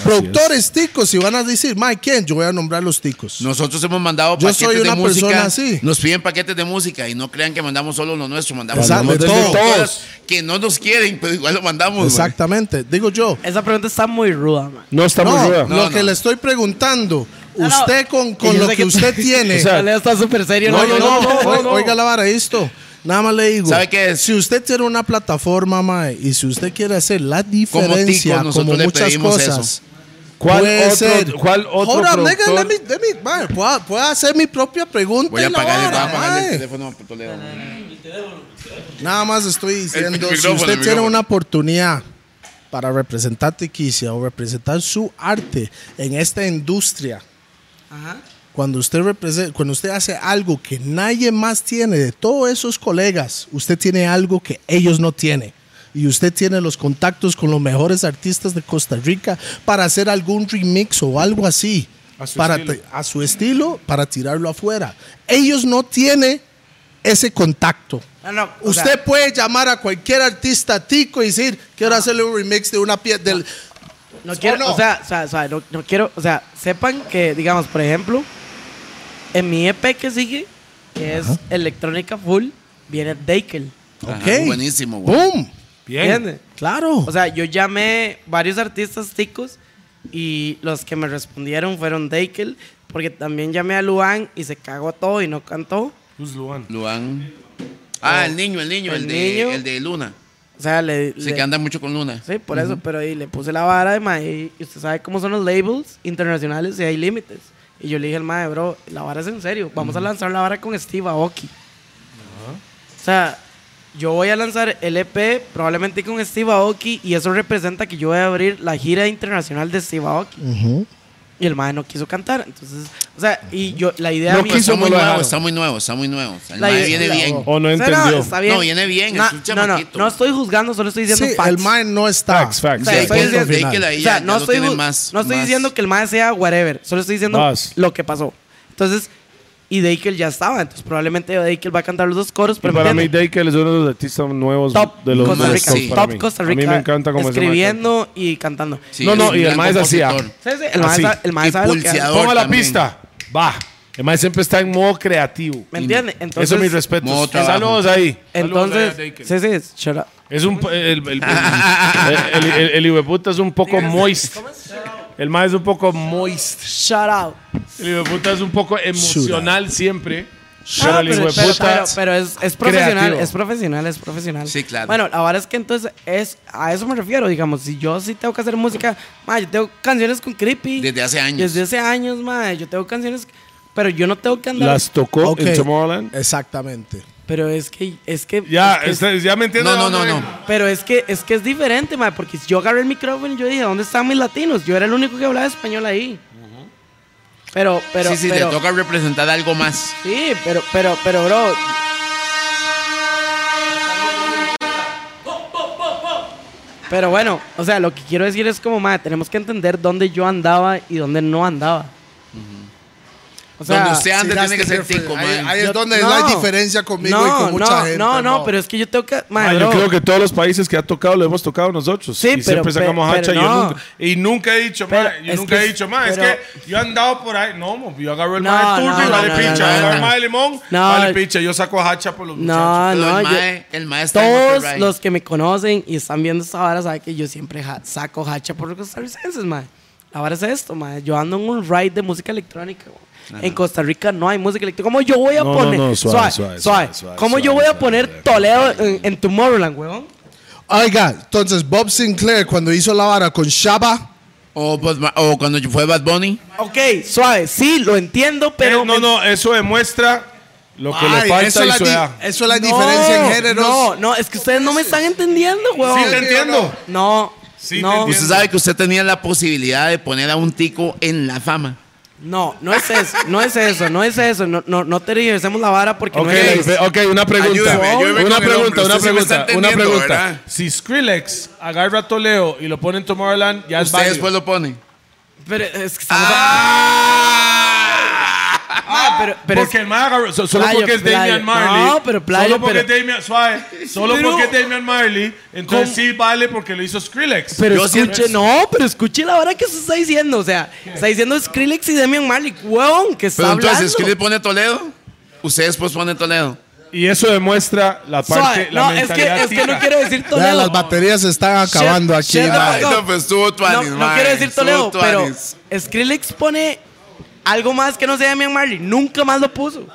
[SPEAKER 2] Productores ticos, y van a decir, Mike, ¿quién? Yo voy a nombrar los ticos.
[SPEAKER 3] Nosotros hemos mandado
[SPEAKER 2] Yo
[SPEAKER 3] paquetes
[SPEAKER 2] soy una
[SPEAKER 3] de música.
[SPEAKER 2] persona así.
[SPEAKER 3] Nos piden paquetes de música y no crean que mandamos solo lo nuestro, mandamos
[SPEAKER 2] Exacto,
[SPEAKER 3] mandamos
[SPEAKER 2] de
[SPEAKER 3] desde
[SPEAKER 2] todos.
[SPEAKER 3] todas que no nos quieren, pero igual lo mandamos. güey.
[SPEAKER 2] Exactamente, digo yo.
[SPEAKER 5] Esa pregunta está muy ruda, man.
[SPEAKER 4] No está muy
[SPEAKER 2] No,
[SPEAKER 4] ruda.
[SPEAKER 2] lo
[SPEAKER 3] No,
[SPEAKER 2] que
[SPEAKER 3] no.
[SPEAKER 2] le estoy preguntando,
[SPEAKER 5] No, no.
[SPEAKER 2] usted con, con
[SPEAKER 5] Y yo
[SPEAKER 2] lo
[SPEAKER 5] sé
[SPEAKER 2] que,
[SPEAKER 5] <laughs>
[SPEAKER 2] usted tiene.
[SPEAKER 4] O sea,
[SPEAKER 5] Leo está súper serio.
[SPEAKER 2] no, no, no,
[SPEAKER 4] no, no.
[SPEAKER 2] oiga la vara, esto. Nada más le digo.
[SPEAKER 3] ¿Sabe qué es?
[SPEAKER 2] Si usted tiene una plataforma, mae, y si usted quiere hacer la
[SPEAKER 3] ticos,
[SPEAKER 2] diferencia, como,
[SPEAKER 3] nosotros le
[SPEAKER 2] muchas
[SPEAKER 3] pedimos
[SPEAKER 2] cosas.
[SPEAKER 3] eso.
[SPEAKER 4] ¿Cuál
[SPEAKER 2] puede
[SPEAKER 4] otro,
[SPEAKER 2] ser-
[SPEAKER 4] ¿cuál otro
[SPEAKER 2] Hold up, nigga,
[SPEAKER 4] productor?
[SPEAKER 2] let me- let me- mae, puedo, puedo hacer mi propia pregunta.
[SPEAKER 3] Voy
[SPEAKER 2] y
[SPEAKER 3] a
[SPEAKER 2] la
[SPEAKER 3] apagarle, voy a
[SPEAKER 2] vara,
[SPEAKER 3] apagarle el
[SPEAKER 2] mae.
[SPEAKER 3] teléfono a Toledo.
[SPEAKER 2] Nada más estoy diciendo, si
[SPEAKER 3] micrófono, el
[SPEAKER 2] usted tiene
[SPEAKER 3] micrófono.
[SPEAKER 2] una oportunidad para representar Tiquicia o representar su arte en esta industria, cuando usted, represe- cuando usted hace algo que nadie más tiene de todos esos colegas, usted tiene algo que ellos no tienen. Y usted tiene los contactos con los mejores artistas de Costa Rica para hacer algún remix o algo así.
[SPEAKER 4] A su
[SPEAKER 2] para
[SPEAKER 4] estilo.
[SPEAKER 2] ti- a su estilo, para tirarlo afuera. Ellos no tienen ese contacto.
[SPEAKER 5] No, no, o
[SPEAKER 2] Usted
[SPEAKER 5] sea-
[SPEAKER 2] puede llamar a cualquier artista tico y decir, quiero hacerle un remix de una pieza del...
[SPEAKER 5] No quiero,
[SPEAKER 2] ¿O no?
[SPEAKER 5] o sea, o sea, o sea, no, no quiero, o sea, sepan que, digamos, por ejemplo, en mi EP que sigue, que es electrónica full, viene Deikel.
[SPEAKER 3] Ajá, buenísimo, güey.
[SPEAKER 2] ¡Boom!
[SPEAKER 5] ¿Entiendes?
[SPEAKER 2] Claro.
[SPEAKER 5] O sea, yo llamé varios artistas ticos y los que me respondieron fueron Deikel, porque también llamé a Luan y se cagó todo y no cantó.
[SPEAKER 3] Luan. Ah, el niño, el niño, el,
[SPEAKER 5] El
[SPEAKER 3] de,
[SPEAKER 5] niño.
[SPEAKER 3] el de Luna.
[SPEAKER 5] O sea, le...
[SPEAKER 3] Sí,
[SPEAKER 5] le-
[SPEAKER 3] que anda mucho con Luna.
[SPEAKER 5] Sí, por eso, pero ahí le puse la vara de mae y usted sabe cómo son los labels internacionales y hay límites. Y yo le dije al mae, bro, la vara es en serio, vamos a lanzar la vara con Steve Aoki. O sea, yo voy a lanzar el EP probablemente con Steve Aoki y eso representa que yo voy a abrir la gira internacional de Steve Aoki. Y el mae no quiso cantar, entonces, o sea, y yo la idea
[SPEAKER 3] No,
[SPEAKER 5] mía-
[SPEAKER 3] pero está muy
[SPEAKER 4] lo
[SPEAKER 3] nuevo,
[SPEAKER 4] dejaron.
[SPEAKER 3] está muy nuevo, está muy nuevo. O sea, el
[SPEAKER 5] La-
[SPEAKER 3] mae viene
[SPEAKER 5] la-
[SPEAKER 3] bien.
[SPEAKER 4] O no
[SPEAKER 5] O sea,
[SPEAKER 4] entendió.
[SPEAKER 5] está bien.
[SPEAKER 3] No, viene bien,
[SPEAKER 5] Na-
[SPEAKER 3] es un
[SPEAKER 5] no, no,
[SPEAKER 3] chamaquito.
[SPEAKER 5] no estoy juzgando, solo estoy diciendo
[SPEAKER 2] Sí,
[SPEAKER 5] facts.
[SPEAKER 2] el mae no está.
[SPEAKER 4] Facts, facts.
[SPEAKER 5] O sea,
[SPEAKER 3] Sí,
[SPEAKER 5] estoy
[SPEAKER 3] que-
[SPEAKER 5] diciendo-
[SPEAKER 3] que- que la-
[SPEAKER 5] o
[SPEAKER 3] ya-
[SPEAKER 5] sea,
[SPEAKER 3] ya
[SPEAKER 5] no
[SPEAKER 3] lo
[SPEAKER 5] estoy,
[SPEAKER 3] tiene
[SPEAKER 5] ju-
[SPEAKER 3] más-
[SPEAKER 5] no estoy
[SPEAKER 3] más-
[SPEAKER 5] diciendo que el mae sea whatever, solo estoy diciendo
[SPEAKER 4] Más.
[SPEAKER 5] lo que pasó. Entonces, y Deikel ya estaba, entonces probablemente Deikel va a cantar los dos coros,
[SPEAKER 4] Y
[SPEAKER 5] pero
[SPEAKER 4] para
[SPEAKER 5] ¿me
[SPEAKER 4] mí
[SPEAKER 5] entiendes?
[SPEAKER 4] Deikel es uno de los artistas nuevos
[SPEAKER 5] top
[SPEAKER 4] de los
[SPEAKER 5] Costa
[SPEAKER 4] más
[SPEAKER 3] más,
[SPEAKER 5] Rica,
[SPEAKER 3] sí.
[SPEAKER 4] para
[SPEAKER 5] top
[SPEAKER 4] mí.
[SPEAKER 5] Costa Rica,
[SPEAKER 4] A mí me encanta cómo ese mae
[SPEAKER 5] escribiendo y cantando.
[SPEAKER 3] Sí,
[SPEAKER 4] No,
[SPEAKER 3] es
[SPEAKER 4] no,
[SPEAKER 3] un
[SPEAKER 4] y el
[SPEAKER 3] gran
[SPEAKER 4] mae es
[SPEAKER 2] ah.
[SPEAKER 4] así,
[SPEAKER 3] compositor.
[SPEAKER 5] Sí, sí, el mae
[SPEAKER 4] Así.
[SPEAKER 5] sabe- el mae
[SPEAKER 3] Y
[SPEAKER 5] sabe lo que hace.
[SPEAKER 3] pulseador.
[SPEAKER 4] Ponga la
[SPEAKER 3] también.
[SPEAKER 4] pista. Va. El mae siempre está en modo creativo.
[SPEAKER 5] ¿Me entiende? Entonces,
[SPEAKER 4] Eso es mi respeto. Eh,
[SPEAKER 3] modo trabajo.
[SPEAKER 4] Saludos ahí.
[SPEAKER 5] Entonces,
[SPEAKER 7] Saludos a Deikel.
[SPEAKER 5] sí, sí, es- shut up.
[SPEAKER 4] Es un el
[SPEAKER 3] Eh.
[SPEAKER 4] el el, el,
[SPEAKER 3] <laughs>
[SPEAKER 4] el- el hijueputa es un poco moist. El mae es un poco moist.
[SPEAKER 5] Shut out.
[SPEAKER 4] El hijueputa es un poco emocional siempre. Pero
[SPEAKER 5] Ah,
[SPEAKER 4] el
[SPEAKER 5] pero,
[SPEAKER 4] hijueputa-
[SPEAKER 5] pero- pero- pero es, es profesional,
[SPEAKER 4] creativo.
[SPEAKER 5] es profesional, es profesional.
[SPEAKER 3] Sí, claro.
[SPEAKER 5] Bueno, la verdad es que entonces es a eso me refiero, digamos, si yo sí tengo que hacer música, ma, yo tengo canciones con Creepy.
[SPEAKER 3] Desde hace años.
[SPEAKER 5] Desde hace años, ma, yo tengo canciones, pero yo no tengo que andar.
[SPEAKER 4] las tocó
[SPEAKER 2] Ok.
[SPEAKER 4] en Tomorrowland.
[SPEAKER 2] Exactamente.
[SPEAKER 5] Pero es que es que
[SPEAKER 4] Ya,
[SPEAKER 5] es que-
[SPEAKER 4] este- ya me entiendo.
[SPEAKER 3] No,
[SPEAKER 4] de
[SPEAKER 3] no, no,
[SPEAKER 4] dónde
[SPEAKER 3] no.
[SPEAKER 4] vengo.
[SPEAKER 5] pero es que es que es diferente, ma, porque yo agarré el micrófono y yo dije, ¿dónde están mis latinos? Yo era el único que hablaba español ahí. Pero pero
[SPEAKER 3] sí, sí,
[SPEAKER 5] pero,
[SPEAKER 3] le toca representar algo más.
[SPEAKER 5] Sí, pero, pero, pero, bro. Pero bueno, o sea, lo que quiero decir es como, madre, tenemos que entender dónde yo andaba y dónde no andaba. O sea,
[SPEAKER 3] donde usted anda
[SPEAKER 6] that's
[SPEAKER 3] tiene que
[SPEAKER 6] the
[SPEAKER 3] ser
[SPEAKER 6] difference.
[SPEAKER 3] tico,
[SPEAKER 6] Ahí,
[SPEAKER 3] man.
[SPEAKER 6] ahí es
[SPEAKER 5] Yo-
[SPEAKER 6] donde es
[SPEAKER 5] no.
[SPEAKER 6] la diferencia conmigo
[SPEAKER 5] no,
[SPEAKER 6] y con mucha
[SPEAKER 5] no,
[SPEAKER 6] gente.
[SPEAKER 5] No, no, pero es que yo tengo que. Mae,
[SPEAKER 4] Ah, yo
[SPEAKER 5] bro.
[SPEAKER 4] creo que todos los países que ha tocado lo hemos tocado nosotros.
[SPEAKER 5] Sí,
[SPEAKER 4] y
[SPEAKER 5] pero-
[SPEAKER 4] siempre sacamos
[SPEAKER 5] pero-
[SPEAKER 4] hacha.
[SPEAKER 5] pero
[SPEAKER 4] y, yo
[SPEAKER 5] no.
[SPEAKER 4] nunca, y nunca he dicho,
[SPEAKER 5] Pero
[SPEAKER 4] más. Yo
[SPEAKER 5] es
[SPEAKER 4] nunca
[SPEAKER 5] que-
[SPEAKER 4] he dicho, más. Es
[SPEAKER 5] pero-
[SPEAKER 4] que yo he andado por ahí. No, mo, yo agarro el
[SPEAKER 5] No,
[SPEAKER 4] más de turno
[SPEAKER 5] no,
[SPEAKER 4] y
[SPEAKER 5] no,
[SPEAKER 4] vale
[SPEAKER 5] no,
[SPEAKER 4] picha.
[SPEAKER 5] no,
[SPEAKER 4] Yo agarro
[SPEAKER 5] no.
[SPEAKER 4] el más de limón,
[SPEAKER 5] No,
[SPEAKER 4] vale
[SPEAKER 5] el-
[SPEAKER 4] picha. Yo saco hacha por los muchachos. Eh,
[SPEAKER 5] No,
[SPEAKER 3] Pero
[SPEAKER 5] Ah, no,
[SPEAKER 3] el,
[SPEAKER 5] yo-
[SPEAKER 3] mae, el mae está en
[SPEAKER 5] todos
[SPEAKER 3] Monterrey.
[SPEAKER 5] los que me conocen y están viendo esta vara saben que yo siempre ja- saco hacha por los costarricenses, mae. La vara es esto, mae. Yo ando en un ride de música electrónica, güey. En Costa Rica no hay música electrónica. ¿Cómo yo voy a
[SPEAKER 4] No, no,
[SPEAKER 5] poner?
[SPEAKER 4] no, suave, suave, suave, suave,
[SPEAKER 5] ¿Cómo
[SPEAKER 4] suave,
[SPEAKER 5] yo voy a
[SPEAKER 4] suave,
[SPEAKER 5] poner
[SPEAKER 4] suave.
[SPEAKER 5] Toledo en, en Tomorrowland, weón?
[SPEAKER 6] Oiga, entonces Bob Sinclair cuando hizo la vara con Shaba,
[SPEAKER 3] O, pues, ma- o cuando fue Bad Bunny.
[SPEAKER 5] Ok, suave, sí, lo entiendo, pero.
[SPEAKER 4] Pero no, no, eso demuestra lo que le
[SPEAKER 6] ay,
[SPEAKER 4] falta
[SPEAKER 6] eso,
[SPEAKER 4] y
[SPEAKER 6] la
[SPEAKER 4] su
[SPEAKER 6] di-
[SPEAKER 4] edad.
[SPEAKER 6] eso es la diferencia en géneros.
[SPEAKER 5] No, no, es que ustedes no me están entendiendo, weón.
[SPEAKER 4] Sí, te entiendo.
[SPEAKER 5] No,
[SPEAKER 4] Sí, te
[SPEAKER 5] no,
[SPEAKER 4] entiendo.
[SPEAKER 3] Usted sabe que usted tenía la posibilidad de poner a un tico en la fama.
[SPEAKER 5] no, no es eso, no es eso, no es eso. No, no, no te regresemos la vara porque
[SPEAKER 4] Ok,
[SPEAKER 5] no es
[SPEAKER 4] ve- ok, una pregunta.
[SPEAKER 3] Ayúdeme, ayúdeme
[SPEAKER 4] una
[SPEAKER 3] con el
[SPEAKER 4] pregunta,
[SPEAKER 3] hombre.
[SPEAKER 4] una
[SPEAKER 3] Usted sí me está
[SPEAKER 4] pregunta, una
[SPEAKER 3] entendiendo,
[SPEAKER 4] pregunta.
[SPEAKER 3] ¿verdad?
[SPEAKER 4] Si Skrillex agarra a Toleo y lo pone en Tomorrowland, ya es
[SPEAKER 3] Usted
[SPEAKER 4] válido.
[SPEAKER 3] después lo pone.
[SPEAKER 5] Pero es que estamos Ah, pero, pero
[SPEAKER 4] porque el man agarró- so- solo
[SPEAKER 5] Playo,
[SPEAKER 4] porque es
[SPEAKER 5] playo.
[SPEAKER 4] Damian Marley.
[SPEAKER 5] No, pero playo,
[SPEAKER 4] Solo porque
[SPEAKER 5] pero-
[SPEAKER 4] es Damian Suave. Solo
[SPEAKER 5] Pero-
[SPEAKER 4] porque es Damian Marley. Entonces
[SPEAKER 5] ¿Cómo?
[SPEAKER 4] sí vale porque lo hizo Skrillex.
[SPEAKER 5] pero
[SPEAKER 3] Yo
[SPEAKER 5] escuche,
[SPEAKER 3] siempre-
[SPEAKER 5] no, pero escuche la hora que se está diciendo. O sea, está diciendo Skrillex y Damian Malik, weón, que está
[SPEAKER 3] Pero
[SPEAKER 5] hablando.
[SPEAKER 3] entonces, ¿quién le pone Toledo? Usted después pone Toledo.
[SPEAKER 4] y eso demuestra la parte,
[SPEAKER 5] Suave,
[SPEAKER 4] la
[SPEAKER 5] no, es que,
[SPEAKER 4] mentalidad
[SPEAKER 5] es que no
[SPEAKER 4] tica.
[SPEAKER 5] quiero decir
[SPEAKER 6] vea,
[SPEAKER 5] Toledo.
[SPEAKER 6] las baterías se están acabando aquí.
[SPEAKER 5] shut the
[SPEAKER 6] mae.
[SPEAKER 5] fuck up.
[SPEAKER 3] pues estuvo
[SPEAKER 5] No,
[SPEAKER 3] Tuanis,
[SPEAKER 5] no
[SPEAKER 3] mae,
[SPEAKER 5] quiero decir
[SPEAKER 3] estuvo
[SPEAKER 5] Toledo, pero
[SPEAKER 3] Tuanis.
[SPEAKER 5] Skrillex pone algo más que no sea Damian Marley. Nunca más lo puso.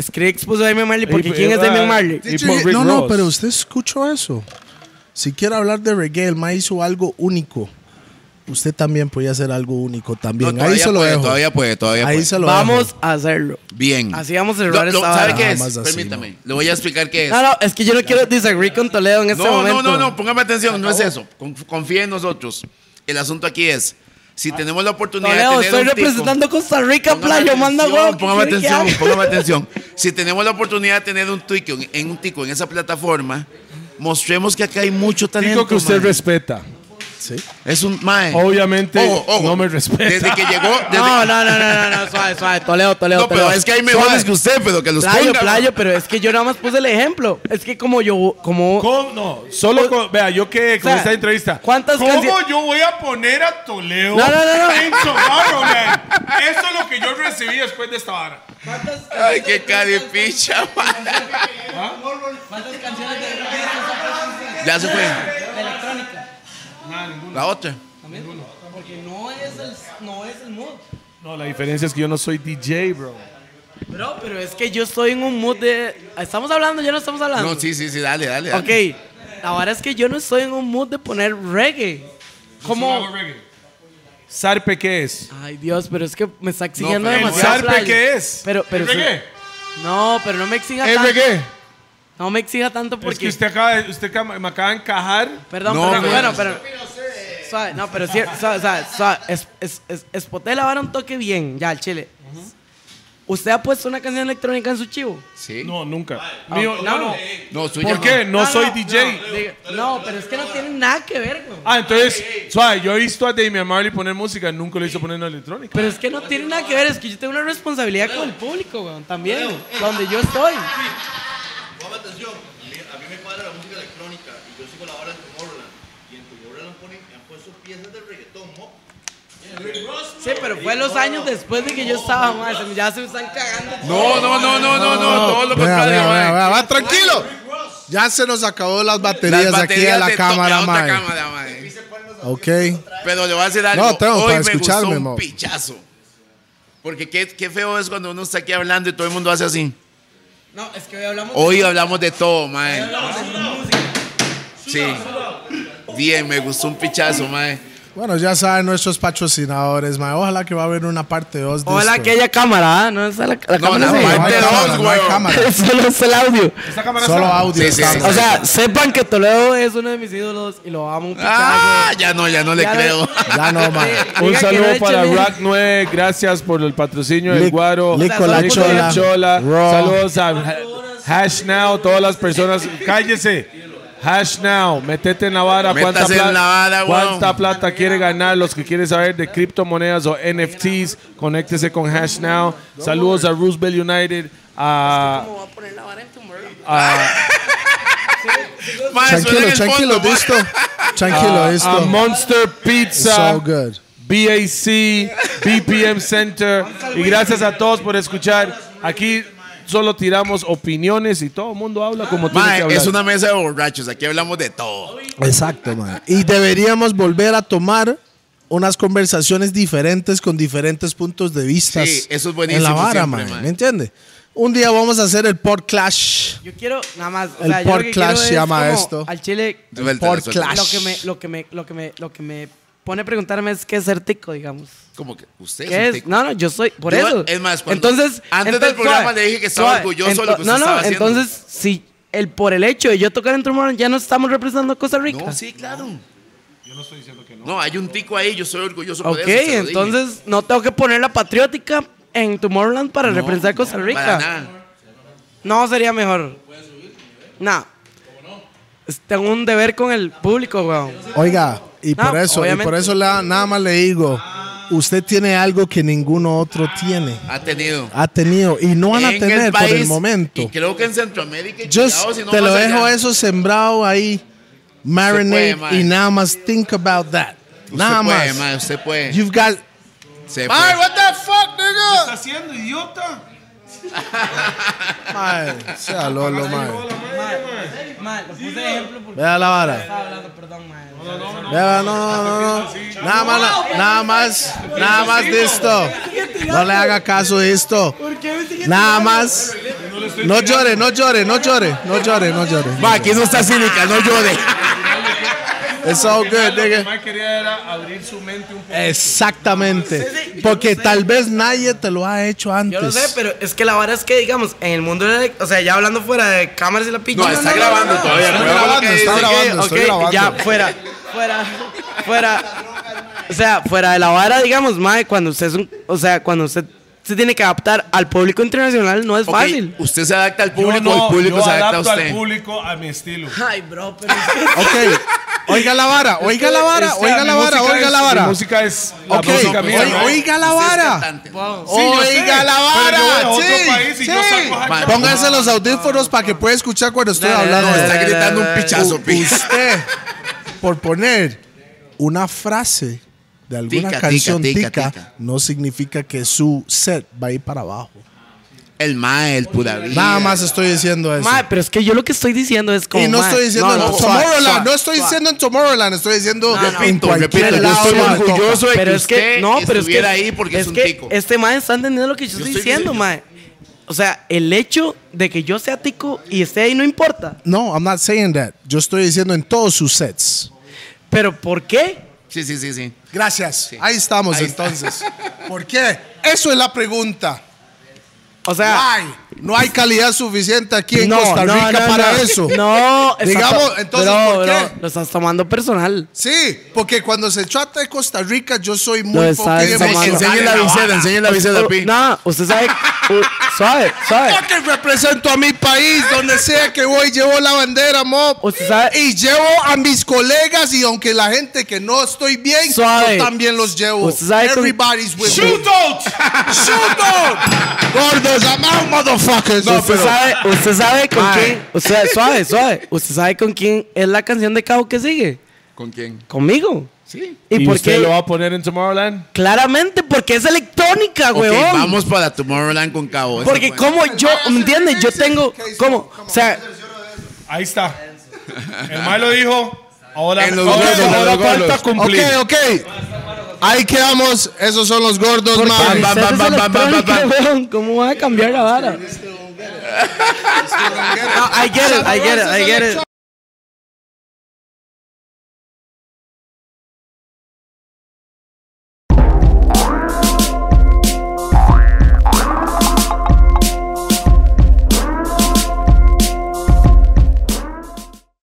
[SPEAKER 5] Skrillex puso Damian Marley porque
[SPEAKER 4] Y-
[SPEAKER 5] ¿quién
[SPEAKER 4] y-
[SPEAKER 5] es Damian Marley?
[SPEAKER 4] y
[SPEAKER 2] Dicho
[SPEAKER 4] por
[SPEAKER 2] y-
[SPEAKER 4] Rick
[SPEAKER 2] no, no,
[SPEAKER 4] Ross.
[SPEAKER 2] pero usted escuchó eso. Si quiere hablar de reggae, el ma hizo algo único. Usted también podía hacer algo único también.
[SPEAKER 3] No,
[SPEAKER 2] Ahí
[SPEAKER 3] todavía
[SPEAKER 2] se lo
[SPEAKER 3] puede,
[SPEAKER 2] dejo.
[SPEAKER 3] Todavía puede, todavía
[SPEAKER 2] Ahí
[SPEAKER 3] puede. pues.
[SPEAKER 2] se lo
[SPEAKER 5] Vamos
[SPEAKER 2] dejo.
[SPEAKER 5] a hacerlo.
[SPEAKER 3] Bien.
[SPEAKER 5] Así vamos a cerrar esta
[SPEAKER 3] ¿Sabe
[SPEAKER 5] vara.
[SPEAKER 3] qué es?
[SPEAKER 2] Nada más así,
[SPEAKER 3] Permítame. Le voy a explicar qué es.
[SPEAKER 5] No, no, es que yo no quiero disagree con Toledo en este
[SPEAKER 3] no,
[SPEAKER 5] momento.
[SPEAKER 3] No, pues, no, no, póngame atención, no es eso. Con- Confíe en nosotros. El asunto aquí es, si tenemos la oportunidad de
[SPEAKER 5] Toledo,
[SPEAKER 3] tener
[SPEAKER 5] Ah. estoy
[SPEAKER 3] un tico-
[SPEAKER 5] representando a Costa Rica,
[SPEAKER 3] Póngame
[SPEAKER 5] playo, manda
[SPEAKER 3] atención,
[SPEAKER 5] huevo. ¿qué
[SPEAKER 3] Póngame
[SPEAKER 5] quiere que
[SPEAKER 3] atención,
[SPEAKER 5] haga?
[SPEAKER 3] póngame atención. Si tenemos la oportunidad de tener un tico en, en un tico en esa plataforma, mostremos que acá hay mucho talento.
[SPEAKER 4] Tico que usted
[SPEAKER 3] mae.
[SPEAKER 4] respeta.
[SPEAKER 3] Es un mae.
[SPEAKER 4] Obviamente
[SPEAKER 3] Ojo, ojo.
[SPEAKER 4] no me respeta.
[SPEAKER 3] Desde que llegó, desde-
[SPEAKER 5] No, no, no, no, no, no, suave, suave, Toledo, Toledo,
[SPEAKER 3] No, pero
[SPEAKER 5] Toledo.
[SPEAKER 3] es que hay
[SPEAKER 5] Suave.
[SPEAKER 3] mejores que usted, pero que los
[SPEAKER 5] Playo,
[SPEAKER 3] ponga.
[SPEAKER 5] playo, pero es que yo nada más puse el ejemplo. Es que como yo, como...
[SPEAKER 4] ¿Cómo? No, solo con, vea, yo que con
[SPEAKER 5] O sea,
[SPEAKER 4] esta entrevista.
[SPEAKER 5] ¿cuántas
[SPEAKER 4] ¿Cómo
[SPEAKER 5] canciones-
[SPEAKER 4] yo voy a poner a Toledo
[SPEAKER 5] No, no, no, no.
[SPEAKER 4] en Tomorrowland? Eso es lo que yo recibí después de esta vara.
[SPEAKER 3] Ay, qué caripicha, mae. Ya se fue. La otra.
[SPEAKER 5] Porque no es el, no es el mood.
[SPEAKER 4] No, la diferencia es que yo no soy DJ, bro.
[SPEAKER 5] Bro, pero es que yo estoy en un mood de... ¿Estamos hablando? ¿Ya no estamos hablando?
[SPEAKER 3] No, sí, sí, sí, dale, dale. dale.
[SPEAKER 5] Ok, la verdad es que yo no estoy en un mood de poner reggae. Como...
[SPEAKER 4] ¿Sarpe qué es?
[SPEAKER 5] Ay, Dios, pero es que me está
[SPEAKER 3] No,
[SPEAKER 5] exigiendo
[SPEAKER 4] ¿El
[SPEAKER 3] pero
[SPEAKER 5] demasiado.
[SPEAKER 4] Sarpe
[SPEAKER 5] playo.
[SPEAKER 4] qué es?
[SPEAKER 5] Pero, pero...
[SPEAKER 4] ¿El reggae?
[SPEAKER 5] No, pero no me exija
[SPEAKER 4] ¿El
[SPEAKER 5] tanto.
[SPEAKER 4] reggae?
[SPEAKER 5] No me exija tanto porque...
[SPEAKER 4] Es que usted acaba, de- usted acaba- me acaba de encajar.
[SPEAKER 5] Perdón,
[SPEAKER 3] No,
[SPEAKER 5] perdón,
[SPEAKER 3] pero-
[SPEAKER 5] bueno, pero... Suave, no, pero sí, suave, suave, suave. Es, es, es, espoté la vara un toque bien, ya, al chile. ¿Usted ha puesto una canción electrónica en su chivo?
[SPEAKER 3] Sí. No,
[SPEAKER 4] No, nunca. Mío,
[SPEAKER 5] Ah,
[SPEAKER 4] no, no.
[SPEAKER 3] suya
[SPEAKER 4] ¿Por
[SPEAKER 3] no.
[SPEAKER 4] qué? No soy DJ.
[SPEAKER 5] No, diga- no, pero es que no tiene nada que ver, güey.
[SPEAKER 4] Ah, entonces, suave, yo he visto a Damian Marley poner música, nunca lo hizo poner en electrónica.
[SPEAKER 5] Pero es que no tiene nada que ver, es que yo tengo una responsabilidad con el público, güey, también, donde yo estoy.
[SPEAKER 9] eh, Ponme atención, a mí me cuadra la música electrónica y yo sigo la hora de Tomorrowland. Y en Tomorrowland ponen, han puesto piezas de reggaetón, ¿no?
[SPEAKER 5] Sí, pero fue los años después de que yo estaba, madre, se me- ya se me están cagando.
[SPEAKER 3] No, no, no, no, no, no, todo lo
[SPEAKER 6] Vea,
[SPEAKER 3] contrario, eh.
[SPEAKER 6] vea,
[SPEAKER 3] mae.
[SPEAKER 6] vea, vea, va, tranquilo. Ya se nos acabó las baterías,
[SPEAKER 3] Las
[SPEAKER 6] aquí a
[SPEAKER 3] baterías
[SPEAKER 6] la
[SPEAKER 3] de to-
[SPEAKER 6] cámara,
[SPEAKER 3] otra
[SPEAKER 6] mae.
[SPEAKER 3] cámara, mae.
[SPEAKER 6] Ok.
[SPEAKER 3] Pero le voy a decir algo.
[SPEAKER 6] No, tengo
[SPEAKER 3] Hoy
[SPEAKER 6] para
[SPEAKER 3] me
[SPEAKER 6] escucharme,
[SPEAKER 3] gustó un
[SPEAKER 6] mo.
[SPEAKER 3] pichazo. Porque qué, qué feo es cuando uno está aquí hablando y todo el mundo hace así.
[SPEAKER 5] No, es que hoy hablamos
[SPEAKER 3] Hoy hablamos de todo, mae. Sí. Bien, me gustó un pichazo, mae.
[SPEAKER 6] Bueno, ya saben nuestros patrocinadores, mae. Ojalá que va a haber una parte 2 de
[SPEAKER 5] Hola,
[SPEAKER 6] esto.
[SPEAKER 5] aquella cámara, ¿ah? No está la, la
[SPEAKER 3] No,
[SPEAKER 5] cámara.
[SPEAKER 3] la
[SPEAKER 5] sí.
[SPEAKER 6] No hay
[SPEAKER 3] parte
[SPEAKER 6] cámara,
[SPEAKER 3] dos,
[SPEAKER 6] no hay
[SPEAKER 3] güey.
[SPEAKER 6] cámara.
[SPEAKER 5] <laughs> Solo es el audio.
[SPEAKER 4] Esta cámara
[SPEAKER 6] Solo
[SPEAKER 4] está-
[SPEAKER 6] audio.
[SPEAKER 3] Sí, sí,
[SPEAKER 6] estamos.
[SPEAKER 5] O sea, sepan que Toledo es uno de mis ídolos y lo amo un pichazo.
[SPEAKER 3] Ah, ya no, ya no le
[SPEAKER 5] Ya
[SPEAKER 3] creo.
[SPEAKER 5] <laughs>
[SPEAKER 3] <laughs>
[SPEAKER 6] Ya no, mae.
[SPEAKER 4] Un
[SPEAKER 5] Diga que no
[SPEAKER 4] saludo
[SPEAKER 5] eche
[SPEAKER 4] para
[SPEAKER 5] mierda.
[SPEAKER 4] Rack 9, gracias por el patrocinio del
[SPEAKER 2] Lic-
[SPEAKER 4] Guaro.
[SPEAKER 2] Lico
[SPEAKER 5] La
[SPEAKER 4] Lico
[SPEAKER 5] Chola.
[SPEAKER 4] La Chola.
[SPEAKER 2] Raw.
[SPEAKER 4] Saludos a Ha- Hash Now, todas las personas. Cállese. Hash now, metete en la vara. ¿Cuánta
[SPEAKER 3] Métase en
[SPEAKER 4] plata,
[SPEAKER 3] la vara, weón.
[SPEAKER 4] cuánta plata quiere ganar? Los que quieren saber de criptomonedas o NFTs, conéctese con Hash now. Saludos a Roosevelt United. A,
[SPEAKER 5] ¿Cómo va a poner la vara en tu muro?
[SPEAKER 4] a,
[SPEAKER 3] Ma, suena en
[SPEAKER 2] Tranquilo,
[SPEAKER 3] el
[SPEAKER 2] tranquilo,
[SPEAKER 3] fondo, Ah, ma.
[SPEAKER 2] listo. Tranquilo,
[SPEAKER 4] a-
[SPEAKER 2] esto.
[SPEAKER 4] a Monster
[SPEAKER 2] It's
[SPEAKER 3] ah.
[SPEAKER 4] Pizza.
[SPEAKER 2] so good.
[SPEAKER 4] BAC, BPM Center. Y gracias a todos por escuchar. Aquí solo tiramos opiniones y todo el mundo habla como tiene
[SPEAKER 3] Ma,
[SPEAKER 4] que hablar.
[SPEAKER 3] es una mesa de borrachos. Aquí hablamos de todo.
[SPEAKER 2] Exacto, mae. Y deberíamos volver a tomar unas conversaciones diferentes con diferentes puntos de vista.
[SPEAKER 3] Sí, eso es buenísimo
[SPEAKER 2] En la vara,
[SPEAKER 3] siempre,
[SPEAKER 2] mae,
[SPEAKER 3] mae.
[SPEAKER 2] ¿Me entiende? Un día vamos a hacer el pod clash.
[SPEAKER 5] Yo quiero, nada más. O
[SPEAKER 2] El
[SPEAKER 5] sea, yo lo que
[SPEAKER 2] podcast
[SPEAKER 5] quiero es
[SPEAKER 2] llama
[SPEAKER 5] como
[SPEAKER 2] esto.
[SPEAKER 5] Al chile,
[SPEAKER 3] Suéltala,
[SPEAKER 2] Por
[SPEAKER 3] suéltala.
[SPEAKER 5] lo que me, lo que me, lo que me, lo que me pone a preguntarme es qué es ser tico, digamos.
[SPEAKER 3] Como que usted
[SPEAKER 5] ¿Qué
[SPEAKER 3] un
[SPEAKER 5] es?
[SPEAKER 3] tico.
[SPEAKER 5] No, no, yo soy. Por
[SPEAKER 3] Yo,
[SPEAKER 5] eso.
[SPEAKER 3] es más, cuando-
[SPEAKER 5] entonces.
[SPEAKER 3] antes
[SPEAKER 5] entonces,
[SPEAKER 3] del programa
[SPEAKER 5] suave,
[SPEAKER 3] le dije que estaba
[SPEAKER 5] suave,
[SPEAKER 3] orgulloso de lo
[SPEAKER 5] ento-
[SPEAKER 3] que usted
[SPEAKER 5] No, no,
[SPEAKER 3] estaba haciendo.
[SPEAKER 5] entonces, si el, por el hecho de yo tocar en Tomorrow ya no estamos representando a Costa Rica.
[SPEAKER 3] No, sí, claro. Yo no estoy diciendo que no. No, hay un tico ahí, yo soy orgulloso
[SPEAKER 5] ok,
[SPEAKER 3] por eso. se lo dije.
[SPEAKER 5] entonces no tengo que poner la patriótica en Tomorrowland para
[SPEAKER 3] No,
[SPEAKER 5] representar a Costa
[SPEAKER 3] no,
[SPEAKER 5] Rica.
[SPEAKER 3] Para nada.
[SPEAKER 5] No, sería mejor. No. Es- Tengo un deber con el público, weón.
[SPEAKER 2] Oiga, y
[SPEAKER 5] No,
[SPEAKER 2] por eso, y por
[SPEAKER 5] obviamente.
[SPEAKER 2] eso la- nada más le digo, usted tiene algo que ninguno otro tiene,
[SPEAKER 3] Ha tenido.
[SPEAKER 2] ha tenido y no van a
[SPEAKER 3] En el
[SPEAKER 2] tener por el
[SPEAKER 3] país,
[SPEAKER 2] momento.
[SPEAKER 3] Y creo que en Centroamérica. y
[SPEAKER 2] Just
[SPEAKER 3] cuidado si no
[SPEAKER 2] te lo
[SPEAKER 3] más
[SPEAKER 2] dejo
[SPEAKER 3] allá.
[SPEAKER 2] eso sembrado ahí, marinate
[SPEAKER 3] puede, mae.
[SPEAKER 2] y nada más think about that.
[SPEAKER 3] Usted
[SPEAKER 2] Nada
[SPEAKER 3] puede,
[SPEAKER 2] más.
[SPEAKER 3] ma, usted puede.
[SPEAKER 2] You've got
[SPEAKER 3] Se
[SPEAKER 2] Mae,
[SPEAKER 3] puede.
[SPEAKER 2] what the fuck, nigga?
[SPEAKER 7] está haciendo, idiota?
[SPEAKER 2] Mae, sea lolo, mae.
[SPEAKER 5] Mal, lo puse de ejemplo porque
[SPEAKER 2] Vea la vara.
[SPEAKER 5] estaba hablando, perdón, man.
[SPEAKER 2] Vea, no, no, no, no. Nada más, nada más, nada más de esto. No le haga caso de esto. Nada más. No llore, no llore, no llore, no llore, no llore.
[SPEAKER 3] Ma, aquí no está cínica, no llore.
[SPEAKER 2] It's all good,
[SPEAKER 7] Lo que
[SPEAKER 2] nigga.
[SPEAKER 7] más quería era abrir su mente un poco.
[SPEAKER 2] Exactamente. Porque tal vez nadie te lo ha hecho
[SPEAKER 5] Yo lo sé,
[SPEAKER 3] Pues-
[SPEAKER 2] antes.
[SPEAKER 5] pero es que la vara es que, digamos, en el mundo de la- O sea, ya hablando fuera de cámaras y la pinche.
[SPEAKER 3] No, está grabando todavía.
[SPEAKER 2] Está
[SPEAKER 3] pero
[SPEAKER 2] grabando,
[SPEAKER 3] lo que
[SPEAKER 2] está
[SPEAKER 3] dice.
[SPEAKER 2] grabando.
[SPEAKER 5] Ok,
[SPEAKER 2] estoy
[SPEAKER 5] ok,
[SPEAKER 2] grabando.
[SPEAKER 5] ya, fuera. Fuera. Fuera. O sea, fuera de la vara, digamos, mae, cuando usted es un. O sea, cuando usted se tiene que adaptar al público internacional, no es
[SPEAKER 3] Ok,
[SPEAKER 5] fácil.
[SPEAKER 3] Usted se adapta al público,
[SPEAKER 7] Yo no,
[SPEAKER 3] el público
[SPEAKER 7] yo
[SPEAKER 3] se adapta a
[SPEAKER 7] adapto
[SPEAKER 3] usted.
[SPEAKER 7] al público a mi estilo.
[SPEAKER 5] Ay, bro, pero.
[SPEAKER 2] Ok. Oiga la vara, oiga la vara,
[SPEAKER 7] Este,
[SPEAKER 2] oiga
[SPEAKER 7] mi
[SPEAKER 2] la vara,
[SPEAKER 7] música
[SPEAKER 2] oiga
[SPEAKER 7] es-
[SPEAKER 2] la
[SPEAKER 7] Mi
[SPEAKER 2] vara.
[SPEAKER 7] música es la
[SPEAKER 2] Ok,
[SPEAKER 7] música mía,
[SPEAKER 2] oi-
[SPEAKER 7] ¿no?
[SPEAKER 2] oiga la
[SPEAKER 3] Usted es
[SPEAKER 2] vara.
[SPEAKER 3] cantante.
[SPEAKER 7] Sí, yo
[SPEAKER 2] Oiga la
[SPEAKER 7] sé, pero yo voy a
[SPEAKER 2] vara.
[SPEAKER 7] otro
[SPEAKER 2] sí,
[SPEAKER 7] país y yo
[SPEAKER 2] sí.
[SPEAKER 7] saco a
[SPEAKER 3] Ma,
[SPEAKER 7] Hacha.
[SPEAKER 2] Pónganse los audífonos para que pueda escuchar cuando estoy hablando.
[SPEAKER 3] No, está gritando un pichazo,
[SPEAKER 2] U-
[SPEAKER 3] picha.
[SPEAKER 2] usted, por poner una frase de alguna
[SPEAKER 3] Tica, tica,
[SPEAKER 2] canción
[SPEAKER 3] tica,
[SPEAKER 2] tica,
[SPEAKER 3] tica.
[SPEAKER 2] no significa que su set va a ir para abajo.
[SPEAKER 3] El mae, el pura vida.
[SPEAKER 2] Nada más estoy diciendo eso.
[SPEAKER 5] Mae, pero es que yo lo que estoy diciendo es como.
[SPEAKER 2] y no
[SPEAKER 5] mae,
[SPEAKER 2] estoy diciendo en
[SPEAKER 5] no,
[SPEAKER 2] Tomorrowland,
[SPEAKER 5] suave,
[SPEAKER 2] no estoy
[SPEAKER 5] suave.
[SPEAKER 2] diciendo en Tomorrowland, estoy diciendo
[SPEAKER 5] No, no.
[SPEAKER 2] en
[SPEAKER 3] Repito,
[SPEAKER 2] cualquier
[SPEAKER 3] repito, yo
[SPEAKER 2] lado.
[SPEAKER 3] estoy
[SPEAKER 2] donde
[SPEAKER 3] orgulloso de
[SPEAKER 5] pero
[SPEAKER 3] que
[SPEAKER 5] es que
[SPEAKER 3] usted
[SPEAKER 5] no, pero es que
[SPEAKER 3] estuviera ahí porque es un
[SPEAKER 5] que
[SPEAKER 3] tico.
[SPEAKER 5] Este mae está entendiendo lo que yo, estoy
[SPEAKER 3] estoy
[SPEAKER 5] diciendo,
[SPEAKER 3] diciendo-
[SPEAKER 5] mae. O sea, el hecho de que yo sea tico y esté ahí no importa.
[SPEAKER 2] No, I'm not saying that. Yo estoy diciendo en todos sus sets.
[SPEAKER 5] Pero ¿por qué?
[SPEAKER 3] Sí, sí, sí, sí.
[SPEAKER 2] Gracias. Ahí estamos
[SPEAKER 3] Ahí está.
[SPEAKER 2] entonces. ¿Por qué? Eso es la pregunta.
[SPEAKER 5] O <laughs> sea,
[SPEAKER 2] Ay, no hay calidad suficiente aquí en
[SPEAKER 5] no,
[SPEAKER 2] Costa
[SPEAKER 5] no,
[SPEAKER 2] Rica
[SPEAKER 5] no,
[SPEAKER 2] para
[SPEAKER 5] <laughs> no.
[SPEAKER 2] eso.
[SPEAKER 5] No, está
[SPEAKER 2] <laughs> Digamos,
[SPEAKER 5] to-
[SPEAKER 2] entonces,
[SPEAKER 5] bro,
[SPEAKER 2] ¿por qué?
[SPEAKER 5] bro, lo estás tomando personal.
[SPEAKER 2] Sí, porque cuando se trata de Costa Rica, yo soy
[SPEAKER 5] Lo
[SPEAKER 2] muy
[SPEAKER 5] está
[SPEAKER 2] poco
[SPEAKER 5] difamando.
[SPEAKER 2] emocional.
[SPEAKER 3] Enseñe la visera, enseñe la visera, Pi.
[SPEAKER 5] No, usted sabe. u- suave, suave.
[SPEAKER 2] Yo que represento a mi país, donde sea que voy, llevo la bandera, mo.
[SPEAKER 5] Usted sabe-
[SPEAKER 2] Y llevo a mis colegas y aunque la gente que no estoy bien,
[SPEAKER 5] Suave.
[SPEAKER 2] yo también los llevo.
[SPEAKER 5] Usted sabe con-
[SPEAKER 2] Everybody's with me.
[SPEAKER 7] Shootouts.
[SPEAKER 2] Shoot out! Gordos, I'm out, motherfuckers. No,
[SPEAKER 5] usted,
[SPEAKER 2] pero-
[SPEAKER 5] sabe, usted sabe con quién. Usted, suave, suave. Usted sabe con quién es la canción de Cabo que sigue.
[SPEAKER 3] ¿Con quién?
[SPEAKER 5] Conmigo.
[SPEAKER 3] Sí.
[SPEAKER 5] ¿Y,
[SPEAKER 4] ¿Y
[SPEAKER 5] por
[SPEAKER 4] usted
[SPEAKER 5] qué?
[SPEAKER 4] lo va a poner en Tomorrowland?
[SPEAKER 5] Claramente, porque es electrónica,
[SPEAKER 3] Ok,
[SPEAKER 5] huevón.
[SPEAKER 3] vamos para Tomorrowland con Cabo. Ese
[SPEAKER 2] pues,
[SPEAKER 5] Porque
[SPEAKER 3] fue.
[SPEAKER 5] como yo, ¿me entiendes? Yo tengo, ¿cómo? O sea,
[SPEAKER 7] Ahí <laughs> está. El mae lo dijo. Ahora,
[SPEAKER 3] En los
[SPEAKER 7] ahora-
[SPEAKER 3] gordos, en
[SPEAKER 7] ahora
[SPEAKER 3] los
[SPEAKER 7] falta
[SPEAKER 3] gordos.
[SPEAKER 7] cumplir.
[SPEAKER 2] Ok, ok. Ahí quedamos. Esos son los gordos, man.
[SPEAKER 5] porque
[SPEAKER 3] bam, bam,
[SPEAKER 5] ustedes
[SPEAKER 3] bam, bam, bam,
[SPEAKER 5] electrónica,
[SPEAKER 3] bam.
[SPEAKER 5] weón, ¿Cómo van a cambiar la vara? No, I get it, I get it, I get it.